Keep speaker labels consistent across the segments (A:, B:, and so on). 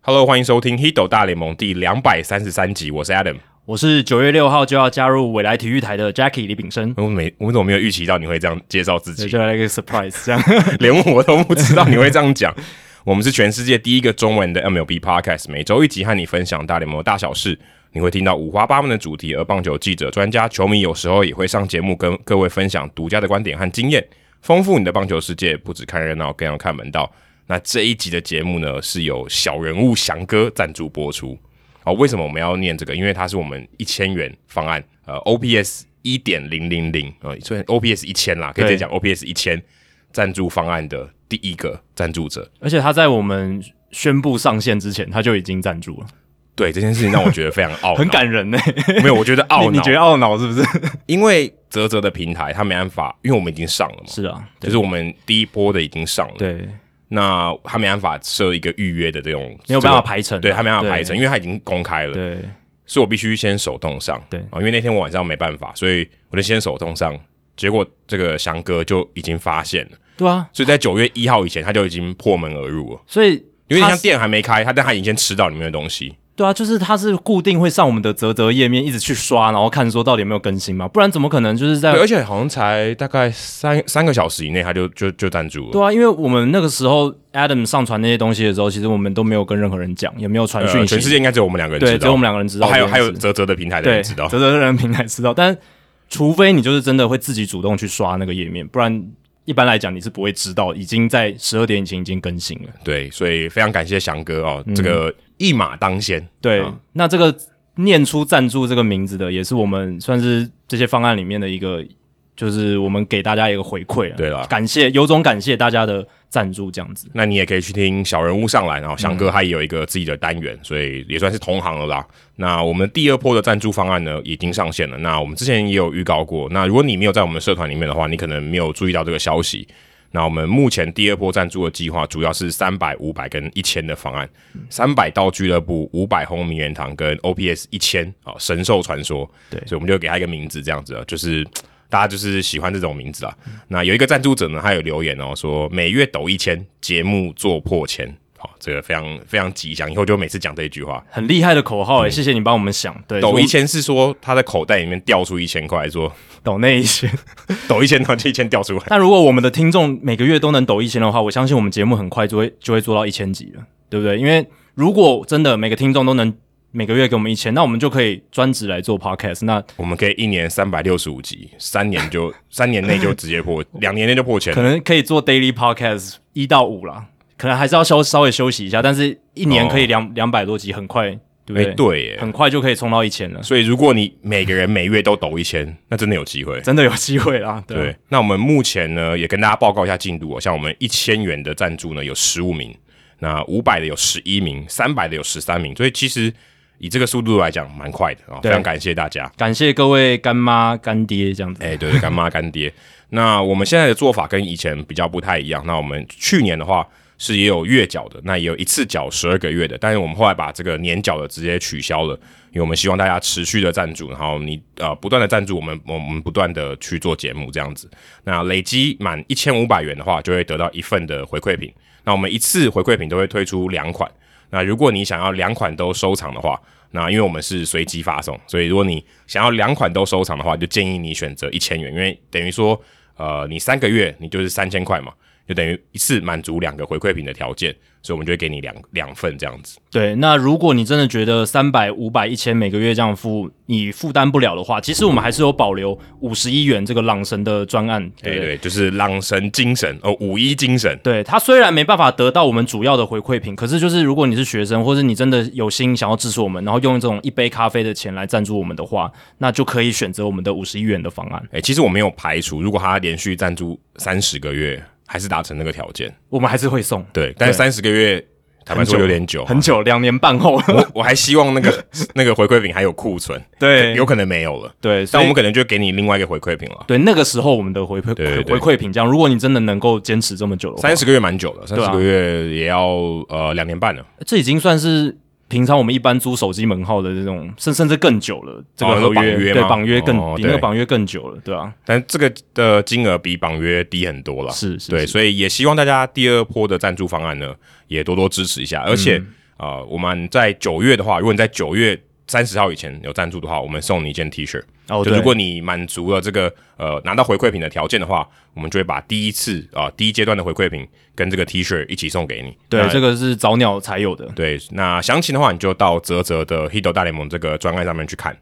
A: Hello，欢迎收听《Hiddle 大联盟》第两百三十三集，我是 Adam。
B: 我是九月六号就要加入未来体育台的 Jackie 李炳生，
A: 我没，我怎么没有预期到你会这样介绍自
B: 所以
A: 己？
B: 就来一个 surprise 这样。
A: 连我都不知道你会这样讲。我们是全世界第一个中文的 MLB Podcast，每周一集和你分享大联盟的大小事。你会听到五花八门的主题，而棒球记者、专家、球迷有时候也会上节目，跟各位分享独家的观点和经验，丰富你的棒球世界。不只看热闹，更要看门道。那这一集的节目呢，是由小人物翔哥赞助播出。哦，为什么我们要念这个？因为它是我们一千元方案，呃，OPS 一点零零零，呃，虽然 OPS 一千啦，可以直接
B: 对
A: 讲 OPS 一千赞助方案的第一个赞助者。
B: 而且他在我们宣布上线之前，他就已经赞助了，
A: 对这件事情让我觉得非常 懊恼，
B: 很感人呢、
A: 没有，欸我觉得 懊恼，
B: 你你觉得懊恼是不是？
A: 因为泽泽的平台它没办法，因为我们已经上了嘛，
B: 是啊，
A: 就是我们第一波的已经上了，
B: 对，
A: 那他没办法设一个预约的这种，
B: 没有办法排程啊
A: 对他没办法排程，
B: 对
A: 因为他已经公开了，
B: 对，
A: 所以我必须先手动上，
B: 对
A: 啊，因为那天我晚上没办法，所以我就先手动上，结果这个翔哥就已经发现了，
B: 对啊，
A: 所以在九月一号以前他就已经破门而入了，
B: 所以
A: 因为
B: 他
A: 像
B: 是
A: 店还没开，他但他已经先吃到里面的东西，
B: 对啊，就是他是固定会上我们的泽泽页面一直去刷，然后看说到底有没有更新嘛，不然怎么可能就是在
A: 对，而且好像才大概三三个小时以内，他就就就赞助了。
B: 对啊，因为我们那个时候 Adam 上传那些东西的时候，其实我们都没有跟任何人讲，也没有传
A: 呃
B: 讯息，
A: 全世界应该只有我们两个人知道，
B: 对，只有我们两个人知道
A: 哦
B: 这
A: 还
B: 件事、
A: 有还有泽泽的平台的
B: 对，
A: 人知道。
B: 泽泽人平台知道，但除非你就是真的会自己主动去刷那个页面，不然一般来讲你是不会知道已经在十二点以前已经更新了。
A: 对，所以非常感谢翔哥
B: 嗯
A: 哦，这个一马当先。
B: 对，
A: 嗯
B: 那这个念出赞助这个名字的，也是我们算是这些方案里面的一个，就是我们给大家一个回馈了。
A: 对啦
B: 感谢有种感谢大家的赞助，这样子。
A: 那你也可以去听小人物上来，然后翔哥他也有一个自己的单元，所以也算是同行了啦。那我们第二波的赞助方案呢，已经上线了。那我们之前也有预告过，那如果你没有在我们社团里面的话，你可能没有注意到这个消息。那我们目前第二波赞助的计划主要是三百、五百跟一千的方案，三百到俱乐部，五百轰名媛堂跟 OPS 一千啊，神兽传说。
B: 对
A: 所以我们就给他一个名字，这样子啊，就是大家就是喜欢这种名字啊。那有一个赞助者呢，他有留言哦，说每月抖一千，节目做破千，好、这个非常非常吉祥，以后就每次讲这一句话。
B: 很厉害的口号诶、欸谢谢你帮我们想。对，
A: 嗯抖
B: 说
A: 一千是说他的口袋里面掉出一千块，说
B: 抖那一些。
A: 抖一千，然后这一千掉出来。
B: 那如果我们的听众每个月都能抖一千的话，我相信我们节目很快就会就会做到一千集了，对不对？因为如果真的每个听众都能每个月给我们一千，那我们就可以专职来做 podcast。那
A: 我们可以一年三百六十五集，三年 就三年内就直接破，两年内就破千
B: 可。能可以做 daily podcast 一到五啦，可能还是要稍稍微休息一下，但是一年可以两两百、多集，很快，对不
A: 哎、
B: 哦对？
A: 对耶，
B: 很快就可以冲到一千了，
A: 所以如果你每个人每月都抖一千，那真的有机会。
B: 真的有机会啦。对啊
A: 对，那我们目前呢也跟大家报告一下进度哦，像我们一千元的赞助呢有十五名，那五百的有十一名，三百的有十三名，所以其实以这个速度来讲蛮快的啊、哦，非
B: 对
A: 常感谢大家。
B: 感谢各位干妈干爹这样子。
A: 哎、对对，干妈干爹。那我们现在的做法跟以前比较不太一样。那我们去年的话是也有月缴的，那也有一次缴十二个月的，但是我们后来把这个年缴的直接取消了，因为我们希望大家持续的赞助，然后你呃不断的赞助我们，我们不断的去做节目这样子。那累积满一千五百元的话，就会得到一份的回馈品。那我们一次回馈品都会推出两款。那如果你想要两款都收藏的话，那因为我们是随机发送，所以如果你想要两款都收藏的话，就建议你选择一千元，因为等于说，呃，你三个月你就是三千块嘛，就等于一次满足两个回馈品的条件，所以我们就会给你两两份这样子。
B: 对，那如果你真的觉得三百、五百、一千每个月这样付你负担不了的话，其实我们还是有保留五十一元这个朗神的专案。对
A: 对
B: 不对
A: 对，就是朗神精神哦，五一精神。
B: 对，它虽然没办法得到我们主要的回馈品，可是就是如果你是学生，或是你真的有心想要支持我们，然后用这种一杯咖啡的钱来赞助我们的话，那就可以选择我们的五十一元的方案。
A: 哎、其实我没有排除，如果他哦连续赞助三十个月，还是达成那个条件。
B: 我们还是会送，
A: 对，但是三十个月，坦白说有点久。
B: 很久，两年 半后，
A: 我我还希望那个 那个回馈品还有库存，
B: 对
A: 有可能没有了。
B: 对，
A: 但
B: 所
A: 我
B: 以
A: 们可能就给你另外一个回馈品了。
B: 对那个时候我们的回馈
A: 对对对
B: 回馈品这样，如果你真的能够坚持这么久的话，
A: 三十个月蛮久了，三
B: 对
A: 十
B: 啊
A: 个月也要呃两年半了。
B: 这已经算是平常我们一般租手机门号的这种，甚甚至更久了。这
A: 哦
B: 个
A: 那个
B: 合
A: 绑
B: 约,、
A: 约
B: 对
A: 吗
B: 绑约更、
A: 哦
B: 比那个
A: 对
B: 绑约更久了，对吧、
A: 但这个的金额比绑约低很多了，
B: 是是
A: 对，
B: 是嗯
A: 所以也希望大家第二波的赞助方案呢，也多多支持一下。而且、啊、我们在九月的话，如果你在九月三十号以前有赞助的话，我们送你一件 T 恤。
B: 哦，
A: 就
B: 对
A: 如果你满足了这个呃拿到回馈品的条件的话，我们就会把第一次啊、第一阶段的回馈品跟这个 T 恤一起送给你。
B: 对
A: 那
B: 这个是早鸟才有的。
A: 对，那详情的话，你就到泽泽的 Hido 大联盟这个专案上面去看。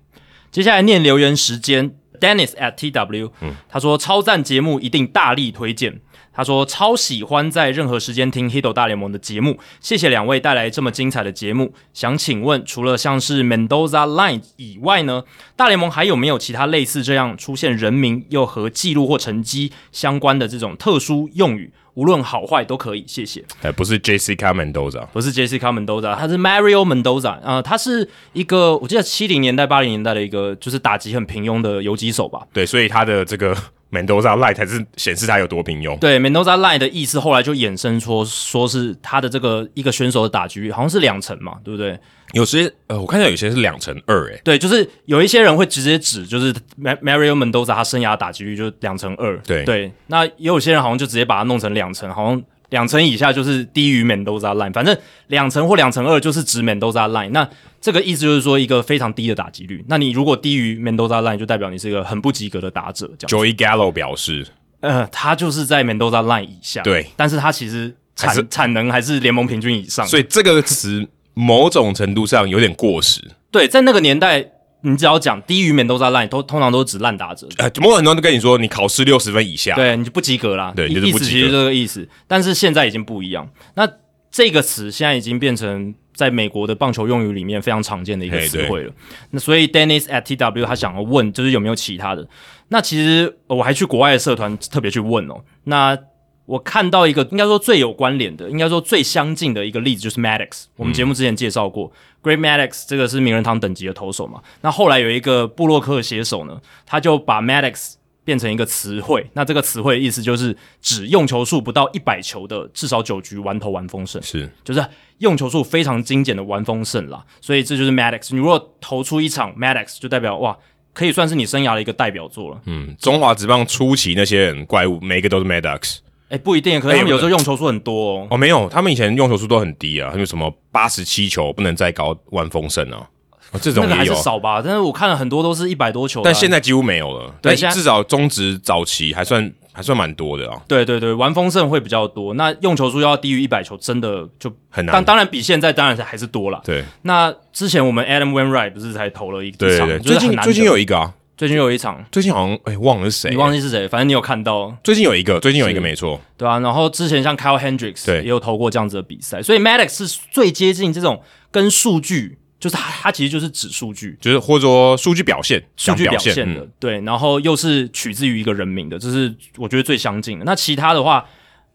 B: 接下来念留言时间，Dennis at TW，、他说超赞节目一定大力推荐。他说超喜欢在任何时间听《h i d o 大联盟》的节目，谢谢两位带来这么精彩的节目。想请问，除了像是 Mendoza Line 以外呢，大联盟还有没有其他类似这样出现人名又和记录或成绩相关的这种特殊用语？无论好坏都可以，谢谢。
A: 呃，不是 Jessica Mendoza，
B: 不是 Jessica Mendoza，他是 Mario Mendoza，呃，他是一个我记得七零年代、八零年代的一个就是打击很平庸的游击手吧。
A: 对，所以他的这个 Mendoza Light 才是显示他有多平庸。
B: 对，Mendoza Line 的意思后来就衍生说，说是他的这个一个选手的打击率好像是两成嘛，对不对？
A: 有些呃，我看到有些是两乘二，哎，
B: 对，就是有一些人会直接指，就是 Ma- Mario Mendoza 他生涯打击率就是两成二，
A: 对
B: 对。那也有些人好像就直接把它弄成两成，好像两成以下就是低于 Mendoza line，反正两成或两成二就是指 Mendoza line。那这个意思就是说一个非常低的打击率。那你如果低于 Mendoza line，就代表你是一个很不及格的打者，这样。
A: Joey Gallo 表示，
B: 呃，他就是在 Mendoza line 以下，
A: 对，
B: 但是他其实
A: 还是
B: 产产能还是联盟平均以上，
A: 所以这个词某种程度上有点过时。
B: 对，在那个年代。你只要讲低于 Mendoza line，都通常都是指烂打者，
A: 呃，某种程度上就跟你说，你考试六十分以下，
B: 对，你就不及格啦。
A: 对
B: 意
A: 你就是不
B: 意思
A: 及
B: 其实
A: 格
B: 这个意思，但是现在已经不一样。那这个词现在已经变成在美国的棒球用语里面非常常见的一个
A: 嘿
B: 词
A: 对
B: 汇了。那所以 Dennis at TW 他想要问，就是有没有其他的？那其实呃我还去国外的社团特别去问哦。那我看到一个应该说最有关联的，应该说最相近的一个例子就是 Maddox，我
A: 嗯
B: 们节目之前介绍过、Great Maddox，这个是名人堂等级的投手嘛。那后来有一个布洛克写手呢，他就把 Maddox 变成一个词汇，那这个词汇的意思就是指用球数不到一百球的至少九局完投完封胜。
A: 是
B: 就是用球数非常精简的完封胜啦，所以这就是 Maddox。你如果投出一场 Maddox，就代表哇，可以算是你生涯的一个代表作了。哎、
A: 嗯，中华职棒初期那些人怪物，每一个都是 Maddox。
B: 不一定，可能
A: 哎
B: 他们
A: 有
B: 有
A: 的
B: 时候用球数很多哦。
A: 哦，没有，他们以前用球数都很低啊，他们什么八十七球不能再高万丰胜啊，哦这种
B: 那个还
A: 也
B: 是
A: 有。
B: 少吧，但是我看了很多都是一百多球的啊、
A: 但现在几乎没有了，
B: 对
A: 但
B: 现在
A: 至少中职早期还算还算蛮多的啊，
B: 对对对，完封胜会比较多，那用球数要低于一百球，真的就
A: 很
B: 当
A: 难。
B: 当然比现在当然还是多了。
A: 对
B: 那之前我们 Adam Wainwright 不是才投了一场，
A: 对对对，
B: 就
A: 最
B: 是很
A: 近
B: 难得
A: 最近有一个啊，
B: 最近有一场，
A: 最近好像哎忘了是谁
B: 你，忘记是谁，反正你有看到，
A: 最近有一个，最近有一个
B: 是
A: 没错，
B: 对啊，然后之前像 Kyle Hendricks
A: 对
B: 也有投过这样子的比赛，所以 Maddox 是最接近这种跟数据，就是它它其实就是指数据，
A: 就是或者说数据表现，
B: 数据
A: 讲
B: 表
A: 表
B: 现的，
A: 嗯
B: 对，然后又是取自于一个人名的，这是我觉得最相近的。那其他的话，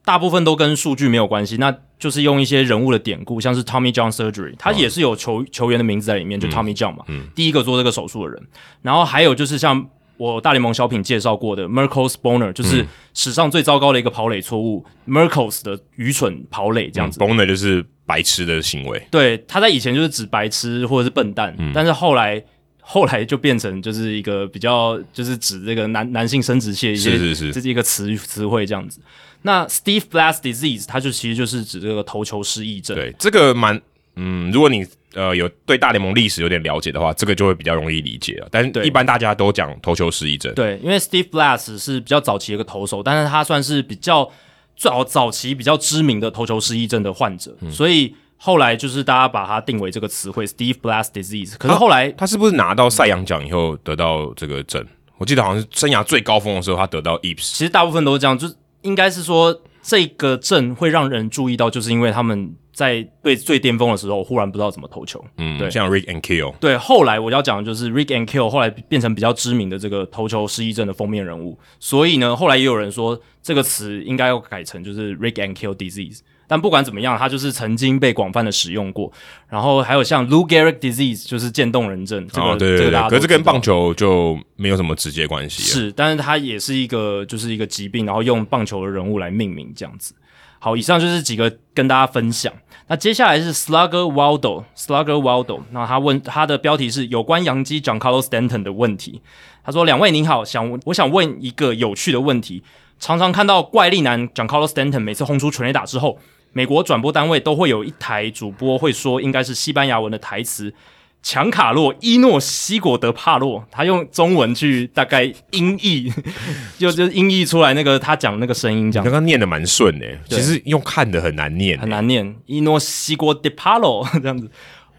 B: 大部分都跟数据没有关系，那就是用一些人物的典故，像是 Tommy John surgery，他也是有球、球员的名字在里面，就 Tommy John 嘛，第一个做这个手术的人。然后还有就是像我大联盟小品介绍过的 Merkles Boner，就是史上最糟糕的一个跑垒错误、m e r k l s 的愚蠢跑垒这样子。
A: ，Boner 嗯就是白痴的行为，
B: 对，他在以前就是指白痴或者是笨蛋，
A: 嗯
B: 但是后来后来就变成就是一个比较就是指这个男男性生殖器的一些
A: 是是是
B: 这是一个词词汇这样子。那 Steve Blast disease，它就其实就是指这个投球失忆症。
A: 对，这个蛮，嗯，如果你呃有对大联盟历史有点了解的话，这个就会比较容易理解了。但
B: 对
A: 一般大家都讲投球失忆症，
B: 对，因为 Steve Blass 是比较早期的一个投手，但是他算是比较早早期比较知名的投球失忆症的患者，
A: 嗯
B: 所以后来就是大家把它定为这个词汇 Steve Blass disease。可是
A: 啊
B: 后来、
A: 他是不是拿到赛扬奖以后得到这个证？我记得好像是生涯最高峰的时候，他得到 IPS。
B: 其实大部分都是这样，就是应该是说这个症会让人注意到，就是因为他们在对最巅峰的时候，忽然不知道怎么投球。对
A: 嗯，像 Rick and Kill，
B: 对，后来我要讲的就是 Rick and Kill 后来变成比较知名的这个投球失忆症的封面人物，所以呢，后来也有人说这个词应该要改成就是 Rick and Kill disease。但不管怎么样，它就是曾经被广泛的使用过。然后还有像 Lou Gehrig disease，就是渐冻人症，这个、
A: 哦，对
B: 这
A: 对
B: 个大
A: 对，
B: 家
A: 可是
B: 都
A: 这跟
B: 知道
A: 棒球就没有什么直接关系。，啊
B: 是，但是它也是一个就是一个疾病，然后用棒球的人物来命名这样子。好，以上就是几个跟大家分享。那接下来是 Slugger Waldo，Slugger Waldo，那他问他的标题是有关洋基 Giancarlo Stanton 的问题。他说：“两位您好，想我想问一个有趣的问题。常常看到怪力男 Giancarlo Stanton 每次轰出全垒打之后，美国转播单位都会有一台主播会说应该是西班牙文的台词。强卡洛伊诺西果德帕洛，他用中文去大概音译， 就就音译出来那个他讲那个声音这样
A: 刚。刚念的蛮顺的，其实用看的很难念欸，
B: 很难念伊诺西锅 de palo 这样子，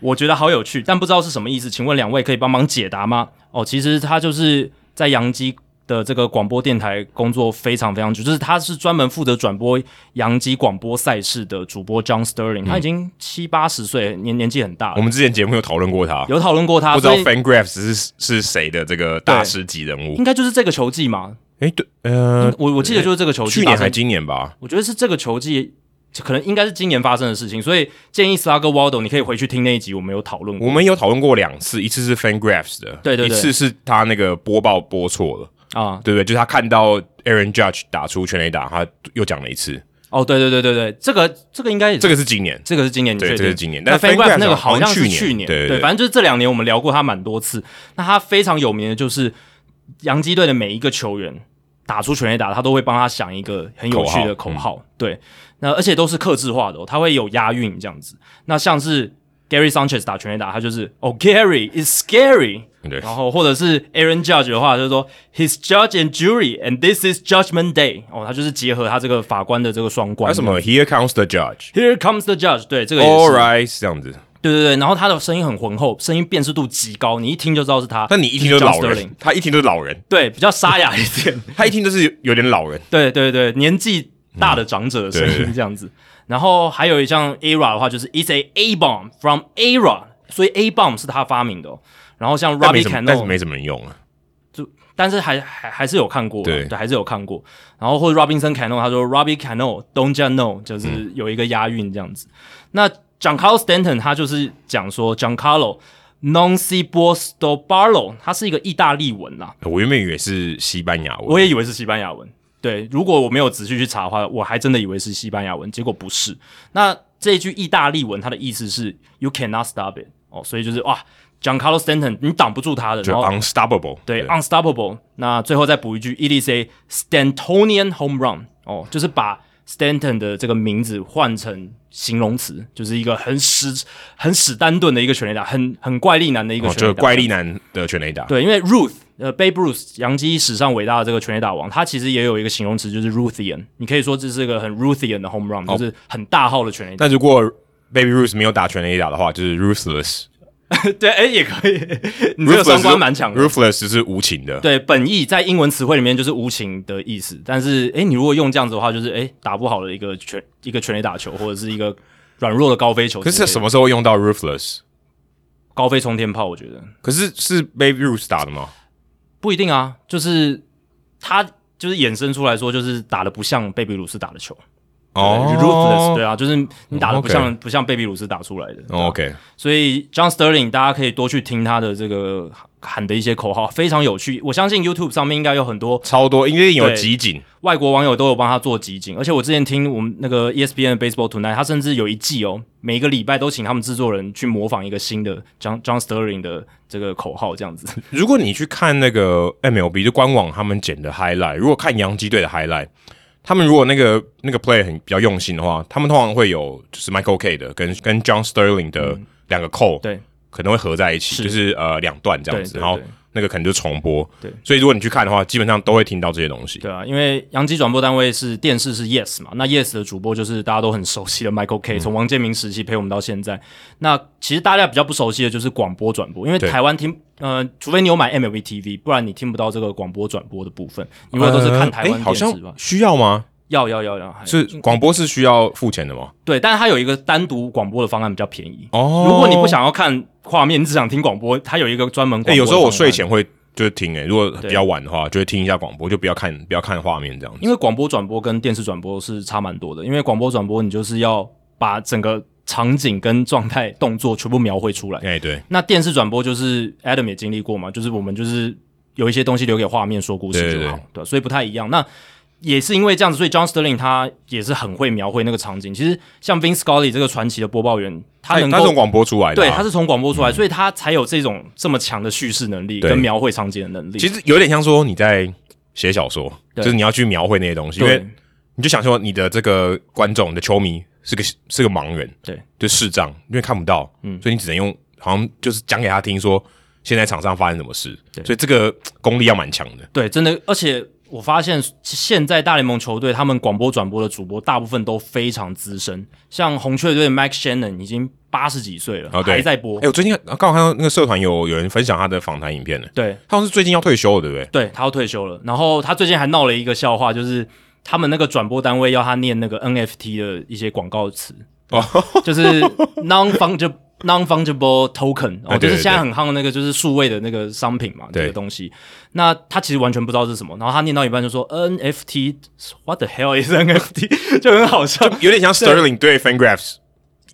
B: 我觉得好有趣，但不知道是什么意思，请问两位可以帮忙解答吗？哦，其实他就是在洋基的这个广播电台工作非常非常久，就是他是专门负责转播洋基广播赛事的主播 John
A: 嗯
B: Sterling，、他已经七八十岁，年年纪很大
A: 我
B: 了，
A: 们之前节目有讨论过他，
B: 有讨论过他，
A: 哦不知道
B: 所以
A: FanGraphs 是是谁的这个大师级人物
B: 应？该就是这个球季嘛，
A: 哎，对，呃，
B: 我嗯我记得就是这个球季，
A: 去年还今年吧？
B: 我觉得是这个球季。可能应该是今年发生的事情，所以建议 s l u g g w a l d o 你可以回去听那一集，我们有讨论过
A: 我们有讨论过两次，一次是 FanGraphs 的，
B: 对对对
A: 一次是他那个播报播错了，
B: 啊。
A: 对不对？就是他看到 Aaron Judge 打出全垒打，他又讲了一次，
B: 哦，对对对对对，这个这个应该也
A: 这个是今年，
B: 这个是今年你确
A: 对
B: 定？
A: 这个是今年
B: 那
A: 但
B: Fan
A: FanGraphs
B: 那个
A: 好
B: 好
A: 像
B: 像是
A: 去年
B: 年，
A: 对对对
B: 反正就是这两年我们聊过他蛮多次。那他非常有名的就是洋基队的每一个球员打出全垒打，他都会帮他想一个很有趣的口
A: 口
B: 号，
A: 号嗯
B: 对，那而且都是克制化的、哦，他会有押韵这样子。那像是 Gary Sanchez 打全垒打，他就是哦 Gary is scary。
A: 对
B: 然后或者是 Aaron Judge 的话，就是说 His judge and jury and this is Judgment Day。哦，他就是结合他这个法官的这个双
A: 还
B: 关。
A: 有什么 Here comes the judge。
B: Here comes the judge，对，嗯这个也是
A: All right，这样子，
B: 对对对，然后他的声音很浑厚，声音辨识度极高，你一听就知道是他。
A: 但你一听就是老
B: John Sterling
A: 人，他一听就是老人，
B: 对，比较沙哑一点，
A: 他一听就是有点老人，
B: 对对对，年纪大的长者的
A: 嗯
B: 声
A: 对对
B: 音这样子。然后还有一项 ERA 的话，就是 It's a A bomb from ERA，所以 A bomb 是他发明的、哦。然后像
A: 但没
B: Robbie
A: 什么，但是
B: Cano，
A: 没什么用啊。
B: 但是还还还是有看过啊，
A: 对
B: 还是有看过。然后或者 Robinson Cano，他说 Robbie Cano，Don't just know，就是有一个押韵这样子。那 Giancarlo Stanton 他就是讲说 Giancarlo non si b o s t o b a r l o 它是一个意大利文啦，
A: 我原本以为是西班牙
B: 我
A: 文，
B: 也以为是西班牙文。对，如果我没有仔细去查的话，我还真的以为是西班牙文，结果不是。那这一句意大利文，它的意思是 “You cannot stop it” 哦，所以就是哇，Giancarlo Stanton 你挡不住他的，
A: 就
B: 然后
A: unstoppable，
B: 对 unstoppable。那最后再补一句，it is a Stantonian home run 哦，就是把 Stanton 的这个名字换成形容词，就是一个很史很史丹顿的一个全垒打，很很怪力男的一个
A: 哦，
B: 全
A: 就
B: 垒
A: 是
B: 打。
A: 怪力男的全垒打，
B: 对，因为 Ruth 呃 Babe Ruth 洋基史上伟大的这个全垒打王，他其实也有一个形容词就是 Ruthian，你可以说这是一个很 Ruthian 的 home run，、就是很大号的全垒打。
A: 那如果 Baby Ruth 没有打全垒打的话，就是 ruthless。
B: 对，哎、也可以， 你这个双关蛮强的。
A: ruthless 是无情的，
B: 对，本意在英文词汇里面就是无情的意思，但是诶，你如果用这样子的话，就是诶，打不好的一个全一个全垒打球，或者是一个软弱的高飞球之
A: 可
B: 类的。
A: 是什么时候用到 ruthless？
B: 高飞冲天炮？我觉得
A: 可是是 Baby Ruth 打的吗？
B: 不一定啊，就是他就是衍生出来说，就是打的不像贝比鲁斯打的球。
A: 哦
B: 对，ruthless，对啊，就是你打的不像、
A: 哦
B: 不像贝比鲁斯打出来的。
A: 哦，OK，
B: 所以 John Sterling，大家可以多去听他的这个喊的一些口号，非常有趣。我相信 YouTube 上面应该有很多
A: 超多，因为有
B: 对
A: 集锦，
B: 外国网友都有帮他做集锦，而且我之前听我们那个 E ESPN 的 Baseball Tonight，他甚至有一季哦，每一个礼拜都请他们制作人去模仿一个新的 John John Sterling 的这个口号，这 样子。
A: 如果你去看那个 MLB 就官网他们剪的 highlight，如果看洋基队的 highlight，他们如果那个那个 play 很比较用心的话，他们通常会有就是 Michael K 的跟跟 John Sterling 的两个扣、
B: 嗯对
A: 可能会合在一起，
B: 是
A: 就是呃两段这样子，
B: 对对
A: 然后
B: 对
A: 那个可能就重播。
B: 对，
A: 所以如果你去看的话，基本上都会听到这些东西。
B: 对啊，因为洋基转播单位是电视是 Yes 嘛，那 Yes 的主播就是大家都很熟悉的 Michael
A: 嗯
B: K，从、王建民时期陪我们到现在。那其实大家比较不熟悉的就是广播转播，因为
A: 对
B: 台湾听呃，除非你有买 MLB TV，不然你听不到这个广播转播的部分，因为都是看台
A: 呃诶
B: 湾电
A: 好
B: 视
A: 像
B: 吧。哎
A: 需要吗？
B: 要要要要，
A: 是广播是需要付钱的吗？
B: 对，但是它有一个单独广播的方案比较便宜。
A: 哦
B: 如果你不，想要看画面，你只想听广播，它有一个专门广
A: 哦
B: 播、
A: 哎诶有时候我睡，前会就是听、诶如果比
B: 对
A: 较晚的话，就会听一下广播，就不要看不要看画面这样子。
B: 因为广播转播跟电视转播是差蛮多的。因为广播转播，你就是要把整个场景跟状态、动作全部描绘出来。
A: 哎、对。
B: 那电视转播就是 Adam 也经历过嘛，就是我们就是有一些东西留给画面说故事就好，
A: 对对
B: 对所以不太一样。那也是因为这样子，所以 John Sterling 他也是很会描绘那个场景。其实像 Vin Scully 这个传奇的播报员，他能
A: 哎他
B: 够
A: 从广播出来的啊、
B: 对，他是从广播出来，所以他才有这种这么强的叙事能力
A: 对
B: 跟描绘场景的能力。
A: 其实有点像说你在写小说，
B: 对
A: 就是你要去描绘那些东西，因
B: 对
A: 为你就想说你的这个观众、你的球迷是个是个盲人，
B: 对，
A: 就视障，因为看不到，嗯，所以你只能用好像就是讲给他听说现在场上发生什么事，
B: 对
A: 所以这个功力要蛮强的，
B: 对，真的，而且我发现现在大联盟球队他们广播转播的主播大部分都非常资深，像红雀队的 Mike Shannon 已经八十几岁了，
A: 啊对
B: 还在播
A: 哎、。我最近刚好看到那个社团有有人分享他的访谈影片呢，
B: 对
A: 他好像是最近要退休了，对不对？
B: 对，他要退休了。然后他最近还闹了一个笑话，就是他们那个转播单位要他念那个 NFT 的一些广告词，
A: 哦，
B: 就是 non fungible non fungible token，
A: 啊
B: 哦，
A: 对
B: 就
A: 对
B: 是现
A: 对
B: 在很夯的那个，就是数位的那个商品嘛，这个
A: 对
B: 东西。那他其实完全不知道是什么，然后他念到一半就说 NFT，what the hell is NFT，就 很好笑，
A: 有点像 Sterling 对 FanGraphs，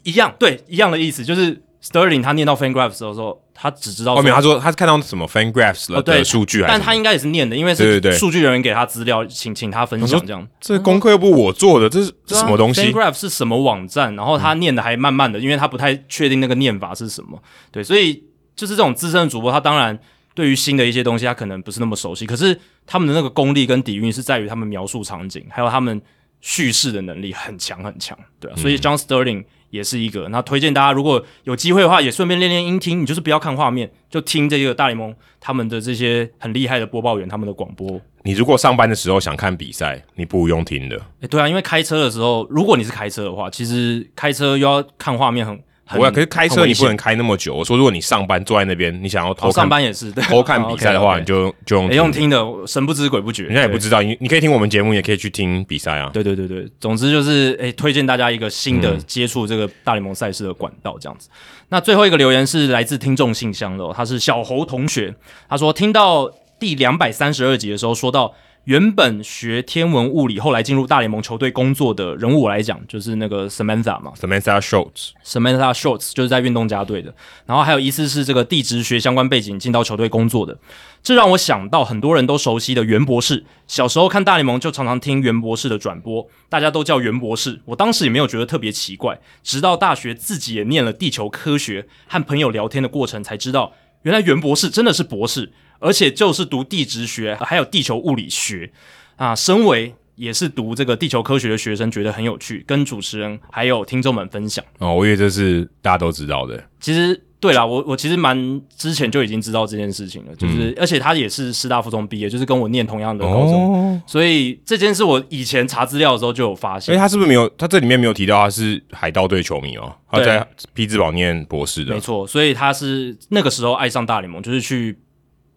B: 一样对一样的意思，就是 Sterling 他念到 FanGraphs 的时候，他只知道
A: 后
B: 说
A: 面哦他说他看到什么 FanGraphs 了
B: 哦对
A: 的数据还是
B: 但
A: 什么，
B: 他应该也是念的，因为
A: 对
B: 是
A: 对对
B: 数据人员给他资料，请请他分享这样。
A: 这功课又不是我做的，这是这是什么东
B: f a
A: 西嗯
B: n g？r a p h 啊是什么网站？然后他念的还慢慢的，因为他不太确定那个念法是什么。对，所以就是这种资深的主播，他当然对于新的一些东西，他可能不是那么熟悉，可是他们的那个功力跟底蕴是在于他们描述场景，还有他们叙事的能力很强很强。对、
A: 嗯
B: 啊，所以 John Sterling 也是一个。那推荐大家，如果有机会的话，也顺便练练音听，你就是不要看画面，就听这个大联盟他们的这些很厉害的播报员他们的广播。
A: 你如果上班的时候想看比赛，你不如用听的。
B: 欸，对啊，因为开车的时候，如果你是开车的话，其实开车又要看画面很很。
A: 不啊会，可是开
B: 很
A: 车
B: 危
A: 你不
B: 险
A: 能开那么久。我说，如果你上班坐在那边，你想要
B: 哦
A: 偷看
B: 上班也是对
A: 偷看比赛的话，
B: 哦，OK，OK
A: 你就就用
B: 欸用听的，神不知鬼不觉，
A: 人家也不
B: 对。
A: 知道。你你可以听我们节目，也可以去听比赛啊。
B: 对对对对，总之就是诶、欸推荐大家一个
A: 嗯
B: 新的接触这个大联盟赛事的管道这样子。那最后一个留言是来自听众信箱的、哦，他是小侯同学，他说听到第两百三十二集的时候说到。原本学天文物理，后来进入大联盟球队工作的人物，我来讲就是那个 Samantha 嘛，
A: Samantha Schultz，
B: Samantha Shorts 就是在运动家队的，然后还有一次是这个地质学相关背景进到球队工作的，这让我想到很多人都熟悉的袁博士。小时候看大联盟就常常听袁博士的转播，大家都叫袁博士，我当时也没有觉得特别奇怪，直到大学自己也念了地球科学，和朋友聊天的过程才知道，原来袁博士真的是博士，而且就是读地质学还有地球物理学。啊，身为也是读这个地球科学的学生，觉得很有趣，跟主持人还有听众们分享。
A: 哦，我以为这是大家都知道的。
B: 其实对啦，我我其实蛮之前就已经知道这件事情了，就是、而且他也是师大附中毕业，就是跟我念同样的高中，
A: 嗯哦，
B: 所以这件事我以前查资料的时候就有发
A: 所以
B: 现。
A: 他是不是没有？他这里面没有提到他是海盗队球迷哦，他
B: 对
A: 在匹兹堡念博士的
B: 没。错，所以他是那个时候爱上大联盟，就是去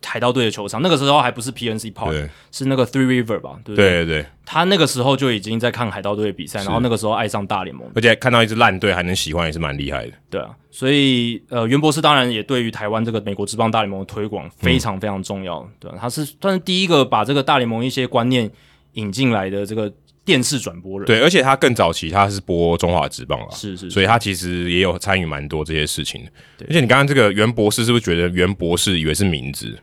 B: 海盗队的球场。那个时候还不是 PNC Park，
A: 对
B: 是那个 Three River 吧？对不对？
A: 对对对，
B: 他那个时候就已经在看海盗队的比赛，然后那个时候爱上大联盟。
A: 而且看到一支烂队还能喜欢，也是蛮厉害的。
B: 对啊，所以呃，袁博士当然也对于台湾这个美国职棒大联盟的推广非常非常重要，对、啊，他是算是第一个把这个大联盟一些观念引进来的这个电视转播人，，
A: 对，而且他更早期他是播中华职棒了，
B: 是是
A: 所以他其实也有参与蛮多这些事情的。而且你刚刚这个袁博士是不是觉得袁博士以为是名字？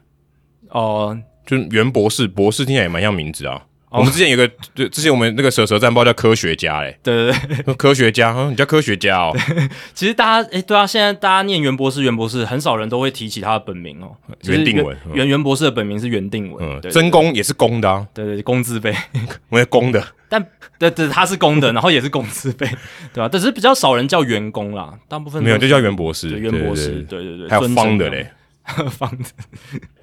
B: 哦、，
A: 就是袁博士，博士听起来也蛮像名字啊。我们之前有个，对，之前我们那个蛇蛇战报叫科学家嘞
B: 对对对，
A: 说科学家，啊、你叫科学家哦，
B: 其实大家诶，对啊，现在大家念袁博士，袁博士很少人都会提起他的本名哦，就是
A: 袁定文嗯
B: 袁袁博士的本名是袁定文，
A: 嗯，
B: 对
A: 真公也是公的啊，
B: 对对，工字辈，
A: 我也公的，
B: 但对对，他是 公的，然后也是工字辈，对吧、啊但是比较少人叫员工啦，大部分都
A: 没有就是叫袁博士，
B: 对袁博士，
A: 对对
B: 对对
A: 对
B: 对，
A: 还有
B: 尊称
A: 方的
B: 这样
A: 嘞。，
B: 方的。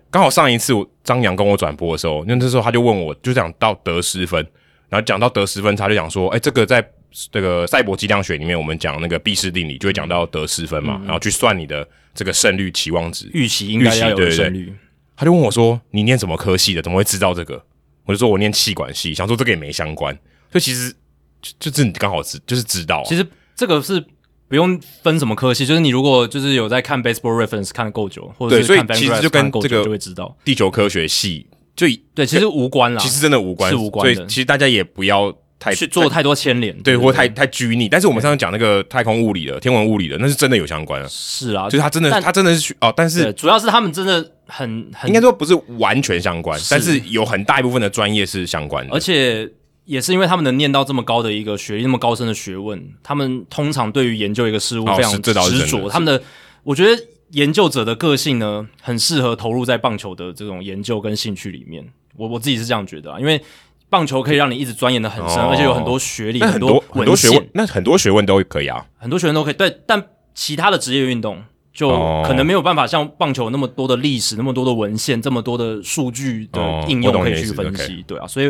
A: 刚好上一次我张扬跟我转播的时候，那那时候他就问我，就讲到得失分，然后讲到得失分，他就讲说，哎、这个在这个赛博计量学里面，我们讲那个毕氏定理，就会讲到得失分嘛，然后去算你的这个胜率期望值。
B: 预期应该要有的胜率。
A: 他就问我说：“你念什么科系的？怎么会知道这个？”我就说：“我念气管系。”想说这个也没相关，所以其实就就是你刚好知就是知道啊、
B: 其实这个是不用分什么科系，就是你如果就是有在看 Baseball Reference 看得够久，或者
A: 对
B: 是
A: 所以
B: 看 Fangraphs
A: 其实就
B: 看
A: 跟
B: 得够久
A: 这个
B: 就会知道。
A: 地球科学系就以
B: 对，其实无关啦，
A: 其实真的无关，
B: 是无关的
A: 所以其实大家也不要太
B: 去做太多牵连，
A: 对
B: 不
A: 或太太拘泥。但是我们上次讲那个太空物理的、天文物理的，那是真的有相关啊，
B: 是啊，
A: 就是它真的
B: 但
A: 它真的是去哦，但
B: 对，
A: 是
B: 主要是他们真的很很
A: 应该说不是完全相关，
B: 是
A: 但是有很大一部分的专业是相关的
B: 而。且也是因为他们能念到这么高的一个学历，那么高深的学问，他们通常对于研究一个事物
A: 哦
B: 非常
A: 是
B: 执
A: 这倒是真的
B: 着。
A: 是
B: 他们的，我觉得研究者的个性呢，很适合投入在棒球的这种研究跟兴趣里面。我我自己是这样觉得啊，因为棒球可以让你一直钻研的很深，
A: 哦
B: 而且有很多学历、
A: 那很
B: 多
A: 很
B: 文
A: 多学
B: 献
A: 问，，那很多学问都可以啊。
B: 很多学生都可以。对，但其他的职业运动就
A: 哦
B: 可能没有办法像棒球那么多的历史、那么多的文献、这么多的数据的
A: 哦
B: 应用
A: 我懂
B: 可
A: 你
B: 以
A: 的意
B: 去
A: 思
B: 分
A: ，OK
B: 析。对啊，所以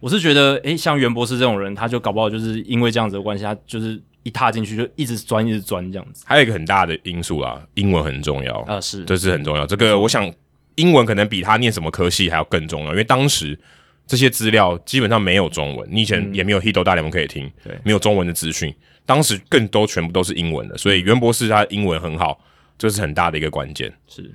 B: 我是觉得，诶，像袁博士这种人，他就搞不好就是因为这样子的关系，他就是一踏进去就一直钻、一直钻这样子。
A: 还有一个很大的因素啦，英文很重要，
B: 啊、是，
A: 这是很重要。这个我想，英文可能比他念什么科系还要更重要，因为当时这些资料基本上没有中文，你以前也没有 Hito 大联盟可以听，
B: 对
A: 没有中文的资讯，当时更多全部都是英文的，所以袁博士他英文很好，这是很大的一个关键。
B: 是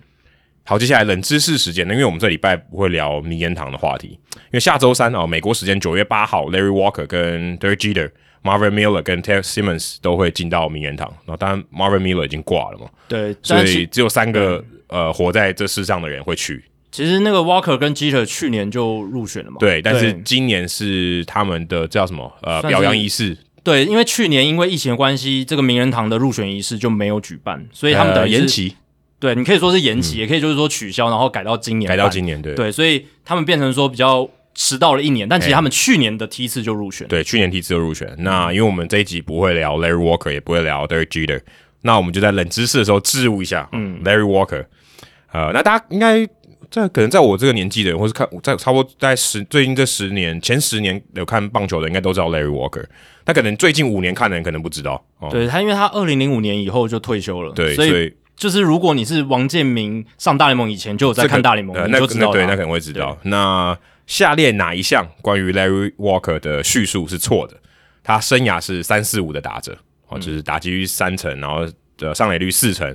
A: 好，接下来冷知识时间，那因为我们这礼拜不会聊名言堂的话题，因为下周三哦，美国时间九月八号，Larry Walker 跟 Derek Jeter、Marvin Miller 跟 Terry Simmons 都会进到名言堂。然后当然 Marvin Miller 已经挂了嘛，
B: 对，
A: 所
B: 但
A: 以
B: 是
A: 只有三个呃活在这世上的人会去。
B: 其实那个 Walker 跟 Jeter 去年就入选了嘛。
A: 对，但是今年是他们的叫什么呃
B: 算是
A: 表扬仪式，
B: 对，因为去年因为疫情的关系，这个名人堂的入选仪式就没有举办，所以他们等
A: 呃
B: 于是
A: 延期嗯
B: 对，你可以说是延期，也可以就是说取消，然后改到今年
A: 改
B: 办，
A: 到今年，对哎
B: 对，所以他们变成说比较迟到了一年，但其实他们去年的梯次就入选。
A: 对，去年替自由入选。那因为我们这一集不会聊 Larry Walker，也不会聊 Derek Jeter，那我们就在冷知识的时候置入一下，嗯，Larry Walker。呃，那大家应该在可能在我这个年纪的人，或是看在差不多在十最近这十年前十年有看棒球的，应该都知道 Larry Walker。那可能最近五年看的人可能不知道哦。
B: 对他，因为他二零零五年以后就退休了，
A: 对，
B: 所
A: 所
B: 以就是如果你是王建民上大联盟以前就有在
A: 这个
B: 看大联盟，
A: 呃、
B: 你
A: 那
B: 就知道啊
A: 那对，
B: 他
A: 那可能会知道。那下列哪一项关于 Larry Walker 的叙述是错的？他生涯是三四五的打者，哦，
B: 嗯
A: 就是打击率三成，然后呃上垒率四成，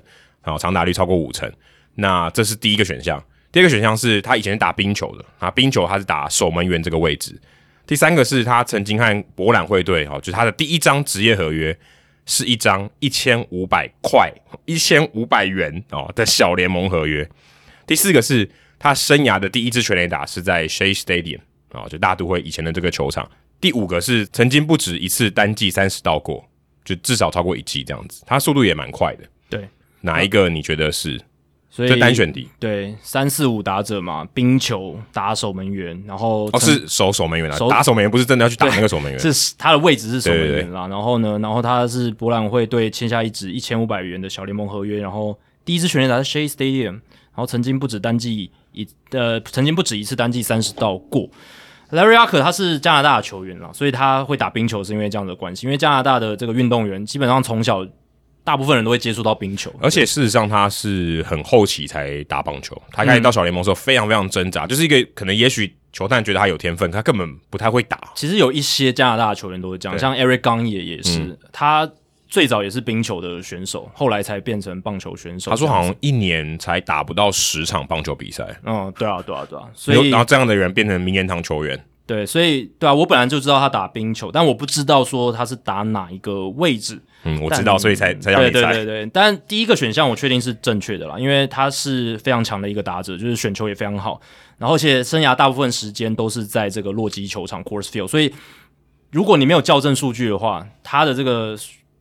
A: 然后长打率超过五成。那这是第一个选项。第二个选项是他以前是打冰球的，啊，冰球他是打守门员这个位置。第三个是他曾经和博览会队，哦，就是他的第一张职业合约是一张一千五百块、一千五百元哦的小联盟合约。第四个是他生涯的第一支全垒打是在 Shea Stadium 啊、就大都会以前的这个球场。第五个是曾经不止一次单季三十道过，就至少超过一季这样子。他速度也蛮快的。
B: 对，
A: 哪一个你觉得是？
B: 所以
A: 这单选题
B: 对三四五打者嘛，冰球打守门员，然后
A: 哦，
B: 曾
A: 是守守门员啊
B: 守，
A: 打守门员不是真的要去打那个守门员。
B: 是他的位置是守门员啦。然后呢，然后他是博览会队签下一纸一千五百元的小联盟合约，然后第一支全垒打是 Shea Stadium，然后曾经不止单季一呃，曾经不止一次单季三十道过。Larry a r k 他是加拿大的球员啦，所以他会打冰球是因为这样的关系，因为加拿大的这个运动员基本上从小大部分人都会接触到冰球，
A: 而且事实上，他是很后期才打棒球。他开始到小联盟的时候，非常非常挣扎，就是一个可能也许球探觉得他有天分，他根本不太会打。
B: 其实有一些加拿大的球员都是这样，
A: 对嗯
B: 像 Eric 刚也也是，他最早也是冰球的选手，后来才变成棒球选手。
A: 他说
B: 这样
A: 好
B: 子，
A: 像一年才打不到十场棒球比赛，
B: 嗯，对啊，对啊，对啊，所
A: 然后
B: 以
A: 然后这样的人变成名人堂球员。
B: 对，所以对啊，我本来就知道他打冰球，但我不知道说他是打哪一个位置。
A: 嗯，我
B: 但
A: 知道，所以才才让
B: 对
A: 你
B: 对
A: 猜。
B: 对对，但第一个选项我确定是正确的啦，因为他是非常强的一个打者，就是选球也非常好，然后而且生涯大部分时间都是在这个洛基球场 Course Field，所以如果你没有校正数据的话，他的这个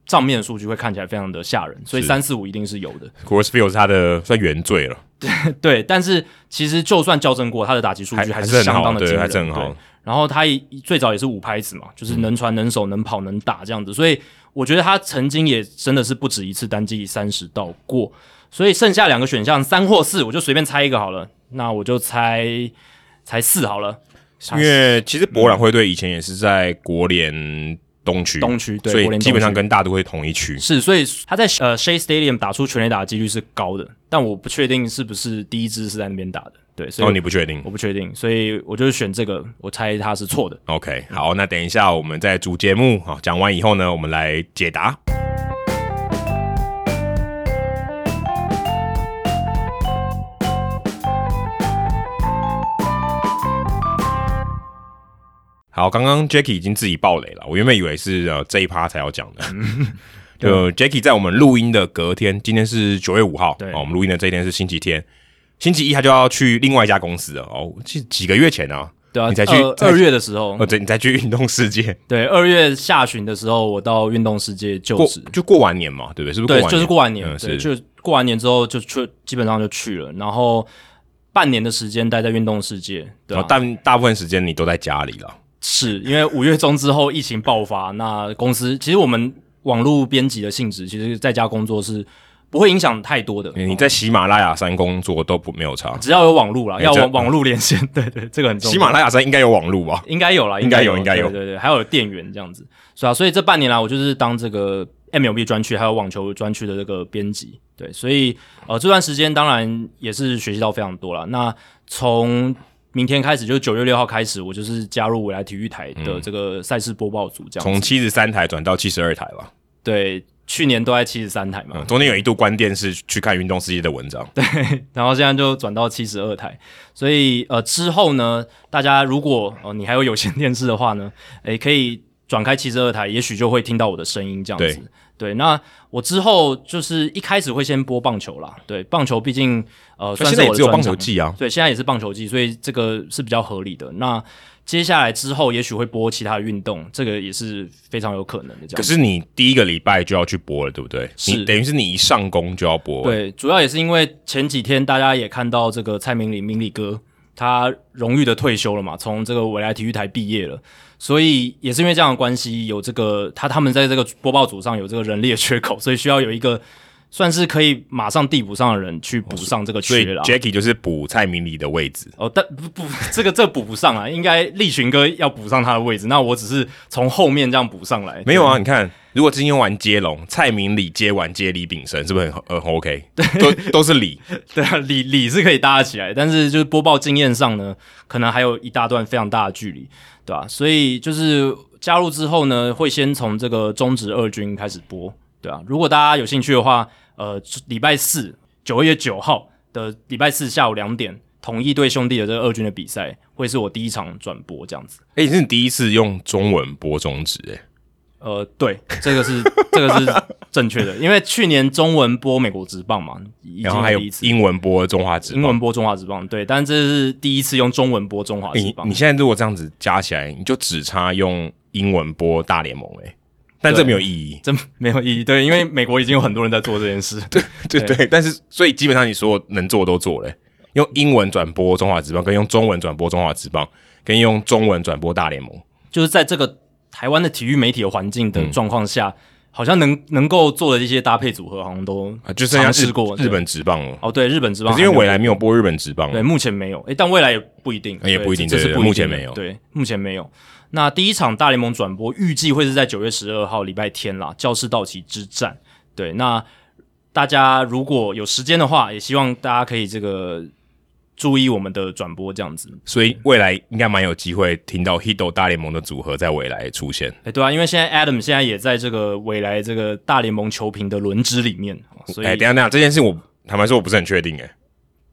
B: 账面数据会看起来非常的吓人，所以
A: 是
B: 三四五一定是有的。
A: c o u r s f i e l d 是他的算原罪了，
B: 对，但是其实就算校正过，他的打击数
A: 还
B: 据
A: 还
B: 是
A: 是很
B: 相当
A: 好，
B: 的惊
A: 对，
B: 人，
A: 还是很
B: 对
A: 好。
B: 然后他也最早也是五拍子嘛，就是能传能守能跑能打这样子，所以我觉得他曾经也真的是不止一次单季三十到过，所以剩下两个选项三或四，我就随便猜一个好了，那我就猜猜四好了，
A: 因为其实博览会队以前也是在国联东区，
B: 东区对
A: 所
B: 国联
A: 以
B: 东
A: 基本上
B: 区
A: 跟大都会同一区。
B: 是，所以他在呃 Shea Stadium 打出全垒打的几率是高的，但我不确定是不是第一支是在那边打的，对，所
A: 哦，
B: 以
A: 你不确定
B: 我不确定，所以我就选这个，我猜他是错的。
A: ？OK，好，那等一下我们在主节目好讲完以后呢，我们来解答。好，刚刚 Jacky 已经自己爆雷了，我原本以为是呃这一趴才要讲的。就 Jacky 在我们录音的隔天，今天是九月五号，
B: 对
A: 哦，我们录音的这一天是星期天，星期一他就要去另外一家公司了。哦，几几个月前啊，
B: 对啊，
A: 你才去
B: 二
A: 才
B: 二月的时候，
A: 哦，对，你才去运动世界，
B: 对，二月下旬的时候，我到运动世界就
A: 过
B: 职，
A: 就过完年嘛，对不对？是不是
B: 对
A: 过完年？，
B: 就是过完年，啊
A: 嗯
B: 对，
A: 是
B: 就过完年之后就去，基本上就去了，然后半年的时间待在运动世界，对、
A: 然
B: 啊
A: 后大大部分时间你都在家里了，
B: 是因为五月中之后疫情爆发，那公司其实我们网络编辑的性质，其实在家工作是不会影响太多的。哦
A: 你在喜马拉雅山工作都不没有差，
B: 只要有网络啦，
A: 哎
B: 要
A: 这
B: 网网络连线， 对对，这个很重要。
A: 喜马拉雅山应该有网路吧？
B: 应该有啦，
A: 应该有应该有
B: 对对对，还有店员这样子，是啊，所以这半年来我就是当这个 MLB 专区还有网球专区的这个编辑，对，所以呃这段时间当然也是学习到非常多了。那从明天开始，就是九月六号开始，我就是加入未来体育台
A: 嗯
B: 的这个赛事播报组，这样
A: 从
B: 子。
A: 七十三台转到七十二台吧，
B: 对，去年都在七十三台嘛，
A: 嗯，中间有一度关电视去看《运动世界》的文章，
B: 然后现在就转到七十二台，所以呃之后呢，大家如果哦你还有有线电视的话呢， 诶可以转开七十二台，也许就会听到我的声音这样子。对，那我之后就是一开始会先播棒球啦，对，棒球毕竟呃
A: 那现
B: 算是
A: 在
B: 我
A: 也
B: 的
A: 只有
B: 专
A: 棒
B: 长
A: 球季啊，
B: 对，现在也是棒球季，所以这个是比较合理的。那接下来之后也许会播其他的运动，这个也是非常有可能的这样子。
A: 可是你第一个礼拜就要去播了，对不对？
B: 是
A: 你等于是你一上工就要播，，
B: 对，主要也是因为前几天大家也看到这个蔡明理明理哥，他荣誉的退休了嘛，从这个未来体育台毕业了，所以也是因为这样的关系，有这个他他们在这个播报组上有这个人力的缺口，所以需要有一个算是可以马上递补上的人去补上这个
A: 所以
B: 缺啦。
A: Jackie 就是补蔡明理的位置，
B: 哦，但不不，这个这个补不上啊，应该立群哥要补上他的位置，那我只是从后面这样补上来。
A: 没有啊？你看，如果今天玩接龙，蔡明理接完接李炳生，是不是很呃很 OK？都都是李，
B: 对啊，理理是可以搭得起来，但是就是播报经验上呢，可能还有一大段非常大的距离，对吧、所以就是加入之后呢，会先从这个中职二军开始播，对啊。如果大家有兴趣的话，呃，礼拜四九月九号的礼拜四下午两点，统一对兄弟的这个二军的比赛，会是我第一场转播这样子。
A: 哎、是你第一次用中文播中指、哎，
B: 呃，对，这个是这个是正确的，因为去年中文播美国职棒嘛，已经
A: 然后还有嗯
B: 第一次
A: 英文播中华职
B: 英
A: 棒
B: 文。播中华职棒，对，但这是第一次用中文播中华
A: 哎
B: 职
A: 你
B: 棒。
A: 你现在如果这样子加起来，你就只差用英文播大联盟、哎，但这
B: 对
A: 没有意义。
B: 真没有意义，对，因为美国已经有很多人在做这 件事，对，
A: 对对，但是所以基本上你所有能做都做了、欸用英文转播中华职棒，跟用中文转播中华职棒，跟用中文转播大联盟，
B: 就是在这个台湾的体育媒体的环境的状况下，
A: 嗯
B: 好像能能够做的一些搭配组合，好像都
A: 啊，就剩下
B: 尝试
A: 日
B: 过对
A: 日本职棒了。
B: 哦，对，日本职棒
A: 可
B: 还
A: 是
B: 没
A: 因
B: 有，
A: 为未来没有播日本职棒
B: 对，
A: 了，
B: 目前没有，诶，但未来也不一定，
A: 也
B: 对
A: 不一定
B: 这这
A: 对
B: 是
A: 对
B: 不
A: 目
B: 一定
A: 前
B: 的
A: 没有
B: 对，目前没有。那第一场大联盟转播预计会是在九月十二号礼拜天啦，教室道奇之战。对，那大家如果有时间的话，也希望大家可以这个注意我们的转播这样子。
A: 所以未来应该蛮有机会听到 Hito 大联盟的组合在未来出现。
B: 哎，对啊，因为现在 Adam 现在也在这个未来这个大联盟球评的轮值里面，哦所以
A: 哎、等一下等一下，这件事我坦白说我不是很确定、哎，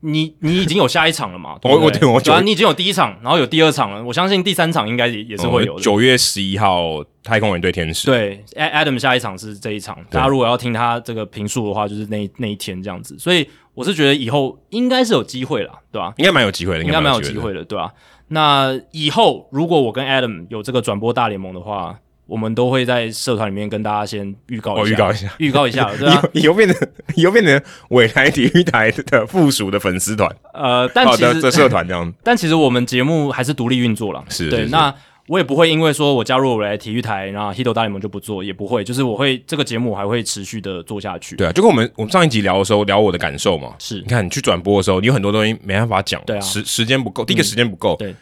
B: 你你已经有下一场 了嘛？
A: 我
B: 对不对
A: 我对我
B: 对啊，你已经有第一场，然后有第二场了，我相信第三场应该也也是会有的。
A: 九月十一号太空人对天使，
B: 对，A-，Adam 下一场是这一场，大家如果要听他这个评述的话，就是那那一天这样子。所以我是觉得以后应该是有机会啦，对吧、
A: 应该蛮有机会的，
B: 应该蛮有
A: 机
B: 机
A: 的。
B: 会的，对吧、那以后如果我跟 Adam 有这个转播大联盟的话，我们都会在社团里面跟大家先预告一
A: 哦
B: 下，
A: 预告一下，
B: 预告一下，对啊
A: 以
B: 吧、
A: 后以后变成以后变成未来体育台的附属的粉丝团，
B: 呃，但
A: 好
B: 其
A: 的，
B: 实
A: 这社团这 样
B: 但其实我们节目还是独立运作啦，
A: 是
B: 对。
A: 是是
B: 那我也不会因为说我加入我来体育台，然后 Hito 大联盟就不做，也不会，就是我会这个节目我还会持续的做下去。
A: 对啊，就跟我们我们上一集聊的时候聊我的感受嘛，
B: 是
A: 你看你去转播的时候，你有很多东西没办法讲，
B: 对啊
A: 时时间不够，第一个时间不够，
B: 对，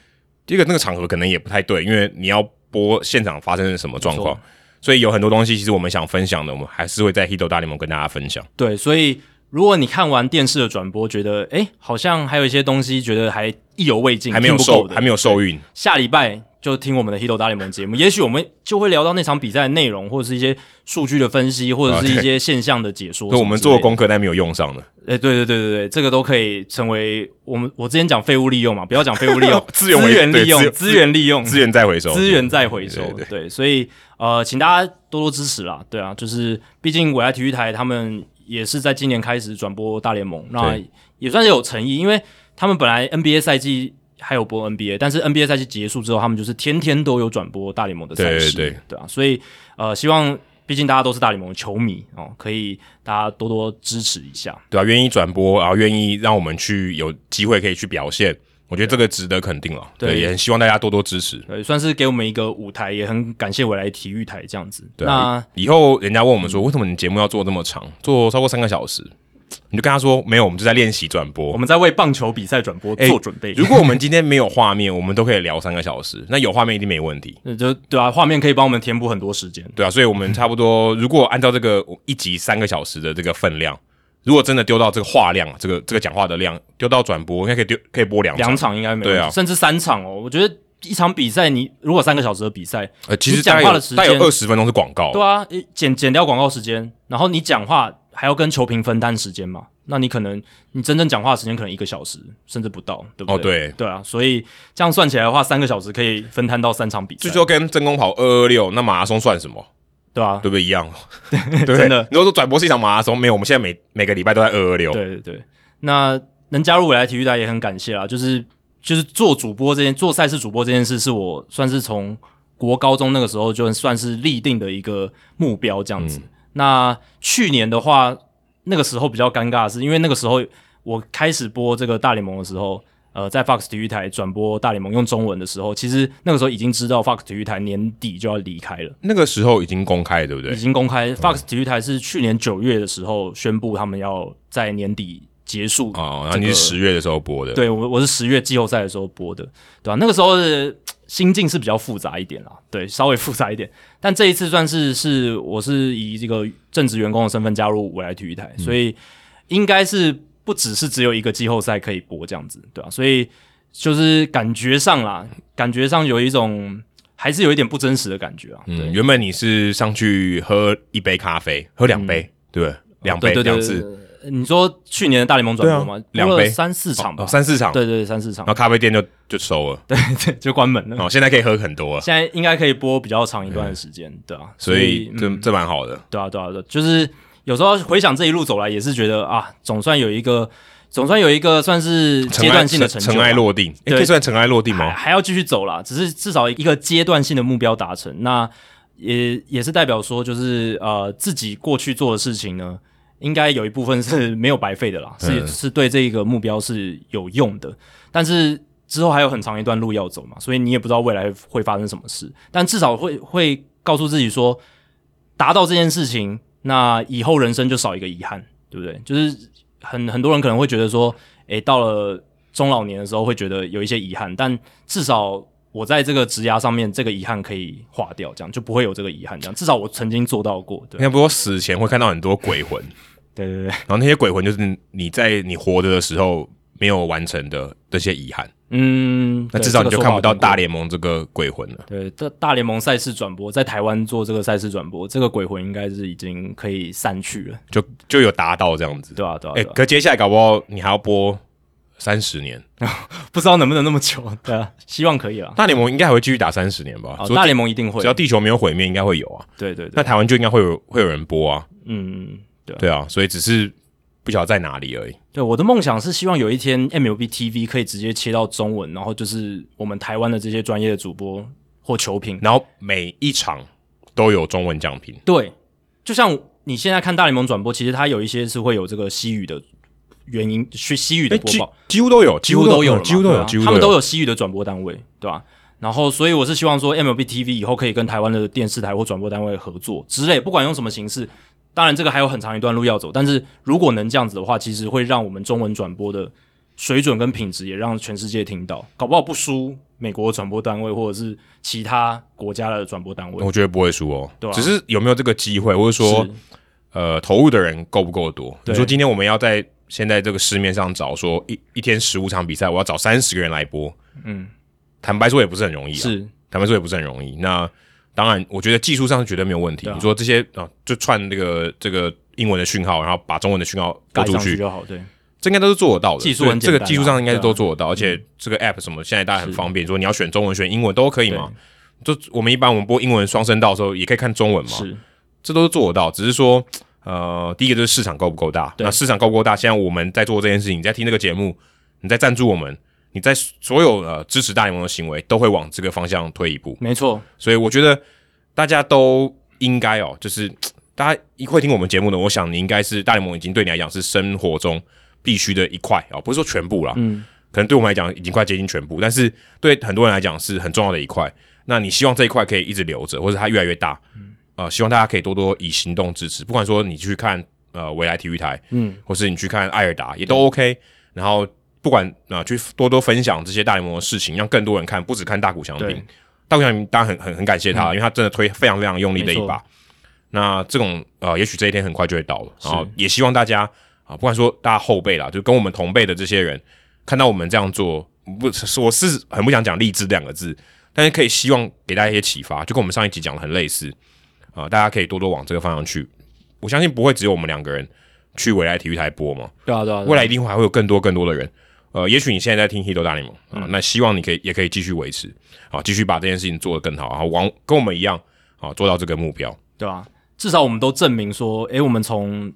A: 第一个那个场合可能也不太对，因为你要播现场发生了什么状况
B: 没，
A: 所以有很多东西其实我们想分享的，我们还是会在 Hito 大联盟跟大家分享。
B: 对，所以如果你看完电视的转播，觉得诶好像还有一些东西，觉得还意犹未尽，
A: 还没有
B: 听不够
A: 受，
B: 的，
A: 还没有受孕，
B: 下礼拜就听我们的《Hito 大联盟》节目，也许我们就会聊到那场比赛的内容，或者是一些数据的分析，或者是一些现象的解说。
A: 啊所以我们做，功课但没有用上的，，
B: 诶、对对对对对，这个都可以成为我们我之前讲废物利用嘛，不要讲废物利用
A: 资源为
B: 资源
A: 对
B: 利用，
A: 资
B: 资源利用，
A: 资源再回收，
B: 资源再回收，
A: 对对
B: 对，所以呃，请大家多多支持啦，对啊，就是毕竟伟爱体育台他们也是在今年开始转播大联盟，那
A: 对
B: 也算是有诚意，因为他们本来 NBA 赛季还有播 NBA，但是 NBA 赛季结束之后，他们就是天天都有转播大联盟的赛事，
A: 对对对
B: 啊，所以呃，希望毕竟大家都是大联盟的球迷哦，可以大家多多支持一下，
A: 对啊，愿意转播，然后愿意让我们去有机会可以去表现，我觉得这个值得肯定了，
B: 对
A: 对，也很希望大家多多支持。
B: 对，算是给我们一个舞台，也很感谢未来体育台这样子。
A: 对
B: 那
A: 啊，以以后人家问我们说，为什么你节目要做这么长，做超过三个小时，你就跟他说，没有，我们就在练习转播
B: 我。 们在为棒球比赛转播
A: 哎
B: 做准备。
A: 如果我们今天没有画面，我们都可以聊三个小时，那有画面一定没问题，
B: 那就对啊，画面可以帮我们填补很多时间。
A: 对啊，所以我们差不多，如果按照这个一集三个小时的这个分量，如果真的丢到这个话量，这个这个讲话的量，丢到转播，应该可以丢可以播两场
B: 两。场应该没问
A: 对
B: 题，
A: 啊
B: 甚至三场哦。我觉得一场比赛，你如果三个小时的比赛，
A: 呃，其实
B: 你讲
A: 大概
B: 话
A: 有
B: 的时
A: 大概有
B: 间
A: 二十分钟是广告，
B: 对啊，一减减掉广告时间，然后你讲话还要跟球评分担时间嘛，那你可能你真正讲话的时间可能一个小时甚至不到，对
A: 哦
B: 不对？
A: 对
B: 对啊，所以这样算起来的话，三个小时可以分摊到三场比赛
A: 最，多跟真空跑二二六，那马拉松算什么？
B: 对啊，
A: 对不对？一 样，对不对？
B: 真的
A: 你如果说转播是一场马拉松，没有，我们现在每每个礼拜都在二二六，
B: 对对对，那能加入未来体育台也很感谢啦，就是就是做主播这件做赛事主播这件事，是我算是从国高中那个时候就算是立定的一个目标这样
A: 嗯
B: 子。那去年的话，那个时候比较尴尬的是，因为那个时候我开始播这个大联盟的时候。呃，在 Fox 体育台转播大联盟用中文的时候，其实那个时候已经知道 Fox 体育台年底就要离开了。
A: 那个时候已经公开，对不对嗯
B: 已？经公开。Fox 体育台是去年九月的时候宣布他们要在年底结束
A: 哦，然后
B: 这
A: 你
B: 个
A: 是十月的时候播的，，
B: 对我我是十月季后赛的时候播的，对吧、那个时候的心境是比较复杂一点啦，对，稍微复杂一点。但这一次算是是我是以这个正职员工的身份加入未来体育
A: 嗯
B: 台，所以应该是不只是只有一个季后赛可以播这样子，对吧、所以就是感觉上啦，感觉上有一种还是有一点不真实的感觉啊，对
A: 嗯，。原本你是上去喝一杯咖啡，喝两杯，对不对？两杯
B: 嗯对对
A: 两
B: 对
A: 次，哦
B: 呃你说去年的大联盟转播吗？
A: 对啊
B: 播
A: 两
B: 了
A: 杯
B: 三四场吧，
A: 哦三四场，
B: 对对对三四场
A: 然，后咖啡店就就收了，
B: 对 就关门了。
A: 哦，现在可以喝很多了，
B: 现在应该可以播比较长一段的时间，对啊，
A: 所以
B: 嗯
A: 这这蛮好的，
B: 对啊对啊对啊，就是有时候回想这一路走来，也是觉得啊，总算有一个，总算有一个算是
A: 尘
B: 阶
A: 埃
B: 段性的成
A: 尘
B: 就
A: 尘
B: 吧
A: 埃落定，诶
B: 对啊
A: 可以算尘埃落定
B: 还
A: 吗？
B: 还要继续走啦，只是至少一个阶段性的目标达成，那也也是代表说，就是呃自己过去做的事情呢，应该有一部分 是没有白费的啦，是
A: 嗯
B: 是对这个目标是有用的，但是。之后还有很长一段路要走嘛，所以你也不知道未来会发生什么事，但至少会会告诉自己说，达到这件事情，那以后人生就少一个遗憾，对不对？就是很很多人可能会觉得说，诶，到了中老年的时候会觉得有一些遗憾，但至少我在这个职涯上面，这个遗憾可以化掉，这样就不会有这个遗憾。这样至少我曾经做到过，
A: 应
B: 对
A: 该不说死前会看到很多鬼魂，
B: 对对 对，
A: 然后那些鬼魂就是你在你活着的时候没有完成的这些遗憾，
B: 嗯，
A: 那
B: 对
A: 至少你
B: 这
A: 就
B: 个说
A: 看
B: 法
A: 不到
B: 很对
A: 大联盟这个鬼魂了。
B: 对，大大联盟赛事转播在台湾做这个赛事转播，这个鬼魂应该是已经可以散去了，
A: 就就有达到这样子。
B: 对啊？对啊？
A: 哎、
B: 对啊
A: 可接下来搞不好你还要播三十年，
B: 不知道能不能那么久，对啊，希望可以啦。
A: 大联盟应该还会继续打三十年吧？
B: 啊，
A: 只要
B: 大联盟一定会
A: 只，要地球没有毁灭，应该会有啊。
B: 对对对，
A: 那台湾就应该会有会有人播啊，
B: 嗯，嗯对啊
A: 对啊，所以只是不晓得在哪里而已。
B: 对，我的梦想是希望有一天 MLB TV 可以直接切到中文，然后就是我们台湾的这些专业的主播或球评。
A: 然后每一场都有中文讲评，
B: 对，就像你现在看大联盟转播，其实它有一些是会有这个西语的原因，西西语的
A: 哎、
B: 播
A: 几
B: 报，
A: 几乎都有，
B: 几乎都有了嘛，
A: 几乎都
B: 对
A: 有，
B: 啊
A: 几乎
B: 他们
A: 都
B: 都
A: 有。
B: 有西语的转播单位，对吧、然后，所以我是希望说，MLB TV 以后可以跟台湾的电视台或转播单位合作之类，不管用什么形式。当然，这个还有很长一段路要走，但是如果能这样子的话，其实会让我们中文转播的水准跟品质也让全世界听到，搞不好不输美国的转播单位或者是其他国家的转播单位。
A: 我觉得不会输哦，
B: 对啊
A: 只是有没有这个机会，或者说
B: 是
A: 呃投入的人够不够多？
B: 对
A: 你说今天我们要在现在这个市面上找说一一天十五场比赛，我要找三十个人来播，
B: 嗯，
A: 坦白说也不是很容易、啊，
B: 是
A: 坦白说也不是很容易。那当然，我觉得技术上是绝对没有问题。
B: 啊
A: 你说这些啊，就串这个这个英文的讯号，然后把中文的讯号播
B: 盖
A: 出
B: 上去
A: 去，
B: 就好，对，
A: 这应该都是做得到的。
B: 技术很
A: 这
B: 简单啊
A: 个技术上应该是
B: 对啊
A: 都做得到，而且这个 app 什么现在大家很
B: 是
A: 方便，说你要选中文选英文都可以嘛。就我们一般我们播英文双声道的时候，也可以看中文嘛，
B: 是
A: 这都是做得到。只是说，呃，第一个就是市场够不够大。
B: 对
A: 那市场够不够大？现在我们在做这件事情，你在听这个节目，你在赞助我们，你在所有呃支持大联盟的行为都会往这个方向推一步。
B: 没错，
A: 所以我觉得大家都应该哦，就是大家一会听我们节目的，我想你应该是大联盟已经对你来讲是生活中必须的一块啊、哦，不是说全部啦，
B: 嗯，
A: 可能对我们来讲已经快接近全部，但是对很多人来讲是很重要的一块。那你希望这一块可以一直留着，或者它越来越大，
B: 嗯
A: 呃，希望大家可以多多以行动支持。不管说你去看呃未来体育台，
B: 嗯，
A: 或是你去看艾尔达，也都 OK。然后不管啊、呃去多多分享这些大联盟的事情，让更多人看，不只看大谷翔
B: 对嗯
A: 平。大谷翔平当然很很很感谢他，因为他真的推非常非常用力的一
B: 没
A: 把
B: 错。
A: 那这种呃，也许这一天很快就会到了。然后也希望大家啊、不管说大家后辈啦，就跟我们同辈的这些人，看到我们这样做，不是我是很不想讲励志两个字，但是可以希望给大家一些启发，就跟我们上一集讲的很类似啊、大家可以多多往这个方向去。我相信不会只有我们两个人去未来体育台播嘛，
B: 对啊对啊，对啊
A: 未来一定还会有更多更多的人。呃，也许你现在在听《h i t 大联盟》啊，那希望你可以也可以继续维持，啊，继续把这件事情做得更好，然后往跟我们一样，啊，做到这个目标。
B: 对啊，至少我们都证明说，诶，我们从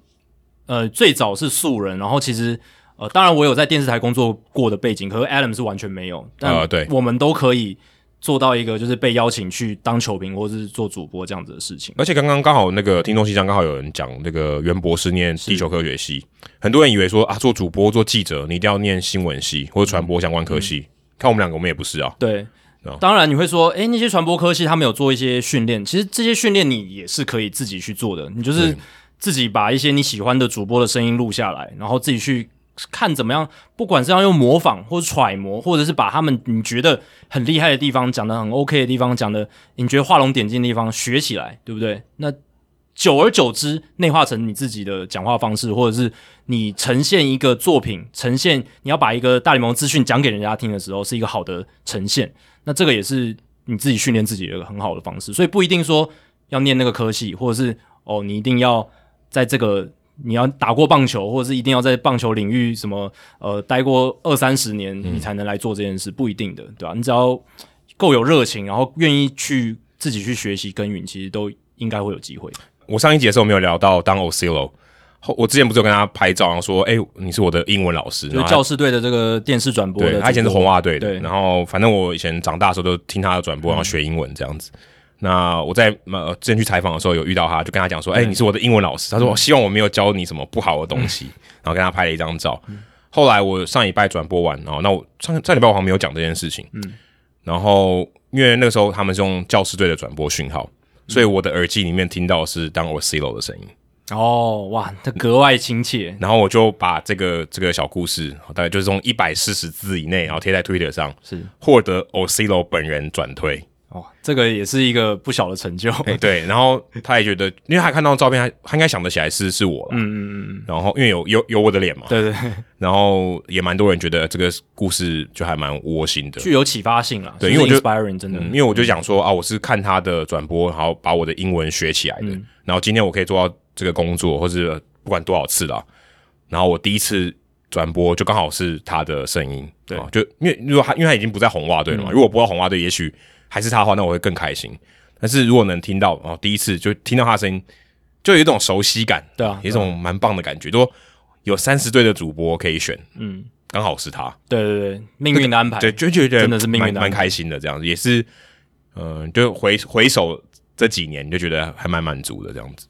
B: 呃最早是素人，然后其实呃，当然我有在电视台工作过的背景，可是 Adam 是完全没有。但
A: 啊对
B: 我们都可以做到一个就是被邀请去当球评或是做主播这样子的事情。
A: 而且刚刚刚好那个听众信箱刚好有人讲那个袁博士念地球科学系，很多人以为说啊，做主播做记者你一定要念新闻系或者传播相关科系，看我们两个我们也不是啊，
B: 对
A: 哦，
B: 当然你会说，诶，那些传播科系他们有做一些训练，其实这些训练你也是可以自己去做的，你就是自己把一些你喜欢的主播的声音录下来，然后自己去看怎么样，不管是要用模仿或者揣摩，或者是把他们你觉得很厉害的地方讲的很 OK 的地方讲的，你觉得画龙点睛的地方学起来，对不对？那久而久之，内化成你自己的讲话方式，或者是你呈现一个作品，呈现你要把一个大联盟资讯讲给人家听的时候，是一个好的呈现。那这个也是你自己训练自己的一个很好的方式，所以不一定说要念那个科系，或者是哦，你一定要在这个你要打过棒球，或者是一定要在棒球领域什么呃待过二三十年，你才能来做这件事，不一定的，对吧、你只要够有热情，然后愿意去自己去学习耕耘，其实都应该会有机会。
A: 我上一集的时候没有聊到当 Ocilo，后我之前不是有跟他拍照，然后说，哎、你是我的英文老师，
B: 就
A: 然
B: 是
A: 后
B: 教师队的这个电视转播的主
A: 对，
B: 播，
A: 他以前是红袜啊队的
B: 对，嗯
A: 然后反正我以前长大的时候都听他的转播，然后学英文这样子。那我在呃之前去采访的时候有遇到他，就跟他讲说：“哎、
B: 嗯
A: 你是我的英文老师。”他说：“我哦希望我没有教你什么不好的东
B: 嗯
A: 西。然后跟他拍了一张照。后来我上礼拜转播完，哦然后那我上上礼拜我好像没有讲这件事
B: 嗯
A: 情。然后因为那个时候他们是用教师队的转播讯号，
B: 嗯
A: 所以我的耳机里面听到的是当 Orsillo 的声音。
B: 哦，哇，他格外亲切，
A: 然后我就把这个这个小故事，大概就是从一百四十字以内，然后贴在 Twitter 上，
B: 是
A: 获得 Ocilo 本人转推。
B: 哦，这个也是一个不小的成就，
A: 对，然后他也觉得，因为他看到照片，他他应该想得起来是是我了。
B: 嗯嗯嗯，
A: 然后因为有有有我的脸嘛，
B: 对对，
A: 然后也蛮多人觉得这个故事就还蛮窝心的。
B: 具有启发性啦，
A: 对
B: 就是
A: 因为我觉
B: inspiring 真的，
A: 嗯，因为我就想说啊，我是看他的转播，然后把我的英文学起来的。
B: 嗯
A: 然后今天我可以做到这个工作，或是不管多少次了。然后我第一次转播就刚好是他的声音，
B: 对嗯
A: 啊就因为如果他因为他已经不在红袜队了嘛，如果不在红袜队，也许还是他的话，那我会更开心。但是如果能听到哦，第一次就听到他的声音，就有一种熟悉感，
B: 对啊
A: 有一种蛮棒的感觉。就说有三十队的主播可以选，
B: 嗯，
A: 刚好是他，
B: 对对对，命运的安排，
A: 对，就觉得
B: 真的是命运
A: 蛮
B: 的
A: 蛮
B: 安排
A: 开心的，这样子也是，嗯、就回回首这几年，就觉得还蛮满足的这样子。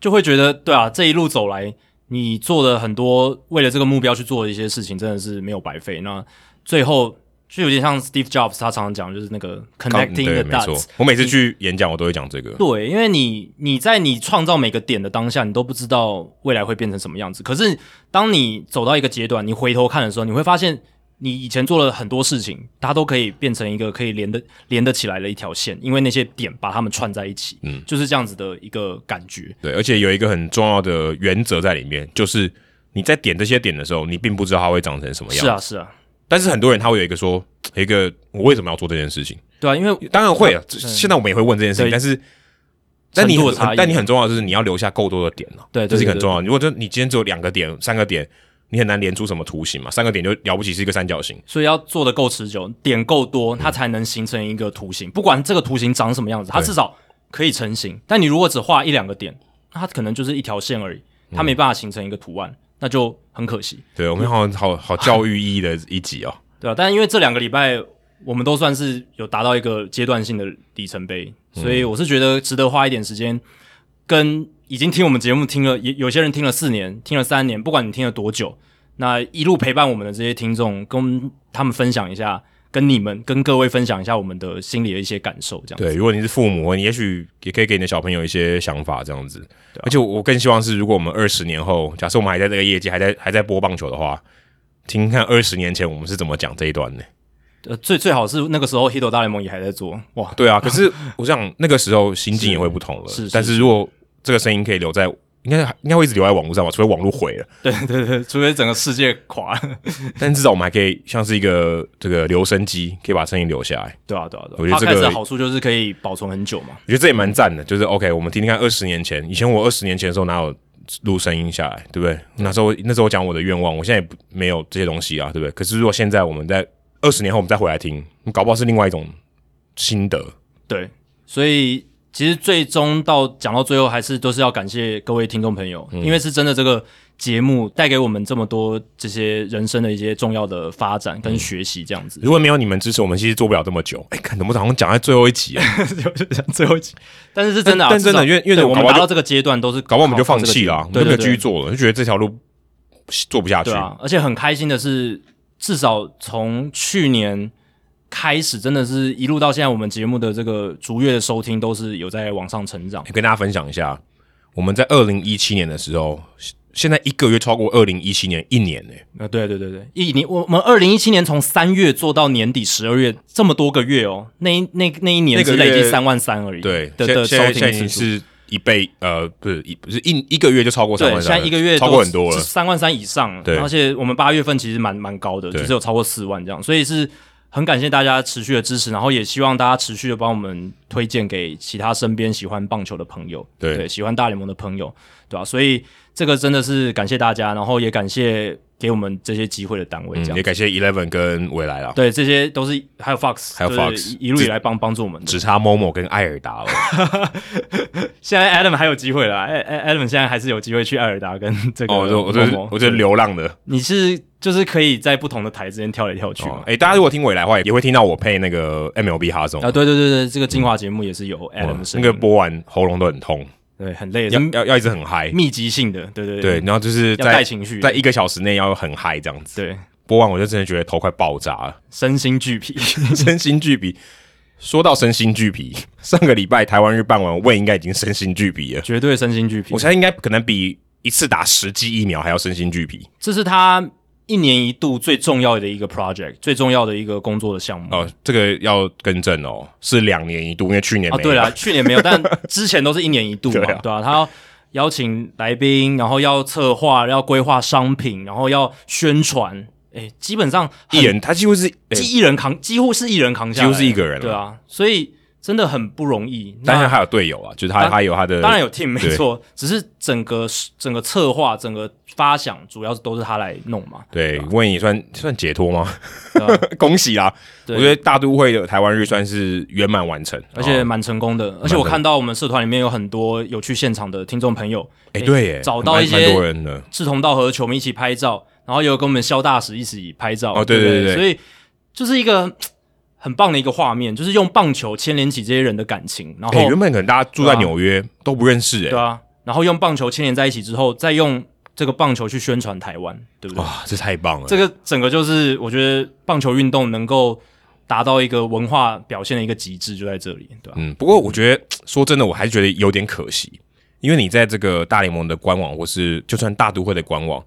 B: 就会觉得对啊，这一路走来，你做的很多为了这个目标去做的一些事情，真的是没有白费。那最后就有点像 Steve Jobs 他常常讲，就是那个
A: 刚
B: connecting
A: 对，
B: the
A: 没错
B: dots，，嗯
A: 我每次去演讲，我都会讲这个。
B: 对，因为你你在你创造每个点的当下，你都不知道未来会变成什么样子。可是当你走到一个阶段，你回头看的时候，你会发现你以前做了很多事情，它都可以变成一个可以连得连得起来的一条线，因为那些点把它们串在一起，嗯，就是这样子的一个感觉。
A: 对，而且有一个很重要的原则在里面，就是你在点这些点的时候，你并不知道它会长成什么样。
B: 是啊，是啊，
A: 但是很多人他会有一个说，有一个我为什么要做这件事情？
B: 对啊，因为
A: 当然会啊，这现在我们也会问这件事情，
B: 对
A: 但是。但你
B: 程度
A: 很
B: 的差异
A: 但你很重要的就是你要留下够多的点了、
B: 对对
A: 这是一个很
B: 对对
A: 重要的。如果就你今天只有两个点、三个点，你很难连出什么图形嘛。三个点就了不起是一个三角形，
B: 所以要做的够持久，点够多，它才能形成一个图形。不管这个图形长什么样子，它
A: 对
B: 至少可以成型。但你如果只画一两个点，那它可能就是一条线而已，它没办法形成一个图案，那就很可惜，
A: 对，我们好像好好教育意义的一集 哦。
B: 对吧、啊但因为这两个礼拜我们都算是有达到一个阶段性的里程碑，所
A: 嗯
B: 以我是觉得值得花一点时间跟已经听我们节目听了，也有些人听了四年，听了三年，不管你听了多久，那一路陪伴我们的这些听众，跟他们分享一下，跟你们、跟各位分享一下我们的心里的一些感受，这样子。
A: 对，如果你是父母，你也许也可以给你的小朋友一些想法，这样子。
B: 啊
A: 而且我更希望是，如果我们二十年后，假设我们还在这个业界，还在还在播棒球的话，听看二十年前我们是怎么讲这一段的。
B: 呃，最最好是那个时候《h i t 大联盟》也还在做，哇，
A: 对啊，可 是我想那个时候心境也会不同了。
B: 是是
A: 但是如果这个声音可以留在，应该应该会一直留在网络上吧，除非网络毁了。
B: 对对对，除非整个世界垮了，
A: 但至少我们还可以像是一个这个留声机，可以把声音留下来。
B: 对啊对啊对啊。
A: 我觉得这个
B: Podcast 的好处就是可以保存很久嘛，
A: 我觉得这也蛮赞的，就是 OK，我们听听看，二十年前，以前我二十年前的时候哪有录声音下来，对不对？那时候那时候我讲我的愿望，我现在也不没有这些东西啊，对不对？可是如果现在我们在二十年后我们再回来听，你搞不好是另外一种心得。
B: 对，所以其实最终到讲到最后，还是都是要感谢各位听众朋友，
A: 嗯
B: 因为是真的这个节目带给我们这么多这些人生的一些重要的发展
A: 嗯
B: 跟学习，这样子。
A: 如果没有你们支持，我们其实做不了这么久。哎，看怎么好像讲在最后一集啊，
B: 就是讲最后一集，但是是真的、啊，
A: 但但真的
B: 至少
A: 因为因为
B: 对
A: 我
B: 我
A: 搞
B: 们
A: 不好
B: 达
A: 就
B: 到这个阶段都是
A: 搞不好我们就
B: 靠
A: 放
B: 这个
A: 弃
B: 节
A: 了啊
B: 目，
A: 我们
B: 对
A: 就没有
B: 对
A: 继续
B: 对，
A: 做了，就觉得这条路做不下去
B: 对。啊，而且很开心的是，至少从去年。开始真的是一路到现在，我们节目的这个逐月的收听都是有在往上成长。
A: 跟大家分享一下，我们在二零一七年的时候，现在一个月超过二零一七年一年呢、
B: 呃，对对对对，一年我我们二零一七年从三月做到年底十二月，这么多个月哦，那一那那一年
A: 那个
B: 只累
A: 月
B: 计三万三而已。
A: 对，
B: 的
A: 现
B: 的
A: 现
B: 收
A: 在
B: 听
A: 现在已
B: 次
A: 经
B: 数。
A: 是一倍，呃，不是一不是一一个月就超过三
B: 对，
A: 万
B: 现
A: 三
B: 在
A: 了，
B: 一个月
A: 超过很多了。
B: 三万三以上了。
A: 对
B: 而且我们八月份其实蛮蛮高的，
A: 对
B: 就是有超过四万这样，所以是很感谢大家持续的支持，然后也希望大家持续的帮我们推荐给其他身边喜欢棒球的朋友，
A: 对
B: 喜欢大联盟的朋友，对吧、啊所以这个真的是感谢大家，然后也感谢给我们这些机会的单位，这样
A: 嗯，也感谢 Eleven 跟未来啦，
B: 对，这些都是还有 Fox，
A: 还有
B: 就是
A: Fox，
B: 一一路以来帮帮助我们的。
A: 只差 Momo 跟艾尔达了。
B: 现在 Adam 还有机会啦，A- A-，Adam 现在还是有机会去艾尔达跟这个
A: 哦，我就我就
B: Momo
A: 我就流浪的。
B: 你是就是可以在不同的台之间跳来跳去
A: 哦
B: 嘛？
A: 哎，大家如果听未来的话，也会听到我配那个 MLB 哈中
B: 啊，，对对对对，这个精华节目也是有 Adam 的
A: 嗯
B: 声
A: 那
B: 音
A: 个播完喉咙都很痛，
B: 对很累，
A: 要
B: 是
A: 要要一直很嗨。
B: 密集性的，对对
A: 对，，然后就是
B: 要带
A: 在
B: 情绪，
A: 在一个小时内要很嗨这样子。
B: 对
A: 播完我就真的觉得头快爆炸了。
B: 身心俱疲，
A: 身心俱疲。说到身心俱疲，上个礼拜台湾日办完，胃应该已经身心俱疲了。
B: 绝对身心俱疲
A: 我。猜应该可能比一次打十剂疫苗还要身心俱疲。
B: 这是他一年一度最重要的一个 project，最重要的一个工作的项目。
A: 哦，这个要更正哦，是两年一度，因为去年
B: 啊，
A: 没有。
B: 对了，去年没 有，但之前都是一年一度嘛，
A: 对
B: 对
A: 啊
B: 啊，他要邀请来宾，然后要策划，要规划商品，然后要宣传，哎，基本上很
A: 一人他几乎是，哎
B: 几一人扛，几乎是一人扛下来，
A: 几乎是一个人了
B: 对啊，所以真的很不容易。
A: 当然
B: 那
A: 还有队友啊，就是他
B: 当
A: 他有他的，
B: 当然有 team 没
A: 对
B: 错，只是整个整个策划、整个发想，主要都是他来弄嘛。
A: 对，问你算算解脱吗？
B: 啊对啊
A: 恭喜啦！我
B: 对
A: 觉得大都会的台湾日算是圆满完成，
B: 而且
A: 哦
B: 蛮成功的，而且我看到我们社团里面有很多有去现场的听众朋友，
A: 哎、
B: 哎
A: 对耶，
B: 找到
A: 蛮
B: 一些
A: 蛮多人的，
B: 志同道合的球迷一起拍照，然后也有跟我们肖大使一起拍照。
A: 哦对
B: 对不
A: 对对对
B: 所以就是一个嘖很棒的一个画面，就是用棒球牵连起这些人的感情，然后、
A: 哎、原本可能大家住
B: 对
A: 在
B: 啊
A: 纽约、都不认识哎、
B: 对啊，然后用棒球牵连在一起之后，再用这个棒球去宣传台湾，对不对？
A: 哇，这太棒了！
B: 这个整个就是我觉得棒球运动能够达到一个文化表现的一个极致，就在这里，对吧、
A: 嗯，不过我觉得说真的，我还是觉得有点可惜，因为你在这个大联盟的官网，或是就算大都会的官网，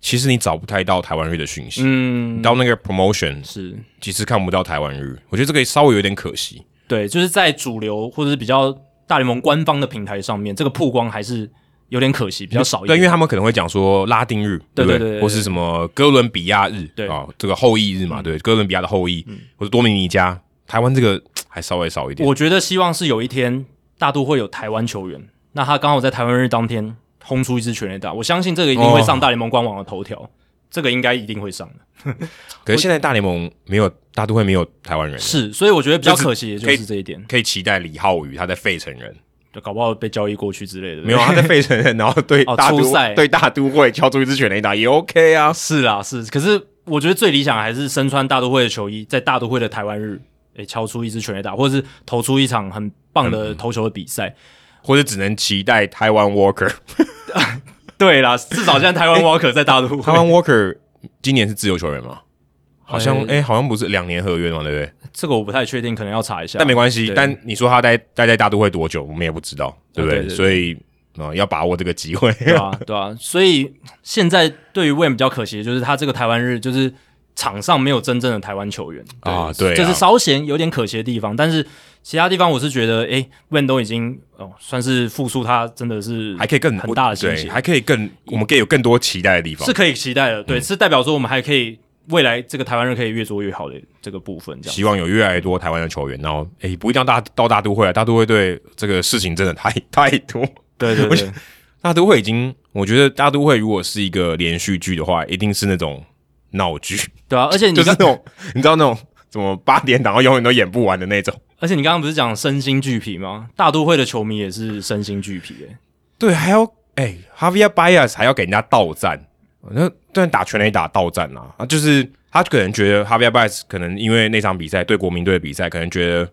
A: 其实你找不太到台湾日的讯息。
B: 嗯，
A: 你到那个 promotion，
B: 是
A: 其实看不到台湾日，我觉得这个稍微有点可惜。
B: 对，就是在主流或者是比较大联盟官方的平台上面，这个曝光还是有点可惜，比较少一
A: 对，
B: 点。
A: 因为他们可能会讲说拉丁日，
B: 对
A: 不
B: 对对对
A: 或是什么哥伦比亚日，
B: 对嗯
A: 啊、这个后裔日嘛，对，哥伦比亚的后裔，或者多米尼加，台湾这个还稍微少一点。
B: 我觉得希望是有一天大都会有台湾球员，那他刚好在台湾日当天轰出一支全垒打，我相信这个一定会上大联盟官网的头条，这个应该一定会上的。
A: 可是现在大联盟没有大都会没有台湾人，
B: 是，所以我觉得比较
A: 就是
B: 可惜的就
A: 可以
B: 是这一点，
A: 可以期待李浩宇他在费城人。
B: 就搞不好被交易过去之类的。
A: 没有， 他在费城人，然后 对
B: 哦
A: 大都、
B: 出赛
A: 对大都会敲出一支全垒打也 OK 啊。
B: 是啦，是，可是我觉得最理想还是身穿大都会的球衣，在大都会的台湾日，诶、敲出一支全垒打，或者是投出一场很棒的投球的比赛。
A: 或者只能期 待台湾 Walker，
B: 对啦，至少现在台湾 Walker 在大都
A: 台
B: 会，
A: 湾 Walker 今年是自由球员吗？好像哎、好像不是两年合约嘛，对不啊对？
B: 这个我不太确定，可能要查一下。
A: 但没关系，
B: 对
A: 但你说他待待在大都会多久，我们也不知道，对不对？
B: 对对对
A: 所以啊、呃要把握这个机会。
B: 对啊，对啊，所以现在对于 Wayne 比较可惜，的就是他这个台湾日就是场上没有真正的台湾球员
A: 啊对啊
B: 这是稍显有点可惜的地方。但是其他地方我是觉得，诶 w a n 都已经哦算是复苏，他真的 是
A: 还可以更
B: 很大的信
A: 对，
B: 心，
A: 还嗯可以更，我们可以有更多期待的地方
B: 是。可以期待的。对，是代表说我们还可以未来这个台湾人可以越做越好的这个部分，这样。
A: 希望有越来越多台湾的球员，然后哎、不一定要大到大都会啊，大都会对这个事情真的太 太多。
B: 对对
A: 我
B: 对，
A: 大都会已经，我觉得大都会如果是一个连续剧的话，一定是那种闹剧，
B: 对啊，而且你
A: 就是
B: 刚
A: 那，种你知道那种怎么八点档然后永远都演不完的那种。
B: 而且你刚刚不是讲身心俱疲吗？大都会的球迷也是身心俱疲、诶
A: 对，还要哎、哈 h a v i Bias 还要给人家到站，那然打全垒打到站啊，啊，就是他可能觉得 Javier Bias 可能因为那场比赛对国民队的比赛，可能觉得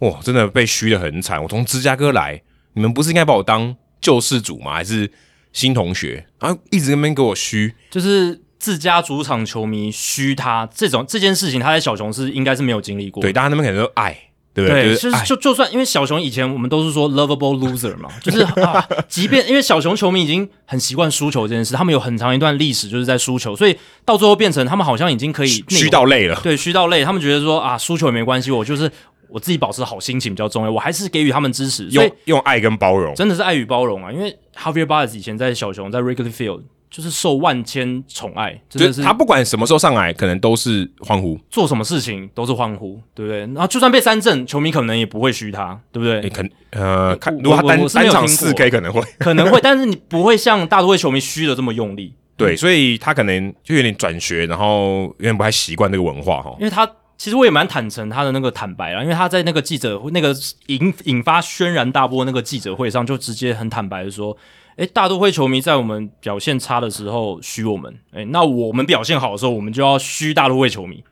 A: 哇，真的被虚的很惨。我从芝加哥来，你们不是应该把我当救世主吗？还是新同学？然后一直在那边给我虚，
B: 就是自家主场球迷虚他这种这件事情，他在小熊是应该是没有经历过的。
A: 对，大家那边可能都爱，对不
B: 对，
A: 就哎
B: 就是是
A: 爱。
B: 就就算因为小熊以前我们都是说 lovable loser 嘛， 就是啊，即便因为小熊球迷已经很习惯输球这件事，他们有很长一段历史就是在输球，所以到最后变成他们好像已经可以内
A: 虚
B: 化
A: 到累了，
B: 对，虚到累，他们觉得说啊，输球也没关系，我就是我自己保持好心情比较重要，我还是给予他们支持，所以
A: 用用爱跟包容，
B: 真的是爱与包容啊。因为 Javier Baez 以前在小熊在 Wrigley Field 就是受万千宠爱，真
A: 就
B: 的
A: 是
B: 是
A: 他不管什么时候上来，可能都是欢呼，
B: 做什么事情都是欢呼，对不对？然后就算被三振，球迷可能也不会嘘他，对不对？
A: 哎，可呃，看
B: 我
A: 如果他
B: 我
A: 单
B: 我是没
A: 单
B: 有
A: 场
B: 听过
A: 四 K 可能会。
B: 可能会，但是你不会像大都会球迷嘘的这么用力，
A: 对，所以他可能就有点转学，然后有点不太习惯这个文化哈。
B: 因为他其实我也蛮坦诚他的那个坦白啦，因为他在那个记者那个引引发轩然大波那个记者会上，就直接很坦白的说。诶，大都会球迷在我们表现差的时候嘘我们，诶，那我们表现好的时候，我们就要嘘大都会球迷。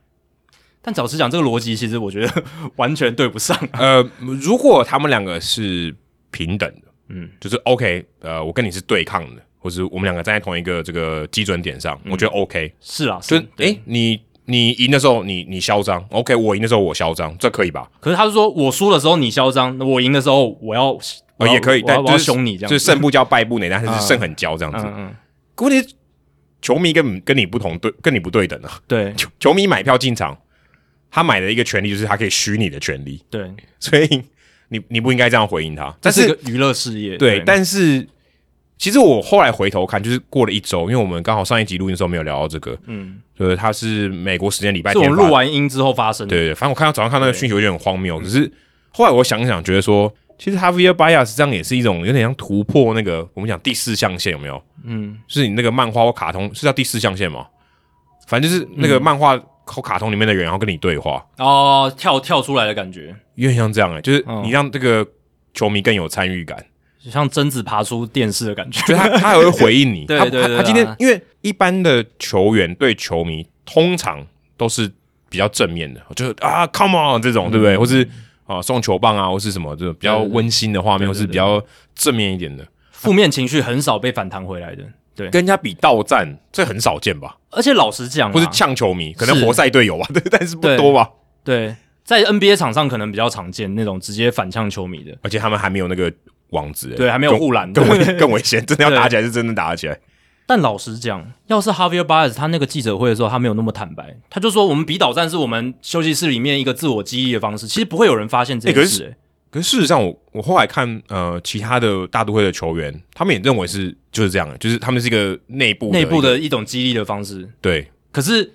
B: 但老实讲，这个逻辑其实我觉得 完全对不上。
A: 呃，如果他们两个是平等的，嗯
B: 嗯，
A: 就是 OK，呃，我跟你是对抗的，或是我们两个站在同一个这个基准点上，我觉得 OK，
B: 嗯是啊，
A: 就是是
B: 对
A: 诶，你你赢的时候你你嚣张，OK，我赢的时候我嚣张，这可以吧？
B: 可是他是说我输的时候你嚣张，我赢的时候我要，我
A: 呃，
B: 要
A: 也可以，
B: 我要
A: 但
B: 我
A: 就
B: 要
A: 是
B: 凶你这样子，
A: 就是胜不骄败不馁，但是胜很骄这样
B: 嗯
A: 子。
B: 嗯，
A: 问题是球迷跟跟你不同对，跟你不对等啊。
B: 对
A: 球球迷买票进场，他买的一个权利就是他可以虚你的权利。
B: 对，
A: 所以你你不应该这样回应他。
B: 这
A: 但
B: 是
A: 是
B: 个娱乐事业，
A: 对，但是其实我后来回头看，就是过了一周，因为我们刚好上一集录音的时候没有聊到这个，
B: 嗯，
A: 就是他是美国时间礼拜
B: 是我
A: 天
B: 们
A: 发
B: 录完音之后发生的，
A: 对对，反正我看到早上看那个讯息，我觉得很荒谬。可是后来我想一想，觉得说，其实 Javier Bias 这样也是一种有点像突破那个我们讲第四象限，有没有？
B: 嗯，
A: 就是你那个漫画或卡通是叫第四象限吗？反正就是
B: 嗯
A: 那个漫画或卡通里面的人，然后跟你对话，
B: 哦，跳跳出来的感觉，
A: 有点像这样哎、就是
B: 嗯
A: 你让这个球迷更有参与感。
B: 就像贞子爬出电视的感觉，
A: 就他他还会回应你。
B: 对
A: 他
B: 对
A: 他
B: 对
A: 他今天
B: 啊
A: 因为一般的球员对球迷通常都是比较正面的，就是啊，come on 这种，对不对？或是啊送球棒啊，或是什么这种比较
B: 嗯对对对
A: 温馨的画面，
B: 对对
A: 或是比较正面一点的，
B: 负面情绪很少被反弹回来的，对，
A: 跟人家比到战，这很少见吧？
B: 而且老实讲啊，
A: 或是呛球迷，可能
B: 是
A: 活塞队有吧， 对，但是不
B: 对
A: 多吧。
B: 对，在 NBA 场上可能比较常见那种直接反呛球迷的，
A: 而且他们还没有那个网子，
B: 对，还没有
A: 更
B: 护栏，
A: 更
B: 对
A: 危更危险，真的要
B: 对
A: 打起来是真的打得起来。
B: 但老实讲，要是 Javier Baez 他那个记者会的时候，他没有那么坦白，他就说我们比导战是我们休息室里面一个自我激励的方式，其实不会有人发现这
A: 欸可
B: 件
A: 是
B: 事、欸
A: 可是事实上我，我后来看，呃，其他的大都会的球员，他们也认为是就是这样的，就是他们是一个内部
B: 内部
A: 一个
B: 的一种激励的方式。
A: 对
B: 可是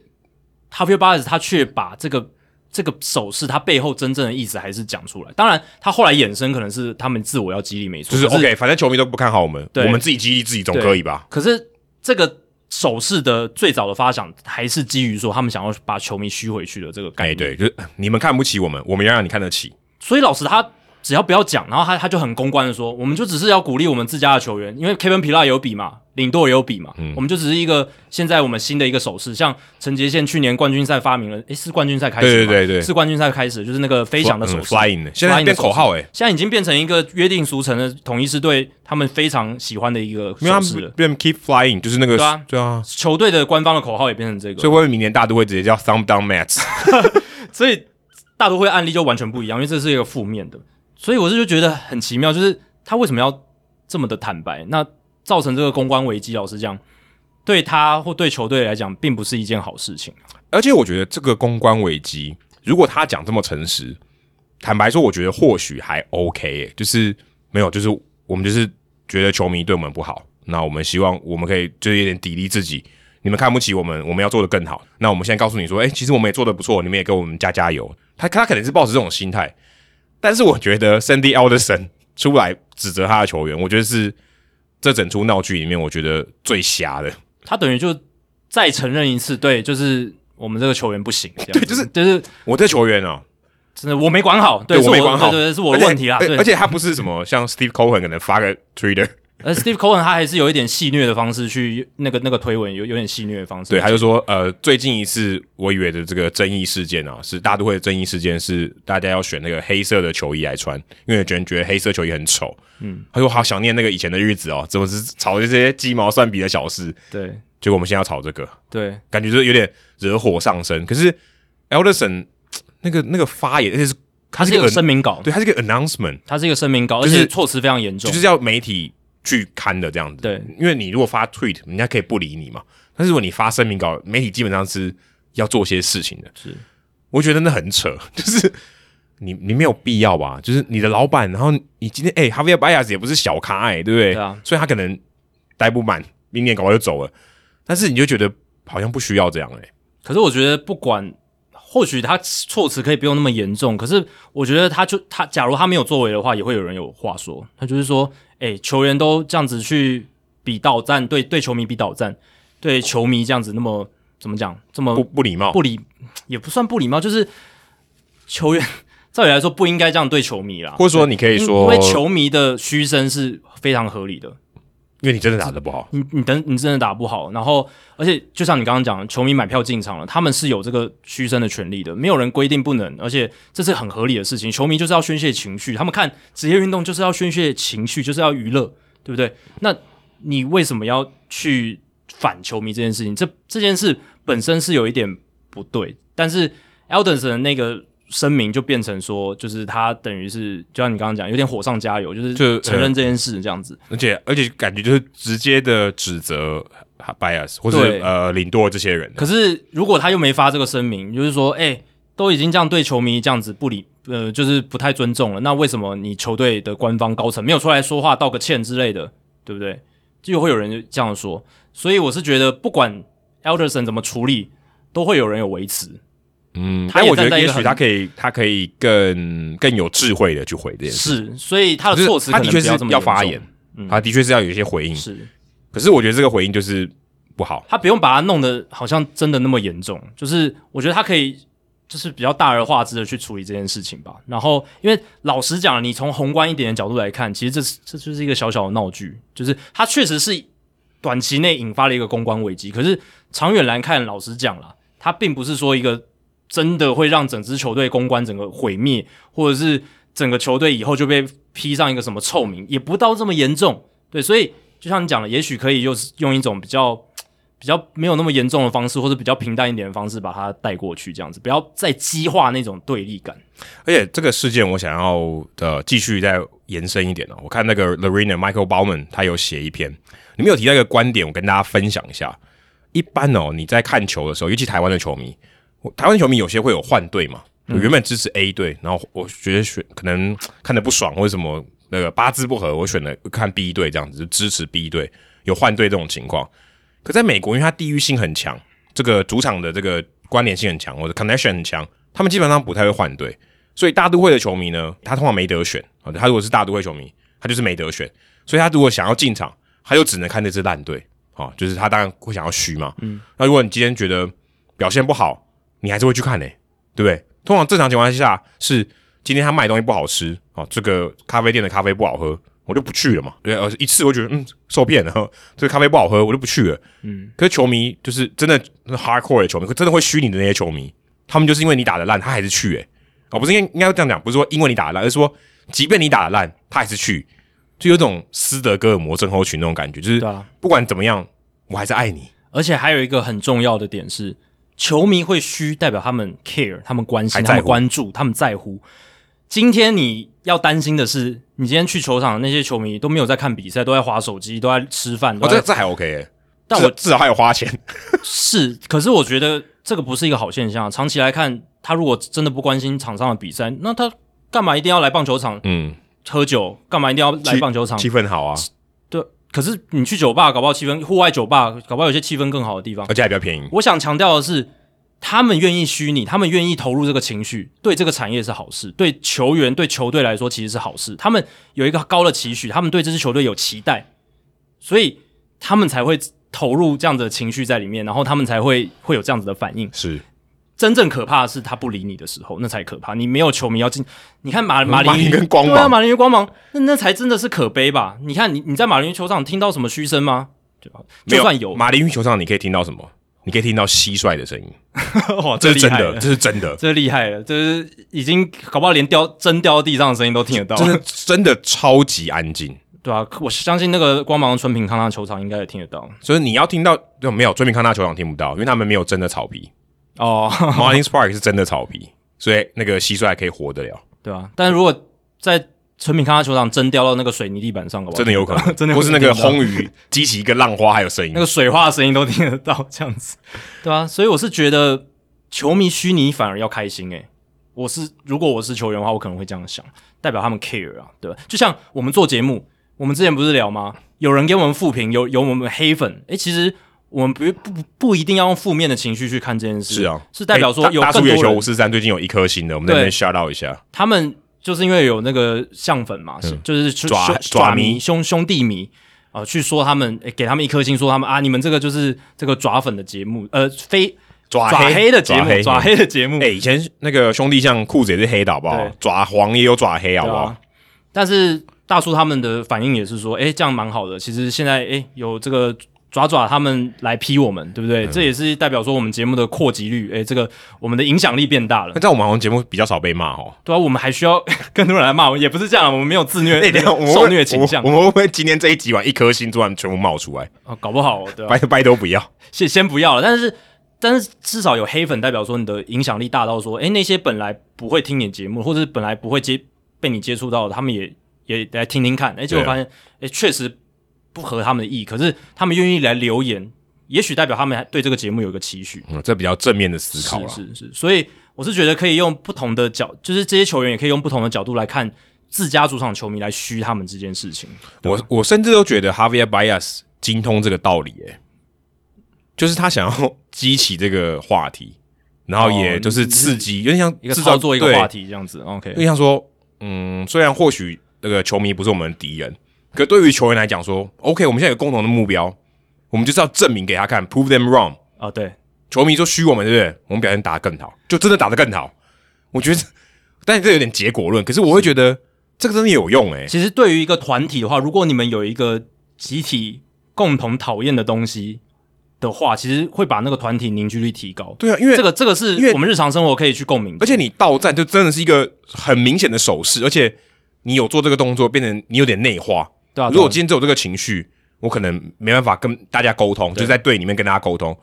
B: Javier Baez 他却把这个这个手势，他背后真正的意思还是讲出来。当然，他后来衍生可能是他们自我要激励，没错，
A: 就是
B: 可
A: OK，反正球迷都不看好我们，
B: 对
A: 我们自己激励自己总
B: 对
A: 可以吧？
B: 可是这个手势的最早的发想，还是基于说他们想要把球迷虚回去的这个概
A: 哎、
B: 念。
A: 对，就是你们看不起我们，我们要让你看得起。
B: 所以老师他只要不要讲，然后他他就很公关的说，我们就只是要鼓励我们自家的球员，因为 Kevin 皮拉有比嘛，领舵也有比嘛，
A: 嗯
B: 我们就只是一个现在我们新的一个手势，像陈杰宪去年冠军赛发明了，诶，是冠军赛开始
A: 对
B: 吗
A: 对对对
B: 是冠军赛开始，就是那个飞翔的手
A: 嗯
B: 势、
A: ，flying，现在
B: flying
A: 变
B: 的手势
A: 口号哎，
B: 现在已经变成一个约定俗成的统一师队他们非常喜欢的一个
A: 因为他
B: 手势
A: 们
B: 了。
A: 啊变 keep flying，就是那个
B: 对啊
A: 对啊，
B: 球队的官方的口号也变成这个，
A: 所以会不会明年大都会直接叫 thumb down mats？
B: 所以大都会案例就完全不一样，因为这是一个负面的。所以我是就觉得很奇妙，就是他为什么要这么的坦白？那造成这个公关危机，老实讲，对他或对球队来讲，并不是一件好事情。
A: 而且我觉得这个公关危机，如果他讲这么诚实，坦白说，我觉得或许还 OK，耶就是没有，就是我们就是觉得球迷对我们不好，那我们希望我们可以就是有点砥砺自己。你们看不起我们，我们要做的更好。那我们现在告诉你说，哎、其实我们也做的不错，你们也给我们加加油。他他可能是抱着这种心态，但是我觉得 Sandy Alderson 出来指责他的球员，我觉得是这整出闹剧里面，我觉得最瞎的。
B: 他等于就再承认一次，对，就是我们这个球员不行。对
A: 对就是
B: 就是
A: 我这球员哦、
B: 真的我没管好，对，
A: 我
B: 是
A: 没管好，
B: 对对对是我
A: 而且
B: 的问题啦。
A: 而
B: 对，
A: 而且他不是什么像 Steve Cohen 可能发个 Twitter，
B: 而 Steve Cohen 他还是有一点戏谑的方式去那个那个推文，有有点戏谑的方式。
A: 对，他就说呃，最近一次我以为的这个争议事件啊，是大都会的争议事件是大家要选那个黑色的球衣来穿，因为有人觉得黑色球衣很丑。嗯，他说好想念那个以前的日子哦，怎么是吵这些鸡毛蒜皮的小事？
B: 对
A: 结果我们现在要吵这个，
B: 对，
A: 感觉就是有点惹火上身。可是 Elderson 那个那个发言，而且是
B: 他是一
A: 这个
B: 个
A: 人
B: 声明稿，
A: 对，他是个 announcement，
B: 他是一个声明稿，而
A: 就是
B: 且措辞非常严重
A: 就。是要媒体去看的这样子。
B: 对，
A: 因为你如果发 tweet，人家可以不理你嘛。但是如果你发声明稿，媒体基本上是要做些事情的。
B: 是，
A: 我觉得那很扯， 就是你你没有必要吧？就是你的老板，然后你今天哎、哈维尔巴亚斯也不是小咖哎、对不对？
B: 对啊
A: 所以他可能待不满，明年搞完就走了。但是你就觉得好像不需要这样哎、
B: 可是我觉得不管，或许他措辞可以不用那么严重，可是我觉得他就他，假如他没有作为的话，也会有人有话说。他就是说，哎、球员都这样子去比倒赞，对对球迷比倒赞，对球迷这样子那么怎么讲，这么
A: 不不礼貌。
B: 不礼也不算不礼貌，就是球员照理来说不应该这样对球迷啦。
A: 或者说，你可以
B: 因
A: 说，
B: 因为球迷的嘘声是非常合理的。
A: 因为你真的打得不好，
B: 你你等你真的打不好，然后而且就像你刚刚讲，的，球迷买票进场了，他们是有这个嘘声的权利的，没有人规定不能，而且这是很合理的事情。球迷就是要宣泄情绪，他们看职业运动就是要宣泄情绪，就是要娱乐，对不对？那你为什么要去反球迷这件事情？这这件事本身是有一点不对，但是 Eldenson 的那个。声明就变成说，就是他等于是，就像你刚刚讲，有点火上加油，就是
A: 就
B: 承认这件事这样子。
A: 而且而且感觉就是直接的指责 bias 或者
B: 对
A: 呃领舵这些人。
B: 可是如果他又没发这个声明，就是说，哎、都已经这样对球迷这样子不理，呃，就是不太尊重了，那为什么你球队的官方高层没有出来说话道个歉之类的，对不对？就会有人这样说，所以我是觉得，不管 Elderson 怎么处理，都会有人有维持。
A: 嗯，
B: 他
A: 但
B: 也
A: 我觉得
B: 站在一
A: 也
B: 个
A: 许
B: 很
A: 他可以，他可以更更有智慧的去回这件事。
B: 是，所以他
A: 就
B: 的
A: 是
B: 措辞
A: 他
B: 可
A: 的
B: 能
A: 确
B: 不
A: 是
B: 这么
A: 要
B: 严重嗯
A: 发言，嗯他的确是要有一些回应。
B: 是
A: 可是我觉得这个回应就是不好。
B: 他不用把它弄得好像真的那么严重，就是我觉得他可以就是比较大而化之的去处理这件事情吧。然后，因为老实讲，你从宏观一点的角度来看，其实这是这就是一个小小的闹剧，就是它确实是短期内引发了一个公关危机，可是长远来看，老实讲啦，它并不是说一个真的会让整支球队公关整个毁灭，或者是整个球队以后就被披上一个什么臭名，也不到这么严重。对，所以就像你讲的，也许可以又是用一种比较比较没有那么严重的方式，或者比较平淡一点的方式把它带过去，这样子不要再激化那种对立感。
A: 而且这个事件，我想要呃继续再延伸一点哦。我看那个 Lorena Michael Bauman 他有写一篇，里面有提到一个观点，我跟大家分享一下。一般哦，你在看球的时候，尤其台湾的球迷，我台湾球迷有些会有换队嘛。我原本支持 A 队，然后我觉得选可能看的不爽，或者什么那个八字不合，我选了看 B 队这样子，就支持 B 队，有换队这种情况。可在美国，因为它地域性很强，这个主场的这个关联性很强，或者 connection 很强，他们基本上不太会换队。所以大都会的球迷呢，他通常没得选啊。他如果是大都会球迷，他就是没得选。所以他如果想要进场，他就只能看那支烂队啊、哦就是他当然会想要虚嘛。嗯，那如果你今天觉欸得表现不好，你还是会去看嘞、对不对？通常正常情况下是今天他卖的东西不好吃哦，这个咖啡店的咖啡不好喝，我就不去了嘛。对，呃，一次我觉得嗯受骗了，这个咖啡不好喝，我就不去了。嗯，可是球迷就是真的是 hardcore 的球迷，真的会虚拟的那些球迷，他们就是因为你打的烂，他还是去诶、欸。哦，不是应该应该这样讲，不是说因为你打的烂，而是说即便你打的烂，他还是去，就有种斯德哥尔摩症候群那种感觉，就是
B: 对啊
A: 不管怎么样，我还是爱你，
B: 而且还有一个很重要的点是，球迷会虚，代表他们 care，他们关
A: 还在
B: 心，
A: 乎
B: 他们关注，他们在乎。今天你要担心的是，你今天去球场的那些球迷都没有在看比赛，都在划手机，都在吃饭。
A: 哦，
B: 都在
A: 这这还 OK 诶、
B: 但
A: 至
B: 我
A: 至少还有花 钱，
B: 是，可是我觉得这个不是一个好现象啊。长期来看，他如果真的不关心场上的比赛，那他干嘛一定要来棒球场
A: 嗯，
B: 喝酒？干嘛一定要来
A: 气
B: 棒球场？
A: 气氛 好啊，
B: 对，可是你去酒吧，搞不好气氛，户外酒吧，搞不好有些气氛更好的地方。
A: 而且还比较便宜。
B: 我想强调的是，他们愿意虚拟，他们愿意投入这个情绪，对这个产业是好事，对球员、对球队来说其实是好事。他们有一个高的期许，他们对这支球队有期待，所以他们才会投入这样的情绪在里面，然后他们才会会有这样子的反应。
A: 是
B: 真正可怕的是他不理你的时候，那才可怕。你没有球迷要进，你看马马
A: 马林
B: 林鱼
A: 跟光芒
B: 对啊，马林鱼光芒，那那才真的是可悲吧？你看你你在马林鱼球场听到什么嘘声吗？对吧？就算有，
A: 马林鱼球场，你可以听到什么？你可以听到蟋蟀的声 音，
B: 哇，
A: 哦这是
B: 厉
A: 真
B: 害了
A: 的， 这是真 的，
B: 这厉害了，就是已经搞不好连掉针掉地上的声音都听得到，
A: 真的真的超级安静。
B: 对啊，我相信那个光芒春平康纳球场应该也听得到
A: 所以你要听到就没有追平康纳球场听不到，因为他们没有真的草 皮
B: 哦，
A: ，Marlins Park 是真的草皮，所以那个蟋蟀还可以活得了，
B: 对啊，但如果在春平康纳球场针掉到那个水泥地板上，搞不好
A: 真的有可能，
B: 真的有可能
A: 或是那个
B: 听不到
A: 轰雨激起一个浪花，还有声音
B: 那。个水花的声音都听得到，这样子，对啊，所以我是觉得球迷虚拟反而要开心诶、欸我是如果我是球员的话，我可能会这样想，代表他们 care 啊，对吧？就像我们做节目，我们之前不是聊吗？有人给我们负评，有有我们黑粉，诶、其实我们不不不一定要用负面的情绪去看这件事，
A: 是啊，
B: 是代表说
A: 哎
B: 有
A: 大大
B: 更
A: 叔野
B: 多
A: 球
B: 人
A: 五四三最近有一颗星的，我们在那边 shout out 一下，
B: 他们就是因为有那个象粉嘛，是就是去
A: 嗯爪
B: 兄
A: 爪
B: 爪
A: 迷
B: 迷兄兄弟迷啊、呃去说他们、诶给他们一颗星，说他们啊，你们这个就是这个爪粉的节目，呃，非
A: 爪
B: 爪
A: 黑
B: 黑的节
A: 爪黑
B: 目，爪黑的节目，
A: 哎、以前那个兄弟像裤子也是黑的，好不好
B: 对？
A: 爪黄也有爪黑，好
B: 对
A: 不好？
B: 啊。但是大叔他们的反应也是说，哎、这样蛮好的。其实现在哎、诶有这个爪爪他们来批我们，对不
A: 嗯
B: 对？这也是代表说我们节目的扩及率，哎、这个我们的影响力变大了
A: 那。在我们好像节目比较少被骂 哦。
B: 对啊，我们还需要更多人来骂我们，也不是这样，啊我们没有自 虐、
A: 哎、等一下我们
B: 受
A: 会
B: 虐倾向
A: 我们我们会不会今天这一集完一颗星突然全部冒出来？
B: 啊，搞不好对吧、
A: 拜拜都不要，
B: 先先不要了，但是但是至少有黑粉代表说你的影响力大到说，诶，那些本来不会听你节目，或者是本来不会接被你接触到的，他们也也来听听看，诶，结
A: 对
B: 果
A: 啊
B: 发现，诶，确实不合他们的意，可是他们愿意来留言，也许代表他们还对这个节目有一个期许，
A: 嗯，这比较正面的思考了。啊
B: 是是是，所以我是觉得可以用不同的角，就是这些球员也可以用不同的角度来看自家主场球迷来嘘他们这件事情。
A: 我我甚至都觉得 Javier Bias 精通这个道理、欸，就是他想要激起这个话题，然后
B: 哦
A: 也就是刺激，有点像
B: 一个
A: 制造
B: 操作一个话
A: 题，
B: 题这样子
A: 有点
B: ，OK，
A: 像说，嗯，虽然或许那个球迷不是我们的敌人，可对于球员来讲说，OK，我们现在有共同的目标，我们就是要证明给他看，prove them wrong。
B: 啊对，
A: 球迷说虚我们，对不对？我们表现打得更好，就真的打得更好。我觉得，但这有点结果论，可是我会觉得这个真的有用、欸，
B: 其实对于一个团体的话，如果你们有一个集体共同讨厌的东西的话，其实会把那个团体凝聚力提高。
A: 对啊，因为
B: 这个这个
A: 因为
B: 是我们日常生活可以去共鸣的，
A: 而且你到站就真的是一个很明显的手势，而且你有做这个动作，变成你有点内化。
B: 对啊，
A: 如果我
B: 对啊
A: 今天只有这个情绪，我可能没办法跟大家沟通，就是在队里面跟大家沟通。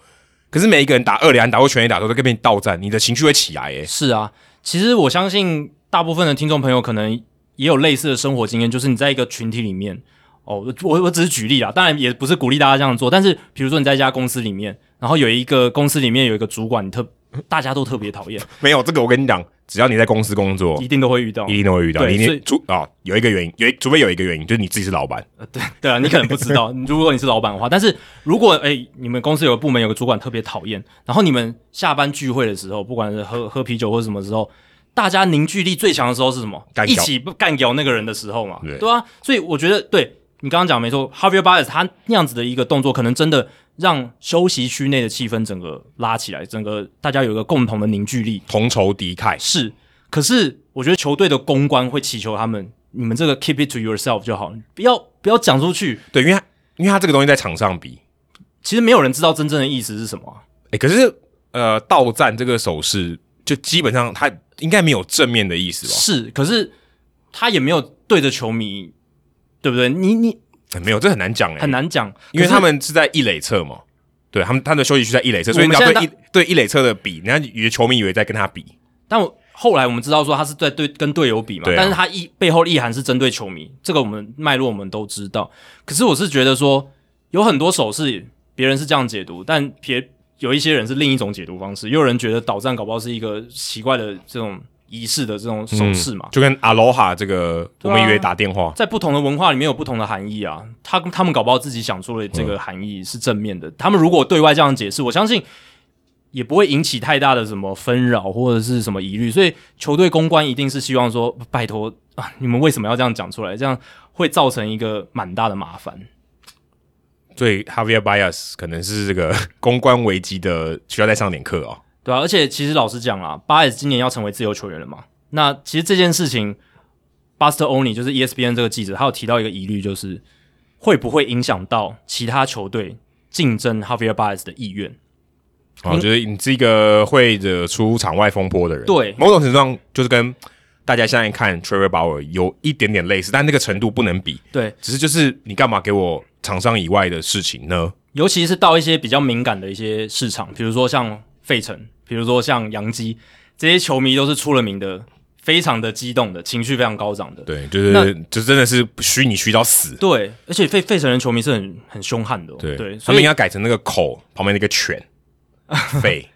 A: 可是每一个人打二连打或全垒打都在跟别人到站，你的情绪会起来耶。
B: 是啊，其实我相信大部分的听众朋友可能也有类似的生活经验，就是你在一个群体里面，哦，我我我只是举例啦，当然也不是鼓励大家这样做，但是比如说你在一家公司里面，然后有一个公司里面有一个主管，你特大家都特别讨厌，
A: 没有这个，我跟你讲，只要你在公司工作
B: 一，定都会遇到
A: 一，定都会遇到。
B: 对
A: 你一
B: 所以
A: 定除啊、有一个原因，有一除非有一个原因，就是你自己是老板，
B: 对啊，你可能不知 道，如果你是老板的话，但是如果哎、你们公司有个部门有个主管特别讨厌，然后你们下班聚会的时候，不管是喝喝啤酒或者什么时候，大家凝聚力最强的时候是什么
A: 干？
B: 一
A: 掉
B: 起不干掉那个人的时候嘛，
A: 对
B: 啊，所以我觉得对你刚刚讲没错，Harvey Bias 他那样子的一个动作，可能真的让休息区内的气氛整个拉起来，整个大家有一个共同的凝聚力，
A: 同仇敌忾。
B: 是，可是我我觉得球队的公关会祈求他们，你们这个 keep it to yourself 就好，不要不要讲出去。
A: 对，因为他因为他这个东西在场上比，
B: 其实没有人知道真正的意思是什么啊、
A: 哎、可是呃，到站这个手势就基本上他应该没有正面的意思吧？
B: 是，可是他也没有对着球迷，对不对？你你
A: 哎没有，这很难讲哎、
B: 很，难讲，
A: 因为
B: 可是
A: 他们是在一垒侧嘛，对他们他的休息区在一垒侧，所以
B: 我
A: 你
B: 们
A: 要
B: 现在
A: 对一对一垒侧的比，人家以为球迷以为在跟他比，
B: 但我后来我们知道说他是在对跟队友比嘛，
A: 对啊
B: 但是他意背后的意涵是针对球迷，这个我们脉络我们都知道。可是我是觉得说，有很多手势别人是这样解读，但别有一些人是另一种解读方式，也有人觉得导战搞不好是一个奇怪的这种仪式的这种手势嗯嘛。
A: 就跟阿罗哈这个我
B: 啊
A: 们以为打电话，
B: 在不同的文化里面有不同的含义啊，他他们搞不好自己想出了这个含义是正面的。他们如果对外这样解释，我相信也不会引起太大的什么纷扰或者是什么疑虑。所以球队公关一定是希望说，拜托啊，你们为什么要这样讲出来？这样会造成一个蛮大的麻烦。
A: 所以 Javier Bias 可能是这个公关危机的需要再上点课哦。
B: 对啊，而且其实老实讲啊，巴 S 今年要成为自由球员了嘛。那其实这件事情，Buster Oni 就是 E ESPN 这个记者，他有提到一个疑虑，就是会不会影响到其他球队竞争 Javier Baez 的意愿？
A: 啊，我觉得你是一个会惹出场外风波的人，
B: 对
A: 某种程度上就是跟大家现在看 Trevor Bauer 有一点点类似，但那个程度不能比，
B: 对，
A: 只是就是你干嘛给我场上以外的事情呢？
B: 尤其是到一些比较敏感的一些市场，比如说像费城，比如说像洋基，这些球迷都是出了名的，非常的激动的，情绪非常高涨的。
A: 对，就是就真的是虚你虚到死，
B: 对，而且费费城人球迷是很很凶悍的、哦，
A: 对，
B: 对，
A: 他
B: 所
A: 们
B: 以
A: 应该改成那个口旁边那个犬 肺。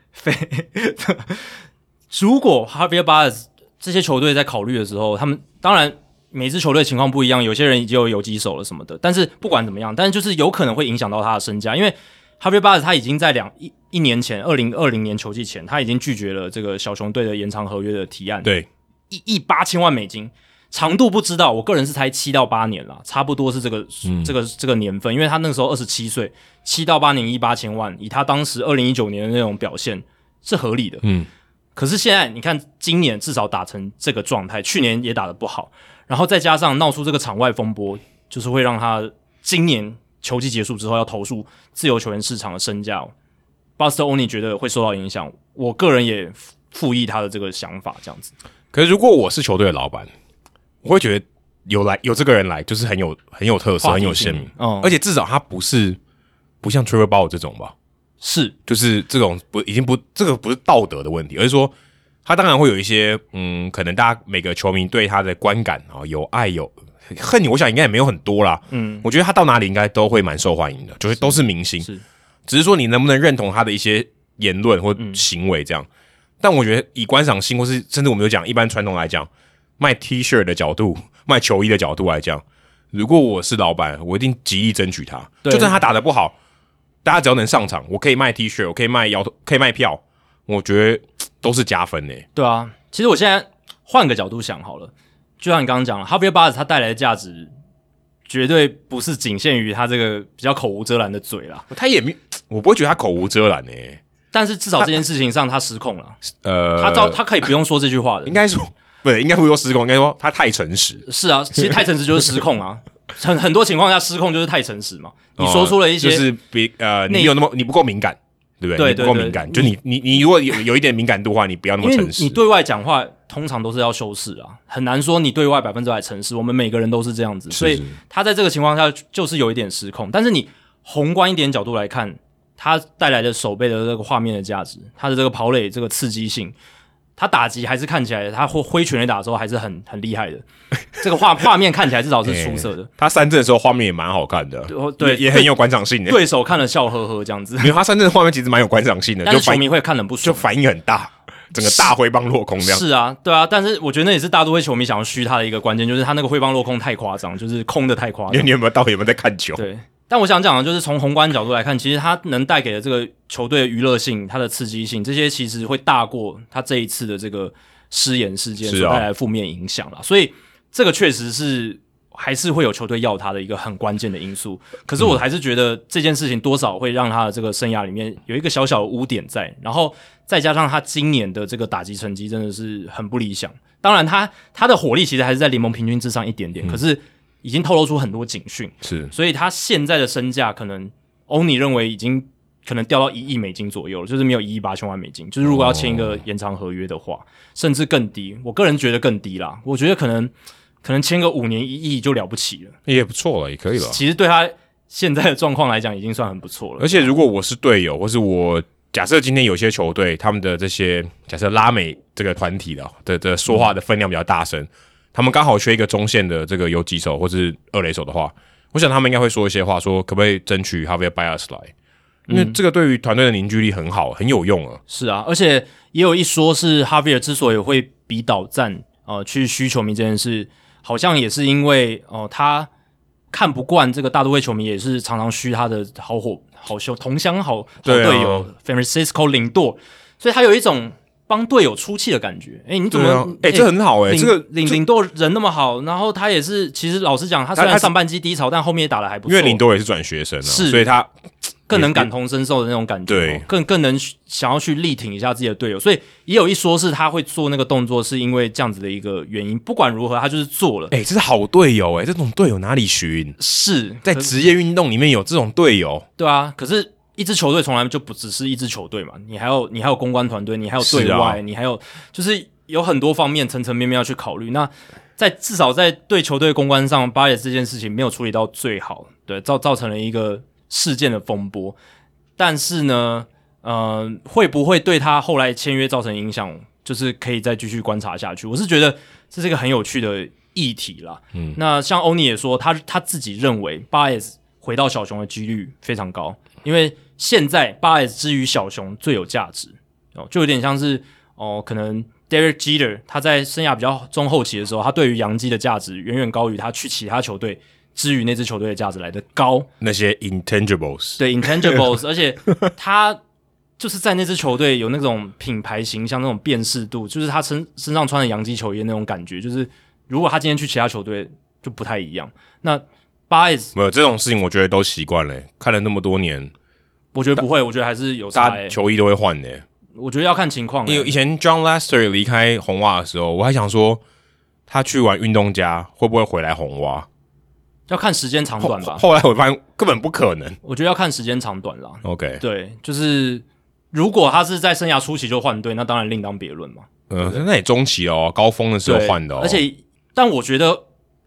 B: 如果 Javier Baez 这些球队在考虑的时候，他们当然每支球队情况不一样，有些人已经有游击手了什么的，但是不管怎么样，但是就是有可能会影响到他的身价，因为 Javier Baez 他已经在两一一年前，二零二零年球季前，他已经拒绝了这个小熊队的延长合约的提案，
A: 对，
B: 一亿八千万美金，长度不知道，我个人是猜七到八年啦，差不多是这个、这个这个年份，因为他那个时候二十七岁，七到八年一八千万，以他当时二零一九年的那种表现是合理的。
A: 嗯，
B: 可是现在你看，今年至少打成这个状态，去年也打得不好，然后再加上闹出这个场外风波，就是会让他今年球季结束之后要投诉自由球员市场的身价、哦。Buster Oni 觉得会受到影响，我个人也附附议他的这个想法，这样子。
A: 可是如果我是球队的老板，我会觉得有来有这个人来，就是很有很有特色，
B: 话题
A: 很有
B: 性
A: 鲜明，
B: 嗯
A: 而且至少他不是不像 Trevor Bauer 这种吧，
B: 是
A: 就是这种不已经不这个不是道德的问题，而是说他当然会有一些嗯，可能大家每个球迷对他的观感啊、有爱有恨，我想应该也没有很多啦。嗯，我觉得他到哪里应该都会蛮受欢迎的，就是都是明星，
B: 是
A: 只是说你能不能认同他的一些言论或行为这样。但我觉得以观赏性，或是甚至我们有讲一般传统来讲，卖 T 恤的角度、 卖球衣的角度来讲，如果我是老板，我一定极力争取他。就
B: 对
A: 算他打得不好，大家只要能上场，我可以卖 T 恤，我可以卖摇头，可以卖票，我觉得嘖都是加分呢、欸
B: 对啊，其实我现在换个角度想好了，就像你刚刚讲了，Javier b a z 他带来的价值绝对不是仅限于他这个比较口无遮拦的嘴啦，
A: 他也没，嘖我不会觉得他口无遮拦呢、欸
B: 但是至少这件事情上他失控了，
A: 呃，
B: 他照他可以不用说这句话的
A: 应，该说 不是，应该不是说失控，应该说他太诚实。
B: 是啊，其实太诚实就是失控啊，很很多情况下失控就是太诚实嘛，你
A: 哦
B: 说出了一 些、
A: 就是比呃，
B: 内
A: 你有那么你不够敏感，对不对？
B: 对
A: 你不够
B: 对对
A: 敏感，就你你你如果有有一点敏感度的话，你不要那么
B: 因为
A: 诚
B: 你
A: 实。
B: 对外讲话通常都是要修饰啊，很难说你对外百分之百诚实。我们每个人都是这样子，所以他在这个情况下就是有一点失控。但是你宏观一点角度来看，他带来的手背的这个画面的价值，他的这个跑垒这个刺激性，他打击还是看起来他挥挥拳垒打的时候还是很很厉 害的，这个画画面看起来至少是出色的，
A: 他三振的时候画面也蛮好看的，
B: 对哦对
A: 也也很有观赏性的。，
B: 对手看了笑呵呵 这样子，
A: 没有他三振的画面其实蛮有观赏性的，
B: 但
A: 就是
B: 球
A: 反
B: 迷会看得很不
A: 就
B: 爽。
A: 反应很大，整个大挥棒落空这样。
B: 是啊，对啊，但是我觉得那也是大都会球迷想要虚他的一个关键，就是他那个挥棒落空太夸张，就是空的太夸
A: 你
B: 张。
A: 你有没有到底有没有在看球？
B: 对，但我想讲的就是从宏观角度来看，其实他能带给的这个球队的娱乐性、它的刺激性，这些其实会大过他这一次的这个失言事件
A: 是啊
B: 所带来的负面影响啦。所以这个确实是还是会有球队要他的一个很关键的因素。可
A: 嗯
B: 是我还是觉得这件事情多少会让他的这个生涯里面有一个小小的污点在，然后再加上他今年的这个打击成绩真的是很不理想。当然他，他的火力其实还是在联盟平均之上一点
A: 嗯
B: 点，可是已经透露出很多警讯，
A: 是
B: 所以他现在的身价可能欧尼认为已经可能掉到一亿美金左右了，就是没有一亿八千万美金。就是如果要签一个延长合约的话，甚至更低，我个人觉得更低啦。我觉得可能可能签个五年一亿就了不起了。
A: 也不错了，也可以了。
B: 其实对他现在的状况来讲，已经算很不错了
A: 而。且如果我是队友，或是我假设今天有些球队他们的这些假设拉美这个团体的的的说话的分量比较大声，他们刚好缺一个中线的这个游击手或是二垒手的话，我想他们应该会说一些话，说可不可以争取 Javier Bias 来，因
B: 嗯
A: 为这个对于团队的凝聚力很好，很有用啊。
B: 是啊，而且也有一说是哈维尔之所以会比导战呃去需球迷这件事，好像也是因为哦、呃他看不惯这个大都会球迷，也是常常嘘他的好伙好兄同乡好好队
A: 对啊
B: 友、Francisco 领舵，所以他有一种帮队友出气的感觉。哎、你怎
A: 对
B: 么
A: 啊，哎、这很好哎、
B: 领
A: 这个
B: 领领舵人那么好，然后他也是，其实老实讲，他虽
A: 他
B: 然
A: 他
B: 上半季低潮，但后面也打的还不
A: 因
B: 错。
A: 为领多也是转学生啊，
B: 是
A: 所以他
B: 更能感同身受的那种感觉，
A: 对
B: 哦更更能想要去力挺一下自己的队友，所以也有一说是他会做那个动作，是因为这样子的一个原因。不管如何，他就是做了，
A: 哎、这是好队友哎、这种队友哪里寻？
B: 是
A: 在
B: 可
A: 职业运动里面有这种队友，
B: 对啊。可是，一支球队从来就不只是一支球队嘛，你还有你还有公关团队，你还有对
A: 是啊
B: 外，你还有就是有很多方面层层面面要去考虑。那在至少在对球队公关上，巴耶这件事情没有处理到最好，对造造成了一个事件的风波。但是呢，呃，会不会对他后来签约造成影响，就是可以再继续观察下去。我是觉得这是一个很有趣的议题啦。嗯，那像欧尼也说，他他自己认为巴耶回到小熊的几率非常高，因为现在巴耶之于小熊最有价值哦，就有点像是哦，可能 Derek Jeter 他在生涯比较中后期的时候，他对于洋基的价值远远高于他去其他球队之于那支球队的价值来的高。
A: 那些 intangibles，
B: 对 intangibles，而且他就是在那支球队有那种品牌形象、那种辨识度，就是他身身上穿的洋基球衣那种感觉，就是如果他今天去其他球队就不太一样。那巴 a
A: 没有这种事情，我觉得都习惯了欸、看了那么多年，
B: 我觉得不会，我觉得还是有差、
A: 大家
B: 欸。
A: 球衣都会换的、
B: 我觉得要看情况、
A: 因为
B: 欸。
A: 以前 John Lester 离开红袜的时候，我还想说他去完运动家会不会回来红袜？
B: 要看时间长
A: 后
B: 短吧，
A: 后来我发现根本不可能。
B: 我觉得要看时间长短啦。
A: OK，
B: 对，就是如果他是在生涯初期就换队，那当然另当别论嘛。
A: 呃，那也中期哦，高峰的时候
B: 对
A: 换的哦，
B: 而且，但我觉得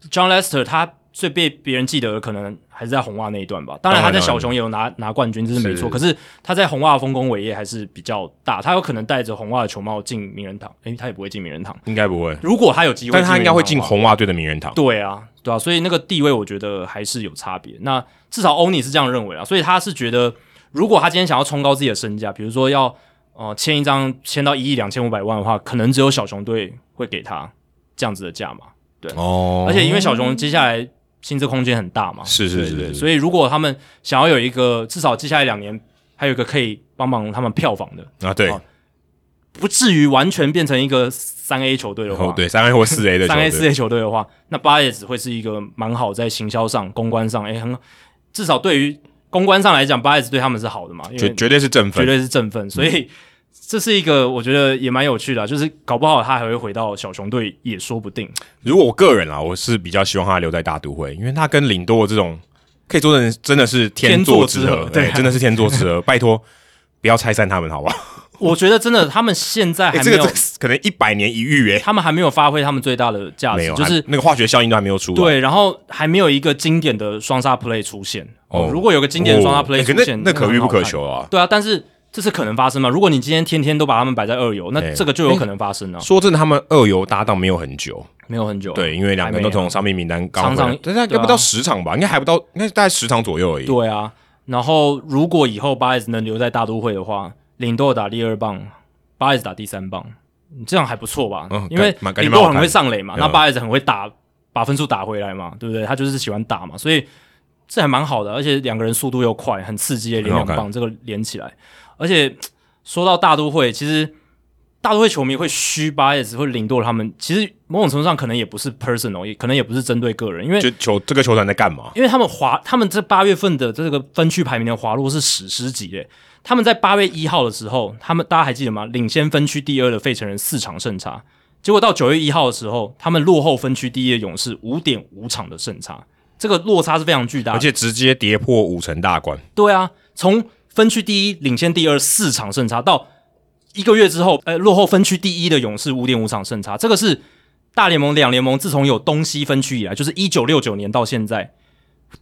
B: John Lester 他最被别人记得的，可能还是在红袜那一段吧。当然，他
A: 当然
B: 在小熊也有拿拿冠军，这是没错。
A: 是
B: 可是他在红袜的丰功伟业还是比较大，他有可能戴着红袜的球帽进名人堂，诶、他也不会进名人堂。
A: 应该不会，
B: 如果他有机会，
A: 但他应该会进
B: 红。
A: 红袜队的名人堂。
B: 对啊，对啊，所以那个地位我觉得还是有差别。那至少欧尼是这样认为啊，所以他是觉得，如果他今天想要冲高自己的身价，比如说要呃签一张签到一亿两千五百万的话，可能只有小熊队会给他这样子的价码。
A: 哦，
B: 而且因为小熊接下来薪资空间很大嘛，
A: 是是
B: 对
A: 是
B: 对对
A: 是
B: 所以如果他们想要有一个至少接下来两年还有一个可以帮忙他们票房的，
A: 啊，对，
B: 哦不至于完全变成一个三 A 球队的话，
A: 哦对，三 A 或四 A 的球
B: 三 A 四
A: 队，
B: A 球队的话，那八也只会是一个蛮好在行销上、公关上，哎、很至少对于公关上来讲，八 S 对他们是好的嘛，因为
A: 绝绝对是正
B: 绝
A: 分。
B: 对是振奋，所
A: 嗯
B: 以这是一个我觉得也蛮有趣的啊、就是搞不好他还会回到小熊队也说不定。
A: 如果我个人啊，我是比较希望他留在大都会，因为他跟领舵这种可以说成真的是天作之
B: 天作之
A: 合哎
B: 合，对啊
A: 真的是天作之 合。拜托，不要拆散他们，好不好？
B: 我觉得真的，他们现在
A: 哎、
B: 还
A: 这
B: 没
A: 个这
B: 有，
A: 个可能一百年一遇哎、
B: 他们还没有发挥他们最大的价
A: 没
B: 值，
A: 有，
B: 啊就是
A: 还那个化学效应都还没有出来。
B: 对，然后还没有一个经典的双杀 play 出现。哦
A: 哦，
B: 如果有个经典的双杀 play
A: 哎可
B: 出
A: 那
B: 现，
A: 那可遇不可
B: 很好看
A: 求啊。
B: 对啊，但是这是可能发生嘛？如果你今天天天都把他们摆在二游，那
A: 哎
B: 这个就有可能发生了、
A: 说真的，他们二游搭档没有很久，
B: 没有很久、
A: 对，，因为两个人都从伤病名单刚回
B: 哦常
A: 来
B: 常，
A: 但是
B: 对
A: 也
B: 啊
A: 不到十场吧，应该还不到，应该大概十场左右而已。
B: 对啊。然后如果以后巴耶斯能留在大都会的话，领豆打第二棒，巴耶斯打第三棒，这样还不错吧？
A: 嗯
B: 因为
A: 感蛮感觉
B: 领
A: 蛮
B: 豆
A: 好看
B: 很会上垒嘛，
A: 嗯
B: 那巴耶斯很会打，把分数打回来嘛，对不对？他就是喜欢打嘛，所以这还蛮好的，而且两个人速度又快，很刺激的连两
A: 很好
B: 棒，这个连起来，而且说到大都会，其实。大都会球迷会虚 bias 会凌惰他们，其实某种程度上可能也不是 personal，也可能也不是针对个人，因为
A: 就球这个球团在干嘛？
B: 因为他们滑，他们这八月份的这个分区排名的滑落是史诗级的。他们在八月一号的时候，他们大家还记得吗？领先分区第二的费城人四场胜差，结果到九月一号的时候，他们落后分区第一的勇士五点五场的胜差，这个落差是非常巨大
A: 而
B: 的。
A: 且直接跌破五成大关，
B: 对啊，从分区第一领先第二四场胜差到一个月之后，呃，落后分区第一的勇士五点五场胜差，这个是大联盟两联盟自从有东西分区以来，就是一九六九年到现在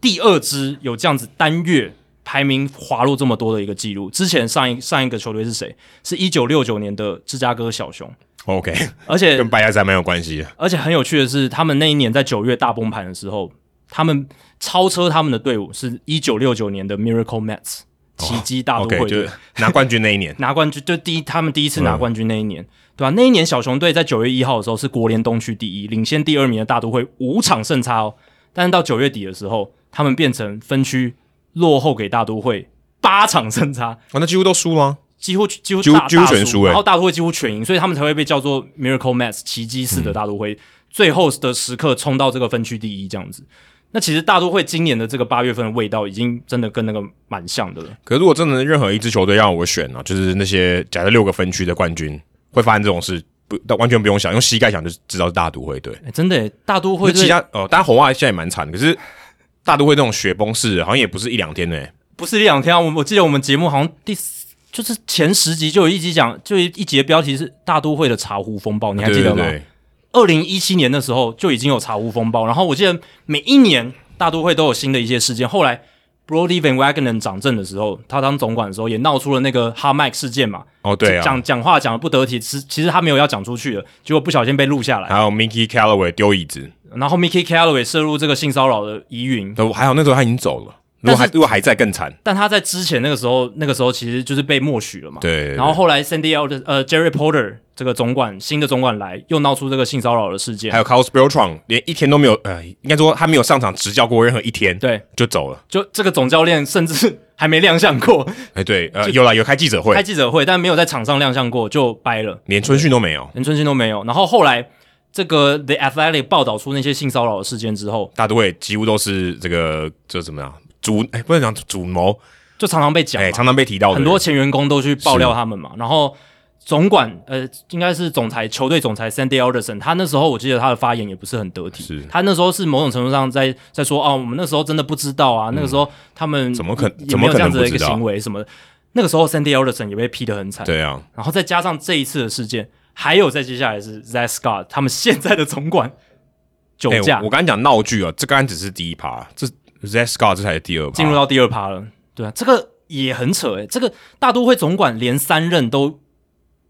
B: 第二支有这样子单月排名滑落这么多的一个记录。之前上一上一个球队是谁？是一九六九年的芝加哥小熊，
A: OK，
B: 而且
A: 跟白鸭山蛮有关系的。
B: 而且很有趣的是，他们那一年在九月大崩盘的时候，他们超车他们的队伍是一九六九年的 Miracle Mets 奇迹大都
A: OK，
B: 会
A: 就
B: 队、，
A: 是拿冠军那一年
B: 拿冠军，就第一他们第一次拿冠军那一
A: 嗯
B: 年，对吧、那一年小熊队在九月一号的时候是国联东区第一，领先第二名的大都会五场胜差哦。但是到九月底的时候，他们变成分区落后给大都会八场胜差，
A: 哦，那几乎都输吗？
B: 几乎几乎
A: 几乎
B: 大
A: 几乎
B: 大
A: 全输欸
B: 然后大都会几乎全赢，所以他们才会被叫做 Miracle Max 奇迹
A: 嗯
B: 式的大都会，最后的时刻冲到这个分区第一这样子。那其实大都会今年的这个八月份的味道已经真的跟那个蛮像的了。
A: 可是如果真的任何一支球队让我选啊，就是那些假设六个分区的冠军会发生这种事，不，但完全不用想，用膝盖想就知道是大都会队。
B: 哎，真的耶，大都会
A: 那其
B: 队
A: 他哦，当然红袜现在也蛮惨，可是大都会这种雪崩式的好像也不是一两天呢、
B: 不是一两天啊，我我记得我们节目好像第四就是前十集就有一集讲，就一集的标题是大都会的茶壶风暴，你还
A: 对
B: 记
A: 对
B: 得吗？
A: 对，
B: 二零一七年的时候就已经有茶壶风暴，然后我记得每一年大都会都有新的一些事件。后来 Brody Van Wagenen 掌政的时候，他当总管的时候也闹出了那个哈麦克事件嘛，
A: 哦对啊，
B: 讲讲话讲的不得体，其实其实他没有要讲出去的，结果不小心被录下来。
A: 还有 Mickey Callaway 丢椅子，
B: 然后 Mickey Callaway 涉入这个性骚扰的疑云，
A: 都还好那时候他已经走了，如果
B: 但是
A: 还如果还在更惨，
B: 但他在之前那个时候，那个时候其实就是被默许了嘛。
A: 对对对
B: 然后后来 Sandy L 的呃 Jerry Porter 这个总管新的总管来，又闹出这个性骚扰的事件
A: 还。有 Carlos b e l t r a n 连一天都没有，呃，应该说他没有上场执教过任何一天，
B: 对，
A: 就走了。
B: 就这个总教练甚至还没亮相过，
A: 哎，对，呃，有啦，有开记者会
B: 开，记者会，但没有在场上亮相过，就掰了，
A: 连春训都没有，
B: 连春训都没有。然后后来这个 The Athletic 报道出那些性骚扰的事件之后，
A: 大都会几乎都是这个这怎么样主哎，不能讲主谋，
B: 就常常被讲嘛、
A: 哎，常常被提到的
B: 很多前员工都去爆料他们嘛。然后总管呃，应该是总裁球队总裁 Sandy Alderson，他那时候我记得他的发言也不是很得体，
A: 是
B: 他那时候是某种程度上在在说哦，我们那时候真的不知道啊，那个时候他们
A: 嗯怎么可
B: 也
A: 怎
B: 没
A: 么
B: 有
A: 可
B: 这
A: 能
B: 样子
A: 不
B: 的一
A: 知
B: 个
A: 道
B: 行？为什么的。那个时候 Sandy Alderson 也被批得很惨，
A: 对啊，
B: 然后再加上这一次的事件，还有再接下来是 z a Scott 他们现在的总管酒
A: 哎，
B: 驾
A: 我我刚才讲闹剧啊，这刚才只是第一趴，这 z a Scott 这才是第二趴，
B: 进入到第二趴了，对啊，这个也很扯诶、这个大都会总管连三任都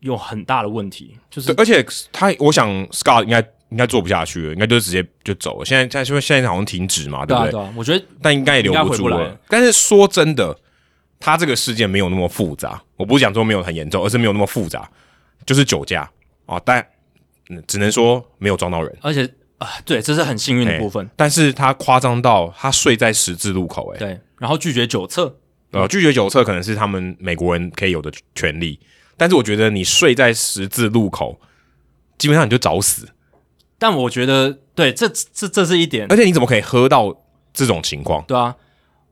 B: 有很大的问题，就是
A: 对，而且他，我想 Scott 应该应该做不下去了，应该就直接就走了。现在现在现在好像停止嘛，对
B: 对
A: 不
B: 啊
A: 对？
B: 对啊，我觉得
A: 但应该也留
B: 应该回
A: 住
B: 不来
A: 了
B: 了。
A: 但是说真的，他这个事件没有那么复杂，我不是讲说没有很严重，而是没有那么复杂，就是酒驾啊，但、嗯、只能说没有撞到人。
B: 而且啊、对，这是很幸运的
A: 哎
B: 部分，
A: 但是他夸张到他睡在十字路口、欸，
B: 对，然后拒绝酒测，
A: 呃，拒绝酒测可能是他们美国人可以有的权利，但是我觉得你睡在十字路口，基本上你就找死。
B: 但我觉得对，这这这是一点，
A: 而且你怎么可以喝到这种情况？
B: 对啊，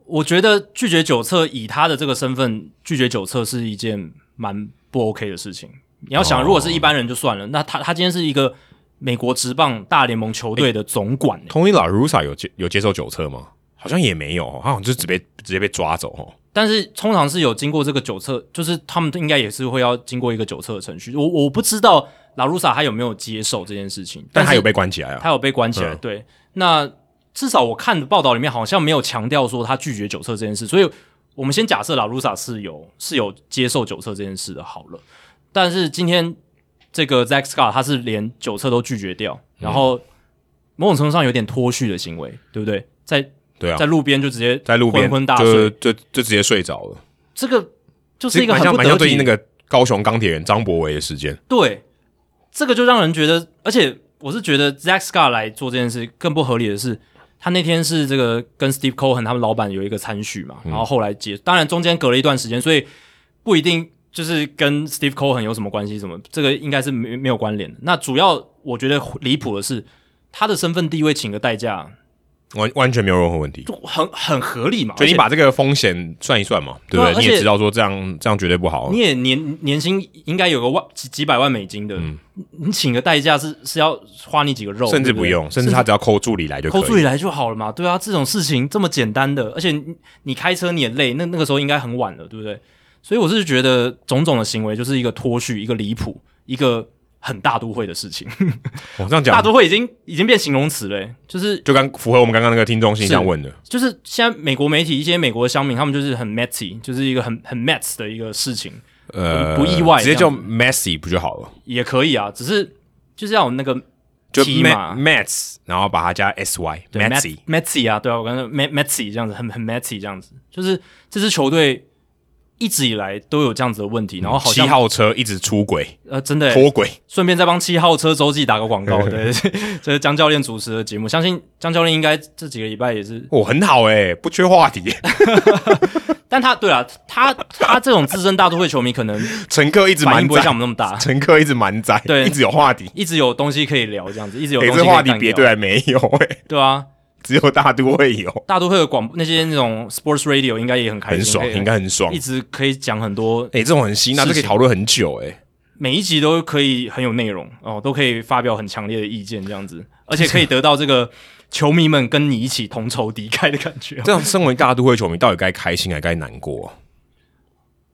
B: 我觉得拒绝酒测以他的这个身份拒绝酒测是一件蛮不 OK 的事情。你要想，
A: 哦
B: 如果是一般人就算了，那他他今天是一个美国职棒大联盟球队的总管、欸
A: Tony La Russa 有接有接受酒测吗？好像也没有哦，他好像就直接直接被抓走哦。
B: 但是通常是有经过这个酒测，就是他们应该也是会要经过一个酒测的程序。我我不知道拉鲁萨他有没有接受这件事情，
A: 但
B: 是
A: 他有被关起来啊。
B: 他有被关起来。
A: 嗯
B: 对，那至少我看的报道里面好像没有强调说他拒绝酒测这件事，所以我们先假设拉鲁萨是有是有接受酒测这件事的。好了，但是今天这个 Zack Scott 他是连酒测都拒绝掉，然后某种程度上有点脱序的行为，对不对？在
A: 对啊
B: 在，路边就直接
A: 在路边
B: 昏昏大
A: 就
B: 睡，
A: 就就直接睡着了，
B: 这个就是一个
A: 蛮
B: 很
A: 像
B: 不
A: 蛮
B: 得
A: 像最近
B: 体
A: 那个高雄钢铁人张博维的事件。
B: 对，这个就让人觉得，而且我是觉得 Zack Scott 来做这件事更不合理的是，他那天是这个跟 Steve
A: 嗯
B: Cohen 他们老板有一个参叙嘛，然后后来结，当然中间隔了一段时间，所以不一定就是跟 Steve Cohen 有什么关系？什么这个应该是没没有关联的。那主要我觉得离谱的是他的身份地位请个代价，
A: 完完全没有任何问题。
B: 就很很合理嘛。
A: 就你
B: 而且
A: 把这个风险算一算嘛，对不
B: 对
A: 对？
B: 啊
A: 你
B: 而且
A: 也知道说这样这样绝对不好啊
B: 你。也年年薪应该有个万几几百万美金的，你你请个代价是是要花你几个肉，
A: 嗯甚至
B: 对
A: 不
B: 对
A: 用，甚至他只要扣助理来就可
B: 扣住
A: 以。
B: 你来就好了嘛，对啊，这种事情这么简单的，而且你你开车你也累，那那个时候应该很晚了，对不对？所以我是觉得种种的行为就是一个脱序，一个离谱，一个很大都会的事情。
A: 我这样
B: 大
A: 讲，
B: 都会已经已经变形容词了、欸就是
A: 就刚符合我们刚刚那个听众信想问的，
B: 就是现在美国媒体一些美国的乡民，他们就是很 messy，就是一个很很 mess 的一个事情
A: 呃，
B: 不意外
A: 直接
B: 这样
A: 叫 Messi 不就好了？
B: 也可以啊，只是就是要有那个
A: 就
B: T 嘛
A: Ma-。Mats，然后把它加 S Y
B: 对
A: Matsy，
B: Matsy 啊，对啊，我刚才 Mat Matsy 这样子，很很 Matsy 这样子，就是这支球队一直以来都有这样子的问题，然后好
A: 七
B: 像
A: 号车一直出轨
B: 呃真的欸，
A: 脱轨，
B: 顺便再帮七号车周记打个 广告，对，这是江教练主持的节目，相信江教练应该这几个礼拜也是，
A: 哦，很好哎，不缺话题。
B: 但他对啊，他他这种资深大都会球迷可能
A: 乘客一直
B: 反应
A: 满
B: 不会像
A: 载，
B: 我们那 么大，
A: 乘客一直满载，
B: 对
A: 一直有话题。
B: 一直有东西可以聊，这样子，一直有
A: 给
B: 东西
A: 这
B: 可以
A: 话题
B: 干
A: 别
B: 掉
A: 队还没有哎，
B: 对啊，
A: 只有大都会有，
B: 大都会的广那些那种 sports radio 应该也很开心，
A: 很爽
B: 可，以
A: 应该很爽
B: 一。直可以讲很多
A: 哎，这种很辛辣，这可以讨论很久哎。
B: 每一集都可以很有内容哦，都可以发表很强烈的意见，这样子，而且可以得到这个球迷们跟你一起同仇敌忾的感觉。
A: 这样，身为大都会球迷，到底该开心还该难过、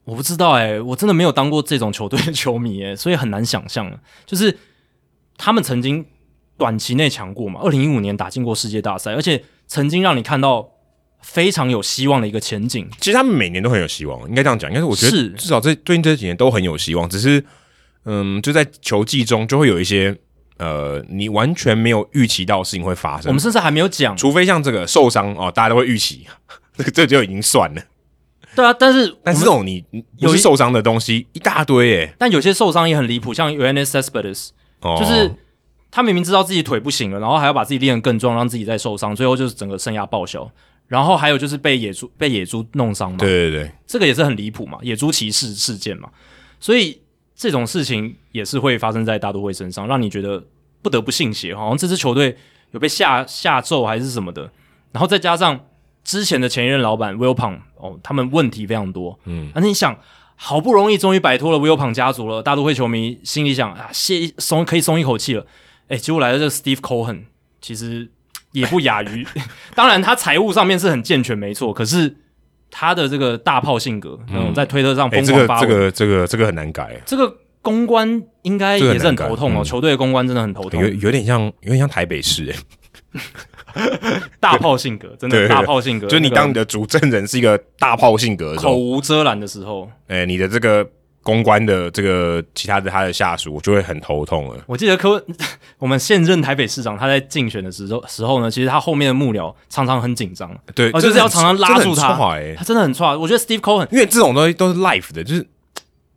B: 我不知道哎、我真的没有当过这种球队的球迷哎、所以很难想象 啊。就是他们曾经短期内强过嘛，二零一五年打进过世界大赛，而且曾经让你看到非常有希望的一个前景。
A: 其实他们每年都很有希望，应该这样讲。应该是我觉
B: 是
A: 得至少这最近这几年都很有希望，只是嗯，就在球季中就会有一些呃，你完全没有预期到的事情会发
B: 我
A: 生
B: 们。甚至还没有讲，
A: 除非像这个受伤哦，大家都会预期， 这个这就已经算了。
B: 对啊，但是
A: 但是这种你你
B: 有
A: 不是
B: 一
A: 受伤的东西一大堆耶、
B: 但有些受伤也很离谱，像 u n s s b e d e s
A: 哦，
B: 就是他明明知道自己腿不行了，然后还要把自己练得更壮，让自己再受伤，最后就是整个生涯报销。然后还有就是被野猪被野猪弄伤嘛，
A: 对对对，
B: 这个也是很离谱嘛，野猪骑士事件嘛，所以这种事情也是会发生在大都会身上，让你觉得不得不信邪，好像这支球队有被下下咒还是什么的。然后再加上之前的前一任老板 Will Pang 哦，他们问题非常多，嗯，那你想。好不容易终于摆脱了 Will Pang 家族了，大都会球迷心里想啊，歇一松可以松一口气了。哎，结果来了这个 Steve Cohen，其实也不亚 于，当然他财务上面是很健全，没错，可是他的这个大炮性格，嗯，在推特上
A: 哎、
B: 疯
A: 这
B: 狂
A: 个
B: 发
A: 这
B: 文，
A: 个这个这个很难改，
B: 这个公关应该
A: 这个
B: 也
A: 很
B: 是很
A: 难
B: 头
A: 改
B: 痛哦，
A: 嗯
B: 球队的公关真的很头痛
A: 有，有点像有点像台北市、欸，
B: 大炮性格真的
A: 对
B: 大炮性格，
A: 就是你
B: 那个
A: 当你的主政人是一个大炮性格的时
B: 口
A: 候，
B: 无遮拦的时候，
A: 哎、你的这个公关的这个其他的他的下属，我就会很头痛了。
B: 我记得柯 文我们现任台北市长他在竞选的时候时候呢，其实他后面的幕僚常常很紧张，
A: 对，
B: 哦就是要常常拉住他
A: 他、欸，
B: 他真的很差。我觉得 Steve Cohen
A: 因为这种东西都是 life 的，就是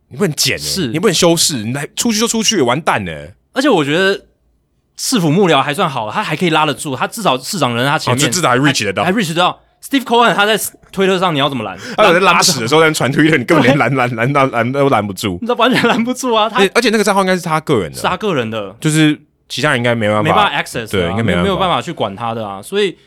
A: 你不能剪、欸，
B: 是
A: 你不能修饰，你来出去就出去，完蛋欸了。
B: 而且我觉得市府幕僚还算好，他还可以拉得住，他至少市长人在他前
A: 啊，
B: 面，
A: 就至少还 reach 得到
B: 还。reach 得到 Steve Cohen，他在推特上你要怎么拦？
A: 他有在拉屎的时候在传推特，你根本连拦拦拦到拦都拦不住。
B: 你这完全拦不住啊！他
A: 而且而且那个账号应该是他个人的，
B: 是他个人的，
A: 就是其他人应该没办
B: 没办
A: 法。
B: 法 access，
A: 对
B: 啊
A: 应该
B: 没
A: 没
B: 有
A: 办法
B: 有办法去管他的啊，所以。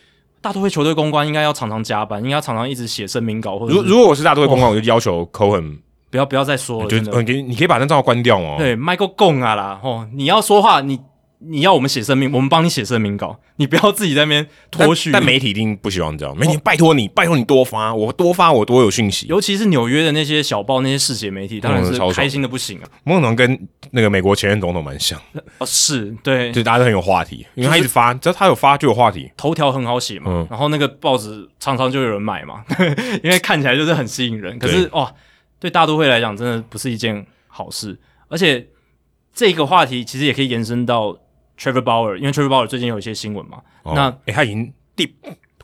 B: 大都会球队公关应该要常常加班，应该要常常一直写声明稿，或者
A: 如
B: 是
A: 如果我是大都会公关，我就要求 Cohen，
B: 不要不要再说了，
A: 就
B: 哦真的。
A: 是你你可以把那账号关掉哦。
B: 对，Michael Gong 啊啦，吼，你要说话，你你要我们写声明，我们帮你写声明稿，你不要自己在那边
A: 但
B: 脱序。哦
A: 但媒体一定不希望这样。媒体拜托你，拜托你多发，我多发我多有讯息。
B: 尤其是纽约的那些小报、那些世界媒体，当然
A: 嗯
B: 是
A: 超爽
B: 开心的不行啊！
A: 某种程度跟那个美国前任总统蛮像，
B: 哦，是对，
A: 就大家都很有话题，因为他一直发，只要他有发就有话题。
B: 头条很好写嘛，
A: 嗯
B: 然后那个报纸常常就有人买嘛， 因为看起来就是很吸引人。可是哇，对大都会来讲，真的不是一件好事。而且这个话题其实也可以延伸到 Trevor Bauer，因为 Trevor Bauer 最近有一些新闻嘛，
A: 哦
B: 那
A: 诶他已经第，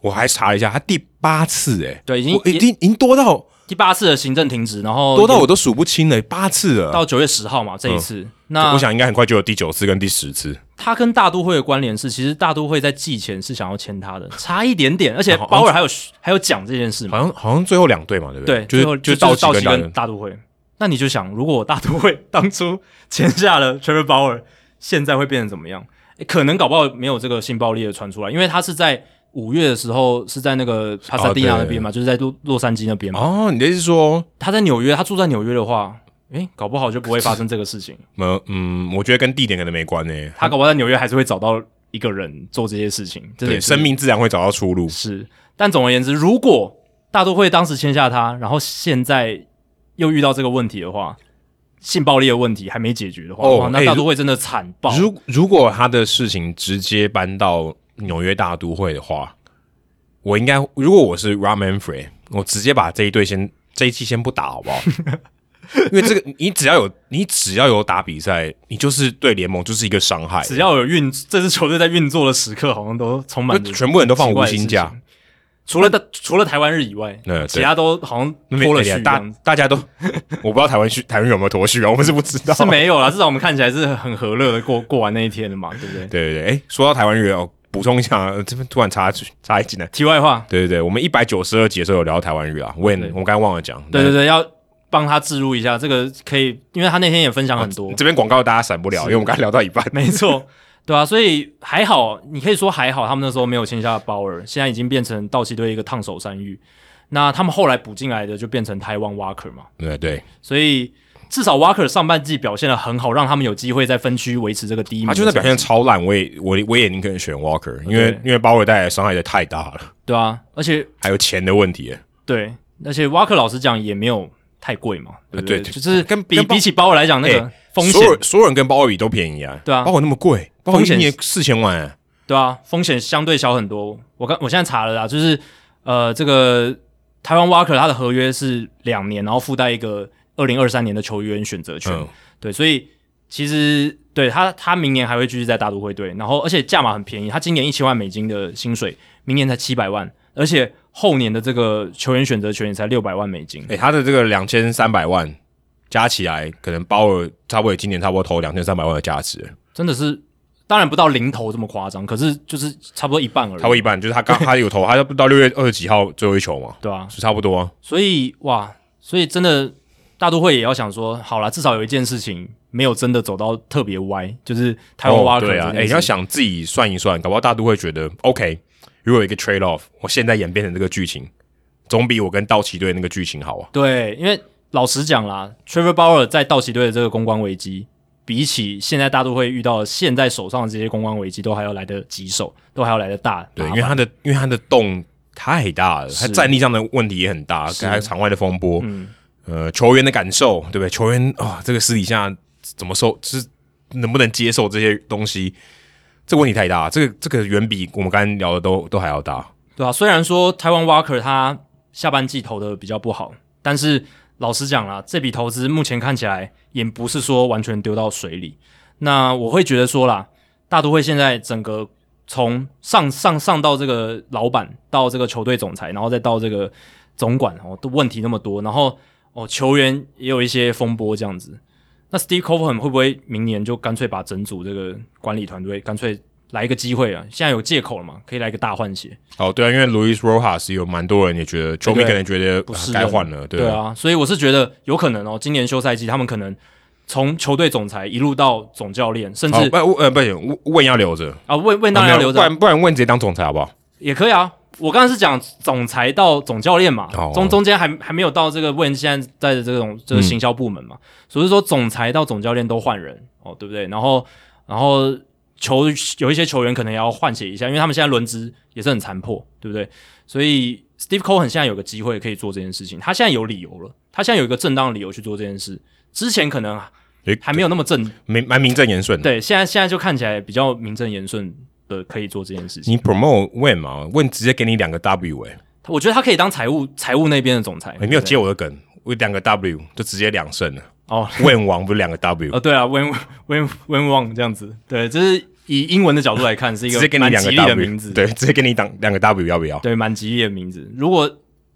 A: 我还查了一下，他第八次哎、
B: 对，已经哦
A: 我已经已经多到
B: 第八次的行政停职，然后
A: 多到我都数不清了、八次了。
B: 到九月十号嘛，这一次。那
A: 我想应该很快就有第九次跟第十次，
B: 他跟大都会的关联是，其实大都会在季前是想要签他的，差一点点，而且
A: 好
B: 鲍尔还有还有讲这件事嘛
A: 好，像好像最后两队嘛，对不
B: 对，
A: 就
B: 最后
A: 是就
B: 就
A: 是到
B: 道
A: 跟
B: 奇
A: 达
B: 跟
A: 人，
B: 大都会。那你就想，如果我大都会 当初签下了 Trevor Bauer，现在会变成怎么样？诶可能搞不好没有这个性暴力的传出来，因为他是在五月的时候是在那个帕萨蒂纳那边嘛，就是在洛洛杉矶那边嘛。
A: 哦，你的意思是说，
B: 他在纽约，他住在纽约的话，诶，搞不好就不会发生这个事情。
A: 嗯嗯，我觉得跟地点可能没关呢、
B: 他搞不好在纽约还是会找到一个人做这些事情，这也
A: 对，
B: 是
A: 生命自然会找到出路。
B: 是。但总而言之，如果大都会当时签下他，然后现在又遇到这个问题的话，性暴力的问题还没解决的话，
A: 哦
B: 哇，那
A: 哎
B: 大
A: 如
B: 都会真的惨爆。
A: 如如果他的事情直接搬到纽约大都会的话，我应该如果我是 Ram and Free，我直接把这一队先这一期先不打，好不 好？因为这个，你只要有你只要有打比赛，你就是对联盟就是一个伤害。
B: 只要有运，这支球队在运作的时刻，好像都充满着
A: 就全部人都放
B: 奇怪
A: 无
B: 的
A: 薪
B: 事情
A: 假，
B: 除了的除了台湾日以外，
A: 嗯对
B: 其他都好像
A: 那
B: 脱了
A: 哎呀
B: 序，
A: 大大家都，我不知道台湾去台湾有没有脱序啊，我们是不知道。
B: 是没有啦。至少我们看起来是很和乐的过过完那一天的嘛，对不对？
A: 对对对，哎，说到台湾人哦，补充一下，呃这边突然插一句插一句呢。
B: 题外话，
A: 对对对，我们一百九十二集的时候有聊到台湾语啊，我也我刚才忘了讲。
B: 对对对，要帮他置入一下这个可以，因为他那天也分享很多，
A: 这边广告大家闪不了，因为我们刚才聊到一半。
B: 没错，对啊，所以还好，你可以说还好，他们那时候没有签下鲍尔，现在已经变成道奇队一个烫手山芋。那他们后来补进来的就变成台湾 Walker 嘛，
A: 对对，
B: 所以至少 Walker 上半季表现的很好，让他们有机会在分区维持这个第一名
A: 他
B: 的
A: 就
B: 成绩。
A: 算表现超烂，我也我我也宁肯选 Walker，因为
B: 对
A: 因为鲍尔带来的伤害的太大了，
B: 对啊，而且
A: 还有钱的问题。
B: 对，而且 Walker 老实讲也没有太贵嘛，对不对？
A: 啊对对
B: 就是
A: 跟
B: 比
A: 跟鲍
B: 比起鲍尔来讲，那个
A: 哎
B: 风险、
A: 所有所有人跟鲍尔比都便宜啊，
B: 对啊
A: 鲍尔那么贵，鲍尔
B: 风
A: 一
B: 险
A: 年四千万啊，
B: 对啊，风险相对小很多。我刚我现在查了啦，就是呃，这个台湾 Walker 他的合约是两年，然后附带一个二零二三年的球员选择权。
A: 嗯，
B: 对，所以其实对他他明年还会继续在大都会队，然后而且价码很便宜，他今年一千万美金的薪水，明年才七百万，而且后年的这个球员选择权也才六百万美金。
A: 哎，他的这个两千三百万加起来，可能鲍尔差不多也今年差不多投两千三百万的价值，
B: 真的是，当然不到零头这么夸张，可是就是差不多一半而已。
A: 差不多一半，就是他刚 他有投，他到六月二十几号最后一球嘛，
B: 对啊，
A: 是差不多啊。
B: 所以哇，所以真的大都会也要想说，好啦，至少有一件事情没有真的走到特别歪，就是台湾挖
A: 哦，
B: 坑、
A: 对啊，哎、你要，想自己算一算，搞不好大都会觉得 OK。如果有一个 trade off，我现在演变成这个剧情，总比我跟道奇队那个剧情好啊。
B: 对，因为老实讲啦，Trevor Bauer 在道奇队的这个公关危机，比起现在大都会遇到的现在手上的这些公关危机，都还要来得棘手，都还要来得大。
A: 对，
B: 麻
A: 因
B: 烦
A: 为他的因为他的洞太大了，他战力上的问题也很大，跟他场外的风波，
B: 嗯
A: 呃，球员的感受，对不对？球员啊、这个私底下怎么受，是能不能接受这些东西？这个问题太大，这个这个远比我们刚才聊的都都还要大。
B: 对啊，虽然说台湾 Walker 他下半季投的比较不好，但是老实讲啦，这笔投资目前看起来也不是说完全丢到水里。那我会觉得说啦，大都会现在整个从上上上到这个老板，到这个球队总裁，然后再到这个总管，哦，的问题那么多，然后哦球员也有一些风波这样子。那 Steve Cohen 会不会明年就干脆把整组这个管理团队干脆来一个机会啊？现在有借口了嘛，可以来一个大换血。
A: 哦，对啊，因为 Luis Rojas 有蛮多人也觉得，球迷可能觉得
B: 不
A: 啊
B: 适
A: 该
B: 任
A: 换了，对
B: 对啊，所以我是觉得有可能哦，今年休赛季他们可能从球队总裁一路到总教练，甚
A: 好，
B: 至
A: 不呃不行，问问要留着，
B: 啊问问大家留
A: 不
B: 着
A: 然不然问直接当总裁好不好？
B: 也可以啊。我刚刚是讲总裁到总教练嘛，
A: 哦
B: 中中间还还没有到这个问现在在的这种这个行销部门嘛，所以说总裁到总教练都换人哦，对不对？然后然后球有一些球员可能也要换血一下，因为他们现在轮值也是很残破，对不对？所以 Steve Cohen 现在有个机会可以做这件事情，他现在有理由了，他现在有一个正当的理由去做这件事，之前可能
A: 诶
B: 还没有那么正，
A: 蛮蛮名正言顺的。
B: 对，现在现在就看起来比较名正言顺的可以做这件事情。
A: 你 promote 问嘛，问直接给你两个 W 哎、
B: 我觉得他可以当财务财务那边的总裁。
A: 你没有
B: 对
A: 接我的梗，我两个 W 就直接两胜了。
B: 哦，
A: 问王不是两个 W，
B: 呃，对啊，When When When Wang 这样子，对，这是以英文的角度来看是一
A: 直接
B: 个
A: 给你
B: 蛮
A: 两
B: 吉
A: 个
B: 利的
A: W
B: 名字，
A: 对，直接给你两两个 W 要不要？
B: 对，蛮吉利的名字。如果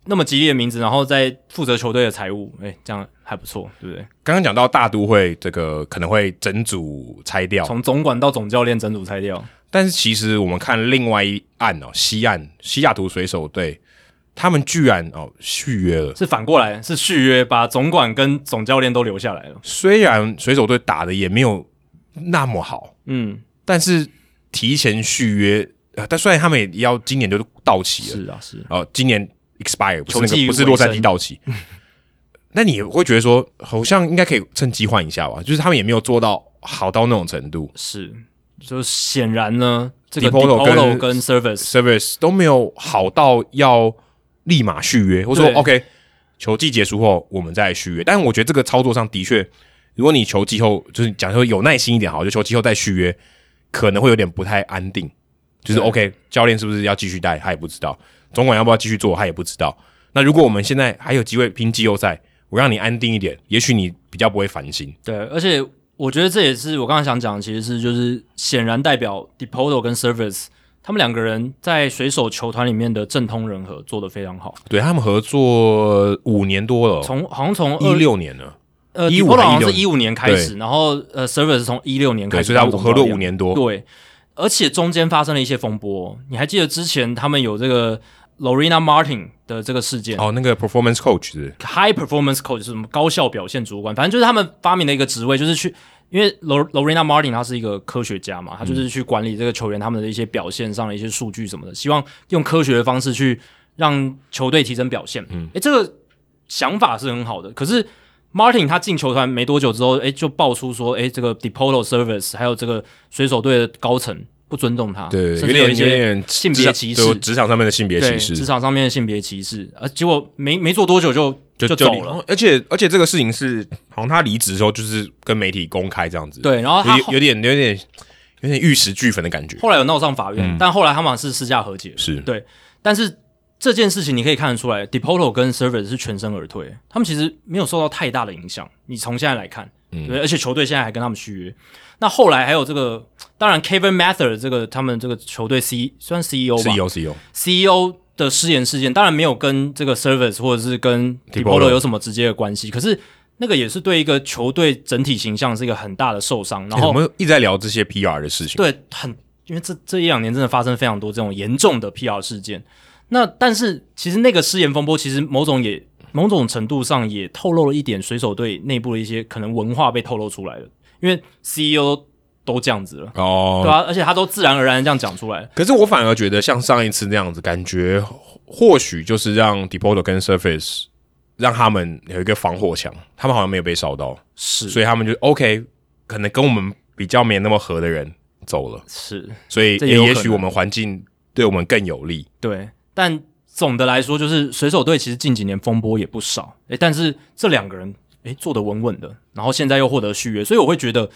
B: 那么吉利的名字，然后再负责球队的财务，哎，这样还不错，对不对？
A: 刚刚讲到大都会这个可能会整组拆掉，
B: 从总管到总教练整组拆掉，
A: 但是其实我们看另外一案哦，西岸西雅图水手队，他们居然哦续约了。
B: 是反过来是续约，把总管跟总教练都留下来了。
A: 虽然水手队打的也没有那么好，
B: 嗯，
A: 但是提前续约，呃、但虽然他们也要今年就到期了，
B: 是啊，是
A: 哦、今年 expire 不是那
B: 球季
A: 个不是洛杉
B: 尾
A: 矶
B: 声
A: 到期， 那你会觉得说好像应该可以趁机换一下吧？就是他们也没有做到好到那种程度
B: 是，就是显然呢，这个
A: Dipolo 跟
B: Dipolo 跟 Service
A: ，service 都没有好到要立马续约，或者说
B: 对
A: OK 球季结束后我们再续约。但我觉得这个操作上的确，如果你球季后就是讲说有耐心一点好，就球季后再续约，可能会有点不太安定。就是
B: 对
A: OK，教练是不是要继续带，他也不知道；总管要不要继续做，他也不知道。那如果我们现在还有机会拼季后赛，我让你安定一点，也许你比较不会烦心。
B: 对，而且我觉得这也是我刚刚想讲，的，其实是就是显然代表 Dipolo 跟 Service 他们两个人在水手球团里面的政通人和做得非常好，
A: 对他们合作五年多了，
B: 从好像从
A: 一
B: 二
A: 哦六年了，
B: 呃
A: 15
B: Dipolo 好
A: 还
B: 像
A: 是
B: 是一五年开始，然后呃 Service 是从一六年开
A: 对，
B: 始
A: 所以他
B: 当总教
A: 合
B: 练，
A: 作五年多。
B: 对，而且中间发生了一些风波，你还记得之前他们有这个 Lorena Martin 的这个事件
A: 哦，那个 performance coach 是
B: high performance coach 是什么高效表现主管，反正就是他们发明的一个职位，就是去因为 Lor- Lorena Martin 她是一个科学家嘛，她
A: 嗯
B: 就是去管理这个球员他们的一些表现上的一些数据什么的，希望用科学的方式去让球队提升表现。嗯，诶，这个想法是很好的，可是。Martin 他进球团没多久之后，诶，就爆出说，诶，这个 Depolo Service 还有这个水手队的高层不尊重他，
A: 对，
B: 甚
A: 有
B: 至有
A: 点有
B: 一些
A: 点
B: 性别
A: 职场
B: 歧
A: 对
B: 视，
A: 职场上面的性别
B: 对
A: 歧
B: 职
A: 视，
B: 场上面的性别歧视，呃，结果没没做多久就
A: 就
B: 走
A: 离
B: 了，
A: 而且而且这个事情是，好像他离职之后就是跟媒体公开这样子，，
B: 对，然啊后他
A: 有
B: 后
A: 有点有点有点玉石俱焚的感觉，
B: 后来有闹上法院，但后来他们好像是私下和解。
A: 嗯是
B: 对但是这件事情你可以看得出来，Depolo 跟 Service 是全身而退，他们其实没有受到太大的影响。你从现在来看，
A: 嗯
B: 对，而且球队现在还跟他们续约。那后来还有这个，当然 Kevin Mather 这个他们这个球队 C 算 CEO 吧
A: CEO CEO，
B: CEO E 的失言事件，当然没有跟这个 Service 或者是跟
A: Dipolo
B: Depolo 有什么直接的关系，可是那个也是对一个球队整体形象是一个很大的受伤。然
A: 欸
B: 后
A: 我们一直在聊这些 PR 的事情，
B: 对，很因为这这一两年真的发生非常多这种严重的 PR 事件。那但是其实那个失言风波，其实某种也某种程度上也透露了一点水手队内部的一些可能文化被透露出来了，因为 CEO 都这样子了，
A: 哦，
B: 对啊，而且他都自然而然地这样讲出来了。
A: 可是我反而觉得像上一次那样子，感觉或许就是让 Depot 跟 Surface 让他们有一个防火墙，他们好像没有被烧到，
B: 是
A: 所以他们就 OK，可能跟我们比较没那么合的人走了，
B: 是，
A: 所以
B: 这也有
A: 也
B: 可
A: 许
B: 能
A: 我们环境对我们更有利。
B: 对，但总的来说，就是水手队其实近几年风波也不少，诶，但是这两个人诶做得稳稳的，然后现在又获得续约，所以我会觉得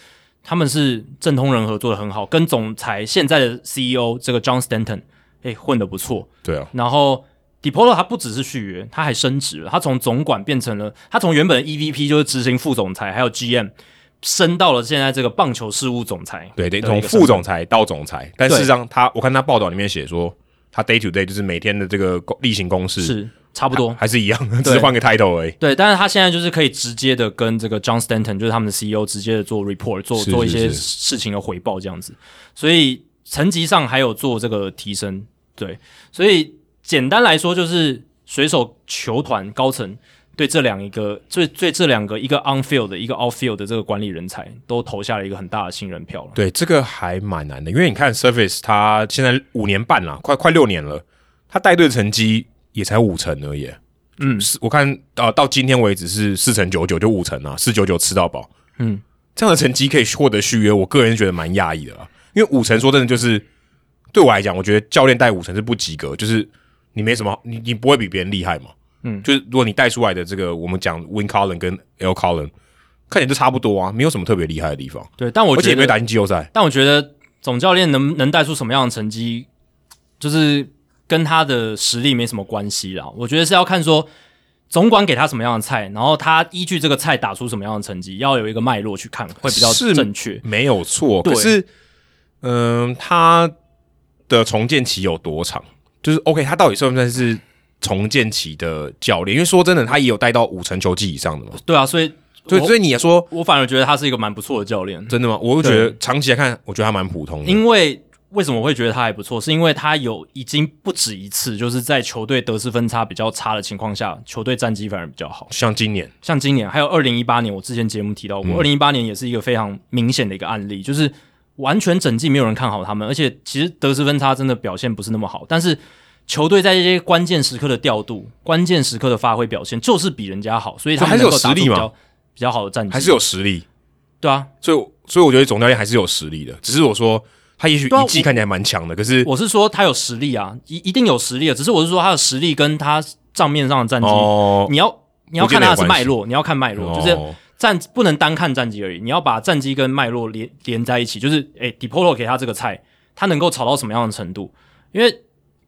B: 他们是政通人和做得很好，跟总裁现在的 CEO 这个 John Stanton 诶混得不错，
A: 对啊，
B: 然后 Dipolo 他不只是续约，他还升职了，他从总管变成了他从原本的 EVP 就是执行副总裁，还有 GM 升到了现在这个棒球事务总裁，
A: 对，等于
B: 对一
A: 从
B: 个
A: 副
B: 身
A: 总裁到总裁，但事实上他，我看他报道里面写说，他 day to day 就是每天的这个工例行公事
B: 是差不多。
A: 还是一样的，只
B: 对
A: 是换个 title 而已。
B: 对，但是他现在就是可以直接的跟这个 John Stanton，就是他们的 CEO 直接的做 report，做
A: 是是
B: 做一些
A: 是
B: 事情的回报这样子，所以层级上还有做这个提升。对，所以简单来说就是水手球团高层对这两一个最最这两个一个 on field 的一个 off field 的这个管理人才都投下了一个很大的信任票了。
A: 对，这个还蛮难的，因为你看 Surface 他现在五年半了，快快六年了，他带队成绩也才五成而已。
B: 嗯
A: 是我看啊、呃到今天为止是四成九九，就五成啊，四九九吃到饱。
B: 嗯，
A: 这样的成绩可以获得续约，我个人觉得蛮讶异的啦。因为五成说真的就是对我来讲，我觉得教练带五成是不及格，就是你没什么，你你不会比别人厉害嘛。
B: 嗯
A: 就是如果你带出来的这个，我们讲 Win Colin 跟 L Colin，看起来就差不多啊，没有什么特别厉害的地方，
B: 对，但我
A: 而且
B: 觉
A: 也没
B: 得
A: 有打进季后赛。
B: 但我觉得总教练能能带出什么样的成绩，就是跟他的实力没什么关系啦。我觉得是要看说总管给他什么样的菜，然后他依据这个菜打出什么样的成绩，要有一个脉络去看，会比较
A: 是
B: 正确。
A: 没有错。
B: 对
A: 可是，嗯、他的重建期有多长？就是 OK，他到底算不算是重建期的教练？因为说真的，他也有带到五成球技以上的嘛。
B: 对啊，所以
A: 所以，
B: 我
A: 所以你也说
B: 我反而觉得他是一个蛮不错的教练，
A: 真的吗？我就觉得
B: 对
A: 长期来看，我觉得他蛮普通的。
B: 因为为什么我会觉得他还不错，是因为他有已经不止一次，就是在球队得失分差比较差的情况下，球队战绩反而比较好。
A: 像今年
B: 像今年还有二零一八年，我之前节目提
A: 嗯
B: 到过，二零一八年也是一个非常明显的一个案例，就是完全整季没有人看好他们，而且其实得失分差真的表现不是那么好，但是球队在这些关键时刻的调度、关键时刻的发挥表现，就是比人家好，所以他们
A: 还是有
B: 能够打出
A: 实力嘛
B: 比较比较好的战绩，
A: 还是有实力，
B: 对啊，
A: 所以我所以我觉得总教练还是有实力的，只是我说他也许
B: 对啊
A: 一季
B: 我
A: 看起来蛮强的，可是
B: 我是说他有实力啊，一一定有实力的，只是我是说他的实力跟他账面上的战绩，
A: 哦，
B: 你要你要
A: 不见
B: 看
A: 得有
B: 他是
A: 关系
B: 脉络，你要看脉络，就是
A: 哦
B: 战不能单看战绩而已，你要把战绩跟脉络连连在一起。就是，诶、d i p o l o 给他这个菜，他能够炒到什么样的程度？因为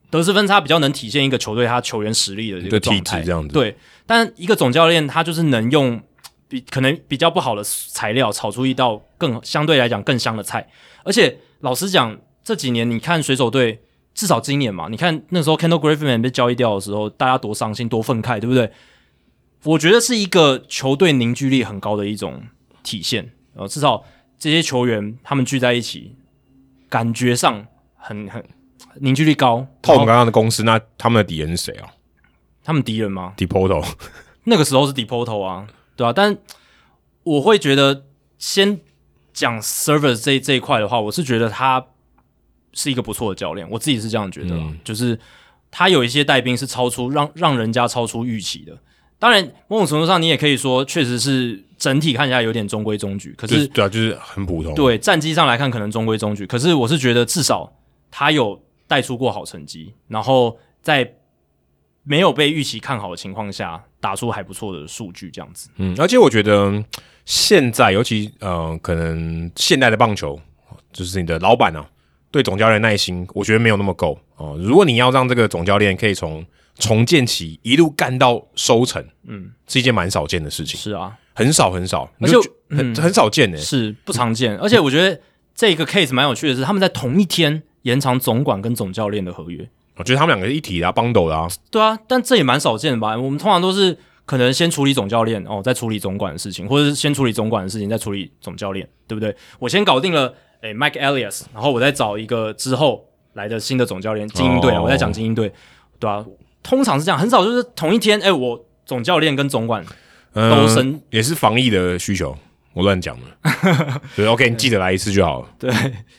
B: 得失分差比较能体现一个球队他球员实力的这
A: 对
B: 个
A: 体
B: 状
A: 质
B: 态，
A: 这样子
B: 对，但一个总教练他就是能用比可能比较不好的材料炒出一道更相对来讲更香的菜。而且老实讲，这几年你看水手队。至少今年嘛，你看那时候 Kendall Griffin 被交易掉的时候，大家多伤心、多愤慨，对不对？我觉得是一个球队凝聚力很高的一种体现。呃，至少这些球员他们聚在一起，感觉上很很凝聚力高。
A: 套我们
B: 然后
A: 刚刚的公司，那他们的敌人是谁啊
B: 他们敌人吗？
A: ？Depoto
B: 那个时候是 Depoto 啊，对啊。但我会觉得先讲 Service 这这一块的话，我是觉得他是一个不错的教练，我自己是这样觉得啦，啊就是他有一些带兵是超出让让人家超出预期的。当然，某种程度上你也可以说，确实是整体看起来有点中规中矩，可
A: 就是是对啊，就是很普通，
B: 对战绩上来看，可能中规中矩。可是我是觉得，至少他有带出过好成绩，然后在没有被预期看好的情况下，打出还不错的数据，这样子。
A: 嗯，而且我觉得嗯现在，尤其呃，可能现代的棒球，就是你的老板啊，对总教练的耐心，我觉得没有那么够哦、如果你要让这个总教练可以从重建期一路干到收成，嗯，是一件蛮少见的事情，
B: 是啊，
A: 很少很少，
B: 而
A: 你就
B: 且嗯
A: 觉很、很少见呢、
B: 是不常见。而且我觉得这个 case 蛮有趣的是，他们在同一天延长总管跟总教练的合约。
A: 我觉得他们两个是一体的、啊，帮斗的啊，
B: 对啊，但这也蛮少见的吧？我们通常都是可能先处理总教练哦，再处理总管的事情，或者是先处理总管的事情，再处理总教练，对不对？我先搞定了诶 Mike Elias，然后我再找一个之后来的新的总教练，精英队啊，
A: 哦
B: 我在讲精英队，对啊，通常是这样，很少就是同一天，诶，我总教练跟总管
A: 嗯、
B: 都升
A: 也是防疫的需求，我乱讲的， 对，OK，你记得来一次就好了，
B: 对，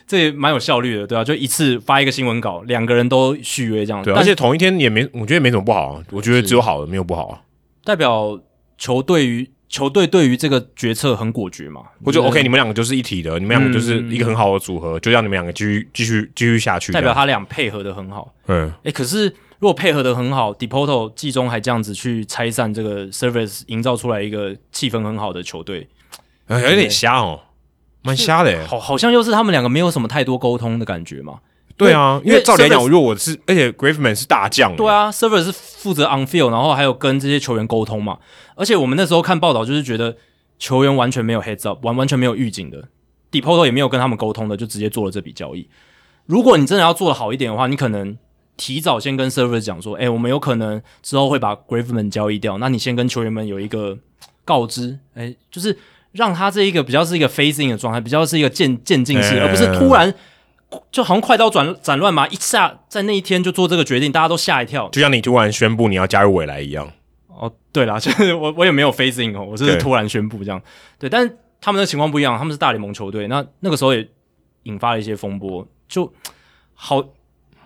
B: 这也蛮有效率的，对啊，就一次发一个新闻稿，两个人都续约这样，
A: 对啊、
B: 但
A: 而且同一天也没，我觉得没什么不好、啊，我觉得只有好的没有不好啊。
B: 代表球队于球队对于这个决策很果决嘛，
A: 我就 OK，你们两个就是一体的，你们两个就是一个很好的组合，就让你们两个继续继续继续下去。
B: 嗯代表他俩配合的很好。
A: 这样，嗯，
B: 诶，可是如果配合的很好，Depoto 季中还这样子去拆散这个 Service，营造出来一个气氛很好的球队，
A: 哎有点瞎哦，蛮瞎的耶。
B: 好，好像又是他们两个没有什么太多沟通的感觉嘛。
A: 对啊，
B: 因
A: 因
B: 为
A: 为照理来讲，
B: Service-
A: 如果我是，而且 Graveman 是大将，
B: 对，啊，Service 是负责 on field，然后还有跟这些球员沟通嘛。而且我们那时候看报道，就是觉得球员完全没有 heads up，完完全没有预警的，Depoto 也没有跟他们沟通的，就直接做了这笔交易。如果你真的要做的好一点的话，你可能提早先跟 Service 讲说，哎、我们有可能之后会把 Graveman 交易掉，那你先跟球员们有一个告知，哎、就是让他这一个比较是一个 phasing 的状态，比较是一个渐渐进式，
A: 嗯
B: 而不是突然。就好像快刀斩斩乱麻，一下在那一天就做这个决定，大家都吓一跳。
A: 就像你突然宣布你要加入未来一样，
B: 哦，对啦， 就是我我也没有 phasing 哦，我就是
A: 对
B: 突然宣布这样。对，但是他们的情况不一样，他们是大联盟球队，那那个时候也引发了一些风波，就好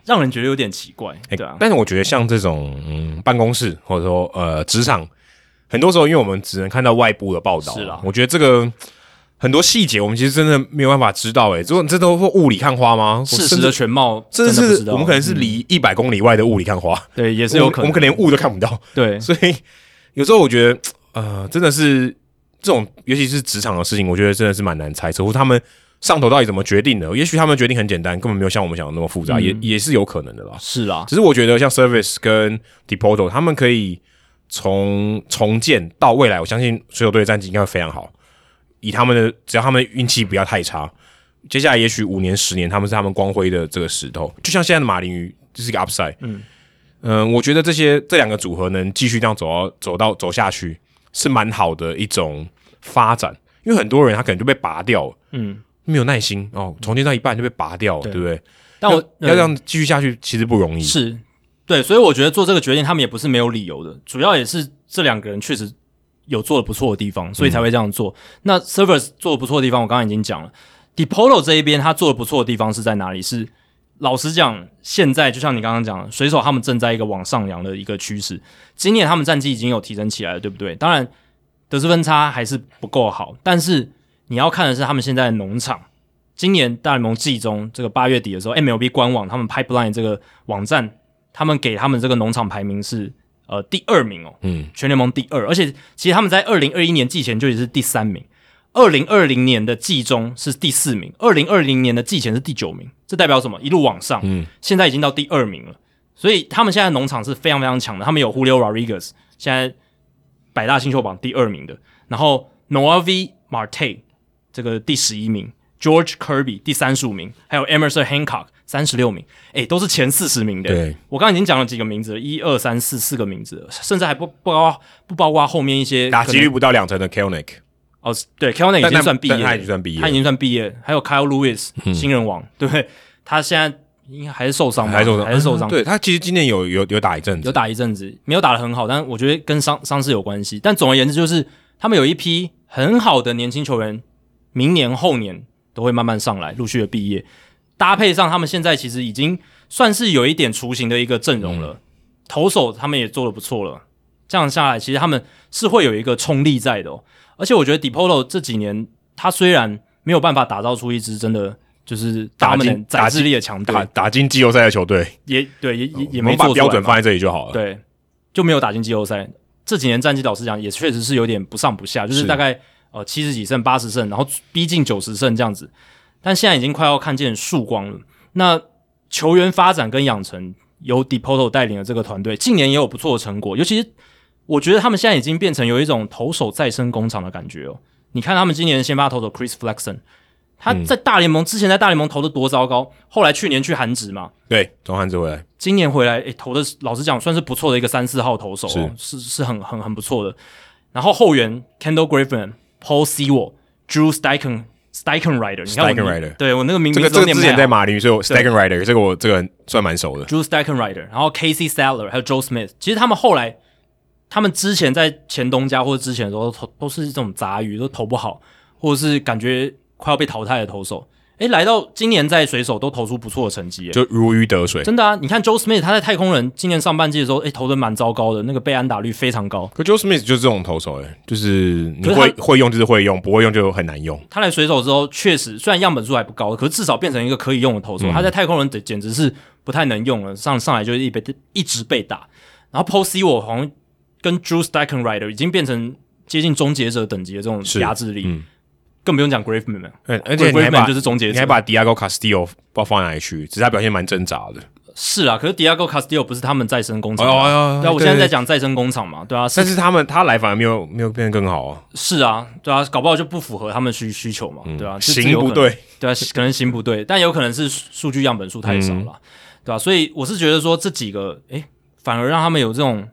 B: 让人觉得有点奇怪，
A: 哎
B: 对啊，
A: 但是我觉得像这种嗯办公室或者说呃职场，很多时候因为我们只能看到外部的报道，
B: 是啦
A: 我觉得这个。很多细节我们其实真的没有办法知道、欸，哎，如果你这都说雾里看花吗？我
B: 事
A: 甚
B: 实
A: 至
B: 的全貌
A: 真
B: 真
A: 的
B: 的不知
A: 是
B: 道，嗯
A: 我们可能是离一百公里外的雾里看花，
B: 对也
A: 也
B: 是有可
A: 我们
B: 能，
A: 可能连雾都看不到。
B: 对
A: 所以有时候我觉得，呃，真的是这种，尤其是职场的事情，我觉得真的是蛮难猜测，或他们上头到底怎么决定的？也许他们决定很简单，根本没有像我们想的那么复杂，也也是有可能的啦。
B: 是啦，
A: 只是我觉得像 Service 跟 Depoto，他们可以从重建到未来，我相信水手队的战绩应该会非常好。以他们的，只要他们运气不要太差，接下来也许五年、十年，他们是他们光辉的这个石头。就像现在的马林鱼，这、是一个 upside。嗯我觉得这些这两个组合能继续这样走到走到走下去，嗯呃是蛮好的一种发展。因为很多人他可能就被拔掉了，
B: 嗯，
A: 没有耐心哦，重建到一半就被拔掉了，
B: 对
A: 对不对？
B: 但我
A: 要要这样继续下去其实不容易。
B: 是，对，所以我觉得做这个决定，他们也不是没有理由的，主要也是这两个人确实有做的不错的地方，所以才会这样做。那 Servers 做的不错的地方，我刚刚已经讲了，Depolo 这一边他做的不错的地方是在哪里？是老实讲，现在就像你刚刚讲的，水手他们正在一个往上扬的一个趋势，今年他们战绩已经有提升起来了，对不对？当然得失分差还是不够好，但是你要看的是他们现在的农场。今年大联盟季中这个八月底的时候，MLB 官网他们 Pipeline 这个网站，他们给他们这个农场排名是呃第二名哦，
A: 嗯，
B: 全联盟第二，而且其实他们在二零二一年季前就已经是第三名，二零二零年的季中是第四名，二零二零年的季前是第九名，这代表什么？一路往上，
A: 嗯，
B: 现在已经到第二名了，所以他们现在农场是非常非常强的，他们有 Julio Rodriguez 现在百大新秀榜第二名的，然后 Noah V Marte 这个第十一名，George Kirby 第三十五名，还有 Emerson Hancock 三十六名，诶，都是前四十名的。
A: 对，
B: 我刚刚已经讲了几个名字了，一二三四四个名字了，甚至还不不包括不包括后面一些
A: 打击率
B: 可能
A: 不到两成的 Kelnick，
B: 哦，对 k e l n 已
A: 但
B: 经
A: 但
B: 算毕业
A: 但
B: 了，
A: 他已经算毕业嗯
B: 他已经算毕业了，还有 Kyle Lewis 新人王，对不对？他现在应该还是受伤吧，
A: 还受伤，
B: 啊还是受伤，
A: 对他其实今年有有有打一阵
B: 有
A: 子，
B: 打一阵子，没有打得很好，但我觉得跟伤伤势有关系。但总而言之，就是他们有一批很好的年轻球员，明年后年都会慢慢上来，陆续的毕业，搭配上他们现在其实已经算是有一点雏形的一个阵容
A: 嗯
B: 了，投手他们也做的不错了。这样下来，其实他们是会有一个冲力在的、哦。而且我觉得 Depolo 这几年，他虽然没有办法打造出一支真的就是
A: 打进
B: dominant
A: 打
B: 宰
A: 进
B: 制力的强队
A: 打，打进季后赛的球队，
B: 也对也也也
A: 我们
B: 没
A: 把
B: 做出来
A: 标准
B: 嘛
A: 放在这里就好了。
B: 对，就没有打进季后赛。这几年战绩，老实讲，也确实是有点不上不下，就是
A: 是
B: 大概呃七十几胜、八十胜，然后逼近九十胜这样子。但现在已经快要看见曙光了。那球员发展跟养成，由 Depoto 带领的这个团队，近年也有不错的成果。尤其是我觉得他们现在已经变成有一种投手再生工厂的感觉哦。你看他们今年的先发投手 Chris Flexen，他在大联盟、之前在大联盟投的多糟糕，后来去年去韩职嘛，
A: 对，从汉子回来，
B: 今年回来，诶、投的老实讲算是不错的一个三四号投手、哦，是是很很很不错的。然后后援 Kendall Griffin、Paul Sewell、Drew Steichen、Steichen Rider，你看我
A: Steichen-Rider
B: 对我那个名字
A: 这个这
B: 都
A: 个
B: 念
A: 之
B: 不太
A: 前
B: 好
A: 在马林，所以我 Stegen Rider 这个我这个算蛮熟的。
B: Drew Steichen Rider，然后 Casey Saller 还有 Joe Smith，其实他们后来，他们之前在前东家或者之前的时候投都是这种杂鱼，都投不好，或者是感觉快要被淘汰的投手。诶，来到今年在水手都投出不错的成绩耶，
A: 就如鱼得水。
B: 真的啊！你看 Joe Smith 他在太空人今年上半季的时候，诶、哎投的蛮糟糕的，那个被安打率非常高。
A: 可 Joe Smith 就是这种投手、欸，就是你
B: 可是
A: 会
B: 他
A: 会用就是会用，不会用就很难用。
B: 他来水手之后，确实虽然样本数还不高，可是至少变成一个可以用的投手。
A: 嗯
B: 他在太空人简简直是不太能用了，上上来就是一被一直被打。然后 Paul C 我好像跟 Drew Steichen Rider 已经变成接近终结者等级的这种
A: 是
B: 压制力，
A: 嗯
B: 更不用讲 Griffin 了。
A: 嗯，而且你还
B: Griffin
A: 把
B: 就是终结
A: 你
B: 者
A: 还，把 Diego Castillo 不知道放哪里去，只是他表现蛮挣扎的。
B: 是啊。可是 Diego Castillo 不是他们再生工厂
A: 哦
B: 吗，
A: 哦哦
B: 对啊，我
A: 对
B: 现在
A: 对
B: 在讲再生工厂嘛，对啊，是
A: 但是他们他来反而没有没有变得更好啊，
B: 是啊，对啊，搞不好就不符合他们需需求嘛，对啊，这
A: 嗯
B: 这
A: 行
B: 有
A: 不
B: 可能
A: 对，
B: 对啊，可能行不对，但有可能是数数据样本数太少
A: 嗯
B: 了，对吧、啊所以我是觉得说这几个，诶，反而让他们有这种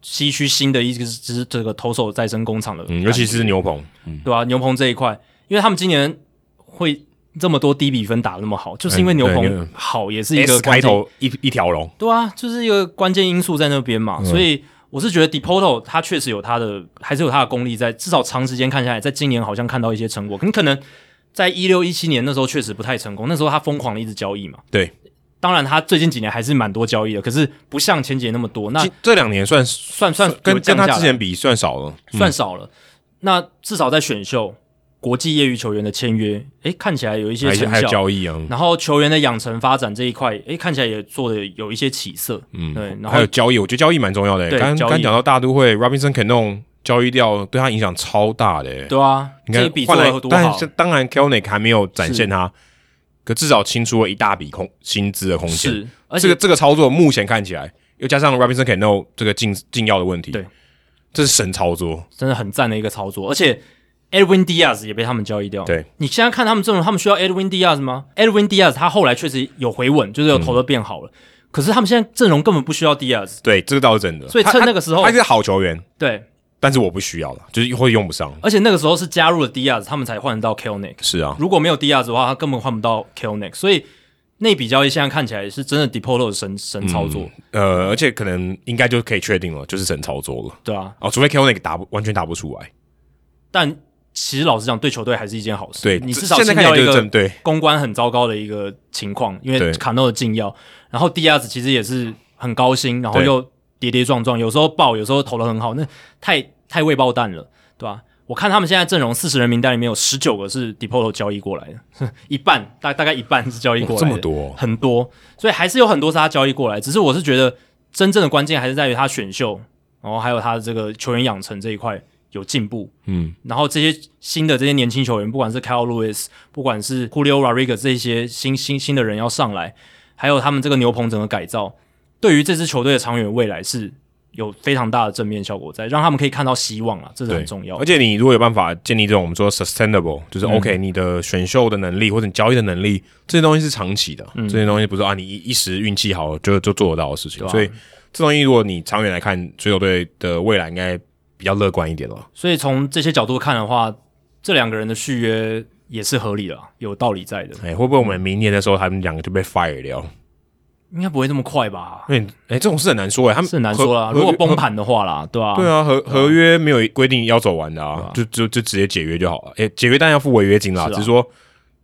B: 西区新的一支支这个投手再生工厂的感
A: 嗯，
B: 觉，
A: 尤其是牛棚，
B: 对啊，牛棚这一块，因为他们今年会这么多低比分打得那么好，就是因为
A: 嗯
B: 牛
A: 对
B: 棚
A: 牛
B: 好，也是一
A: S
B: 个
A: 开
B: 关键
A: 头一一条龙，
B: 对啊，就是一个关键因素在那边嘛，
A: 嗯
B: 所以我是觉得 Depoto 他确实有他的，还是有他的功力在，至少长时间看下来，在今年好像看到一些成果。你可能在一六一七年那时候确实不太成功，那时候他疯狂的一直交易嘛。
A: 对，
B: 当然他最近几年还是蛮多交易的，可是不像前几年那么多，那
A: 这这两年算是
B: 算算啊有
A: 跟
B: 降
A: 跟
B: 下
A: 他
B: 来
A: 之前嗯比算少了，
B: 算少了。那至少在选秀、国际业余球员的签约，诶，看起来有一些
A: 还
B: 成效。
A: 还有交易啊，
B: 然后球员的养成发展这一块，诶，看起来也做的有一些起色。
A: 嗯
B: 对，然后
A: 还有交易，我觉得交易蛮重要的、欸。
B: 对
A: 刚
B: 交易
A: 刚讲到大都会 Robinson Cano 交易掉，对他影响超大的、欸。
B: 对啊，
A: 你
B: 这
A: 看
B: 一笔做
A: 换来
B: 的多
A: 但
B: 好
A: 是，当然 Kelnick 还没有展现他，可至少清出了一大笔空薪资的空间。
B: 是，而
A: 这
B: 且
A: 个这个操作目前看起来，又加上 Robinson Cano 这个禁禁药的问题，
B: 对，哦
A: 这是神操作。
B: 真的很赞的一个操作，而且 Edwin Diaz 也被他们交易掉。
A: 对，
B: 你现在看他们阵容，他们需要 Edwin Diaz 吗？Edwin Diaz 他后来确实有回稳，就是有
A: 嗯
B: 投的变好了，可是他们现在阵容根本不需要 Diaz，
A: 对，这个倒是真的。
B: 所以
A: 他
B: 趁
A: 他
B: 那个时候
A: 他是好球员，
B: 对，
A: 但是我不需要了，就是会用不上。
B: 而且那个时候是加入了 Diaz，他们才换得到 Kelnick，
A: 是啊，
B: 如果没有 Diaz 的话，他根本换不到 Kelnick，所以内比交易现在看起来是真的 Depolo 的神神操作，
A: 呃，而且可能应该就可以确定了，就是神操作了。
B: 对啊。
A: 哦，除非 KO 那个打不完全打不出来，
B: 但其实老实讲，对球队还是一件好事。
A: 对，
B: 你
A: 这
B: 至少
A: 现在
B: 清
A: 看起
B: 掉
A: 来
B: 一
A: 就是
B: 个
A: 正对，
B: 公关很糟糕的一个情况，因
A: 对
B: 为卡诺的禁药，然后迪亚子其实也是很高薪，然后
A: 对
B: 又跌跌撞撞，有时候爆，有时候投的很好，那太太未爆弹了，对吧、我看他们现在阵容四十人名单里面有十九个是 Depolo 交易过来的， 一半大大概一半是交易过来的，
A: 这么多，哦
B: 很多，所以还是有很多是他交易过来。只是我是觉得真正的关键还是在于他选秀，然后还有他的这个球员养成这一块有进步。
A: 嗯，
B: 然后这些新的这些年轻球员，不管是 Kyle Lewis，不管是 Julio Rodriguez 这些新新新的人要上来，还有他们这个牛棚整个改造，对于这支球队的长远未来是有非常大的正面效果在，让他们可以看到希望啊，这是
A: 对，
B: 很重要嗯
A: 而。且你如果有办法建立这种我们说 sustainable，就是 OK，、你的选秀的能力或者你交易的能力，这些东西是长期的，这些东西不是啊你一一时运气好就就做得到的事情。
B: 嗯对啊
A: 所以这东西如果你长远来看，追球队的未来应该比较乐观一点了。
B: 所以从这些角度看的话，这两个人的续约也是合理的啊、有道理在的，
A: 哎、会不会我们明年的时候他们两个就被 fire 掉？
B: 应该不会这么快吧？
A: 因为哎、这种事很难说哎、他们
B: 是很难说啦。
A: 合
B: 如果崩。
A: 合
B: 盘的话啦，对啊，
A: 对啊，合合约没有规定要走完的啊，就就就直接解约就好了。哎、解约当然要付违约金啦，
B: 是啊
A: 只是说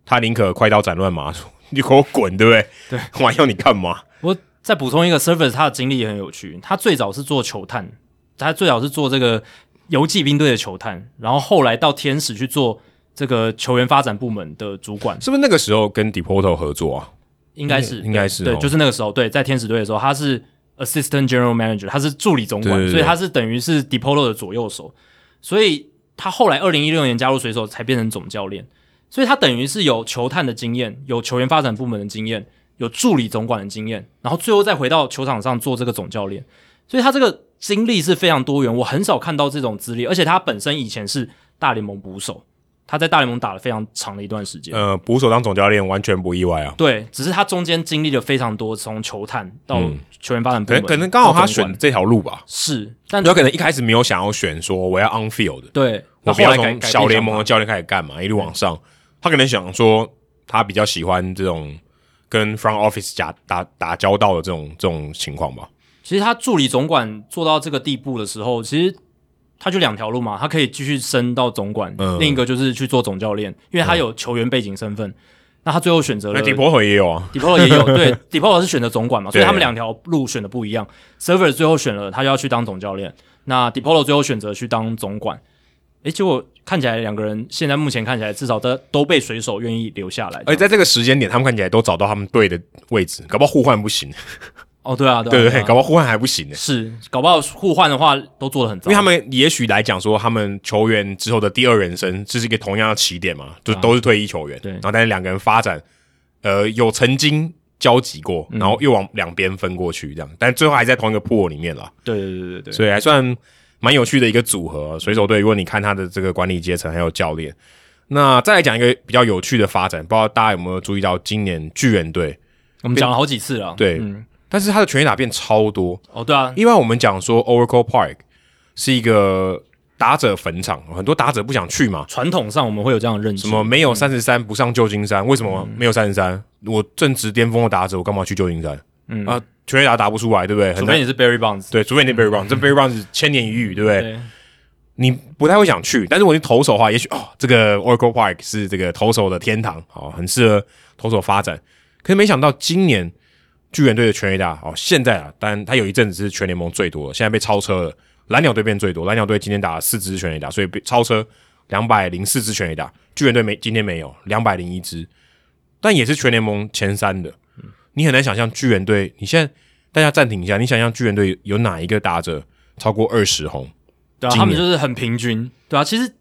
A: 他宁可快刀斩乱麻， 你给我滚，对不对？对， 我还要你干嘛？
B: 我再补充一个 Surface，他的经历也很有趣。他最早是做球探，他最早是做这个游骑兵队的球探，然后后来到天使去做这个球员发展部门的主管，
A: 是不是那个时候跟 Depoto 合作啊？
B: 应该是
A: 应该是
B: 对，
A: 哦
B: 就是那个时候，对，在天使队的时候，他是 Assistant General Manager，他是助理总管，
A: 对对对
B: 所以他是等于是 Depolo 的左右手，所以他后来二零一六年加入水手，才变成总教练。所以他等于是有球探的经验，有球员发展部门的经验，有助理总管的经验，然后最后再回到球场上做这个总教练。所以他这个经历是非常多元，我很少看到这种资历，而且他本身以前是大联盟捕手，他在大联盟打了非常长的一段时间。
A: 呃，捕手当总教练完全不意外啊。
B: 对，只是他中间经历了非常多，从球探到球员发展部
A: 嗯可
B: 门，
A: 能可能刚好他
B: 到总管
A: 选这条路吧，
B: 是，但
A: 有可能一开始没有想要选说我要 on field，
B: 对，
A: 我
B: 那
A: 不
B: 后
A: 要
B: 来改
A: 从小联盟的，啊
B: 改变想法
A: 教练开始干嘛，一路往上。他可能想说，他比较喜欢这种跟 front office 打打打交道的这种这种情况吧。
B: 其实他助理总管做到这个地步的时候，其实他就两条路嘛，他可以继续升到总管，
A: 嗯
B: 另一个就是去做总教练，因为他有球员背景身份。那他最后选择
A: 那
B: 了
A: d e p o 也有啊，
B: Depolo 也有， 对，Depolo 是选择总管嘛，所以
A: 对
B: 他们两条路选的不一样。Server 最后选了他就要去当总教练，那 Depolo 最后选择去当总管。诶，结果看起来两个人现在目前看起来至少都都被水手愿意留下来。
A: 而且在哎这个时间点，他们看起来都找到他们对的位置，搞不好互换不行，
B: 哦，对啊，
A: 对不
B: 对啊对
A: 对？
B: 啊
A: 搞不好互换还不行呢、
B: 是搞不好互换的话都做的很糟，
A: 因为他们也许来讲说，他们球员之后的第二人生，这是一个同样的起点嘛，就
B: 啊
A: 都是退役球员，
B: 对
A: 然后但是两个人发展，呃，有曾经交集过，
B: 嗯
A: 然后又往两边分过去这样，但最后还在同一个 pool 里面啦，
B: 对对对对对，
A: 所以还算蛮有趣的一个组合。水手队，如果你看他的这个管理阶层还有教练，那再来讲一个比较有趣的发展，不知道大家有没有注意到，今年巨人队
B: 我们讲了好几次了。
A: 对，但是他的全垒打变超多，
B: 哦，对啊，
A: 因为我们讲说 Oracle Park 是一个打者坟场，很多打者不想去嘛。
B: 传统上我们会有这样的认知，
A: 什么没
B: 嗯
A: 有三十三不上旧金山？为什么没有三十三？我正值巅峰的打者，我干嘛去旧金山？嗯啊，全垒打打不出来，对不对？很
B: 除
A: 难
B: 非。你是 Barry Bonds，
A: 对，除非你 Barry Bonds，、这 Barry Bonds 是千年一遇，对不对？
B: 对
A: 你不太会想去，但是我去投手的话，也许哦，这个 Oracle Park 是这个投手的天堂，哦，很适合投手发展。可是没想到今年巨人队的全垒打，哦，现在啊，当然他有一阵子是全联盟最多的，现在被超车了。蓝鸟队变最多，蓝鸟队今天打了四支全垒打，所以被超车两百零四支全垒打。巨人队没今天没有两百零一支，但也是全联盟前三的。你很难想象巨人队，你现在大家暂停一下，你想象巨人队有哪一个打者超过二十红？
B: 对啊，
A: 今年
B: 他们就是很平均，对啊。其实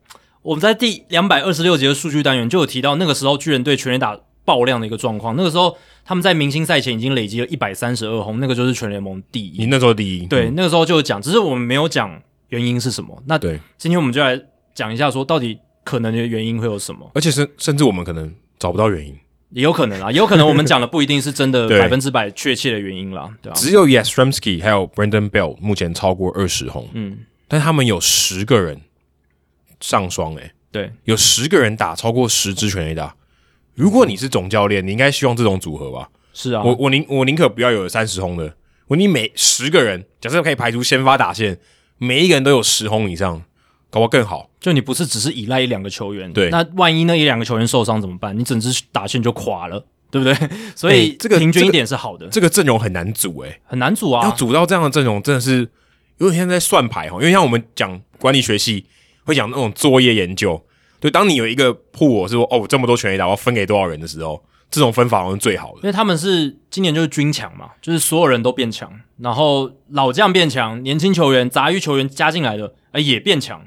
B: 我们在第两百二十六节的数据单元就有提到，那个时候巨人队全垒打爆量的一个状况，那个时候他们在明星赛前已经累积了一百三十二轰，那个就是全联盟第一
A: 你。那时候第一，
B: 对，那个时候就有讲，只是我们没有讲原因是什么。那
A: 对，
B: 今天我们就来讲一下，说到底可能的原因会有什么？
A: 而且甚甚至我们可能找不到原因，
B: 也有可能啊啦，也有可能我们讲的不一定是真的
A: 对
B: 百分之百确切的原因啦，对啊。
A: 只有 Yastrzemski 还有 Brandon Bell 目前超过二十红，
B: 嗯，
A: 但他们有十个人上双，诶，
B: 对，
A: 有十个人打超过十支全垒打。如果你是总教练，你应该希望这种组合吧？
B: 是啊，
A: 我我宁我宁可不要有三十轰的，我宁每十个人，假设可以排除先发打线，每一个人都有十轰以上，搞不好更好。
B: 就你不是只是依赖一两个球员，
A: 对
B: 那万一那一两个球员受伤怎么办？你整支打线就垮了，对不对？所以、
A: 哎这个
B: 平
A: 这
B: 均
A: 个
B: 一点是好的，
A: 这个阵容很难组欸诶、
B: 很难组
A: 要
B: 啊。
A: 组到这样的阵容真的是有点像在算牌哈，因为像我们讲管理学系会讲那种作业研究，就当你有一个铺我是说哦，我这么多权益打，我要分给多少人的时候，这种分法好像是最好的。
B: 因为他们是今年就是军强嘛，就是所有人都变强，然后老将变强，年轻球员、杂鱼球员加进来的，哎、也变强。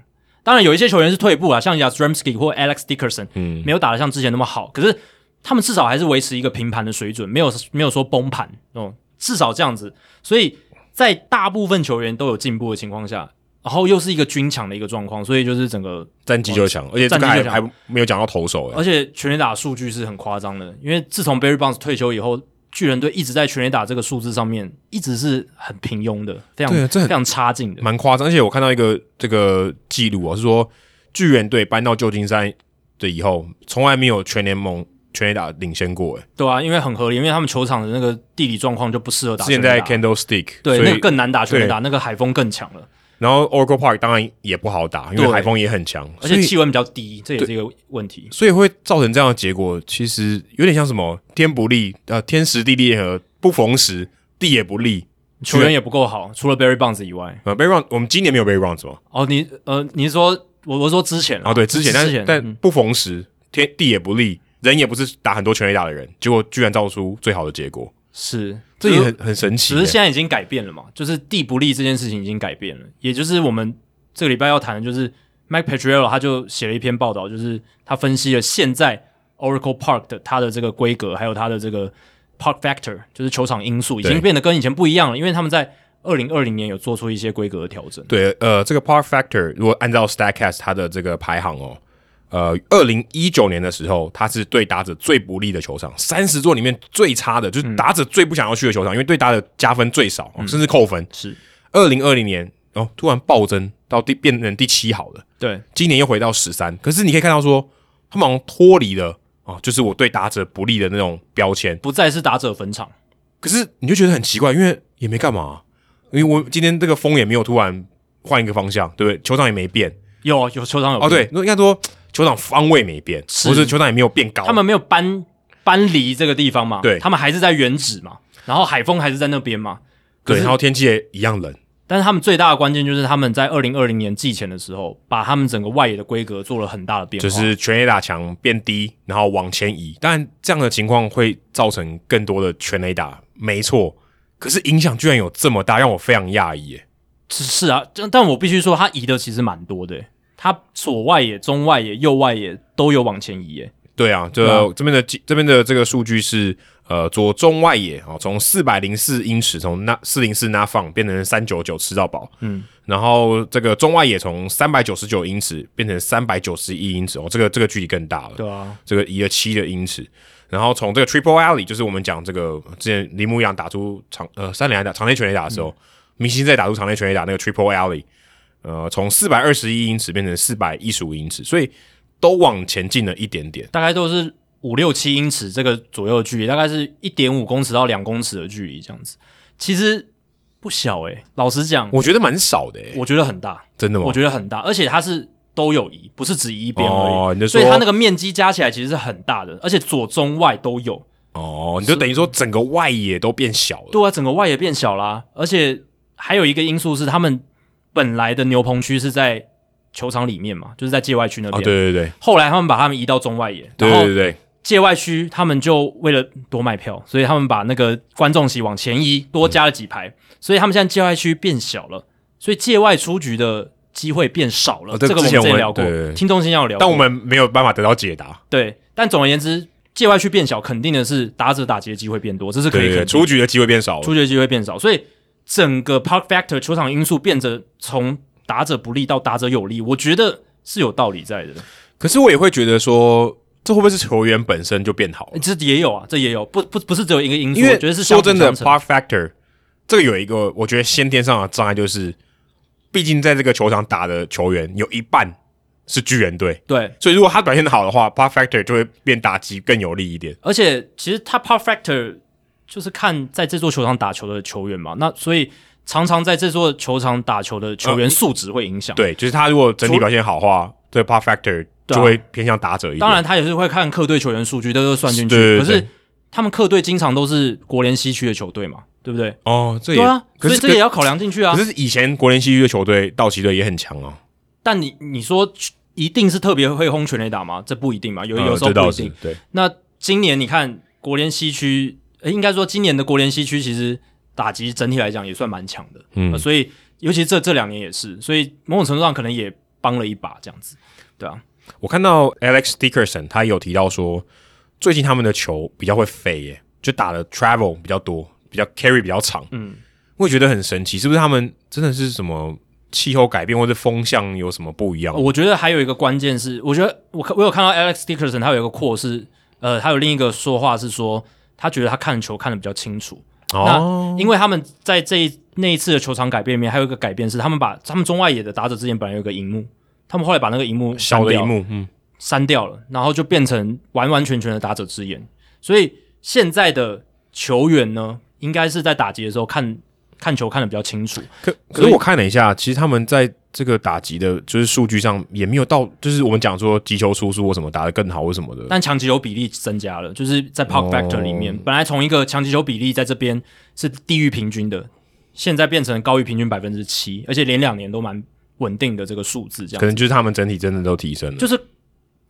B: 当然有一些球员是退步啊，像 y a s r e m s k y 或 Alex Dickerson，嗯，没有打得像之前那么好，可是他们至少还是维持一个平盘的水准，没有没有说崩盘哦，至少这样子。所以在大部分球员都有进步的情况下，然后又是一个军强的一个状况，所以就是整个
A: 战绩就强，而且这
B: 战绩
A: 个
B: 就
A: 还
B: 强
A: 还没有讲到投手、欸，
B: 而且全垒打数据是很夸张的，因为自从 Barry Bonds 退休以后，巨人队一直在全垒打这个数字上面一直是很平庸的，非常
A: 对啊这
B: 非
A: 很
B: 常差劲的。
A: 蛮夸张。而且我看到一个这个记录啊，是说巨人队搬到旧金山的以后，从来没有全联盟全垒打领先过、欸，
B: 对啊，因为很合理，因为他们球场的那个地理状况就不适合打
A: 之
B: 全
A: 前在
B: 垒打。
A: Candlestick，
B: 对，
A: 所
B: 那个
A: 以
B: 更难打全垒打，那个海风更强了，
A: 然后 Oracle Park 当然也不好打，因为
B: 对
A: 海风也很强，
B: 而
A: 所
B: 且
A: 以
B: 气温比较低，这也是一个问题。
A: 所以会造成这样的结果，其实有点像什么天不利，呃，天时地利人和不逢时，地也不利。
B: 球员也不够好，除了 Barry Bonds 以外。
A: 呃 b a r r o n 我们今年没有 b a r r o n 吗？
B: 哦，你呃，你是说我我说之前
A: 哦，对，之前但
B: 啊之
A: 是
B: 前
A: 但
B: 嗯
A: 不逢时，天地也不利，人也不是打很多全垒打的人，结果居然造出最好的结果，
B: 是
A: 这也很很神奇
B: 只是
A: 耶。
B: 现在已经改变了嘛，就是地不利这件事情已经改变了，也就是我们这个礼拜要谈的，就是 Mike Petriello 他就写了一篇报道，就是他分析了现在 Oracle Park 的它的这个规格，还有它的这个 Park Factor，就是球场因素已经
A: 对
B: 变得跟以前不一样了，因为他们在二零二零年有做出一些规格的调整。
A: 对，呃，这个 Park Factor 如果按照 Statcast 它的这个排行哦，呃，二零一九年的时候，它是对打者最不利的球场，三十座里面最差的，
B: 嗯
A: 就是打者最不想要去的球场，因为对打者加分最少，哦甚至扣分。
B: 是，
A: 二零二零年哦，突然暴增到第变成第七好了，
B: 对，
A: 今年又回到十三。可是你可以看到说，他们好像脱离了哦，就是我对打者不利的那种标签。
B: 不再是打者坟场，
A: 可是你就觉得很奇怪，因为也没干嘛、啊因为我今天这个风也没有突然换一个方向，对不对？球场也没变
B: 有有球场有
A: 哦，对，，那应该说球场方位没变，
B: 嗯是
A: 或者球场也没有变高。
B: 他们没有搬搬离这个地方嘛，
A: 对
B: 他们还是在原址嘛，然后海风还是在那边嘛，可
A: 对，
B: 是
A: 然后天气也一样冷，
B: 但是他们最大的关键就是他们在二零二零年季前的时候，把他们整个外野的规格做了很大的变
A: 就
B: 化。
A: 是全垒打墙变低，然后往前移。当然，这样的情况会造成更多的全垒打，没错。可是影响居然有这么大，让我非常讶异耶。
B: 是是啊，但但我必须说，他移的其实蛮多的欸，他左外野、中外野、右外野都有往前移欸耶。
A: 对啊，这、
B: 对
A: 这边的这边的这个数据是，呃，左中外野哦，从四百零四英尺从那四零四那放变成三九九吃到饱，
B: 嗯，
A: 然后这个中外野从三百九十九英尺变成三百九十一英尺哦，这个这个距离更大了。
B: 对啊，
A: 这个移了七的英尺。然后从这个 Triple Alley，就是我们讲这个之前铃木一朗打出长呃三连打长内全垒打的时候，
B: 嗯
A: 明星在打出长内全垒打那个 Triple Alley，呃，从四百二十一英尺变成四百一十五英尺，所以都往前进了一点点。
B: 大概都是五六七英尺这个左右的距离，大概是一点五公尺到两公尺的距离这样子，其实不小诶。老实讲，
A: 我觉得蛮少的、欸，
B: 我觉得很大，
A: 真的吗
B: 我？觉得很大，而且它是都有移，不是只移一边而已。
A: 哦你就说
B: 所以它那个面积加起来其实是很大的，而且左中外都有。
A: 哦，你就等于说整个外野都变小了。
B: 对啊，整个外也变小啦，而且还有一个因素是，他们本来的牛棚区是在球场里面嘛，就是在界外区那
A: 啊，
B: 边。
A: 对对对
B: 后来他们把他们移到中外野，
A: 对对
B: 然后呃
A: 对对，
B: 界外区他们就为了多卖票，所以他们把那个观众席往前移，多加了几排，所以他们现在界外区变小了，所以界外出局的机会变少了。
A: 哦这
B: 这个我们
A: 之前
B: 之
A: 我们
B: 前聊过
A: 对对，对
B: 听众先要聊过，
A: 但我们没有办法得到解答。
B: 对，但总而言之，界外区变小，肯定的是打者打击的机会变多，这是可
A: 对
B: 以
A: 对对，
B: 肯定的
A: 出局的机会变少了。
B: 出局的机会变少，所以整个 Park Factor 球场因素变得从打者不利到打者有利，我觉得是有道理在的。
A: 可是我也会觉得说，这会不会是球员本身就变好了
B: 诶？这也有啊，这也有，不不不是只有一个因素，
A: 因为
B: 我觉得是
A: 说
B: 相
A: 真
B: 辅
A: 的
B: 相成。
A: ，Park Factor 这个有一个我觉得先天上的障碍，就是毕竟在这个球场打的球员有一半是巨人队，
B: 对，
A: 所以如果他表现的好的话，Park Factor 就会变打击更有利一点。
B: 而且其实他 Park Factor 就是看在这座球场打球的球员嘛，那所以常常在这座球场打球的球员素质会影响。
A: 呃对，就是他如果整体表现好的话，对 p a r factor
B: 对啊
A: 就会偏向打者一点。
B: 当然，他也是会看客队球员数据，这都算进去。
A: 对对对
B: 可是他们客队经常都是国联西区的球队嘛，对不对？
A: 哦，这也
B: 对啊，
A: 可是
B: 所以这个也要考量进去啊
A: 可。是以前国联西区的球队，道奇队也很强哦。
B: 但你你说一定是特别会轰全垒打吗？这不一定嘛，有有时
A: 嗯这
B: 候不
A: 倒
B: 一
A: 是
B: 定。
A: 对，
B: 那今年你看国联西区，诶应该说今年的国联西区其实打击整体来讲也算蛮强的，
A: 嗯
B: 呃所以尤其这这两年也是，所以某种程度上可能也帮了一把这样子，对啊，
A: 我看到 Alex Dickerson 他有提到说，最近他们的球比较会飞耶，就打的 travel 比较多，比较 carry 比较长。
B: 嗯，
A: 我也觉得很神奇，是不是他们真的是什么气候改变或者风向有什么不一样？
B: 呃我觉得还有一个关键是，我觉得我看我有看到 Alex Dickerson 他有一个扩是，呃，他有另一个说话是说，他觉得他看球看得比较清楚，
A: 哦，
B: 因为他们在这一那一次的球场改变里面，还有一个改变是，他们把他们中外野的打者之前本来有一个荧幕，他们后来把那个荧幕
A: 小的
B: 删
A: 一
B: 掉
A: 幕，嗯，
B: 删掉了，然后就变成完完全全的打者之眼。所以现在的球员呢，应该是在打击的时候看看球看得比较清楚。
A: 可可
B: 所
A: 是
B: 以
A: 我看了一下，其实他们在这个打击的，就是数据上也没有到，就是我们讲说击球出速或什么打得更好或什么的，
B: 但强击球比例增加了，就是在
A: 哦
B: Park Factor 里面，本来从一个强击球比例在这边是低于平均的，现在变成高于平均百分之七，而且连两年都蛮稳定的这个数字，这样
A: 可能就是他们整体真的都提升了。
B: 就是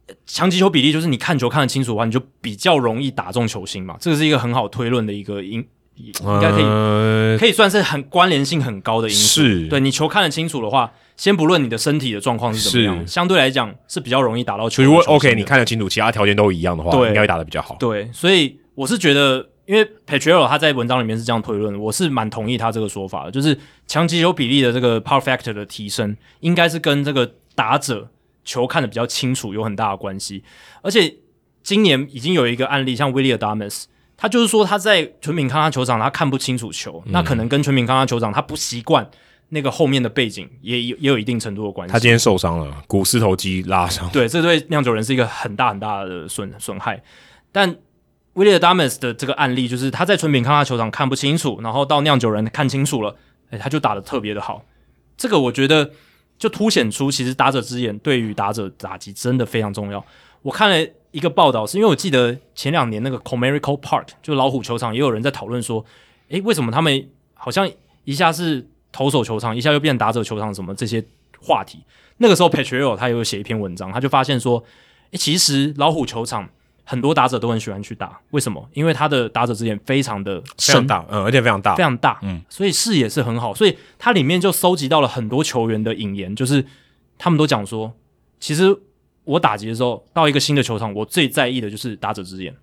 B: 呃强击球比例，就是你看球看得清楚的话，你就比较容易打中球星嘛。这个是一个很好推论的一个因，应该可以、
A: 以
B: 可以算是很关联性很高的因素。
A: 是，
B: 对你球看得清楚的话，先不论你的身体的状况是怎么样，
A: 是
B: 相对来讲是比较容易打到球的球星的。
A: 如果 OK，你看得清楚，其他条件都一样的话，
B: 对
A: 应该会打得比较好。
B: 对，所以我是觉得，因为 Petrero 他在文章里面是这样推论的，我是蛮同意他这个说法的，就是强击球比例的这个 power factor 的提升，应该是跟这个打者球看得比较清楚有很大的关系。而且今年已经有一个案例，像 w i l l i a d a m a s 他就是说他在全品康他球场他看不清楚球，那可能跟全品康他球场他不习惯那个后面的背景也也也有一定程度的关系。
A: 他今天受伤了，股四头肌拉伤。
B: 对，这对酿酒人是一个很大很大的损损害。但威廉·达 a 斯的这个案例，就是他在纯品康他球场看不清楚，然后到酿酒人看清楚了，哎，他就打得特别的好。这个我觉得就凸显出，其实打者之眼对于打者打击真的非常重要。我看了一个报道，是因为我记得前两年那个 Comerical Park 就老虎球场也有人在讨论说，诶，为什么他们好像一下是投手球场，一下又变打者球场，什么这些话题。那个时候 p a t r i o 他有写一篇文章，他就发现说，诶，其实老虎球场很多打者都很喜欢去打，为什么？因为他的打者之眼非常的
A: 非
B: 深
A: 常大，嗯，而且非常大
B: 非。常大，嗯，所以视野是很好，所以它里面就收集到了很多球员的引言，就是他们都讲说，其实我打击的时候到一个新的球场，我最在意的就是打者之眼。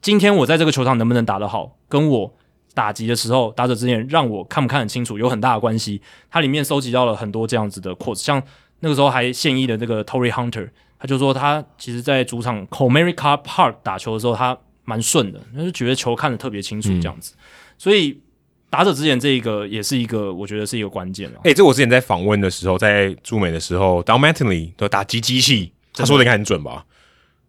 B: 今天我在这个球场能不能打得好，跟我打击的时候打者之眼让我看不看得清楚有很大的关系。它里面收集到了很多这样子的 quotes，像那个时候还现役的那个 Tory Hunter，他就说他其实在主场 Comerica Park 打球的时候，他蛮顺的，他就觉得球看得特别清楚这样子。所以打者之眼这一个也是一个，我觉得是一个关键啊了。
A: 哎、这我之前在访问的时候，在驻美的时候 d o m a t i n l y 的打击机器，他说的应该很准吧？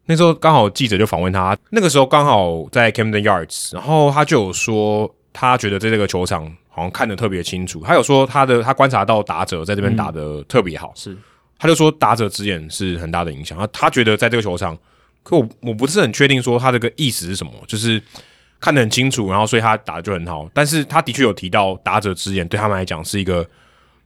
A: 那时候刚好记者就访问他，那个时候刚好在 Camden Yards，然后他就有说，他觉得在这个球场好像看得特别清楚，他有说他的他观察到打者在这
B: 嗯
A: 边打的特别好，
B: 是
A: 他就说打者之眼是很大的影响，他他觉得在这个球场，可我我不是很确定说他这个意思是什么，就是看得很清楚，然后所以他打的就很好，但是他的确有提到打者之眼对他们来讲是一个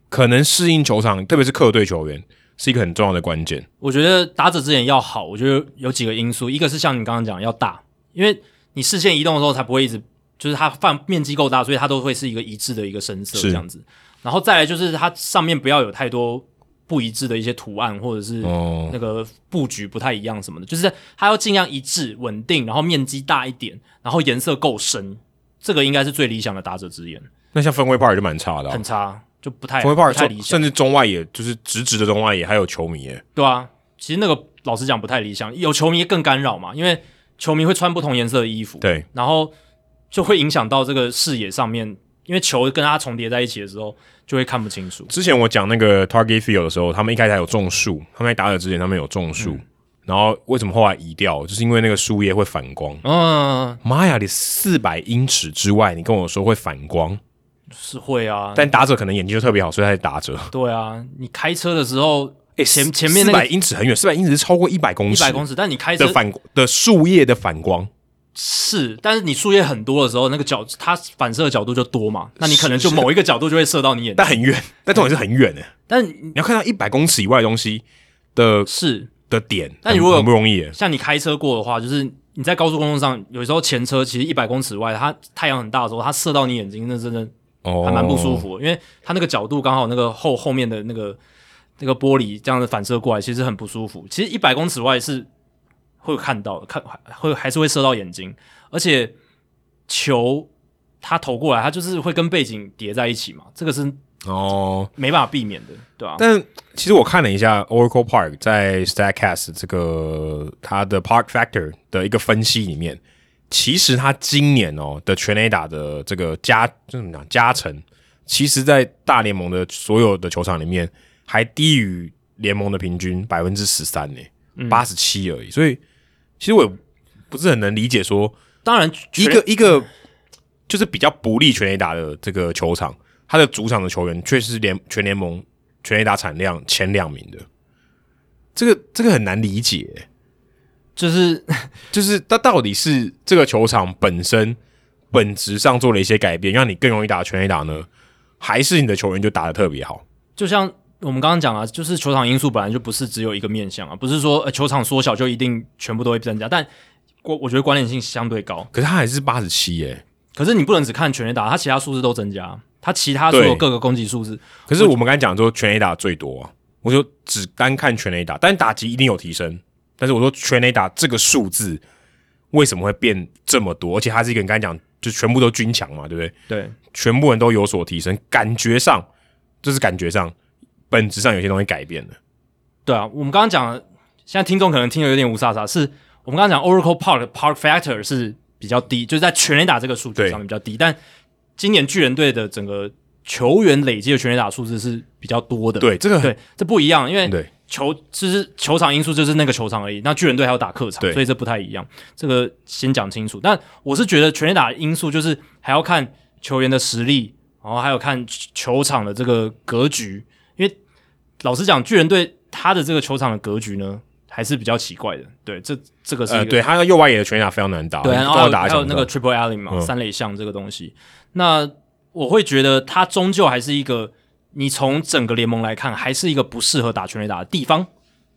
A: 可能适应球场，特别是客队球员是一个很重要的关键。
B: 我觉得打者之眼要好，我觉得有几个因素，一个是像你刚刚讲要大，因为你视线移动的时候才不会一直，就是它范面积够大，所以它都会是一个一致的一个深色
A: 是
B: 这样子。然后再来就是它上面不要有太多不一致的一些图案或者是
A: 哦，
B: 那个布局不太一样什么的，就是它要尽量一致、稳定，然后面积大一点，然后颜色够深，这个应该是最理想的打者之眼，
A: 那像分位 part 就蛮差的、啊
B: 很，差就不太
A: 分位
B: 不太
A: part
B: 理想，
A: 甚至中外野就是直直的中外野，还有球迷耶，
B: 对啊，其实那个老实讲不太理想，有球迷更干扰嘛，因为球迷会穿不同颜色的衣服，
A: 对，
B: 然后就会影响到这个视野上面，因为球跟它重叠在一起的时候就会看不清楚。嗯
A: 之前我讲那个 target field 的时候，他们一开始还有种树，他们在打者之前他们有种树，然后为什么后来移掉？就是因为那个树叶会反光。
B: 嗯，
A: 妈呀，你四百英尺之外，你跟我说会反光，
B: 是会啊，
A: 但打者可能眼睛就特别好，所以他在打折。
B: 对啊，你开车的时候，
A: 哎
B: 前前面那
A: 四百
B: 个
A: 英尺很远，四百英尺是超过一百公
B: 一
A: 尺
B: 百公尺，但你开车
A: 的反的树叶的反光，
B: 是，但是你树叶很多的时候，那个角它反射的角度就多嘛，那你可能就某一个角度就会射到你眼睛。
A: 但很远，但重点是很远的。
B: 但
A: 你要看到一百公尺以外的东西的
B: 是，
A: 的点，
B: 但如果
A: 很很不容易欸耶，
B: 像你开车过的话，就是你在高速公路上，有时候前车其实一百公尺外，它太阳很大的时候，它射到你眼睛，那真的
A: 哦，
B: 还蛮不舒。服的，因为它那个角度刚好那个后后面的那个那个玻璃这样子反射过来，其实很不舒服。其实一百公尺外是会看到的，看还会还是会射到眼睛，而且球它投过来，它就是会跟背景叠在一起嘛，这个是
A: 哦，
B: 没办法避免的，对啊吧、
A: 但其实我看了一下 Oracle Park 在 Statcast 这个它的 Park Factor 的一个分析里面，其实它今年哦的全垒打的这个加这怎么讲加成，其实在大联盟的所有的球场里面还低于联盟的平均百分之十三呢，八十七而已。所以其实我也不是很能理解说
B: 当然，
A: 一个一个就是比较不利全垒打的这个球场，他的主场的球员却是联全联盟全垒打产量前两名的，这个这个很难理解，
B: 就是
A: 就是它到底是这个球场本身本质上做了一些改变，让你更容易打全垒打呢，还是你的球员就打的特别好？
B: 就像我们刚刚讲啊，就是球场因素本来就不是只有一个面向啊，不是说、呃、球场缩小就一定全部都会增加，但我我觉得关联性相对高。
A: 可是他还是八十七耶。
B: 可是你不能只看全垒打，它其他数字都增加，啊它其他所有各个攻击数字，
A: 可是我们刚才讲说全垒打最多啊，我就只单看全垒打，但打击一定有提升。但是我说全垒打这个数字为什么会变这么多？而且它是一个你刚才讲，就全部都均强嘛，对不对？
B: 对，
A: 全部人都有所提升，感觉上这是感觉上，本质上有些东西改变了。
B: 对啊，我们刚刚讲的，现在听众可能听得有点无沙沙，是我们刚刚讲 Oracle Park Park Factor 是比较低，就是在全垒打这个数据上面比较低，但今年巨人队的整个球员累积的全垒打数字是比较多的，
A: 对，这个很
B: 对，这不一样，因为
A: 对
B: 球就是球场因素就是那个球场而已，那巨人队还要打客场，
A: 对
B: 所以这不太一样。这个先讲清楚。但我是觉得全垒打因素就是还要看球员的实力，然后还有看球场的这个格局。因为老实讲，巨人队他的这个球场的格局呢，还是比较奇怪的。对，这这个是一个、
A: 呃，对，他的右外野的全垒打非常难打，
B: 对，然
A: 然
B: 后还
A: 后
B: 有
A: 打
B: 还有那个
A: 想
B: Triple Allen 嘛，
A: 嗯
B: 三垒项这个东西，那我会觉得它终究还是一个，你从整个联盟来看，还是一个不适合打全垒打的地方。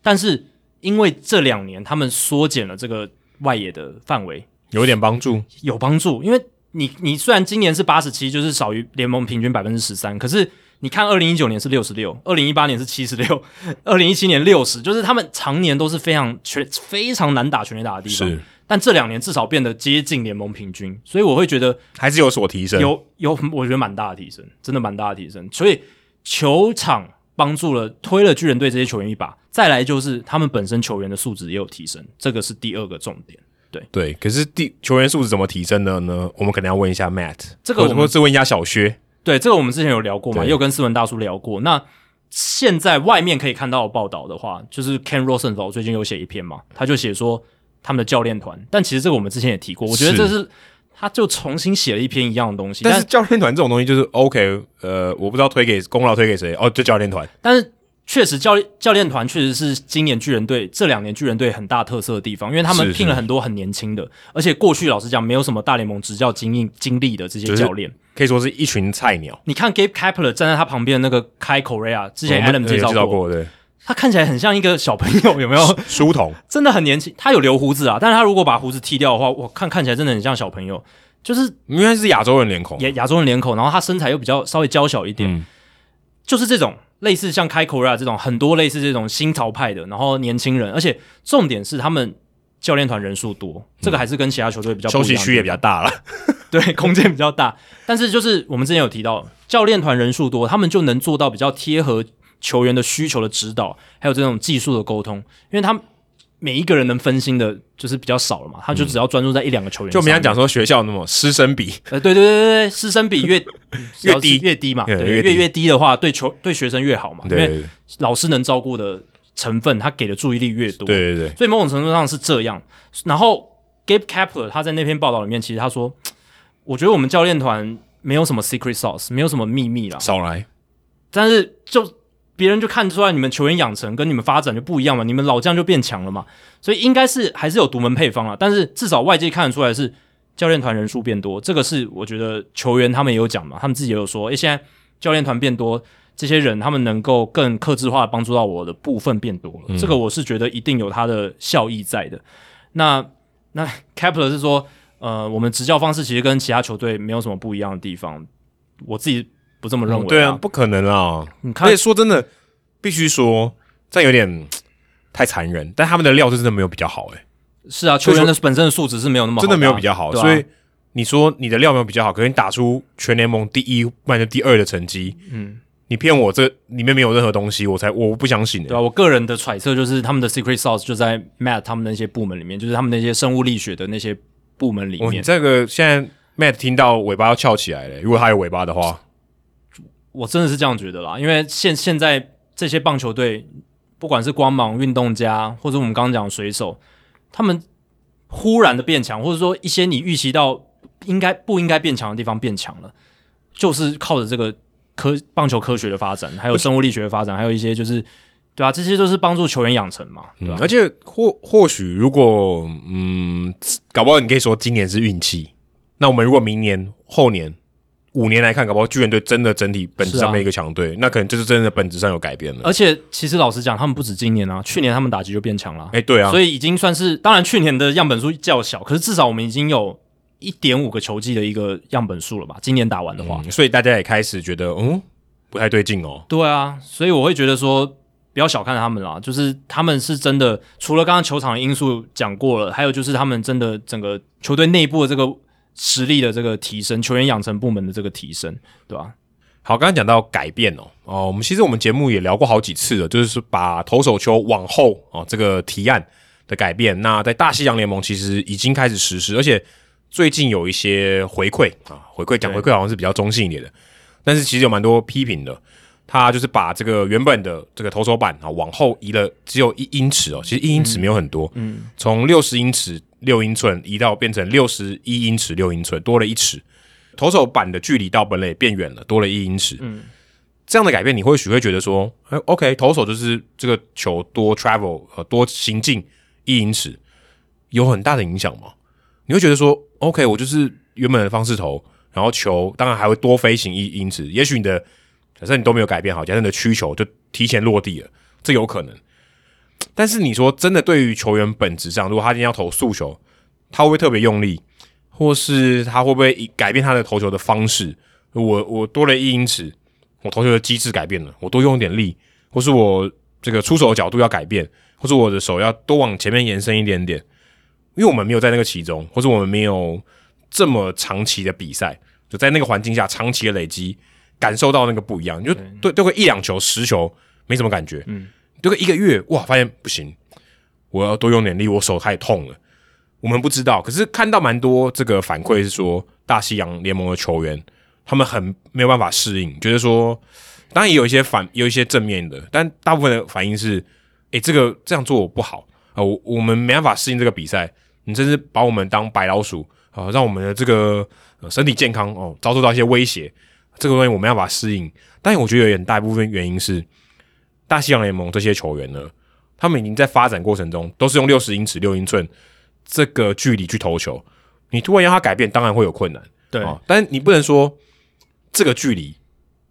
B: 但是因为这两年他们缩减了这个外野的范围，
A: 有点帮助。
B: 有帮助，因为你你虽然今年是八十七，就是少于联盟平均百分之十三，可是你看二零一九年是六十六，二零一八年是七十六，二零一七年六十，就是他们常年都是非常全非常难打全垒打的地方
A: 是。
B: 但这两年至少变得接近联盟平均，所以我会觉得
A: 还是有所提升，
B: 有有，我觉得蛮大的提升，真的蛮大的提升。所以球场帮助了推了巨人队这些球员一把，再来就是他们本身球员的素质也有提升，这个是第二个重点。
A: 对。可是第球员素质怎么提升的呢？我们可能要问一下 Matt，
B: 这个
A: 或
B: 我
A: 者
B: 们
A: 或者问一下小薛。
B: 对，这个我们之前有聊过嘛，
A: 对
B: 也有跟斯文大叔聊过。那现在外面可以看到的报道的话，就是 Ken Rosenthal 最近有写一篇嘛，他就写说他们的教练团，但其实这个我们之前也提过，我觉得
A: 是
B: 这是他就重新写了一篇一样的东西，但
A: 但是教练团这种东西就是 OK，呃，我不知道推给功劳推给谁，哦，就教练团。
B: 但是确实教练教练团确实是今年巨人队这两年巨人队很大特色的地方，因为他们
A: 是
B: 聘了很多很年轻的，而且过去老实讲没有什么大联盟执教经验经历的这些
A: 就是
B: 教练。
A: 可以说是一群菜鸟。
B: 你看 Gabe Kepler 站在他旁边的那个 Kai Correa，
A: 之
B: 之前 Adam 介绍
A: 绍，过，对，
B: 他看起来很像一个小朋友， 有没有？
A: 书童
B: 真的很年轻，他有留胡子啊，但是他如果把胡子剃掉的话，我看看起来真的很像小朋友，就是
A: 应该是亚洲人脸孔，
B: 亚亚洲人脸孔，然后他身材又比较稍微娇小一点，
A: 嗯
B: 就是这种类似像开 Kora 这种很多类似这种新潮派的，然后年轻人，而且重点是他们教练团人数多，这个还是跟其他球队比较不一
A: 嗯休
B: 样
A: 息区也比较大了。
B: 对，空间比较大。但是就是我们之前有提到，教练团人数多，他们就能做到比较贴合球员的需求的指导，还有这种技术的沟通，因为他们每一个人能分心的，就是比较少了嘛，他就只要专注在一两个球员
A: 嗯就我
B: 上面。
A: 们讲讲说学校那种师生比，
B: 呃，对对对对对，师生比越
A: 越低
B: 越低嘛，
A: 嗯
B: 对，
A: 越低
B: 越越低的话，对球对学生越好嘛，因为
A: 对，
B: 老师能照顾的成分，他给的注意力越多。
A: 对对对，
B: 所以某种程度上是这样。然后 Gabe Kepler 他在那篇报道里面，其实他说，我觉得我们教练团没有什么 secret sauce，没有什么秘密啦，
A: 少来，
B: 但是就别人就看出来你们球员养成跟你们发展就不一样嘛，你们老将就变强了嘛，所以应该是还是有独门配方啦。但是至少外界看得出来是教练团人数变多，这个是我觉得球员他们也有讲嘛，他们自己也有说，诶、现在教练团变多。这些人他们能够更克制化地帮助到我的部分变多了，这个我是觉得一定有它的效益在的。那那 Kepler 是说，呃，我们执教方式其实跟其他球队没有什么不一样的地方，我自己不这么认为、
A: 对啊，，不可能啦。
B: 你看
A: 而且说真的，必须说这样有点太残忍，但他们的料是真的没有比较好、欸，
B: 是啊，
A: 所
B: 球
A: 以
B: 员
A: 说
B: 的本身的素质是没有那么好
A: 真
B: 啊
A: 的没有比较好。
B: 对啊
A: 所以你说你的料没有比较好，可是你打出全联盟第一，不然就第二的成绩，
B: 嗯，
A: 你骗我这里面没有任何东西，我才我不相信、欸。
B: 对啊，我个人的揣测就是他们的 secret sauce 就在 Matt 他们那些部门里面，就是他们那些生物力学的那些部门里
A: 哦，你
B: 面。
A: 这个现在 Matt 听到尾巴要翘起来了，如果他有尾巴的话，
B: 我真的是这样觉得啦，因为现现在这些棒球队，不管是光芒运动家，或者我们刚刚讲的水手，他们忽然的变强，或者说一些你预期到应该不应该变强的地方变强了，就是靠着这个科棒球科学的发展，还有生物力学的发展，还有一些就是对啊，这些都是帮助球员养成嘛，对啊吧、
A: 嗯而且或或许如果嗯，搞不好你可以说今年是运气，那我们如果明年、后年、五年来看，搞不好巨人队真的整体本质
B: 是啊
A: 上面一个强队，那可能就是真的本质上有改变了。
B: 而且其实老实讲，他们不止今年啊，去年他们打击就变强了啊、
A: 哎、对啊，
B: 所以已经算是当然去年的样本数较小，可是至少我们已经有一点五个球季的一个样本数了吧？今年打完的话，
A: 嗯所以大家也开始觉得嗯不太对劲哦。
B: 对啊，所以我会觉得说不要小看他们啦，就是他们是真的，除了刚刚球场的因素讲过了，还有就是他们真的整个球队内部的这个实力的这个提升，球员养成部门的这个提升，对吧、
A: 好，刚刚讲到改变哦，哦，我们其实我们节目也聊过好几次了，就是把投手球往后哦这个提案的改变，那在大西洋联盟其实已经开始实施，而且最近有一些回馈啊，回馈讲
B: 对
A: 回馈好像是比较中性一点的，但是其实有蛮多批评的。他就是把这个原本的这个投手板啊往后移了只有一英尺哦，其实一英尺没有很多，嗯，从六十英尺六英寸移到变成六十一英尺六英寸，多了一尺。投手板的距离到本垒变远了，多了一英尺。嗯，这样的改变，你或许会觉得说，哎，OK，投手就是这个球多 travel 呃多行进一英尺，有很大的影响吗？你会觉得说，OK，我就是原本的方式投，然后球当然还会多飞行一英尺，也许你的假设你都没有改变好，假设你的曲球就提前落地了，这有可能。但是你说真的，对于球员本质上，如果他今天要投速球，他会不会特别用力？或是他会不会改变他的投球的方式？我我多了一英尺，我投球的机制改变了，我多用一点力，或是我这个出手的角度要改变，或是我的手要多往前面延伸一点点，因为我们没有在那个其中，或是我们没有这么长期的比赛，就在那个环境下长期的累积，感受到那个不一样。你就对对个一两球、十球没什么感觉，嗯，对个一个月，哇，发现不行，我要多用点力，我手太痛了。我们不知道，可是看到蛮多这个反馈是说，大西洋联盟的球员他们很没有办法适应，觉得说，当然也有一些反，有一些正面的，但大部分的反应是，诶、这个这样做我不好啊、我我们没办法适应这个比赛，你甚至把我们当白老鼠啊、让我们的这个、呃身体健康哦遭受到一些威胁，这个东西我没办法适应。但我觉得有很大一部分原因是，大西洋联盟这些球员呢，他们已经在发展过程中都是用六十英尺、六英寸这个距离去投球，你突然要他改变，当然会有困难。
B: 对
A: 哦，但你不能说这个距离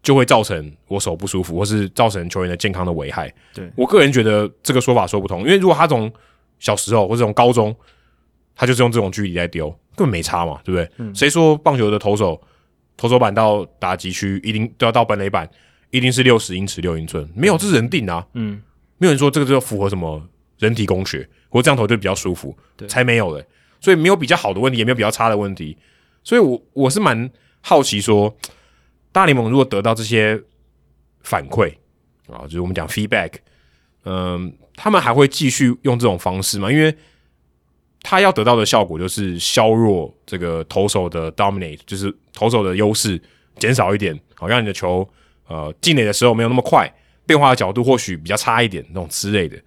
A: 就会造成我手不舒服，或是造成球员的健康的危害。
B: 对
A: 我个人觉得这个说法说不通，因为如果他从小时候或者从高中，他就是用这种距离来丢，根本没差嘛，对不对？
B: 嗯
A: 谁说棒球的投手投手板到打击区一定都要到本垒板，一定是六十英尺六英寸？没有，这是人定的啊。
B: 嗯，
A: 没有人说这个就符合什么人体工学，我这样投就比较舒服，才没有嘞。所以没有比较好的问题，也没有比较差的问题。所以我我是蛮好奇说，大联盟如果得到这些反馈啊，就是我们讲 feedback，嗯，他们还会继续用这种方式吗？因为他要得到的效果就是削弱这个投手的 dominate，就是投手的优势减少一点，好让你的球呃进垒的时候没有那么快，变化的角度或许比较差一点那种之类的。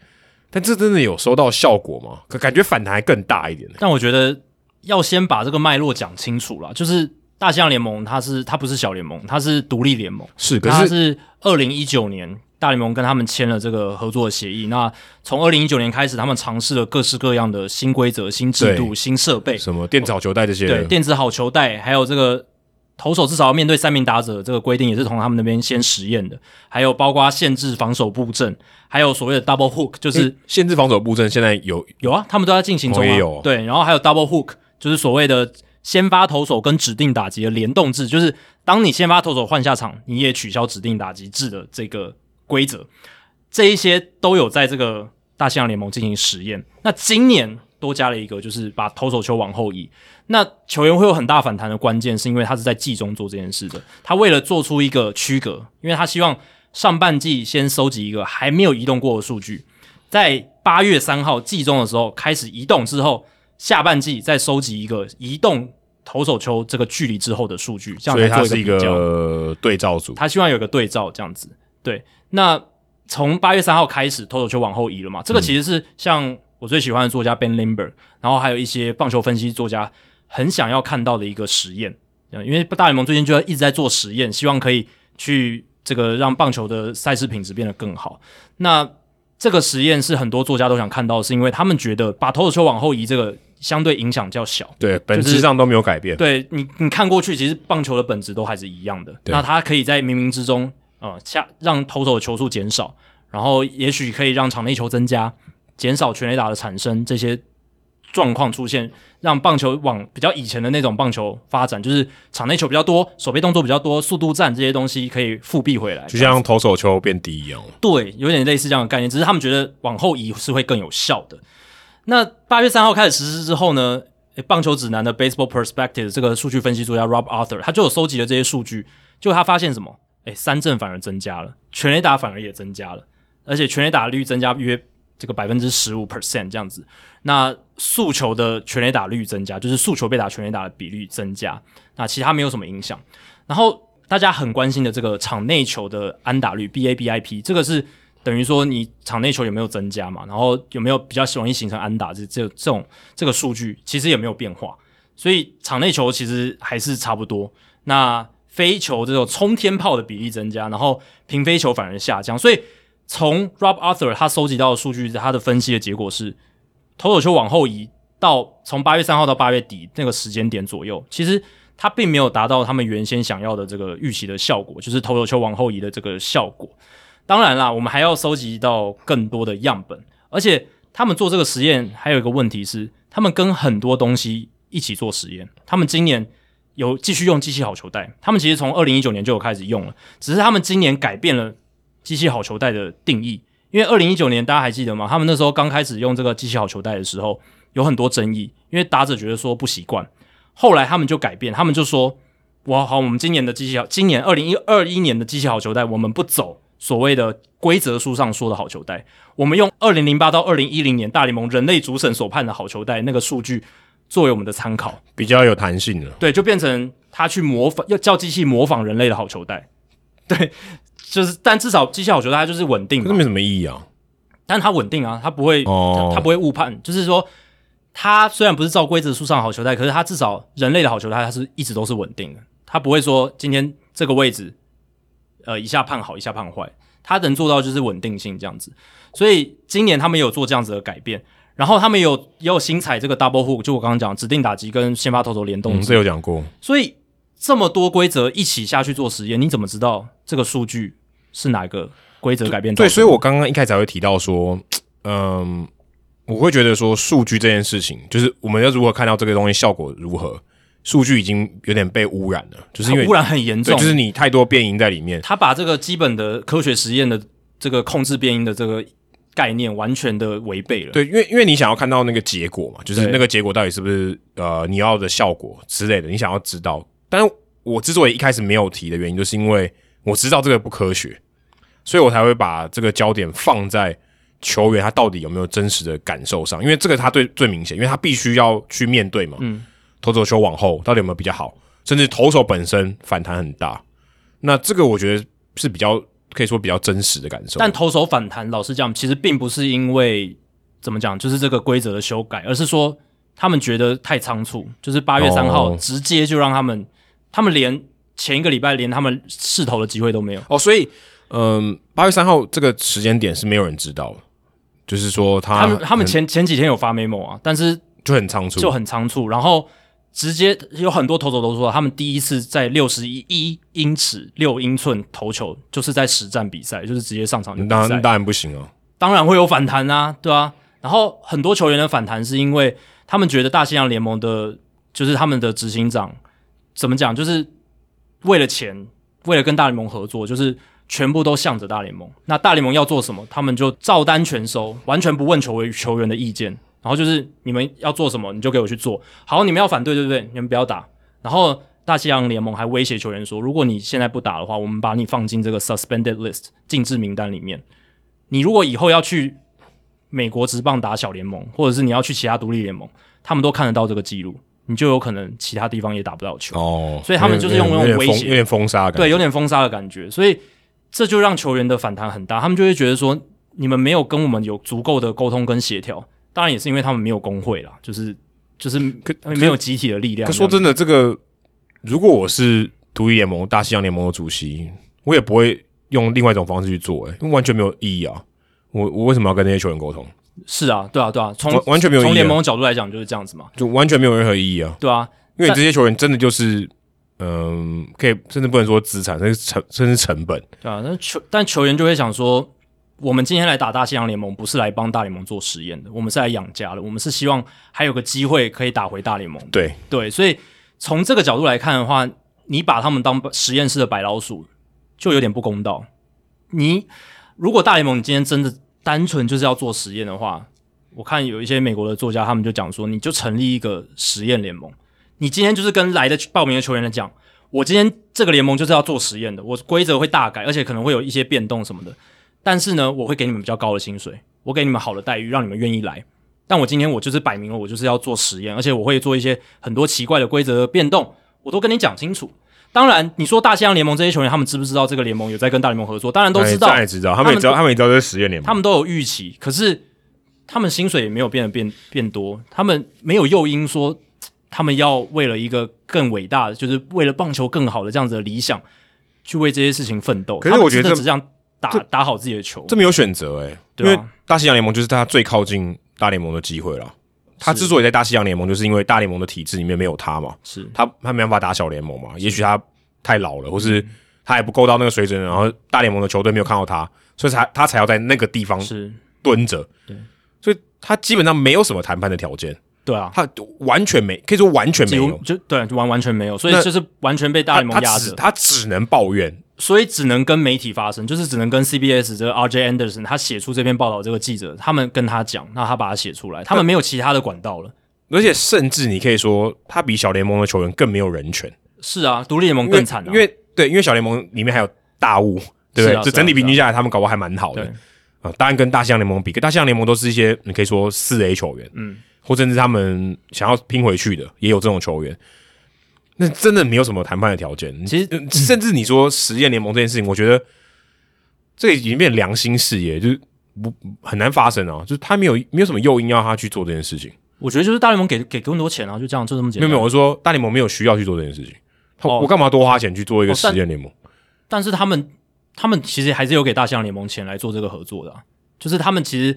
A: 但这真的有收到效果吗？可感觉反弹还更大一点呢、
B: 但我觉得要先把这个脉络讲清楚了，就是大西洋联盟它是它不是小联盟，它是独立联盟，
A: 是，可
B: 它
A: 是
B: 是二零一九年大联盟跟他们签了这个合作的协议。那从二零一九年开始，他们尝试了各式各样的新规则、新制度、
A: 对
B: 新设备，
A: 什么电子好球带这些
B: 对
A: 的，
B: 电子好球带，还有这个投手至少要面对三名打者这个规定，也是从他们那边先实验的。还有包括限制防守布阵，还有所谓的 double hook，就是
A: 嗯限制防守布阵，现在有
B: 有啊，他们都在进行中、
A: 哦
B: 啊
A: 也有
B: 对，然后还有 double hook，就是所谓的先发投手跟指定打击的联动制，就是当你先发投手换下场，你也取消指定打击制的这个规则，这一些都有在这个大西洋联盟进行实验。那今年多加了一个，就是把投手球往后移。那球员会有很大反弹的关键，是因为他是在季中做这件事的。他为了做出一个区隔，因为他希望上半季先收集一个还没有移动过的数据，在八月三号季中的时候开始移动之后，下半季再收集一个移动投手球这个距离之后的数据，这样
A: 所以
B: 来
A: 它
B: 做
A: 是一
B: 一个比较。
A: 个对照组，
B: 他希望有个对照这样子。对，那从八月三号开始，投手球往后移了嘛？这个其实是像我最喜欢的作家 Ben Limber，然后还有一些棒球分析作家很想要看到的一个实验，呃因为大联盟最近就一直在做实验，希望可以去这个让棒球的赛事品质变得更好。那这个实验是很多作家都想看到的，是因为他们觉得把投手球往后移这个相对影响较小。
A: 对，本
B: 就
A: 质
B: 是
A: 上都没有改变。
B: 对你，你看过去，其实棒球的本质都还是一样的。
A: 对
B: 那它可以在冥冥之中，呃，下让投手的球数减少，然后也许可以让场内球增加，减少全垒打的产生，这些状况出现，让棒球往比较以前的那种棒球发展，就是场内球比较多，手背动作比较多，速度战这些东西可以复辟回来。
A: 就像投手球变低一样，
B: 对，有点类似这样的概念，只是他们觉得往后移是会更有效的。那八月三号开始实施之后呢，诶棒球指南的 Baseball Perspective 这个数据分析作家 Rob Arthur 他就有收集了这些数据，就他发现什么？诶，三振反而增加了，全垒打反而也增加了，而且全垒打率增加约这个百分之十五 percent 这样子。那速球的全垒打率增加，就是速球被打全垒打的比率增加。那其他没有什么影响。然后大家很关心的这个场内球的安打率 BABIP，这个是等于说你场内球有没有增加嘛？然后有没有比较容易形成安打这这这种这个数据其实也没有变化，所以场内球其实还是差不多。那飞球这种冲天炮的比例增加，然后平飞球反而下降，所以从 Rob Arthur 他收集到的数据，他的分析的结果是，投手球往后移到从八月三号到八月底那个时间点左右，其实它并没有达到他们原先想要的这个预期的效果，就是投手球往后移的这个效果。当然啦，我们还要收集到更多的样本，而且他们做这个实验还有一个问题是，他们跟很多东西一起做实验。他们今年有继续用机器好球带，他们其实从二零一九年就有开始用了，只是他们今年改变了机器好球带的定义。因为二零一九年大家还记得吗？他们那时候刚开始用这个机器好球带的时候，有很多争议，因为打者觉得说不习惯。后来他们就改变，他们就说：“哇，好，我们今年的机器好，今年二零一二一年的机器好球带，我们不走所谓的规则书上说的好球带，我们用二零零八到二零一零年大联盟人类主审所判的好球带那个数据作为我们的参考。”
A: 比较有弹性了。
B: 对，就变成他去模仿，要叫机器模仿人类的好球带。对，就是，但至少机器好球带它就是稳定
A: 可是
B: 嘛，
A: 没什么意义啊。
B: 但它稳定啊，它不会，
A: 哦
B: 它它不会误判。就是说，它虽然不是照规则书上的好球带，可是它至少人类的好球带它是一直都是稳定的，它不会说今天这个位置，呃，一下判好，一下判坏，它能做到就是稳定性这样子。所以今年他们有做这样子的改变。然后他们有也有新采这个 double hook，就我刚刚讲指定打击跟先发投手联
A: 我
B: 动
A: 们
B: 制
A: 这有讲过，
B: 所以这么多规则一起下去做实验，你怎么知道这个数据是哪个规则改变造成
A: 对，
B: 的？
A: 所以我刚刚一开始才会提到说，嗯，我会觉得说数据这件事情，就是我们要如何看到这个东西效果如何，数据已经有点被污染了，就是因为
B: 它污染很严
A: 对，
B: 重，
A: 就是你太多变音在里面。
B: 他把这个基本的科学实验的这个控制变音的这个概念完全的违背了。，
A: 对，因为因为你想要看到那个结果嘛，就是
B: 对
A: 那个结果到底是不是呃你要的效果之类的，你想要知道。但是我之所以一开始没有提的原因，就是因为我知道这个不科学，所以我才会把这个焦点放在球员他到底有没有真实的感受上，因为这个他最最明显，因为他必须要去面对嘛。
B: 嗯，
A: 投手球往后到底有没有比较好，甚至投手本身反弹很大，那这个我觉得是比较可以说比较真实的感受。
B: 但投手反弹，老实讲，其实并不是因为怎么讲，就是这个规则的修改，而是说他们觉得太仓促，就是八月三号
A: 哦
B: 直接就让他们，他们连前一个礼拜连他们试投的机会都没有。
A: 哦，所以嗯，八月三号这个时间点是没有人知道的，就是说他
B: 他们他
A: 啊
B: 们
A: 很
B: 前前几天有发 memo 啊，但是
A: 就很仓促，
B: 就很仓促，然后直接有很多投手都说，他们第一次在六十一英尺六英寸投球，就是在实战比赛，就是直接上场就比
A: 当
B: 赛
A: 然。当然不行哦。
B: 当然会有反弹啊，对啊。然后很多球员的反弹是因为他们觉得大西洋联盟的，就是他们的执行长怎么讲，就是为了钱，为了跟大联盟合作，就是全部都向着大联盟。那大联盟要做什么，他们就照单全收，完全不问球员球员的意见。然后就是你们要做什么，你就给我去做。好，你们要反对，对不对？你们不要打。然后大西洋联盟还威胁球员说，如果你现在不打的话，我们把你放进这个 suspended list 禁制名单里面。你如果以后要去美国职棒打小联盟，或者是你要去其他独立联盟，他们都看得到这个记录，你就有可能其他地方也打不到球。
A: 哦，
B: 所以他们就是用那种
A: 有点
B: 威
A: 封
B: 胁
A: 有点封杀的感
B: 对，
A: 觉。
B: 有点封杀的感觉，所以这就让球员的反弹很大，他们就会觉得说，你们没有跟我们有足够的沟通跟协调，当然也是因为他们没有工会啦，就是就是没有集体的力量
A: 可
B: 这
A: 说
B: 样。
A: 真的，这个如果我是独立联盟、大西洋联盟的主席，我也不会用另外一种方式去做、欸，因为完全没有意义啊。我我为什么要跟那些球员沟通？
B: 是啊，对啊，对啊，从
A: 完完全没有意义啊
B: 从联盟的角度来讲就是这样子嘛，
A: 就完全没有任何意义啊！
B: 对啊，
A: 因为
B: 但
A: 这些球员真的就是，嗯、可以甚至不能说资产，甚至成甚至成本。
B: 对啊，那球但球员就会想说，我们今天来打大西洋联盟，不是来帮大联盟做实验的，我们是来养家的，我们是希望还有个机会可以打回大联盟的。
A: 对，
B: 对，所以从这个角度来看的话，你把他们当实验室的白老鼠，就有点不公道。你如果大联盟你今天真的单纯就是要做实验的话，我看有一些美国的作家他们就讲说，你就成立一个实验联盟，你今天就是跟来的报名的球员来讲。我今天这个联盟就是要做实验的，我规则会大改，而且可能会有一些变动什么的。但是呢，我会给你们比较高的薪水，我给你们好的待遇，让你们愿意来。但我今天我就是摆明了，我就是要做实验，而且我会做一些很多奇怪的规则变动，我都跟你讲清楚。当然，你说大西洋联盟这些球员他们知不知道这个联盟有在跟大联盟合作？当然都知道，
A: 哎当然也知道，他们也知道，他们也知道这是实验联盟。
B: 他们都有预期，可是他们薪水也没有变得变变多，他们没有诱因说他们要为了一个更伟大的，就是为了棒球更好的这样子的理想，去为这些事情奋斗。
A: 可是
B: 他们
A: 我觉得
B: 真的
A: 这
B: 只想打打好自己的球，
A: 这没有选择哎、欸因
B: 对啊
A: 为大西洋联盟就是他最靠近大联盟的机会了。他
B: 是
A: 之所以在大西洋联盟，就是因为大联盟的体制里面没有他嘛，
B: 是
A: 他他没办法打小联盟嘛，也许他太老了，或是
B: 嗯
A: 他还不够到那个水准，然后大联盟的球队没有看到他，所以才他才要在那个地方
B: 是，
A: 蹲着。
B: 对，
A: 所以他基本上没有什么谈判的条件，
B: 对啊，
A: 他完全没，可以说完全没
B: 几乎
A: 有。
B: 就对，就完完全没有，所以
A: 那
B: 就是完全被大
A: 他
B: 联盟
A: 他
B: 压
A: 只
B: 着，
A: 他只能抱怨，
B: 所以只能跟媒体发声，就是只能跟 CBS 这个 RJ Anderson 他写出这篇报道这个记者，他们跟他讲，那他把它写出来，他们没有其他的管道了。
A: 而且甚至你可以说，他比小联盟的球员更没有人权。
B: 是啊，独立联盟
A: 因为
B: 更惨、啊
A: 因为对，因为小联盟里面还有大雾，对不
B: 是
A: 对？
B: 啊
A: 就是
B: 啊
A: 整体
B: 是啊
A: 平均下来，他们搞不好还蛮好的
B: 对
A: 啊。当然跟大象联盟比，跟大象联盟都是一些你可以说四 A 球员，嗯，或甚至他们想要拼回去的也有这种球员。那真的没有什么谈判的条件。
B: 其实
A: 呃甚至你说实验联盟这件事情，我觉得这已经变良心事业，就是不很难发生啊。就是他没有没有什么诱因要他去做这件事情。
B: 我觉得就是大联盟给给更多钱啊，就这样，就这么简
A: 没有
B: 单。
A: 没有，我说大联盟没有需要去做这件事情。他
B: 哦
A: 我干嘛多花钱去做一个
B: 哦
A: 实
B: 但
A: 验联盟？
B: 但是他们他们其实还是有给大象联盟钱来做这个合作的啊、就是他们其实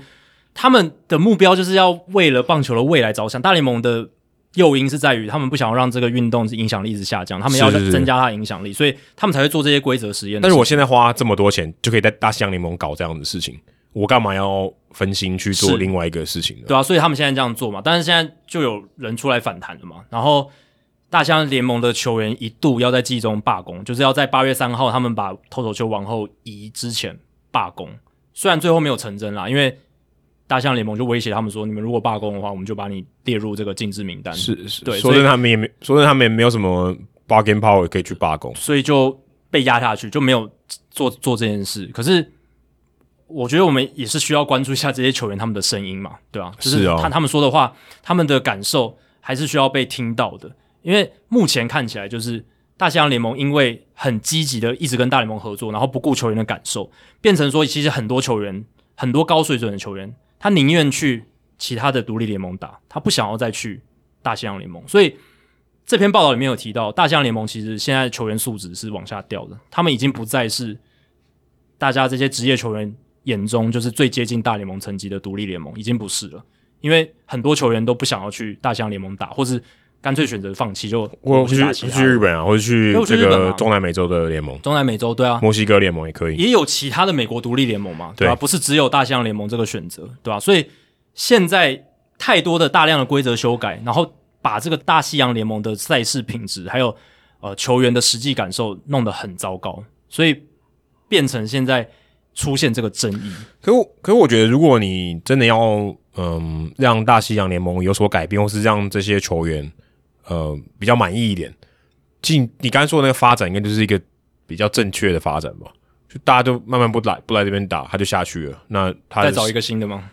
B: 他们的目标就是要为了棒球的未来着想。大联盟的诱因是在于他们不想要让这个运动影响力一直下降，他们要
A: 是是是
B: 增加它的影响力，所以他们才会做这些规则实验。
A: 但是我现在花这么多钱，就可以在大西洋联盟搞这样的事情，我干嘛要分心去做
B: 是
A: 另外一个事情呢？
B: 对啊，所以他们现在这样做嘛，但是现在就有人出来反弹了嘛，然后大象联盟的球员一度要在季中罢工，就是要在八月三号他们把投手球往后移之前罢工，虽然最后没有成真啦，因为大象联盟就威胁他们说，你们如果罢工的话，我们就把你列入这个禁制名单，
A: 是是，
B: 对
A: 说
B: 所以
A: 真的，他们也没，说真的，他们也没有什么 bargain power 可以去罢工。
B: 所以就被压下去，就没有做做这件事。可是我觉得我们也是需要关注一下这些球员他们的声音嘛，对啊，就是
A: 啊
B: 看他们说的话，他们的感受还是需要被听到的。因为目前看起来就是大西洋联盟因为很积极的一直跟大联盟合作，然后不顾球员的感受，变成说其实很多球员，很多高水准的球员，他宁愿去其他的独立联盟打，他不想要再去大西洋联盟。所以这篇报道里面有提到，大西洋联盟其实现在的球员素质是往下掉的，他们已经不再是大家这些职业球员眼中就是最接近大联盟层级的独立联盟，已经不是了。因为很多球员都不想要去大西洋联盟打，或是干脆选择放弃，就
A: 或
B: 去
A: 去
B: 打其他
A: 去日本啊，或者去
B: 对我去
A: 这
B: 日本
A: 个
B: 啊
A: 中南美洲的联盟、
B: 中南美洲，对啊，
A: 墨西哥联盟也可以。
B: 也有其他的美国独立联盟嘛，对吧、
A: 对
B: 不是只有大西洋联盟这个选择，对吧、所以现在太多的大量的规则修改，然后把这个大西洋联盟的赛事品质还有呃球员的实际感受弄得很糟糕，所以变成现在出现这个争议。
A: 可我可我觉得，如果你真的要嗯让大西洋联盟有所改变，或是让这些球员呃比较满意一点，进你刚才说的那个发展，应该就是一个比较正确的发展吧。就大家都慢慢不来不来这边打，他就下去了。那他
B: 再找一
A: 个，
B: 个新的吗？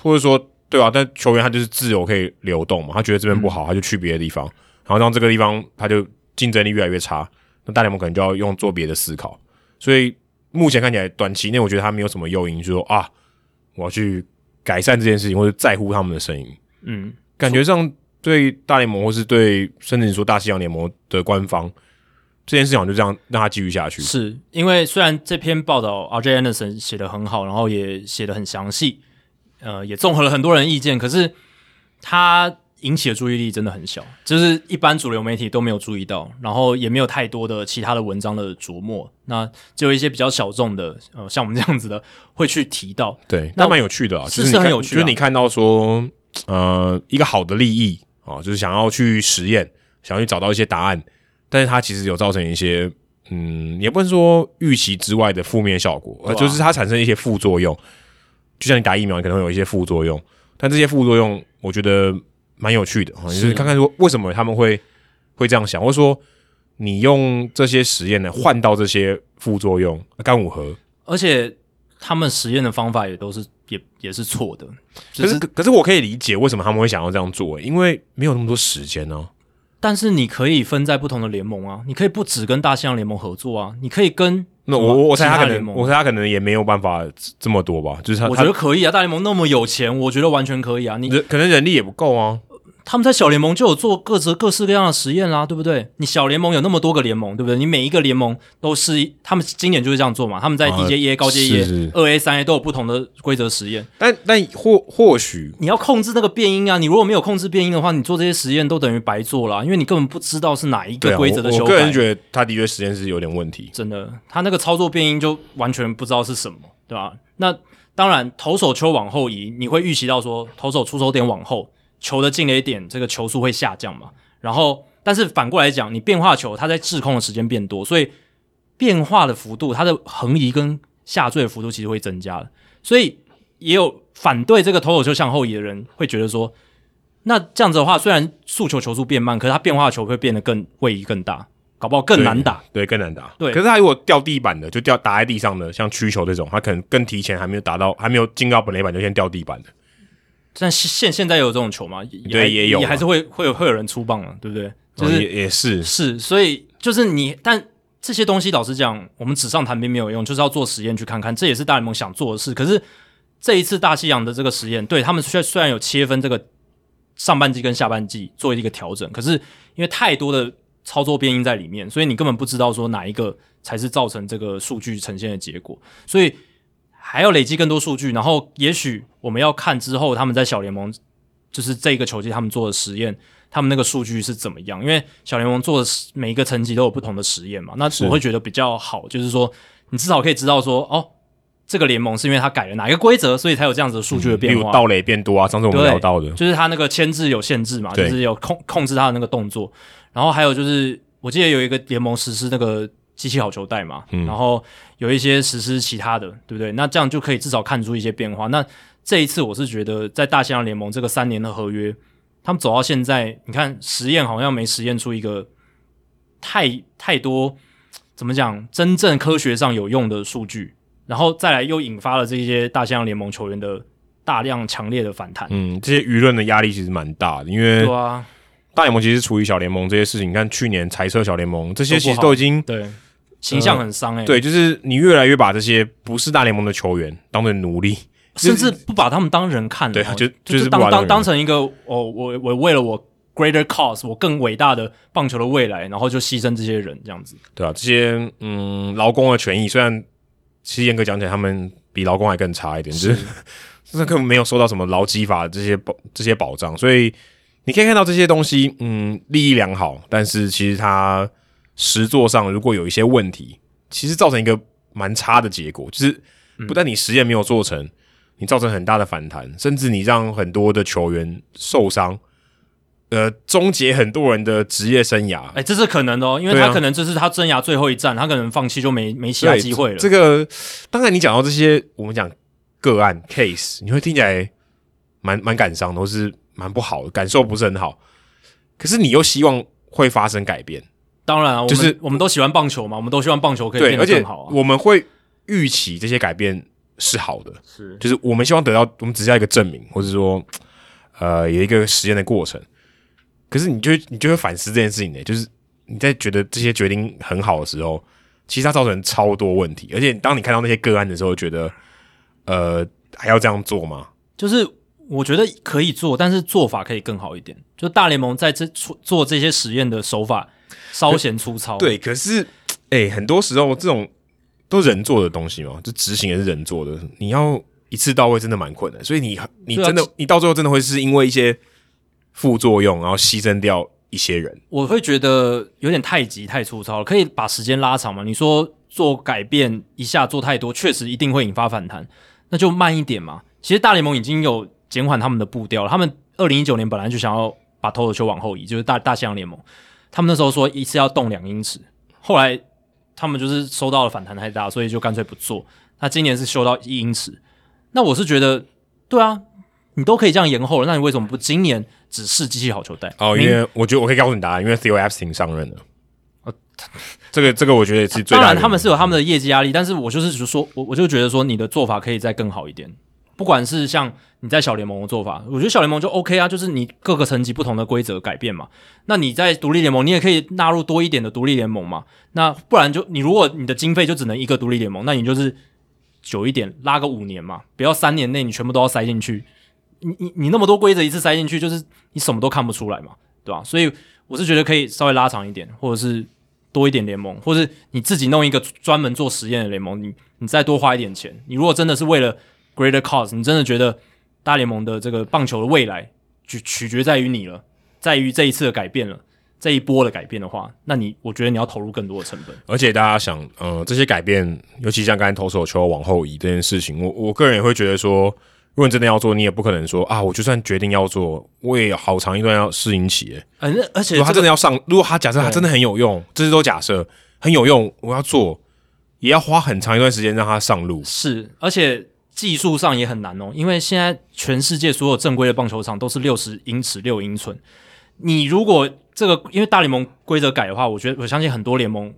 A: 或者说对啊，但球员他就是自由可以流动嘛，他觉得这边不好，他就去别的地方，然后让这个地方他就竞争力越来越差。那大联盟可能就要用做别的思考。所以目前看起来，短期内我觉得他没有什么诱因，说啊，我要去改善这件事情，或者在乎他们的声音。
B: 嗯，
A: 感觉上对大联盟，或是对甚至你说大西洋联盟的官方，这件事情好像就这样让它继续下去。
B: 是因为虽然这篇报道 R.J. Anderson 写的很好，然后也写的很详细，呃，也综合了很多人意见，可是他引起的注意力真的很小，就是一般主流媒体都没有注意到，然后也没有太多的其他的文章的琢磨，那只有一些比较小众的，呃，像我们这样子的会去提到，
A: 对，
B: 那
A: 那蛮有趣的啊，就
B: 是
A: 是你
B: 是很
A: 看
B: 有趣啊
A: 就是你看到说，呃，一个好的利益啊，就是想要去实验，想要去找到一些答案，但是它其实有造成一些，嗯，也不能说预期之外的负面效果，呃，
B: 对啊
A: 就是它产生一些副作用，就像你打疫苗，你可能会有一些副作用，但这些副作用我觉得蛮有趣的啊，就是
B: 是
A: 看看说为什么他们会会这样想，或者说你用这些实验呢换到这些副作用，干五合。
B: 而且他们实验的方法也都是也也是错的，只
A: 可是可是我可以理解为什么他们会想要这样做，欸因为没有那么多时间哦呢、
B: 但是你可以分在不同的联盟啊，你可以不只跟大西洋联盟合作啊，你可以跟
A: 那
B: 什
A: 我
B: 么
A: 我我猜
B: 其
A: 他可
B: 联
A: 能，
B: 盟
A: 我猜他可能也没有办法这这么多吧，就是他
B: 我
A: 他
B: 觉得可以啊，大联盟那么有钱，我觉得完全可以啊。你
A: 人可能人力也不够啊。
B: 他们在小联盟就有做各式各式各样的实验啦，对不对？你小联盟有那么多个联盟，对不对？你每一个联盟都是他们今年就是这样做嘛，他们在
A: 啊
B: DJE、高阶
A: 是是
B: E、二 A、三 A 都有不同的规则实验。
A: 但但或或许
B: 啊你要控制那个变音啊，你如果没有控制变音的话，你做这些实验都等于白做了啊、因为你根本不知道是哪一
A: 对
B: 个
A: 啊，
B: 规则的
A: 我
B: 修
A: 我
B: 改。
A: 个人觉得他的确时间是有点问题。
B: 真的，他那个操作变音就完全不知道是什么，对吧？那当然，投手球往后移，你会预期到说投手出手点往后，球的进垒点这个球速会下降嘛？然后，但是反过来讲，你变化球，它在滞空的时间变多，所以变化的幅度，它的横移跟下坠的幅度其实会增加的。所以也有反对这个投手球向后移的人会觉得说，那这样子的话，虽然速球球速变慢，可是它变化球会变得更位移更大，搞不好更难打。
A: 对，更难打。
B: 对
A: 可是他如果掉地板的，就掉打在地上的，像曲球这种，他可能更提前还没有达到，还没有进到本垒板就先掉地板的。
B: 但现现现在有这种球吗？也
A: 对
B: 还
A: 也有啊
B: 也还是会会有会有人出棒啊，对不对？就
A: 哦
B: 是、
A: 也也是，
B: 是，所以就是你，但这些东西老实讲，我们纸上谈兵没有用，就是要做实验去看看，这也是大联盟想做的事。可是这一次大西洋的这个实验，对他们虽虽然有切分这个上半季跟下半季做一个调整，可是因为太多的操作变因在里面，所以你根本不知道说哪一个才是造成这个数据呈现的结果，所以还要累积更多数据，然后也许我们要看之后他们在小联盟就是这个球季他们做的实验，他们那个数据是怎么样？因为小联盟做的实每一个层级都有不同的实验嘛，那
A: 是
B: 我会觉得比较好，就是说你至少可以知道说哦。这个联盟是因为他改了哪一个规则，所以才有这样子的数据的
A: 比
B: 变
A: 如
B: 化。
A: 盗垒变多啊，上次我们
B: 对
A: 聊到的，
B: 就是他那个牵制有限制嘛，就
A: 对
B: 是有控控制他的那个动作。然后还有就是，我记得有一个联盟实施那个机器好球带嘛，
A: 嗯
B: 然后有一些实施其他的，对不对？那这样就可以至少看出一些变化。那这一次我是觉得，在大西洋联盟这个三年的合约，他们走到现在，你看实验好像没实验出一个太太多怎么讲真正科学上有用的数据，然后再来又引发了这些大西洋联盟球员的大量强烈的反弹。
A: 嗯，这些舆论的压力其实蛮大的，因为
B: 对啊，
A: 大联盟其实处理小联盟这些事情，你看去年裁撤小联盟这些，
B: 都不
A: 其实
B: 好
A: 都已经
B: 对，形象很伤哎、
A: 对，就是你越来越把这些不是大联盟的球员当成奴隶，
B: 甚至不把他们当人看了，
A: 对啊
B: 哦
A: 就就
B: 就是
A: 不把
B: 当
A: 他们
B: 当当成一个哦，我我为了我 greater cause，我更伟大的棒球的未来，然后就牺牲这些人这样子。
A: 对啊，这些嗯劳工的权益，虽然其实严格讲起来，他们比劳工还更差一点，就是就是 根本没有受到什么劳基法这些保这些保障，所以你可以看到这些东西，嗯，利益良好，但是其实它实作上如果有一些问题，其实造成一个蛮差的结果，就是不但你实验没有做成，你造成很大的反弹，甚至你让很多的球员受伤。呃，终结很多人的职业生涯，
B: 哎，这是可能的哦，因为
A: 对啊
B: 他可能这是他生涯最后一战，他可能放弃就没没其他
A: 对
B: 机会了。
A: 这个当然，你讲到这些，我们讲个案 case，你会听起来蛮蛮感伤的，都是蛮不好的，感受不是很好。可是你又希望会发生改变，
B: 当然啊，我们
A: 就是
B: 我们都喜欢棒球嘛，我们都希望棒球可以
A: 对，
B: 变
A: 而
B: 得
A: 且
B: 更好啊。
A: 我们会预期这些改变是好的，
B: 是
A: 就是我们希望得到，我们只是要一个证明，或者说，呃，有一个实验的过程。可是你就会你就会反思这件事情呢，就是你在觉得这些决定很好的时候，其实它造成超多问题，而且当你看到那些个案的时候，觉得，呃，还要这样做吗？
B: 就是我觉得可以做，但是做法可以更好一点。就大联盟在这做做这些实验的手法稍显粗糙。，
A: 对，可是，哎、很多时候这种都人做的东西嘛，就执行也是人做的，你要一次到位真的蛮困难，所以你你
B: 对啊
A: 真的、你到最后真的会是因为一些副作用，然后牺牲掉一些人。
B: 我会觉得有点太急太粗糙了，可以把时间拉长嘛？你说做改变一下做太多，确实一定会引发反弹，那就慢一点嘛。其实大联盟已经有减缓他们的步调了，他们二零一九年本来就想要把投手球往后移，就是大大西洋联盟，他们那时候说一次要动两英尺，后来他们就是收到了反弹太大，所以就干脆不做。那今年是修到一英尺，那我是觉得，对啊，你都可以这样延后了，那你为什么不今年只试机器好球带？
A: 哦，因为我觉得我可以告诉你答案，因为 Theo Epstein 上任了。这个这个我觉得也是最
B: 哦
A: 大
B: 当
A: 的原因。
B: 然，他们是有他们的业绩压力，但是我就是只说，我我就觉得说，你的做法可以再更好一点。不管是像你在小联盟的做法，我觉得小联盟就 OK 啊，就是你各个层级不同的规则改变嘛。那你在独立联盟，你也可以纳入多一点的独立联盟嘛。那不然就你如果你的经费就只能一个独立联盟，那你就是久一点，拉个五年嘛，不要三年内你全部都要塞进去。你你你那么多规则一次塞进去，就是你什么都看不出来嘛，对吧、所以我是觉得可以稍微拉长一点，或者是多一点联盟，或是你自己弄一个专门做实验的联盟，你你再多花一点钱。你如果真的是为了 greater cause，你真的觉得大联盟的这个棒球的未来取取决在于你了，在于这一次的改变了，这一波的改变的话，那你我觉得你要投入更多的成本。
A: 而且大家想，呃，这些改变，尤其像刚才投手球往后移这件事情，我我个人也会觉得说，如果你真的要做，你也不可能说啊，我就算决定要做，我也有好长一段要适应期耶。
B: 反正呃而且
A: 如果他
B: 这
A: 真
B: 个
A: 的要上，如果他假设他
B: 对
A: 真的很有用，这是都假设很有用，我要做，也要花很长一段时间让他上路。
B: 是，而且技术上也很难哦，因为现在全世界所有正规的棒球场都是六十英尺六英寸。你如果这个，因为大联盟规则改的话，我觉得我相信很多联盟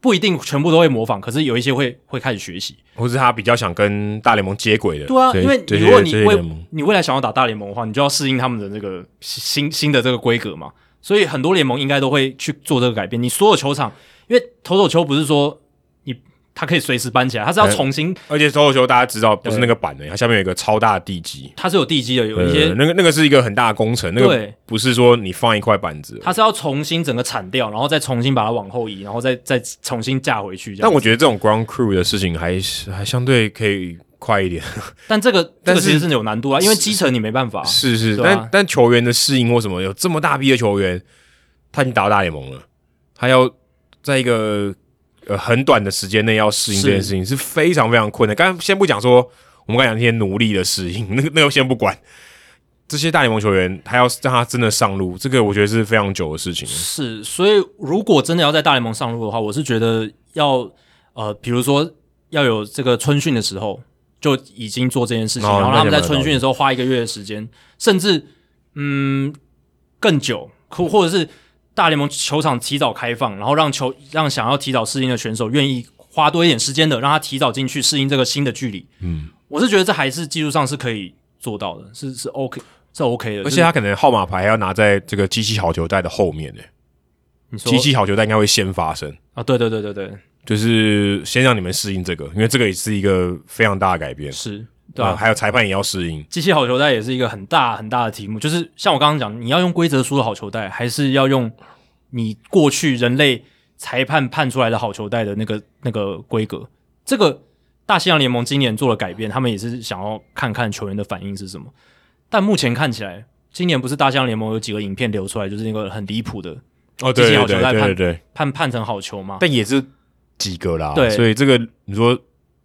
B: 不一定全部都会模仿，可是有一些会会开始学习。
A: 或是他比较想跟大联盟接轨的，
B: 对啊，
A: 这
B: 因为
A: 这些
B: 如果你
A: 这些
B: 未
A: 联盟
B: 你未来想要打大联盟的话，你就要适应他们的这个新新的这个规格嘛。所以很多联盟应该都会去做这个改变。你所有球场，因为投手球不是说你它可以随时搬起来，它是要
A: 哎
B: 重新，
A: 而且投手球大家知道不是那个板的，它下面有一个超大的地基，
B: 它是有地基的，有一
A: 呃
B: 些，
A: 那个那个是一个很大的工程，那个
B: 对
A: 不是说你放一块板子。
B: 它是要重新整个铲掉，然后再重新把它往后移，然后再再重新架回去这样
A: 但
B: 子。
A: 我觉得这种 ground crew 的事情还是还相对可以快一点，
B: 但这个这
A: 但
B: 个
A: 是
B: 其实是有难度啊，因为基层你没办法、
A: 是是，
B: 对啊
A: 但但球员的适应或什么，有这么大批的球员，他已经打到大联盟了，他要在一个呃很短的时间内要适应
B: 是
A: 这件事情是非常非常困难。刚刚先不讲说我们刚才讲那些奴隶的适应， 那个那个先不管，这些大联盟球员他要让他真的上路，这个我觉得是非常久的事情。
B: 是，所以如果真的要在大联盟上路的话，我是觉得要呃，比如说要有这个春训的时候就已经做这件事情，
A: 哦
B: 然后
A: 那就
B: 他们在
A: 蛮有
B: 春
A: 道
B: 训的时候花一个月的时间，甚至嗯更久，或或者是大联盟球场提早开放，然后让球让想要提早适应的选手愿意花多一点时间的，让他提早进去适应这个新的距离。嗯，我是觉得这还是技术上是可以做到的，是是 OK。是 OK 的。
A: 而且他可能号码牌还要拿在这个机器好球带的后面呢、
B: 就是你
A: 机
B: 说
A: 器好球带应该会先发生，
B: 啊，对对对对对，
A: 就是先让你们适应这个，因为这个也是一个非常大的改变，
B: 是，对啊
A: 嗯还有裁判也要适应，
B: 机器好球带也是一个很大很大的题目，就是像我刚刚讲，你要用规则书的好球带，还是要用你过去人类裁判判出来的好球带的那个那个规格？这个大西洋联盟今年做了改变，他们也是想要看看球员的反应是什么。但目前看起来，今年不是大西洋联盟有几个影片流出来，就是那个很离谱的
A: 哦，
B: 对
A: 对对对
B: 对对对
A: 对
B: 对
A: 对对，
B: 判判成好球吗？
A: 但也是几个啦，
B: 对
A: 所以这个你说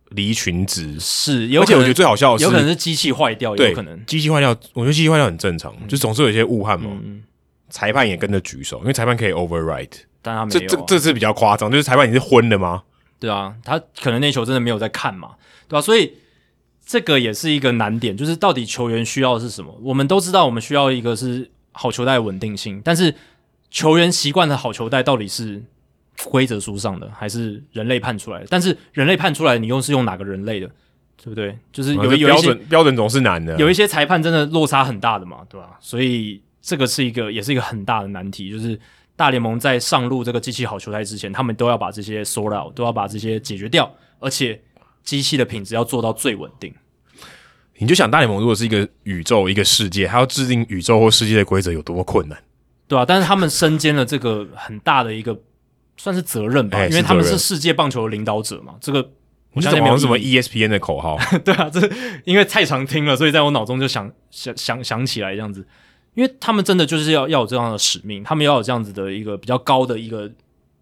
A: 离群值，
B: 是，有
A: 而且
B: 可
A: 我
B: 能
A: 觉得最好笑的是，
B: 有可能是机器坏掉，有
A: 对
B: 可能，
A: 机器坏掉，我觉得机器坏掉很正常，就总是有一些误判嘛，
B: 嗯，
A: 裁判也跟着举手，因为裁判可以 override，
B: 但他没
A: 这
B: 有、啊
A: 这这是比较夸张，就是裁判你是昏的吗？
B: 对啊，他可能那球真的没有在看嘛，对吧、啊所以这个也是一个难点，就是到底球员需要的是什么？我们都知道，我们需要一个是好球带的稳定性，但是球员习惯的好球带到底是规则书上的，还是人类判出来的？但是人类判出来，你又是用哪个人类的，对不对？就是有、
A: 这
B: 有一
A: 哦标
B: 些
A: 准标准总是难的，
B: 有一些裁判真的落差很大的嘛，对吧、所以这个是一个也是一个很大的难题，就是大联盟在上路这个机器好球赛之前，他们都要把这些 sort out，都要把这些解决掉，而且机器的品质要做到最稳定。
A: 你就想大联盟如果是一个宇宙一个世界，它要制定宇宙或世界的规则有多么困难？
B: 对啊，但是他们身兼了这个很大的一个算是责任吧，
A: 哎
B: 因为他们
A: 是责
B: 是
A: 任
B: 世界棒球的领导者嘛。这个我
A: 你
B: 相
A: 怎
B: 信
A: 么
B: 没
A: 好
B: 有
A: 像什么 E
B: 意义
A: ESPN 的口号？
B: 对啊，这因为太常听了，所以在我脑中就想想想想起来这样子。因为他们真的就是要要有这样的使命，他们要有这样子的一个比较高的一个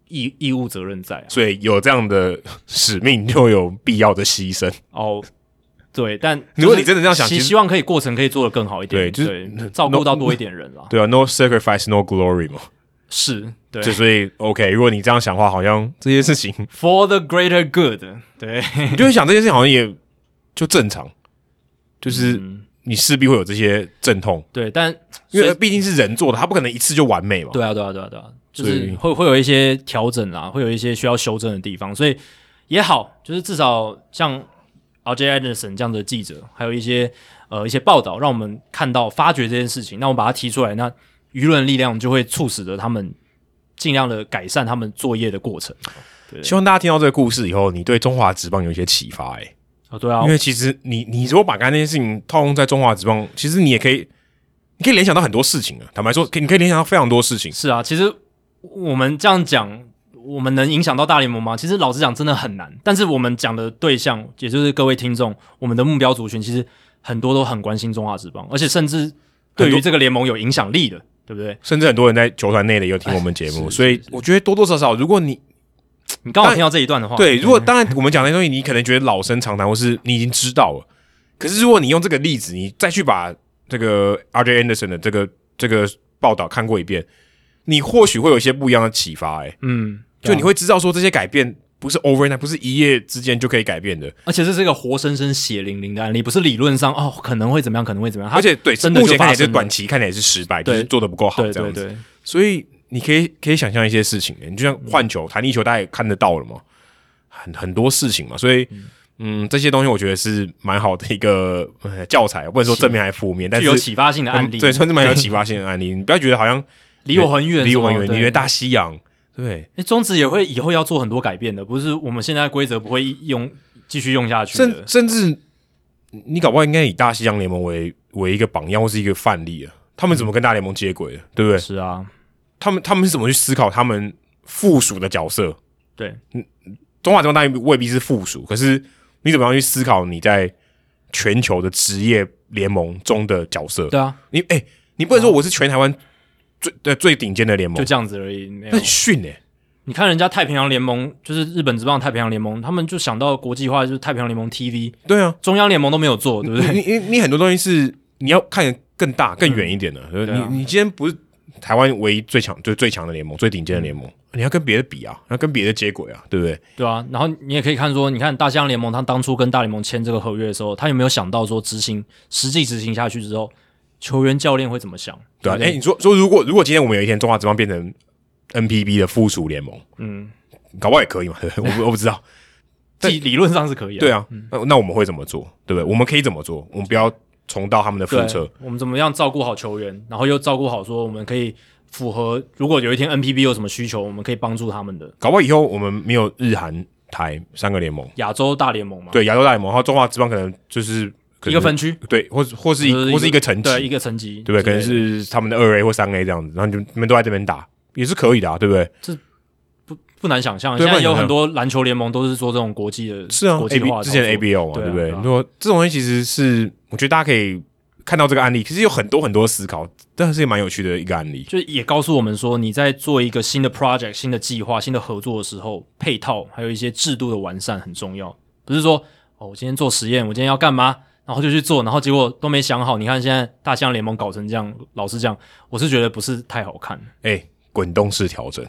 B: 义义务责任在、啊。
A: 所以有这样的使命，就有必要的牺牲。
B: 哦，对，但
A: 如果你真的这样想
B: 希
A: 其实
B: 希望可以过程可以做得更好一点，
A: 对就是
B: 对照顾到多一点人啦。
A: 对啊，No sacrifice, no glory 嘛。
B: 是，对
A: 就所以 OK，如果你这样想的话，好像这些事 情，
B: ，for the greater good，对，
A: 你就会想这些事情好像也就正常，就是
B: 嗯
A: 你势必会有这些阵痛，
B: 对，但
A: 因为
B: 所以
A: 毕竟是人做的，他不可能一次就完美嘛。
B: 对啊，对啊，对啊，对啊，就
A: 哦所
B: 是
A: 以
B: 会会有一些调整啦，会有一些需要修正的地方，所以也好，就是至少像 RJ Anderson 这样的记者，还有一些呃一些报道，让我们看到发掘这件事情，那我们把它提出来，那舆论力量就会促使着他们尽量的改善他们作业的过程。
A: 希望大家听到这个故事以后，你对中华职棒有一些启发、欸。
B: 哦，对啊
A: 因，为其实你你如果把刚才那些事情套用在中华职棒，其实你也可以，你可以联想到很多事情啊。坦白说，可以你可以联想到非常多事情。
B: 是啊，其实我们这样讲，我们能影响到大联盟吗？其实老实讲，真的很难。但是我们讲的对象，也就是各位听众，我们的目标族群，其实很多都很关心中华职棒，而且甚至对
A: 很
B: 于
A: 多嗯
B: 这个联盟有影响力的，对不对？
A: 甚至很多人在球团内的也有听我们节
B: 哎
A: 目，所以我觉得多多少少，如果你
B: 你刚好
A: 但
B: 听到这一段的话，
A: 对，如果当 然我们讲那些东西，你可能觉得老生常谈，或是你已经知道了。可是如果你用这个例子，你再去把这个 R.J. Anderson 的这个这个报道看过一遍，你或许会有一些不一样的启发、欸。哎，
B: 嗯，
A: 就你
B: 会，
A: 会知道说这些改变不是 overnight，不是一夜之间就可以改变的。
B: 而且这是一个活生生血淋淋的案例，不是理论上哦可能会怎么样，可能会怎么样，它
A: 而且对，
B: 真的
A: 目
B: 就
A: 前看
B: 发
A: 起来是
B: 生了
A: 短。期看起来也是失败，就
B: 对
A: 是做的不够好
B: 对
A: 这
B: 对
A: 样子。
B: 对，
A: 所以你可以可以想象一些事情，你就像
B: 嗯
A: 换球、弹力球，大家也看得到了嘛，很很多事情嘛。所以，嗯，这些东西我觉得是蛮好的一个呃教材，不能说正面还是负面，但
B: 具
A: 是
B: 有启发性的案例，
A: 嗯对，算是蛮有启发性的案例。你不要觉得好像
B: 离我很远，
A: 离我
B: 是吗
A: 很远，
B: 哦对
A: 你觉得大西洋，对，
B: 诶中职也会以后要做很多改变的，不是我们现在规则不会用继续用下去的。
A: 甚甚至你搞不好应该以大西洋联盟为为一个榜样或是一个范例啊。他们怎
B: 嗯
A: 么跟大联盟接轨的，对不对？
B: 是啊，
A: 他们他们是怎么去思考他们附属的角色？
B: 对，
A: 中华职棒当然未必是附属，可是你怎么样去思考你在全球的职业联盟中的角色？
B: 对哦啊，
A: 你哎、你不能说我是全台湾最的最顶尖的联
B: 就
A: 盟，
B: 这样子而已。没有
A: 很，逊哎、
B: 你看人家太平洋联盟，就是日本职棒太平洋联盟，他们就想到国际化，就是太平洋联盟 TV，
A: 对啊，
B: 中央联盟都没有做，对不对？
A: 你你你很多东西是你要看得更大、更远一点的。
B: 对啊
A: 你你今天不是台湾唯一最强、最最强的联盟、最顶尖的联盟，你要跟别的比啊，要跟别的接轨啊，对不对？
B: 对啊，然后你也可以看说，你看大西洋联盟，他当初跟大联盟签这个合约的时候，他有没有想到说执行实际执行下去之后，球员教练会怎么想？
A: 对啊，
B: 不
A: 哎、你说说，如果如果今天我们有一天中华职棒变成 NPB 的附属联盟，
B: 嗯，
A: 搞不好也可以嘛，对不对我不我不知道。
B: 自己理论上是可以、啊，
A: 对啊，那那我们会怎么做？对不对？我们可以怎么做？我们不要重蹈他们的覆
B: 对
A: 辙。，
B: 我们怎么样照顾好球员，然后又照顾好说我们可以符合，如果有一天 NPB 有什么需求，我们可以帮助他们的
A: 搞不好以后我们没有日韩台三个联盟，
B: 亚洲大联盟嘛，，
A: 对亚洲大联盟，然后中华职棒可能就是可
B: 哦
A: 能
B: 一个分区，
A: 对，或是或是一
B: 就
A: 或是一个层级，
B: 对，
A: 对
B: 一个层级，
A: 不对？可能
B: 之类的
A: 是他们的二 A 或三 A 这样子，然后你们你们都在这边打也是可以的啊，对不对？
B: 不难想象，
A: 对
B: 现
A: 不
B: 在
A: 然
B: 有
A: 你看
B: 很多篮球联盟都是做这种国际的，
A: 是啊
B: 国际
A: ，A B
B: 化的
A: 之前的
B: 操作
A: ABL 嘛，
B: 对啊
A: 不对？
B: 对啊
A: 你说这种东西其实是我觉得大家可以看到这个案例，其实有很多很多思考，但是也蛮有趣的一个案例。
B: 就也告诉我们说，你在做一个新的 project、新的计划、新的合作的时候，配套还有一些制度的完善很重要。不是说哦，我今天做实验，我今天要干嘛，然后就去做，然后结果都没想好。你看现在大西洋联盟搞成这样，老实讲，我是觉得不是太好看。
A: 哎，滚动式调整，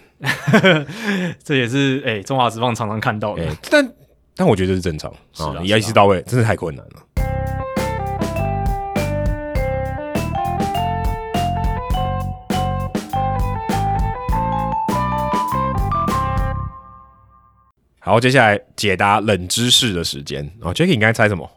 B: 这也是哎、中华职棒常常看到的。
A: 哎，但但我觉得这是正常
B: 啊是啊
A: 你要一
B: 是
A: 次
B: 啊
A: 到位，真的太困难了。好，接下来解答冷知识的时间。哦 j a c k 你刚才猜什么？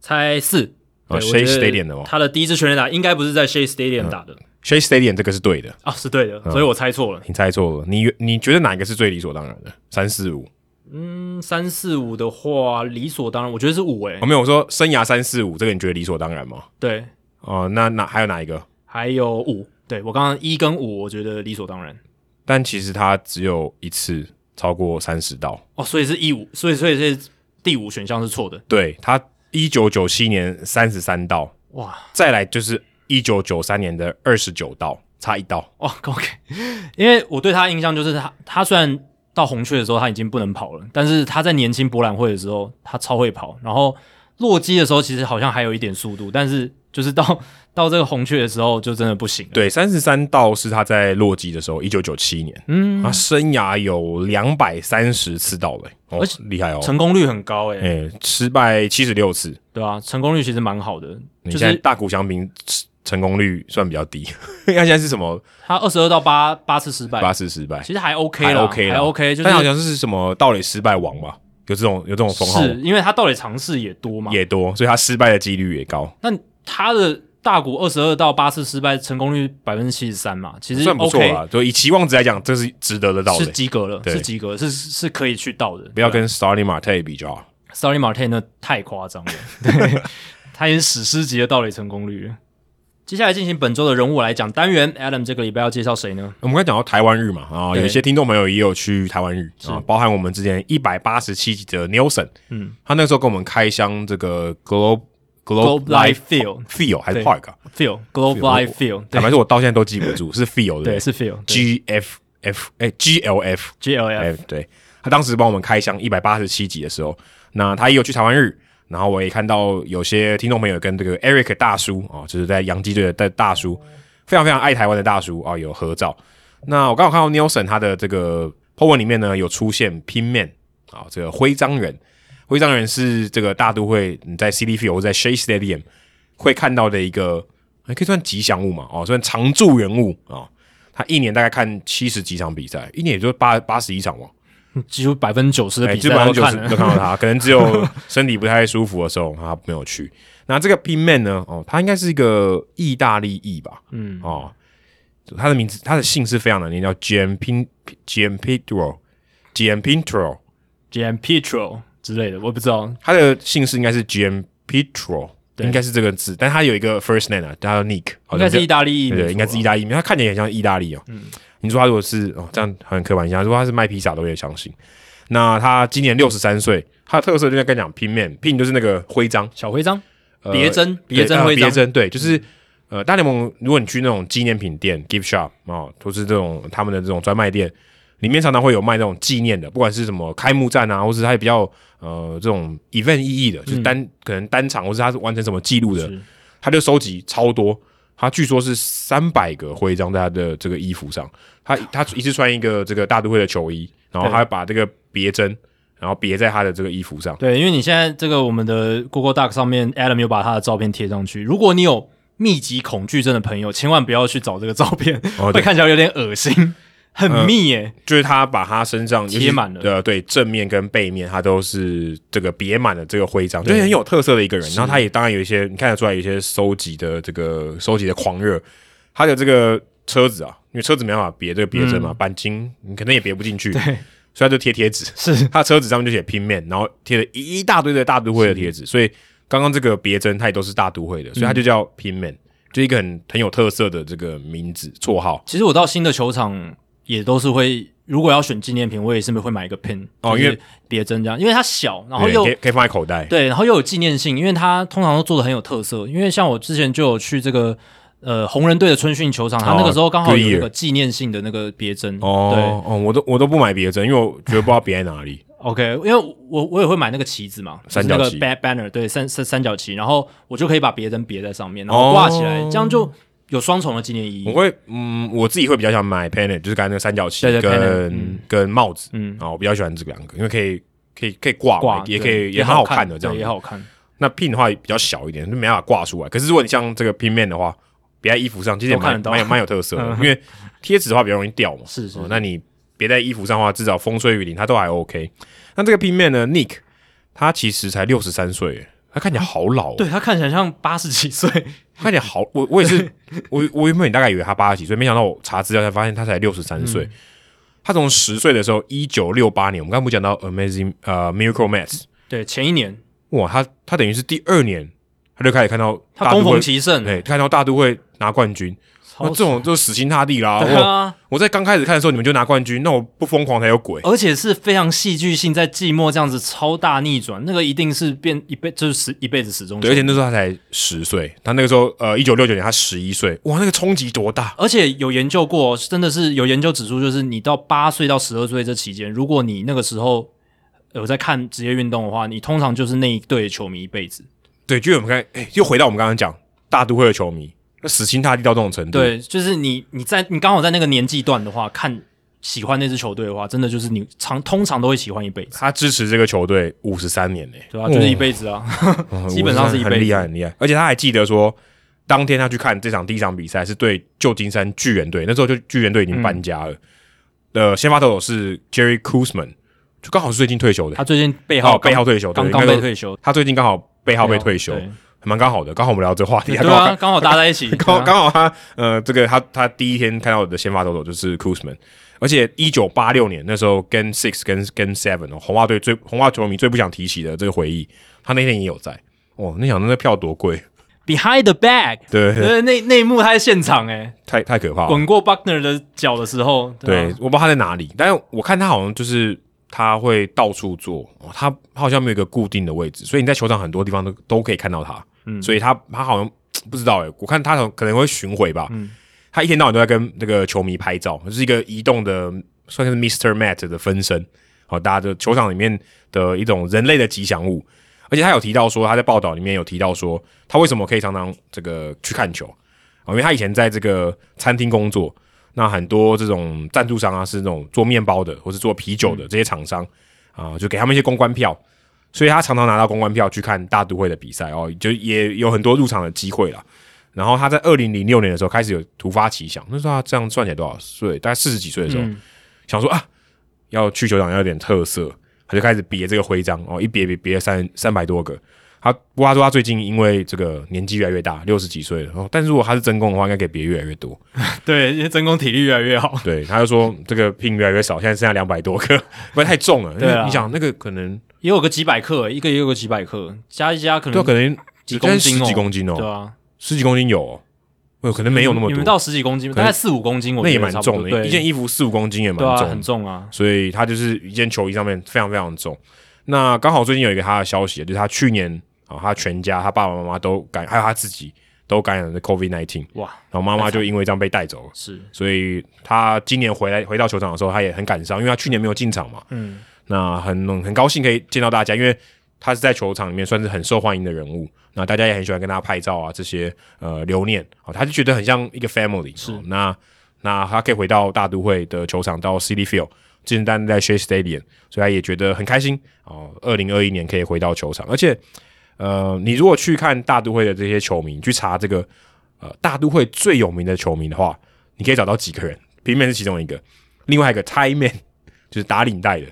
B: 猜四。
A: 哦
B: 对
A: Shea
B: 哎我觉得
A: Stadium 的吗
B: 他的嗯第一支全垒打应该不是在 Shea Stadium 打的、
A: Shea Stadium 这个是对的，
B: 啊，是对的，所以我猜错了。
A: 你猜错了。你你觉得哪一个是最理所当然的？三四五？
B: 嗯，三四五的话，理所当然，我觉得是五诶、
A: 哦，没有，我说生涯三四五，这个你觉得理所当然吗？
B: 对，
A: 哦，那那还有哪一个？
B: 还有五，对我刚刚一跟五，我觉得理所当然
A: 但其实它只有一次超过三十道。
B: 哦，所以是一五，所以所以是第五选项是错的，
A: 对，它一九九七年三十三道，
B: 哇
A: 再来就是一九九三年的二十九道，差一道。
B: 哇，OK，因为我对他的印象就是他他虽然到红雀的时候他已经不能跑了，但是他在年轻博览会的时候他超会跑，然后落基的时候其实好像还有一点速度，但是就是到 到这个红雀的时候就真的不行了，
A: 对，三十三道是他在洛基的时候，一九九七年，
B: 嗯，
A: 他生涯有两百三十次到垒，哦
B: 而且，
A: 厉害哦。
B: 成功率很高诶、
A: 哎、失败七十六次，
B: 对啊，成功率其实蛮好的，
A: 你
B: 就
A: 现在
B: 是
A: 大谷翔平成功率算比较低， 因为他现在是什么
B: 他二十二到八八次失败，
A: 八次失败，
B: 其实还 OK
A: 还
B: 了
A: OK 啦
B: 还 OK，就是
A: 但好像是什么盗垒失败王吧，有这种有这种封号
B: 是因为他到底尝试也多嘛？
A: 也多，所以他失败的几率也高，
B: 那他的大股二十二到八次失败，成功率百分之七十三嘛，其实
A: 算不错
B: 嗯 OK
A: 啦。就以期望值来讲，这是值得的盗
B: 是
A: 垒。
B: 及格了，
A: 对
B: 是及格，是是可以去到的。
A: 不要跟 Starling Marte 比较好。
B: s o r r y Martin 那太夸张了， 他已经史诗级的盗垒成功率了。接下来进行本周的人物来讲单元，Adam 这个礼拜要介绍谁呢？
A: 我们刚才讲到台湾日嘛，啊，
B: 对
A: 有一些听众朋友也有去台湾日啊，包含我们之前一百八十七集的 Nelson，
B: 嗯，
A: 他那时候跟我们开箱这个 Globe
B: Globe
A: Globe
B: Life
A: Life
B: Field
A: Feel 还是
B: 对
A: Park，啊
B: Phil Globe Life Phil，
A: 坦
B: 对
A: 白说，我到现在都记不住，是 Feel
B: 对
A: 的
B: 是 Phil
A: G F F 哎 G L F
B: GLF，
A: 哎，对，他当时帮我们开箱一百八十七集的时候，那他也有去台湾日，然后我也看到有些听众朋友跟这个 Eric 大叔啊、哦就是在洋基队的大大叔，非常非常爱台湾的大叔啊、有合照。那我刚好看到 Nelson 他的这个 po 文里面呢，有出现 Pin Man 啊、这个徽章人，徽章人是这个大都会你在 CD Field 或在 Shea Stadium 会看到的一个，还可以算吉祥物嘛，哦，算常驻人物啊、哦他一年大概看七十几场比赛，一年也就八八十一场嘛，
B: 几乎百分之九十的
A: 哎，
B: 比
A: 基
B: 赛
A: 本上
B: 都
A: 九
B: 看
A: 十都
B: 了。
A: 看到他，可能只有身体不太舒服的时候他没有去。那这个 Pin Man 呢？哦，他应该是一个意大利裔吧？
B: 嗯，
A: 哦，他的名字，他的姓是非常难念，叫 Gian Pin Gian Pietro Gian Pietro，
B: Jan Petro 之类的，我不知道，
A: 他的姓氏应该是 Gian Pietro，
B: 对
A: 应该是这个字，但他有一个 first name 啊，他叫 Nick，好像
B: 应该
A: 叫
B: 是意大利裔民族啊，
A: 对，应该是意大利面，他看起来也像意大利哦。你说他如果是哦，这样很刻板印象，如果他是卖披萨的，我也相信。那他今年六十三岁，他的特色就是跟你讲拼面，拼就是那个徽章，
B: 小徽章，
A: 呃
B: 别针，
A: 对
B: 别针嗯
A: 呃
B: 徽章
A: 别，针，对，就是呃，大联盟，如果你去那种纪念品店、gift shop 哦，都是这种他们的这种专卖店，里面常常会有卖那种纪念的，不管是什么开幕战啊，或是它比较呃这种 event 意义的，就是单、可能单场，或是它是完成什么记录的
B: 嗯是，
A: 他就收集超多。他据说是三百个徽章在他的这个衣服上，他他一次穿一个这个大都会的球衣，然后
B: 对
A: 他会把这个别针，然后别在他的这个衣服上。
B: 对，因为你现在这个我们的 Google Doc 上面，Adam 有把他的照片贴上去。如果你有密集恐惧症的朋友，千万不要去找这个照片，
A: 哦
B: 会
A: 对嗯
B: 看起来有点恶心。很密耶、
A: 就是他把他身上就是
B: 贴满了
A: 呃，对，正面跟背面他都是这个别满了这个徽章，就是很有特色的一个人。然后他也当然有一些，你看得出来有一些收集的这个收集的狂热。他的这个车子啊，因为车子没办法别这个别针
B: 嗯
A: 嘛，钣金你可能也别不进去，所以他就贴贴纸。
B: 是
A: 他的车子上面就写拼面，然后贴了一一大堆的大都会的贴纸，所以刚刚这个别针它也都是大都
B: 嗯
A: 会的，所以它就叫拼面，就一个很很有特色的这个名字绰号。
B: 其实我到新的球场也都是会，如果要选纪念品，我也是会买一个 pin
A: 哦
B: 就是
A: 因为
B: 别针这样，因为它小，然后
A: 对
B: 又
A: 可以可以放在口袋，
B: 对，然后又有纪念性，因为它通常都做的很有特色。因为像我之前就有去这个呃红人队的春训球场，它那个时候刚好有那个纪念性的那个别针。
A: 哦哦，我都我都不买别针，因为我觉得不知道别在哪 里。
B: 对，OK，因为我我也会买那个旗子嘛，就是
A: 三角
B: 那个
A: 旗
B: ba- banner，对，三三三角旗，然后我就可以把别针别在上面，然后挂起来，
A: 哦
B: 这样就有双重的纪念意
A: 我
B: 义。
A: 会嗯，我自己会比较想买 Pennant，就是刚才那个三角旗
B: 对对
A: 跟
B: Pennant，嗯
A: 跟帽子，嗯，
B: 嗯
A: 啊，我比较喜欢这两个，因为可以可以可以挂嘛，
B: 挂
A: 也
B: 对
A: 可以也很
B: 好
A: 看的这样
B: 对
A: 子
B: 也。好看。
A: 那 pin 的话比较小一点，就没办法挂出来。可是如果你像这个拼面的话，别在衣服上，其实也
B: 都看
A: 蛮
B: 得到
A: 蛮有蛮有特 色的，因为贴纸的话比较容易掉嘛。
B: 是是
A: 哦
B: 是
A: 那你别在衣服上的话，至少风吹雨淋它都还 OK。那这个拼面呢，Nick 他其实才六十三岁，他看起来好老、哦，
B: 对，他看起来像八十几岁，
A: 他看起来好，我我也 是，我我原本大概以为他八十几岁，没想到我查资料才发现他才六十三
B: 嗯
A: 岁。他从十岁的时候，一九六八年，我们刚刚不讲到 Amazing 呃 Miracle Match，
B: 对，前一年
A: 哇，他他等于是第二年，他就开始看到
B: 他
A: 大都
B: 攻
A: 会
B: 逢其胜，
A: 对，看到大都会拿冠军，
B: 超
A: 那这种就死心塌地啦。
B: 对
A: 我
B: 啊，
A: 我在刚开始看的时候你们就拿冠军，那我不疯狂才有鬼。
B: 而且是非常戏剧性，在季末这样子超大逆转，那个一定是变一辈，就是始一辈子始终。
A: 对，而且那时候他才十岁，他那个时候呃，一九六九年他十一岁，哇，那个冲击多大！
B: 而且有研究过，真的是有研究指出，就是你到八岁到十二岁这期间，如果你那个时候有在看职业运动的话，你通常就是那一队的球迷一辈子。
A: 对，就我们刚才，哎、又回到我们刚刚讲大都会的球迷，那死心塌地到这种程度。，
B: 对，就是你你在你刚好在那个年纪段的话，看喜欢那支球队的话，真的就是你常通常都会喜欢一辈子，
A: 他支持这个球队五十三年呢、
B: 对吧、就是一辈子啊，
A: 嗯
B: 基本上是一辈子
A: 很厉害，很厉害。而且他还记得说，当天他去看这场第一场比赛是对旧金山巨人队，那时候就巨人队已经搬
B: 嗯
A: 家了。呃，先发投手是 Jerry Kuzman，就刚好是最近退休的
B: 他，最近背号
A: 哦背号退休对
B: 刚刚
A: 应该
B: 被
A: 说
B: 退休，
A: 他最近刚好背号被退休，
B: 对
A: 还蛮刚好的。刚好我们聊这个话题，
B: 对
A: 还刚好
B: 啊，刚好搭在一起，
A: 刚
B: 对啊
A: 刚好他呃，这个他他第一天看到的先发投手就是 Kuzman，而且一九八六年那时候跟 Six 跟跟 Seven 哦，红袜队最红袜球迷最不想提起的这个回忆，他那天也有在哦。那想那票多贵，
B: behind the back，
A: 对
B: 对，那那一幕他在现场哎、欸，
A: 太太可怕了。
B: 滚过 Buckner 的脚的时候，
A: 对，
B: 啊
A: 我不知道他在哪里，但是我看他好像就是他会到处坐，哦、他他好像没有一个固定的位置，所以你在球场很多地方都都可以看到他。嗯，所以他他好像不知道哎、我看他好像可能会巡回吧。嗯，他一天到晚都在跟那个球迷拍照，就是一个移动的，算是 Mr. Matt 的分身。好、大家就球场里面的一种人类的吉祥物。而且他有提到说，他在报道里面有提到说，他为什么可以常常这个去看球啊？因为他以前在这个餐厅工作，那很多这种赞助商啊，是那种做面包的或是做啤酒的这些厂商啊，就给他们一些公关票，所以他常常拿到公关票去看大都会的比赛哦，就也有很多入场的机会啦。然后他在二零零六年的时候开始有突发奇想，那时候他这样算起来多少岁？大概四十几岁的时候，想说啊，要去球场要有点特色，他就开始别这个徽章哦，一别别别了三三百多个。他不过他说他最近因为这个年纪越来越大，六十几岁了，哦，但是如果他是真功的话，应该给别越来越多。
B: 对，因为真空体力越来越好，
A: 对，他就说这个聘越来越少，现在剩下两百多个， 不然太重了。因为
B: 对啊嗯
A: 你想那个可能
B: 也有个几百克，一个也有个几百克，加一加可
A: 对啊，
B: 能
A: 可能
B: 几公斤
A: 十
B: 哦
A: 几公斤
B: 对
A: 哦，
B: 啊，
A: 十几公斤有哦，有可能没有那么
B: 你们
A: 多，
B: 到十几公斤，
A: 可
B: 大
A: 能
B: 概四五公斤，我
A: 那
B: 觉
A: 也
B: 得
A: 蛮
B: 差不多
A: 重的，
B: 对，
A: 一件衣服四五公斤也蛮
B: 对啊，
A: 重
B: 很
A: 的，
B: 重啊，
A: 所以他就是一件球衣上面非常非常重。那刚好最近有一个他的消息，就是他去年啊，他全家他爸爸妈妈都感，还有他自己都感染了 COVID nineteen，
B: 哇，
A: 然后妈妈就因为这样被带走了。
B: 是
A: 所以他今年回来回到球场的时候，他也很感伤，因为他去年没有进场嘛。
B: 嗯，
A: 那很很高兴可以见到大家，因为他是在球场里面算是很受欢迎的人物，那大家也很喜欢跟他拍照啊，这些呃留念哦，他就觉得很像一个 family 是、那那他可以回到大都会的球场，到 City Field，之前单在 Shea Stadium，所以他也觉得很开心哦。二零二一年可以回到球场，而且呃，你如果去看大都会的这些球迷，你去查这个呃大都会最有名的球迷的话，你可以找到几个人，平面是其中一个。另外一个 tie man 就是打领带的。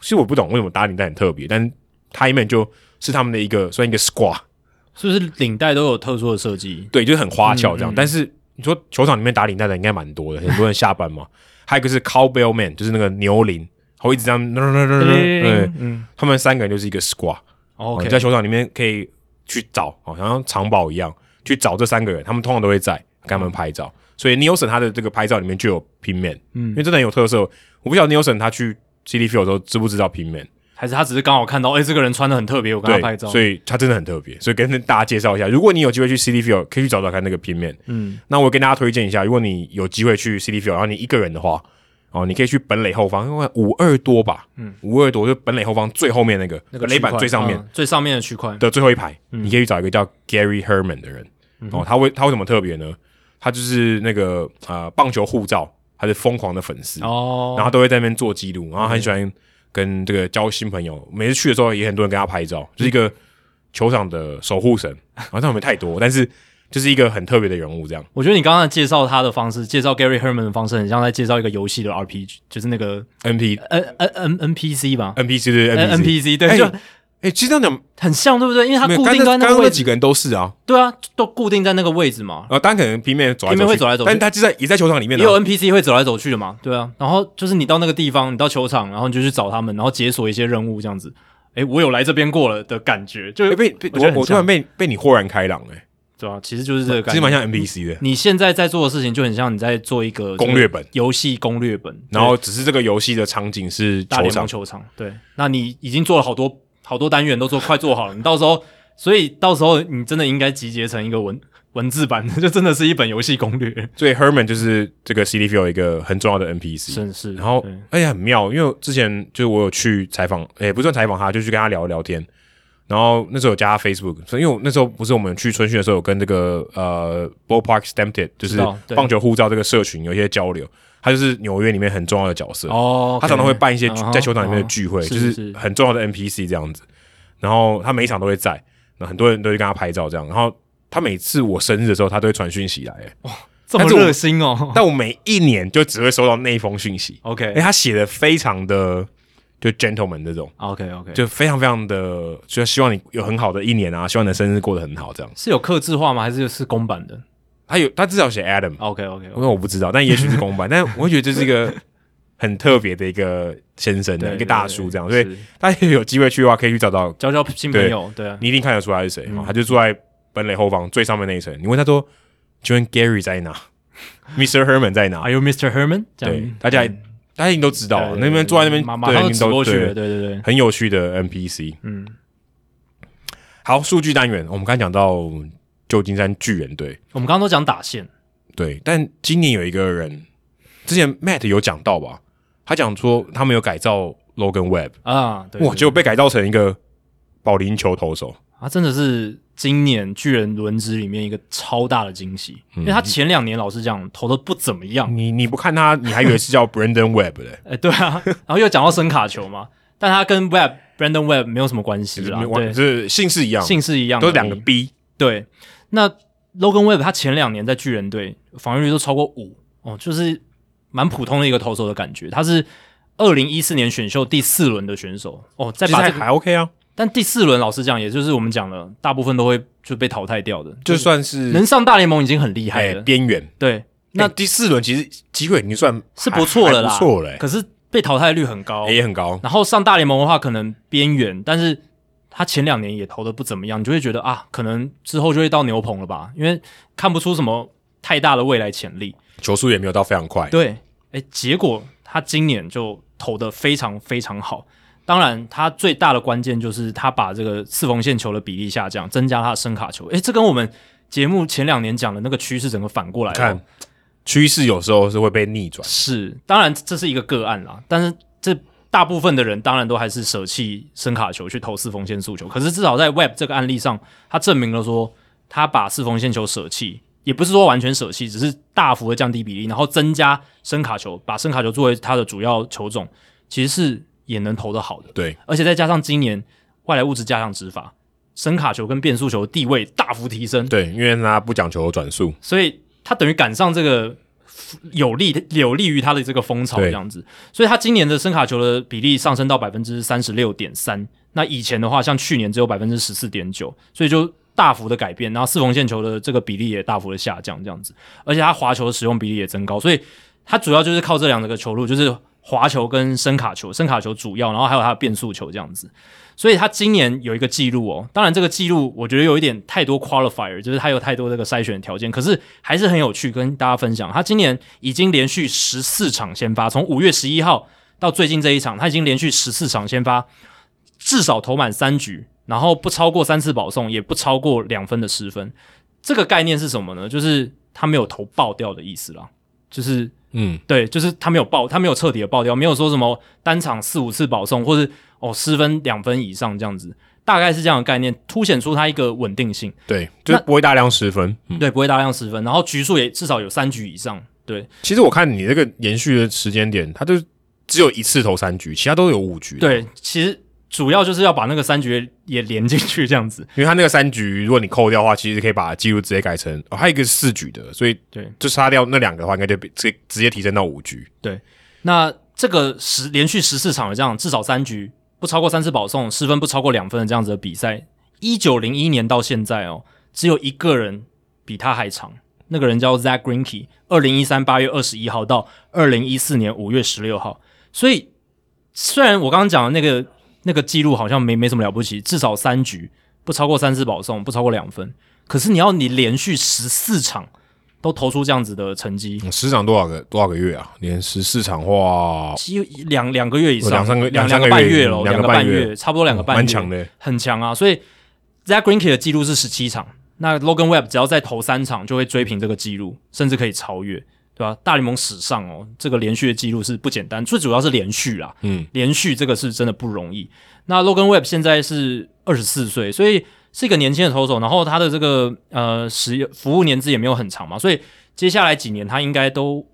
A: 其实我不懂为什么打领带很特别，但是 tie man 就是他们的一个算一个 squad，
C: 是不是领带都有特殊的设计？
A: 对，就是很花俏这样。但是你说球场里面打领带的应该蛮多的，很多人下班嘛。 还有一个是 cowbell man，就是那个牛铃，他会一直这样，对，
B: 嗯
A: 他们三个人就是一个 squad。哦
B: ，OK，
A: 你在球场里面可以去找，哦好像藏宝一样去找这三个人，他们通常都会在跟他们拍照。所以 Nielsen 他的这个拍照里面就有 Pin Man，嗯，因为真的很有特色。我不晓得 Nielsen 他去 CD Field 的时候知不知道 Pin Man，
B: 还是他只是刚好看到，哎、这个人穿的很特别，我跟他拍
A: 对，
B: 照，
A: 所以他真的很特别。所以跟大家介绍一下，如果你有机会去 CD Field，可以去找找看那个 Pin Man。嗯，那我跟大家推荐一下，如果你有机会去 CD Field，然后你一个人的话，哦，你可以去本垒后方，因为五二多吧，嗯，五二多就本垒后方最后面那个
C: 那个
A: 垒板
C: 区块
A: 最上面，
B: 嗯最上面的区块，
A: 的最后一排，
B: 嗯
A: 你可以去找一个叫 Gary Herman 的人。哦，他为他为什么特别呢？他就是那个呃棒球护照，他是疯狂的粉丝，
C: 哦，
A: 然后都会在那边做记录，然
B: 嗯
A: 后很喜欢跟这个交新朋友。每次去的时候也很多人跟他拍照，就是一
B: 嗯
A: 个球场的守护神。好像没太多，但是就是一个很特别的人物这样。
B: 我觉得你刚刚介绍他的方式，介绍 Gary Herman 的方式，很像在介绍一个游戏的 RPG，就是那个
A: N P
B: N N N N P C 吧呃
A: N P C 对
B: N
A: N P C，
B: C 对，
A: 哎
B: 就
A: 哎，其实这样讲，
B: 很像，对不对？因为他
A: 没有
B: 固
A: 刚
B: 定在
A: 刚
B: 那
A: 刚
B: 个
A: 那
B: 位
A: 几
B: 置，
A: 个人都是啊，
B: 对啊，都固定在那个位置嘛。
A: 呃，当然可能平面走来
B: P
A: 走
B: 面会
A: 去
B: 走来走去
A: 但是他就在也在球场里面啊
B: 也
A: 的。
B: 有 NPC 会走来走去的嘛，对啊。然后就是你到那个地方，你到球场，然后你就去找他们，然后解锁一些任务，这样子。诶，我有来这边过了的感觉，就
A: 哎被被
B: 我觉得很
A: 我我突然
B: 像
A: 被被你豁然开朗哎，
B: 对啊，其实就是这个
A: 其
B: 感
A: 实
B: 觉
A: 蛮。像 N P C 的。
B: 你现在在做的事情就很像你在做一个
A: 攻略本
B: 游戏攻略本，
A: 然后只是这个游戏的场景是
B: 大
A: 球
B: 联盟
A: 场，
B: 球场。对，那你已经做了好多好多单元，都做快做好了。你到时候，所以到时候你真的应该集结成一个文文字版，就真的是一本游戏攻略。
A: 所以 Herman 就是这个 CD Field 一个很重要的 NPC。
B: 真是，
A: 然后
B: 对，
A: 而且很妙，因为我之前就是我有去采访，也不算采访他，就去跟他聊聊天。然后那时候有加他 Facebook，所以因为我那时候不是我们去春训的时候有跟这个呃 Ballpark Stamped，就是
B: 知道对
A: 棒球护照这个社群有一些交流。他就是纽约里面很重要的角色，
B: 哦，
A: 他常常会办一些
B: 嗯哼
A: 在球场里面的聚会，
B: 嗯哼
A: 就是是很重要的 NPC 这样子。然后他每一场都会在，那很多人都会跟他拍照这样。然后他每次我生日的时候，他都会传讯息来，欸
B: 哦这么
A: 但是我
B: 热心 哦。
A: 但我每一年就只会收到那一封讯息。
B: OK，
A: 哎，他写的非常的就 gentleman 这种，
B: OK OK，就
A: 就非常非常的，就希望你有很好的一年啊，希望你的生日过得很好这样。
B: 是有刻字化吗？还是是公版的
A: 他有他至少写 Adam，
B: ？OK OK，
A: 因为我不知道，但也许是公版，但我会觉得这是一个很特别的一个先 生啊的一个大叔这样，所以大家有机会去的话，可以去找到
B: 交交新朋友，对啊，
A: 你一定看得出来是谁、哦他就坐在本垒后方最上面那一层。你问他说：“请问 Gary 在哪 ？Mr. Herman 在哪
B: Are you Mr. Herman？”？这样
A: 对，大家、大家一定都知道啊，那边坐在那边，
B: 马马
A: 对
B: 上
A: 一
B: 就
A: 定
B: 走
A: 都
B: 过去
A: 对
B: 了，对对对，
A: 很有趣的 NPC。
B: 嗯，
A: 好，数据单元，我们刚才讲到旧金山巨人队，
B: 我们刚刚都讲打线，
A: 对，但今年有一个人，之前 Matt 有讲到吧？他讲说他们有改造 Logan Webb，
B: 啊，对，
A: 哇，
B: 对
A: 结果被改造成一个保龄球投手。
B: 他真的是今年巨人轮值里面一个超大的惊喜，
A: 嗯
B: 因为他前两年老实讲投的不怎么样，
A: 啊你你不看他，你还以为是叫 Brandon Webb 嘞、
B: 哎，对啊，然后又讲到声卡球嘛，但他跟 Web Brandon Web 没有什么关系
A: 就是
B: 啦
A: 没，完
B: 啊对，
A: 就是姓氏一样，
B: 姓氏一样而已，
A: 都是两个 B，
B: 对，那 Logan Webb 他前两年在巨人队防御率都超过五哦，就是蛮普通的一个投手的感觉。他是二零一四年选秀第四轮的选手哦，再
A: 其实
B: 把
A: 还
B: 这个，
A: 还 OK 啊，
B: 但第四轮老实讲，也就是我们讲了，大部分都会就被淘汰掉的，
A: 就算是
B: 能上大联盟已经很厉害
A: 哎
B: 了。
A: 边缘。
B: 对，
A: 那
B: 那
A: 第四轮其实机会已经算
B: 是
A: 还
B: 不错了啦，
A: 还不错了欸、
B: 可是被淘汰率很高，
A: 哎也很高。
B: 然后上大联盟的话，可能边缘，但是他前两年也投的不怎么样，你就会觉得啊，可能之后就会到牛棚了吧，因为看不出什么太大的未来潜力。
A: 球速也没有到非常快，
B: 对，哎，结果他今年就投的非常非常好。当然，他最大的关键就是他把这个四缝线球的比例下降，增加他的声卡球。哎诶，这跟我们节目前两年讲的那个趋势整个反过来哦了。
A: 看趋势有时候是会被逆转。
B: 是，当然这是一个个案啦，但是这呃大部分的人当然都还是舍弃声卡球去投四缝线速球。可是至少在 Web 这个案例上，他证明了说他把四缝线球舍弃，也不是说完全舍弃，只是大幅的降低比例，然后增加声卡球，把声卡球作为他的主要球种，其实是也能投得好的。
A: 对，
B: 而且再加上今年外来物质加强执法，声卡球跟变速球的地位大幅提升，
A: 对，因为他不讲求转速，
B: 所以他等于赶上这个有利有利于它的这个风潮
A: 对
B: 这样子。所以它今年的声卡球的比例上升到百分之三十六点三，那以前的话，像去年只有百分之十四点九，所以就大幅的改变。然后四缝线球的这个比例也大幅的下降，这样子，而且它滑球的使用比例也增高，所以它主要就是靠这两个球路，就是滑球跟声卡球，声卡球主要，然后还有它的变速球这样子。所以他今年有一个记录哦，当然这个记录我觉得有一点太多 qualifier，就是他有太多这个筛选条件，可是还是很有趣，跟大家分享。他今年已经连续十四场先发，从五月十一号到最近这一场，他已经连续十四场先发，至少投满三局，然后不超过三次保送，也不超过两分的失分。这个概念是什么呢？就是他没有投爆掉的意思啦，就是
A: 嗯，
B: 对，就是他没有爆，他没有彻底的爆掉，没有说什么单场四五次保送，或是哦失分两分以上这样子，大概是这样的概念，凸显出他一个稳定性，
A: 对，就是不会大量失分。嗯，
B: 对，不会大量失分，然后局数也至少有三局以上，对
A: 其实我看你这个延续的时间点，它就只有一次投三局，其他都有五局。，
B: 对，其实主要就是要把那个三局也连进去这样子，
A: 因为它那个三局，如果你扣掉的话，其实可以把记录直接改成，哦，还有一个是四局的，所以
B: 对，
A: 就杀掉那两个的话，应该就比直接直接提升到五局。
B: 那这个十连续十四场的这样，至少三局不超过三次保送，失分不超过两分的这样子的比赛，一九零一年到现在哦，只有一个人比他还长，那个人叫 Zach Greinke，二零一三八月二十一号到二零一四年五月十六号。所以虽然我刚刚讲的那个那个记录好像没没什么了不起，至少三局不超过三次保送，不超过两分，可是你要你连续十四场都投出这样子的成绩，
A: 嗯十场多少个多少个月啊？连十四场哇，
B: 几两两个月以上，
A: 两三个
B: 两
A: 两三
B: 个
A: 个
B: 半
A: 月
B: 月了，
A: 两
B: 两
A: 个
B: 个
A: 半
B: 半
A: 月嗯
B: 月，差不多两个半月，
A: 蛮强的，
B: 很强啊。所以 Zach Greinke 的记录是十七场，那 Logan Webb 只要再投三场就会追平这个记录，甚至可以超越，对吧、大联盟史上哦，这个连续的记录是不简单，最主要是连续啦，
A: 嗯，
B: 连续这个是真的不容易。那 Logan Webb 现在是二十四岁，所以是一个年轻的投手，然后他的这个呃使服务年资也没有很长嘛，所以接下来几年他应该都。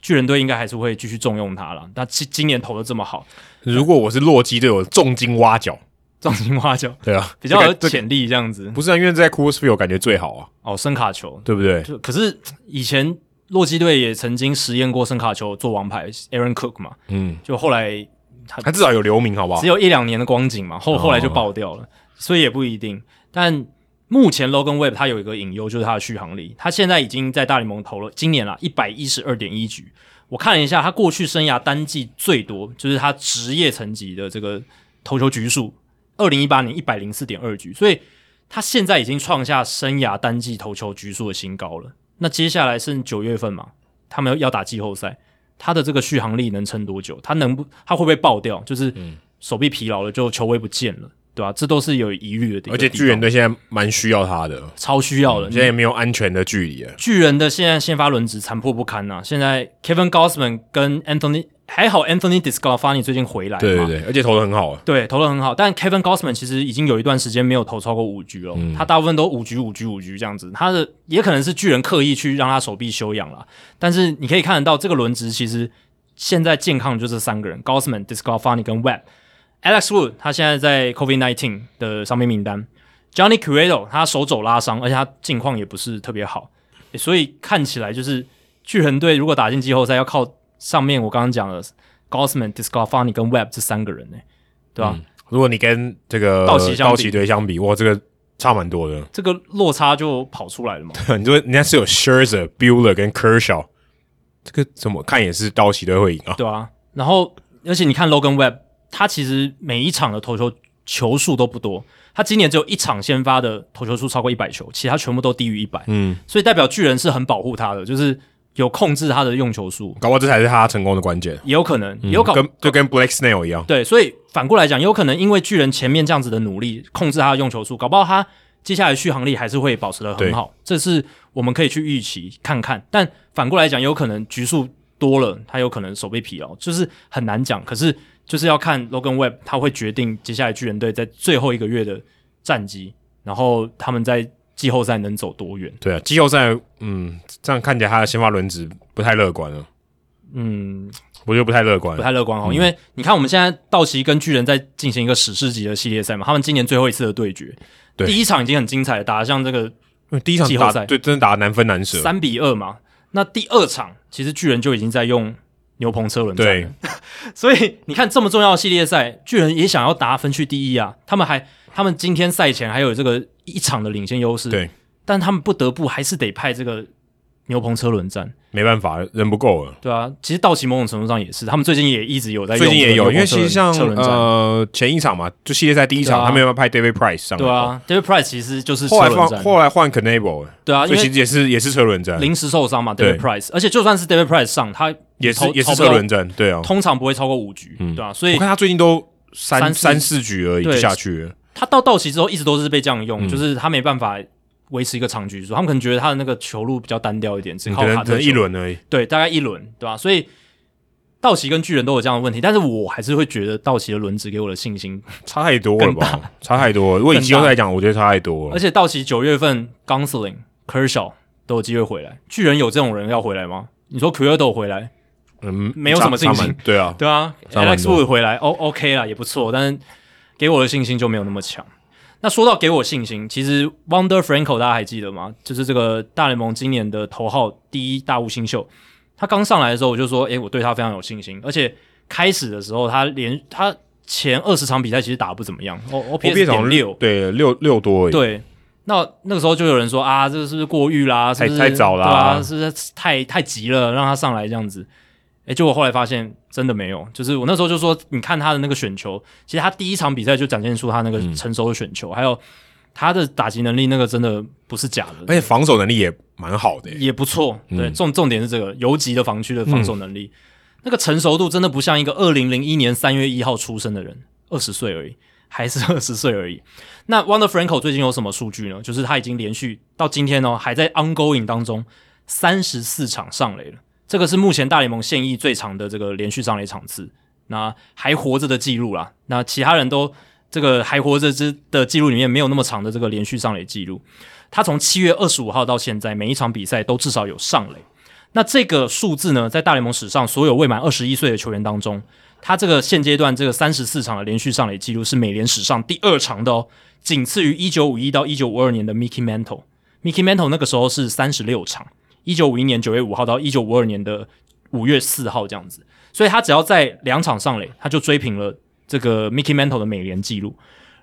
B: 巨人队应该还是会继续重用他了。那今今年投的这么好，
A: 如果我是洛基队，我重金挖角，
B: 重金花球
A: 对啊，
B: 比较有
A: 这个这个
B: 潜力这样子。
A: 不是啊，因为在 Coors Field 感觉最好啊，
B: 哦，声卡球，
A: 对不对？
B: 就可是以前洛基队也曾经实验过声卡球做王牌，Aaron Cook 嘛，
A: 嗯，
B: 就后来
A: 他至少有留名，好不好
B: 只？有一两年的光景嘛，后
A: 哦
B: 后来就爆掉了，所以也不一定。但目前 Logan Webb 他有一个隐忧，就是他的续航力。他现在已经在大联盟投了今年啦一百一十二点一局，我看了一下，他过去生涯单季最多就是他职业层级的这个投球局数，二零一八年一百零四点二局，所以他现在已经创下生涯单季投球局数的新高了。那接下来剩九月份嘛，他们要打季后赛，他的这个续航力能撑多久？他能不？他会不会爆掉？就是
A: 嗯
B: 手臂疲劳了，就球威不见了，对吧、这都是有疑虑的地。
A: 而且
B: 地
A: 巨人嗯
B: 方嗯
A: 队现在蛮需要他的，
B: 超需要了，
A: 现在也没有安全的距离啊了。
B: 巨人的现在先发轮值残破不堪呐、现在 Kevin Gausman 跟 Anthony 还好，Anthony Discalfani 最近回来嘛，
A: 对对对，而且投的很好啊。
B: 对，投的很好，但 Kevin Gossman 其实已经有一段时间没有投超过五局了，他大部分都五局、五局、五局这样子。他的也可能是巨人刻意去让他手臂休养啦，但是你可以看得到这个轮值其实现在健康的就这三个人：Gossman、d i s c o f a n i 跟 Webb。Alex Wood 他现在在 COVID-19 的伤病名单，Johnny Cueto 他手肘拉伤，而且他近况也不是特别好，诶所以看起来就是巨人队如果打进季后赛，要靠上面我刚刚讲的 Gossman、d i s c o f a n i 跟 Webb 这三个人呢、对吧、
A: 如果你跟这个
B: 道奇相比
A: 道奇队相比，哇，这个差蛮多的。
B: 这个落差就跑出来了嘛。
A: 你说人家是有 Scherzer、Bueller 跟 Kershaw，这个怎么看也是道奇队会赢啊。
B: 对啊，然后而且你看 Logan Webb，他其实每一场的投球球数都不多，他今年只有一场先发的投球数超过一百球，其他全部都低于一百，
A: 嗯，
B: 所以代表巨人是很保护他的，就是有控制他的用球数，
A: 搞不好这才是他成功的关键。
B: 也有可能，也有可
A: 嗯
B: 能。
A: 跟就跟 Blake Snell 一样，
B: 对，所以反过来讲，有可能因为巨人前面这样子的努力，控制他的用球数，搞不好他接下来续航力还是会保持的很好，这是我们可以去预期看看。但反过来讲，有可能局数多了，他有可能手被疲劳，就是很难讲。可是就是要看 Logan Webb 他会决定接下来巨人队在最后一个月的战绩，然后他们在季后赛能走多远。
A: 对啊，季后赛，嗯，这样看起来他的先发轮值不太乐观了，啊
B: 嗯，
A: 我觉得不太乐观
B: 不。太乐
A: 嗯
B: 观哦，因为你看我们现在道奇跟巨人在进行一个史诗级的系列赛嘛，他们今年最后一次的对决，
A: 对
B: 第一场已经很精彩了，打得像这个
A: 因为第一场
B: 季后
A: 打
B: 赛
A: 对，真的打得难分难舍，
B: 三比二嘛，那第二场其实巨人就已经在用牛棚车轮战了
A: 对，
B: 所以你看，这么重要的系列赛，巨人也想要达分区第一啊！他们还，他们今天赛前还有这个一场的领先优势，
A: 对，
B: 但他们不得不还是得派这个牛棚车轮战，
A: 没办法，人不够了。
B: 对啊。其实道奇某种程度上也是，他们最近也一哎直有在用
A: 最近也有，因为
B: 这
A: 其
B: 个牛
A: 实
B: 棚
A: 像
B: 车轮车轮战，
A: 呃前一场嘛，就系列赛第一
B: 对
A: 场，
B: 啊
A: 他们要派 David Price 上来，
B: 对啊，David Price 其实就是
A: 后
B: 车
A: 来
B: 轮
A: 放
B: 战，
A: 后来换 Canable，
B: 对啊，因
A: 所以其
B: 为
A: 实也是也是车轮战，
B: 临时受伤嘛，David
A: 对
B: Price，而且就算是 David Price 上，他
A: 也是
B: 投
A: 也是
B: 投不
A: 车
B: 到
A: 轮战，对啊。
B: 通常不会超过五局，
A: 嗯
B: 对啊，所以
A: 我看他最近都
B: 三
A: 三
B: 四
A: 三四局而已就
B: 对
A: 下去了，
B: 他到道奇之后一直都是被这样用，
A: 嗯
B: 就是他没办法维持一个长局数，他们可能觉得他的那个球路比较单调一点，只
A: 嗯
B: 靠
A: 可能
B: 卡
A: 可
B: 特
A: 能一
B: 球，
A: 轮而已。
B: 对，大概一轮，对吧、啊所以道奇跟巨人都有这样的问题，但是我还是会觉得道奇的轮值给我的信心，
A: 差太多了吧？差太多了。如果以
B: 更
A: 季后
B: 大
A: 赛来讲，我觉得差太多
B: 而
A: 了。
B: 且道奇九月份 Gonsling、Kershaw 都有机会回来，巨人有这种人要回来吗？你说 Cueto 回来，
A: 嗯，
B: 没有
A: 差
B: 什么信。
A: 差
B: 心
A: 蛮对啊，
B: 对啊
A: 差蛮
B: ，Alex
A: 多
B: Wood 回来，O OK 啦，也不错，但是给我的信心就没有那么强。那说到给我信心，其实 Wonder Franco 大家还记得吗？就是这个大联盟今年的头号第一大物新秀，他刚上来的时候我就说，诶、我对他非常有信心，而且开始的时候他连他前二十场比赛其实打得不怎么样，O O P
A: 我变
B: S
A: 成好
B: 点
A: 像
B: 六，
A: 对，六六多而已。
B: 对。那那个时候就有人说啊，这是不是过誉啦？是
A: 太
B: 不是
A: 太早啦
B: 对啊，是不是太太急了，让他上来这样子。诶，结果后来发现真的没有，就是我那时候就说，你看他的那个选球，其实他第一场比赛就展现出他那
A: 嗯
B: 个成熟的选球，还有他的打击能力，那个真的不是假的，
A: 而且防守能力也蛮好的欸。
B: 也不错。对，
A: 嗯
B: 重重点是这个游击的防区的防守能力，那个成熟度真的不像一个二零零一年三月一号出生的人，二十岁而已，还是 二十岁而已。那 Wonder Franco 最近有什么数据呢？就是他已经连续到今天哦，还在 ongoing 当中三十四场上垒了，这个是目前大联盟现役最长的这个连续上垒场次。那还活着的记录啦，那其他人都这个还活着之的记录里面没有那么长的这个连续上垒记录。他从七月二十五号到现在，每一场比赛都至少有上垒。那这个数字呢，在大联盟史上所有未满二十一岁的球员当中，他这个现阶段这个三十四场的连续上垒记录是美联史上第二长的哦，仅次于一九五一到一九五二年的 Mickey Mantle。Mickey Mantle 那个时候是三十六场，一九五一年九月五号到一九五二年的五月四号这样子，所以他只要在两场上垒，他就追平了这个 Mickey Mantle 的美联纪录。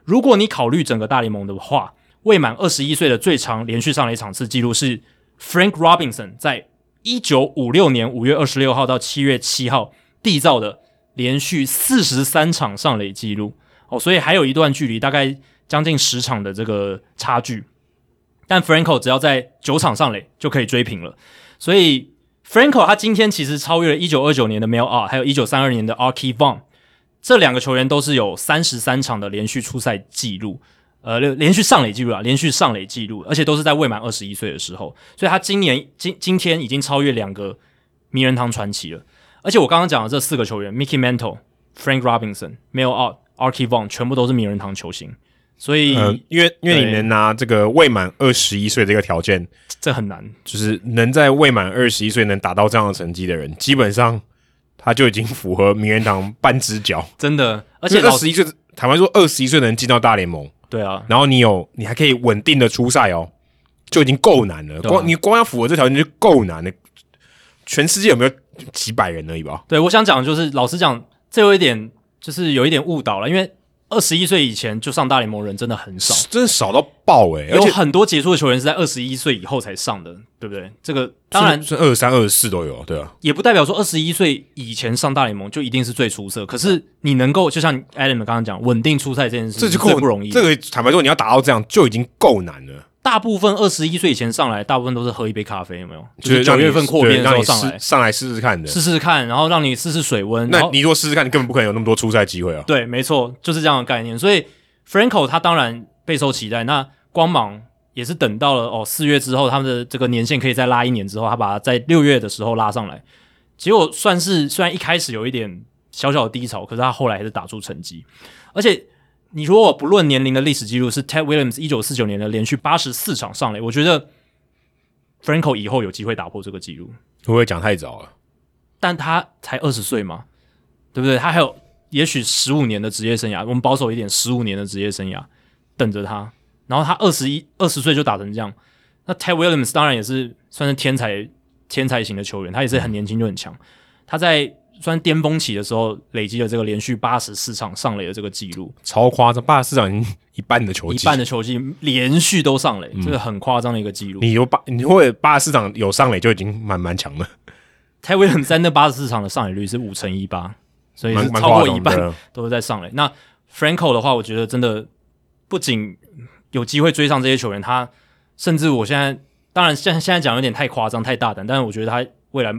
B: 如果你考虑整个大联盟的话，未满二十一岁的最长连续上垒场次记录是 Frank Robinson 在一九五六年五月二十六号到七月七号缔造的连续四十三场上垒记录哦，所以还有一段距离，大概将近十场的这个差距。但 Franco 只要在九场上垒就可以追平了，所以 Franco 他今天其实超越了一九二九年的 Mel R，还有一九三二年的 a r k i v o n 这两个球员都是有三十三场的连续出赛记录，呃，连连续上垒记录啊，连续上垒记录，而且都是在未满二十一岁的时候，所以他今年今今天已经超越两个名人堂传奇了。而且我刚刚讲的这四个球员，Mickey Mantle、Frank Robinson、Mel Out、a r k i v o n 全部都是名人堂球星，所以、
A: 嗯，因为因为
B: 对
A: 你能拿这个未满二十一岁这个条件，
B: 这很难。
A: 就是能在未满二十一岁能达到这样的成绩的人，基本上他就已经符合名人堂半只脚。
B: 真的，而
A: 而
B: 且
A: 二
B: 老
A: 十一岁，坦白说，二十一岁能进到大联盟，
B: 对啊，
A: 然后你有你还可以稳定的出赛哦，就已经够难了。
B: 对啊
A: 光你光要符合这条件就够难了。全世界有没有几百人而已吧？
B: 对我想讲的就是，老实讲，这有一点就是有一点误导了，因为二十一岁以前就上大联盟人真的很少，
A: 真的少到爆哎、而
B: 有
A: 且
B: 很多杰出的球员是在二十一岁以后才上的，对不对？这个当然嗯
A: 是二三、二四都有，对啊，
B: 也不代表说二十一岁以前上大联盟就一定是最出色，可是你能够就像 Adam 刚刚讲，稳定出赛这件事
A: 这
B: 情
A: 就
B: 最
A: 够
B: 不容易的。
A: 这个坦白说，你要达到这样就已经够难了。
B: 大部分二十一岁以前上来，大部分都是喝一杯咖啡，有没有？就是是
A: 让
B: 九
A: 你
B: 月份扩编的时
A: 对
B: 候
A: 让你
B: 上
A: 试
B: 来
A: 上来试试看的。
B: 试试看，然后让你试试水温。
A: 那
B: 然后
A: 你如果试试看，你根本不可能有那么多出赛机会啊。
B: 对，没错，就是这样的概念。所以 Franco 他当然备受期待。那光芒也是等到了哦四月之后，他们的这个年限可以再拉一年之后，他把它在六月的时候拉上来。结果算是虽然一开始有一点小小的低潮，可是他后来还是打出成绩。而且你如果不论年龄的历史记录是 Ted Williams 一九四九年的连续八十四场上垒，我觉得 Franco 以后有机会打破这个记录。
A: 会不会讲太早了？
B: 但他才二十岁嘛，对不对？他还有也许十五年的职业生涯，我们保守一点，十五年的职业生涯等着他。然后他二十一二十岁就打成这样，那 Ted Williams 当然也是算是天才天才型的球员，他也是很年轻就很强。他在算巅峰期的时候，累积了这个连续八十四场上垒的这个记录，
A: 超夸张，霸市长已经一半的球
B: 一
A: 技，
B: 半的球季连续都上
A: 嗯
B: 垒，这个很夸张的一个记录。
A: 你有霸，你会霸市长有上垒就已经蛮蛮强了，
B: 泰威廉在那八十四场的上垒率是五乘一八，所以
A: 蛮
B: 是
A: 蛮
B: 超
A: 夸
B: 过一
A: 张
B: 半
A: 的。
B: 都是在上垒。那 Franco 的话，我觉得真的不仅有机会追上这些球员，他甚至我现在当然现在现在讲有点太夸张、太大胆，但是我觉得他未来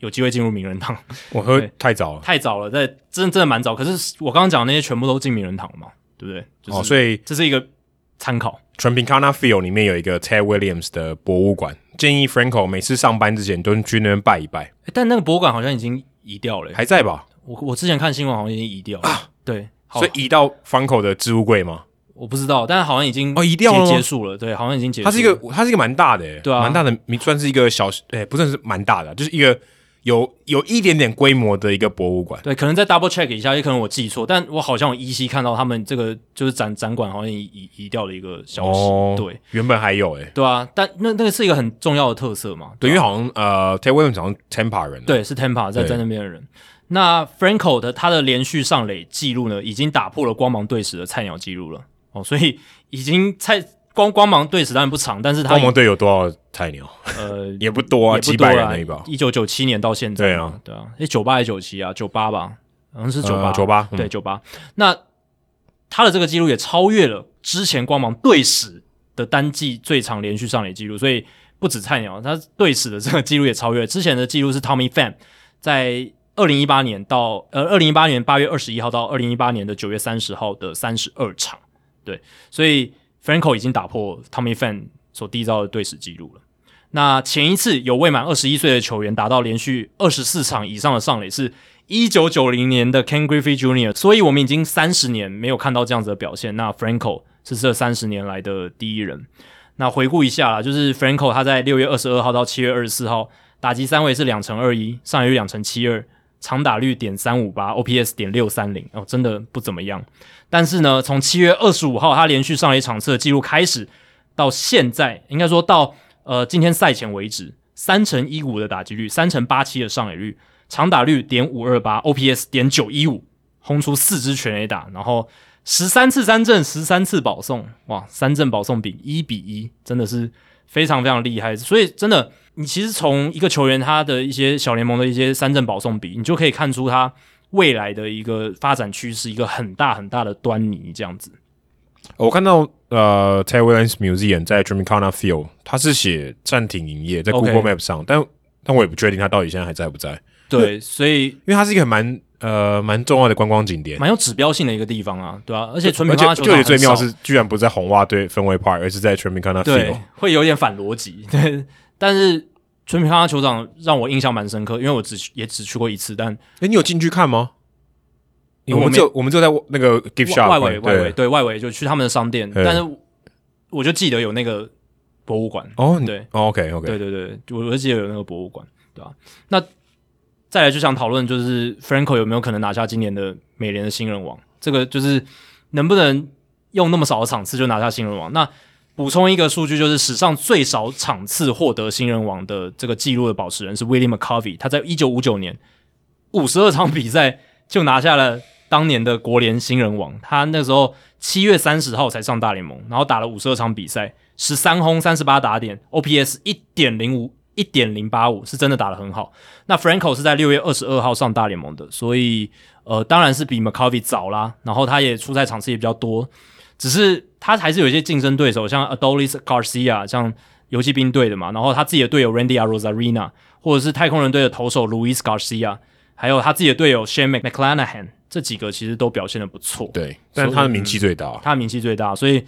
B: 有机会进入名人堂，
A: 我喝
B: 对
A: 太早了。
B: 太早了，在真的真的蛮早。可是我刚刚讲的那些全部都进名人堂了嘛，对不对？就是、
A: 哦，所以
B: 这是一个参考。
A: Tropicana Field 里面有一个 Ted Williams 的博物馆，建议 Franco 每次上班之前都去那边拜一拜，
B: 诶但那个博物馆好像已经移掉了、
A: 还在吧？
B: 我我之前看新闻好像已经移掉了，对，好
A: 所以移到 Franco 的置物柜吗？
B: 我不知道，但是好像已经
A: 哦移掉了吗
B: 结结束了，对，好像已经结束
A: 它
B: 了。
A: 是一个，它是一个蛮大的、欸，
B: 对啊
A: 蛮大的，算是一个小，哎、不算是蛮大的，就是一个有有一点点规模的一个博物馆。
B: 对，可能再 double check 一下，也可能我记错，但我好像有依稀看到他们这个就是展展馆好像移移移掉了一个消息，对，
A: 哦原本还有、欸，哎，
B: 对啊，但那那个是一个很重要的特色嘛，
A: 对，因为
B: 啊
A: 好像呃，Ted Williams 好像 Tampa 人、，啊
B: 对是 Tampa 在
A: 对
B: 在那边的人。那 Franco 的他的连续上垒记录呢，已经打破了光芒队史的菜鸟记录了哦，所以已经菜光光芒队史当然不长，但是他
A: 光芒队有多少菜鸟？
B: 呃
A: 也不多啊，
B: 也不
A: 几
B: 多
A: 百人
B: 啦
A: 而已吧，。
B: 一九九七年到现在，
A: 对啊，
B: 对啊，诶九八还是九七啊，九八吧，好像是九八、
A: 呃98嗯
B: 对，九八。那他的这个记录也超越了之前光芒队史的单季最长连续上垒记录，所以不止菜鸟，他队史的这个记录也超越了之前的记录是 Tommy Pham 在。二零一八年到呃，二零一八年八月二十一号到二零一八年的九月三十号的三十二场，对，所以 Franco 已经打破 Tommy Fan 所缔造的队史记录了。那前一次有未满二十一岁的球员达到连续二十四场以上的上垒，是一九九零年的 Ken Griffey Jr.，所以我们已经三十年没有看到这样子的表现。那 Franco 是这三十年来的第一人。那回顾一下啦，就是 Franco 他在六月二十二号到七月二十四号打击三围是两成二一，上垒率两成七二，长打率点三五八，OPS 点六三零，哦，真的不怎么样。但是呢，从七月二十五号他连续上垒场次的记录开始，到现在应该说到呃今天赛前为止，三乘一五的打击率，三乘八七的上垒率，长打率点五二八，OPS 点九一五，轰出四支全垒打，然后十三次三振，十三次保送，哇，三振保送比一比一，真的是非常非常厉害。所以真的，你其实从一个球员他的一些小联盟的一些三振保送比，你就可以看出他。未来的一个发展趋势，一个很大很大的端倪，这样子。
A: 我看到呃，Ted Williams Museum 在 Tropicana Field，它是写暂停营业在
B: OK
A: Google Map 上但但我也不确定它到底现在还在不在，
B: 对，所以
A: 因为它是一个蛮呃蛮重要的观光景点。
B: 蛮有指标性的一个地方啊，对啊，而且纯
A: 而
B: 平
A: 且
B: 方
A: 就
B: 球
A: 觉
B: 场
A: 得最妙
B: 很少
A: 是，居然不在红袜队分围 park，而是在 Tropicana
B: 对
A: Field。，
B: 会有点反 逻辑。对，但是纯平方球场让我印象蛮深刻，因为我只也只去过一次，但
A: 哎，你有进去看吗？我
B: 呃我
A: 们
B: 没
A: 就我们就在那个 gift
B: 外
A: shop
B: 外围外围
A: 对
B: 对外围就去他们的商店，
A: 对
B: 但是我就记得有那个博物馆，
A: 哦，你
B: 对
A: 哦，OK OK，
B: 对对对，我我记得有那个博物馆，对吧、那再来就想讨论，就是 Franco 有没有可能拿下今年的美联的新人王？这个就是能不能用那么少的场次就拿下新人王？那补充一个数据，就是史上最少场次获得新人王的这个记录的保持人是 Willie McCovey，他在一九五九年五十二场比赛就拿下了当年的国联新人王。他那时候七月三十号才上大联盟，然后打了五十二场比赛，十三轰三十八打点，OPS 一点零五一点零八五，是真的打得很好。那 Franco 是在六月二十二号上大联盟的，所以呃，当然是比 McCovey 早啦。然后他也出赛场次也比较多，只是他还是有一些竞争对手，像 Adolis Garcia，像游击兵队的嘛，然后他自己的队友 Randy Arozarena，或者是太空人队的投手 Luis Garcia，还有他自己的队友 Shane Mc- McClanahan，这几个其实都表现的不错。
A: 对，但他的名气最大。
B: 他名气最大，所以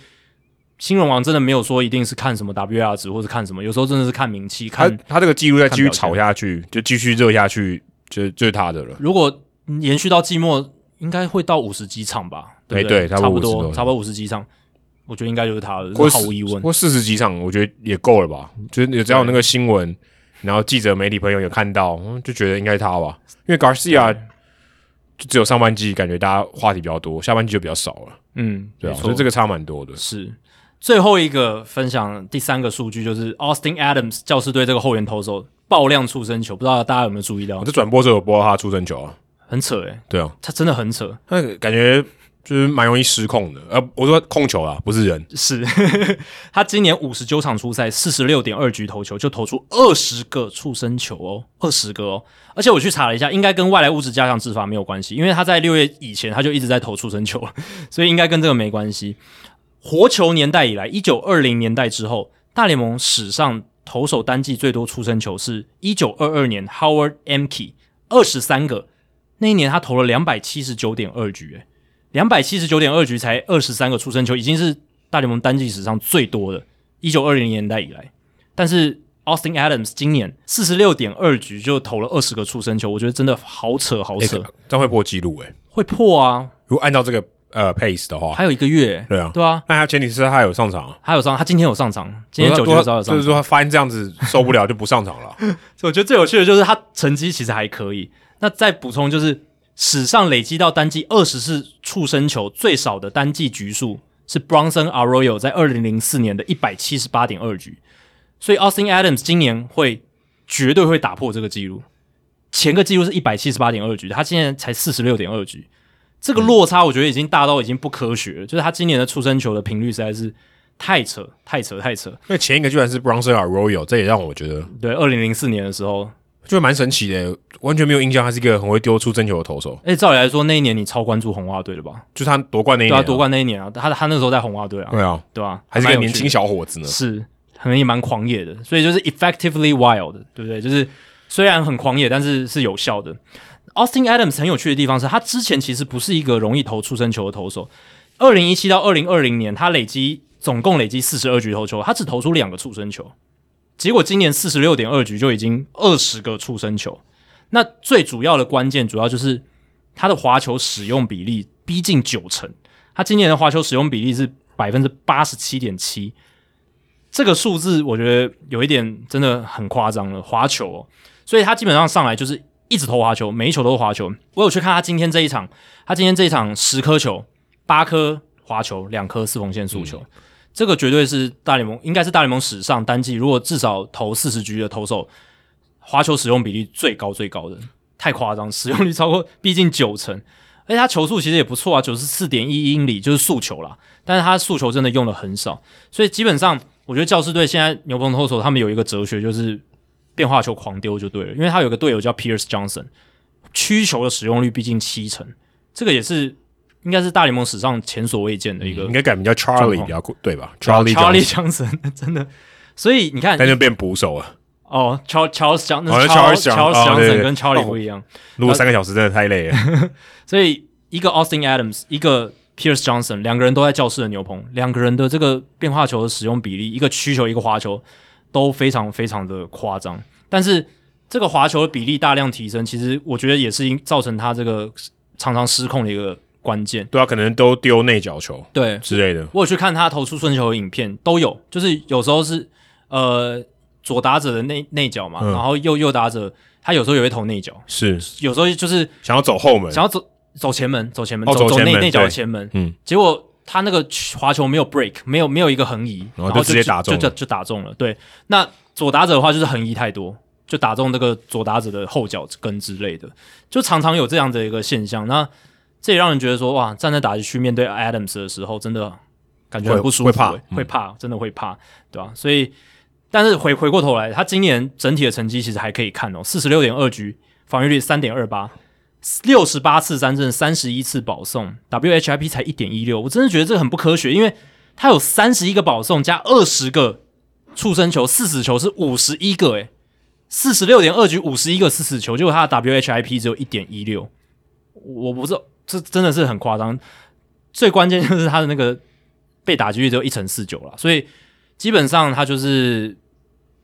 B: 新人王真的没有说一定是看什么 WR 值或是看什么，有时候真的是看名气。
A: 他
B: 看
A: 他这个记录再继续
B: 看表现
A: 炒下去，就继续热下去，就就是他的了。
B: 如果延续到季末，应该会到五十几场吧？对
A: 哎
B: 不
A: 对差
B: 差
A: 不多50
B: 多，
A: 多
B: 差不多五十几场，我觉得应该就是他了，
A: 或
B: 这毫无疑问。
A: 或四十几场，我觉得也够了吧？就是也只要有那个新闻，然后记者、媒体朋友有看到，嗯就觉得应该他吧。因为 Garcia 就只有上半季，感觉大家话题比较多，下半季就比较少了，
B: 嗯，
A: 对啊，
B: 没
A: 所
B: 错
A: 以这个差蛮多的。
B: 是最后一个分享第三个数据就是 Austin Adams 教士队这个后援投手
C: 爆量出生球，不知道大家有没有注意到
A: 我？这转播者有播到他出生球啊，
C: 很扯
B: 欸
C: 诶、
A: 对啊，
C: 他真的很扯，
A: 那个感觉就是蛮容易失控的。呃，我说控球啊，不是人，
B: 是 他今年五十九场出赛，四十六点二局投球就投出二十个触身球哦，二十个哦。而且我去查了一下，应该跟外来物质加强制法没有关系，因为他在六月以前他就一直在投触身球了，所以应该跟这个没关系。活球年代以来，一九二零年代之后，大联盟史上投手单季最多出生球是一九二二年 Howard Emke 二十三个，那一年他投了两百七十九点二局、欸，两百七十九点二局才二十三个出生球，已经是大联盟单季史上最多的，一九二零年代以来。但是 Austin Adams 今年四十六点二局就投了二十个出生球，我觉得真的好扯好扯，
A: 哎这样会破纪录诶。
B: 会破啊！
A: 如果按照这个呃 pace 的话，
B: 还有一个月、
A: 对啊
B: 对啊，
A: 那他前提是他有上场啊。
B: 他有上，他今天有上场，今天九局的时候有上
A: 就是
B: 场。
A: 说他发现这样子受不了就不上场了。
B: 所以我觉得最有趣的就是他成绩其实还可以。那再补充就是，史上累积到单季二十次触身球最少的单季局数是 Bronson Arroyo 在二零零四年的一百七十八点二局，所以 Austin Adams 今年会绝对会打破这个记录。前个记录是一百七十八点二局，他现在才四十六点二局，这个落差我觉得已经大到已经不科学了。就是他今年的触身球的频率实在是太扯、太扯、太扯。
A: 因为前一个居然是 Bronson Arroyo，这也让我觉得
B: 对，二零零四年的时候，
A: 就蛮神奇的，完全没有印象他是一个很会丢出真球的投手。
B: 哎，照理来说那一年你超关注红袜队的吧？
A: 就是他夺冠那一
B: 对
A: 年、
B: 啊，夺，冠那一年啊，他他那时候在红袜队啊，
A: 对啊，
B: 对啊，
A: 还是
B: 蛮
A: 个
B: 有
A: 年
B: 趣
A: 轻
B: 的
A: 小伙子呢。
B: 是，可能也蛮狂野的，所以就是 effectively wild，对不对？就是虽然很狂野，但是是有效的。Austin Adams 很有趣的地方是，他之前其实不是一个容易投出生球的投手。二零一七到二零二零年，他累积总共累积四十二局投球，他只投出两个触身球，结果今年四十六点二局就已经二十个触身球。那最主要的关键，主要就是他的滑球使用比例逼近九成，他今年的滑球使用比例是百分之八十七点七，这个数字我觉得有一点真的很夸张了，滑球、哦，所以他基本上上来就是一直投滑球，每一球都是滑球。我有去看他今天这一场，他今天这一场十颗球，八颗滑球，两颗四缝线速球，这个绝对是大联盟应该是大联盟史上单季如果至少投四十局的投手，滑球使用比例最高最高的，太夸张，使用率超过毕竟九成。而且他球速其实也不错啊，九十四点一英里就是速球啦，但是他速球真的用的很少，所以基本上我觉得教师队现在牛棚投手他们有一个哲学，就是变化球狂丢就对了，因为他有个队友叫 Pierce Johnson，曲球的使用率毕竟七成，这个也是应该是大联盟史上前所未见的一个
A: 应该改名叫
B: 状
A: Charlie
B: 况
A: 比较酷对吧？Charlie
B: 啊 Charlie
A: Johnson，
B: Johnson 真的，所以你看
A: 但就变捕手了。
B: 哦，Charles Charles
A: 哦
B: Johnson
A: 那 Charles
B: Charles
A: Johnson，哦
B: Johnson
A: 对对
B: 跟 Charlie
A: 哦
B: 不一样，
A: 如果三个小时真的太 累了，
B: 所以一个 Austin Adams，一个 Pierce Johnson，两个人都在教室的牛棚，两个人的这个变化球的使用比例，一个曲球，一个滑球，都非常非常的夸张。但是这个滑球的比例大量提升，其实我觉得也是因造成他这个常常失控的一个关键。
A: 对啊，可能都丢内角球
B: 对，
A: 之类的。
B: 我有去看他投出顺球的影片，都有，就是有时候是呃左打者的内内角嘛，
A: 嗯
B: 然后右右打者他有时候也会投内角，
A: 是
B: 有时候就是
A: 想要走后门，
B: 想要走走前门，走前门，
A: 哦
B: 走
A: 走前
B: 内
A: 门
B: 内角
A: 对
B: 前门，
A: 嗯，
B: 结果他那个滑球没有 break，没有没有一个横移，
A: 然后
B: 后
A: 哦就直接打中
B: 就就就打中了。对，那左打者的话就是横移太多，就打中这个左打者的后脚跟之类的，就常常有这样的一个现象。那这也让人觉得说，哇，站在打击区面对 Adams 的时候，真的感觉很
A: 会
B: 不舒服、
A: 会怕
B: 欸
A: 嗯
B: 会怕，真的会怕，对吧、所以，但是回回过头来，他今年整体的成绩其实还可以看哦，四十六点二局，防御率三点二八，六十八次三振，三十一次保送，WHIP 才一点一六，我真的觉得这个很不科学，因为他有三十一个保送加二十个触身球，四死球是五十一个、欸，诶，四十六点二局五十一个四死球，结果他的 WHIP 只有一点一六，我不知道，这真的是很夸张。最关键就是他的那个被打击率只有一成四九了，所以基本上他就是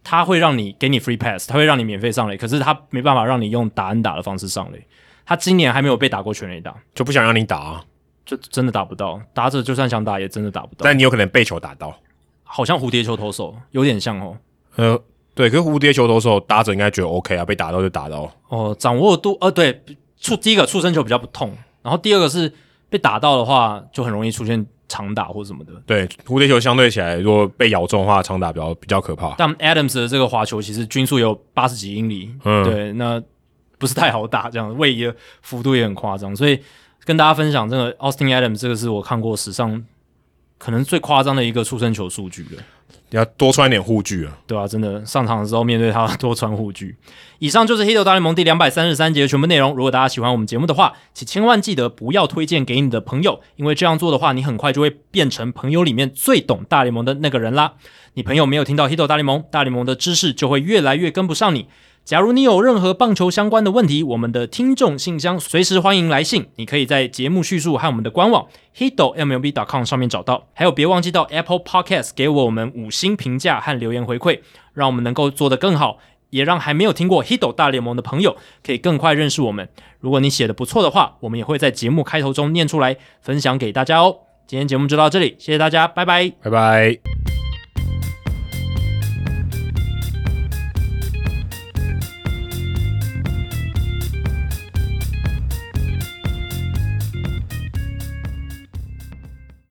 B: 他会让你给你 free pass，他会让你免费上垒，可是他没办法让你用打安打的方式上垒。他今年还没有被打过全垒打，
A: 就不想让你打啊，
B: 就真的打不到。打者就算想打，也真的打不到。
A: 但你有可能被球打到。
B: 好像蝴蝶球投手，有点像哦。
A: 呃，对，可是蝴蝶球投手打者应该觉得 OK 啊，被打到就打到。
B: 哦，掌握度，呃，对，触第一个触身球比较不痛，然后第二个是被打到的话，就很容易出现长打或什么的。
A: 对，蝴蝶球相对起来，如果被咬中的话，长打比较比较可怕。
B: 但 Adams 的这个滑球其实均速有八十几英里，
A: 嗯
B: 对，那不是太好打，这样位移的幅度也很夸张，所以跟大家分享，这个 Austin Adams 这个是我看过史上可能最夸张的一个出生球数据了。
A: 你要多穿一点护具啊。
B: 对啊，真的上场的时候面对他多穿护具。以上就是《黑豆大联盟》第两百三十三节的全部内容。如果大家喜欢我们节目的话，请千万记得不要推荐给你的朋友，因为这样做的话，你很快就会变成朋友里面最懂大联盟的那个人啦。你朋友没有听到《黑豆大联盟》，大联盟的知识就会越来越跟不上你。假如你有任何棒球相关的问题，我们的听众信箱随时欢迎来信，你可以在节目叙述和我们的官网 hitomlb.com 上面找到。还有，别忘记到 Apple Podcast 给我们五星评价和留言回馈，让我们能够做得更好，也让还没有听过 Hito 大联盟的朋友可以更快认识我们。如果你写的不错的话，我们也会在节目开头中念出来，分享给大家哦。今天节目就到这里，谢谢大家，拜拜。
A: 拜拜。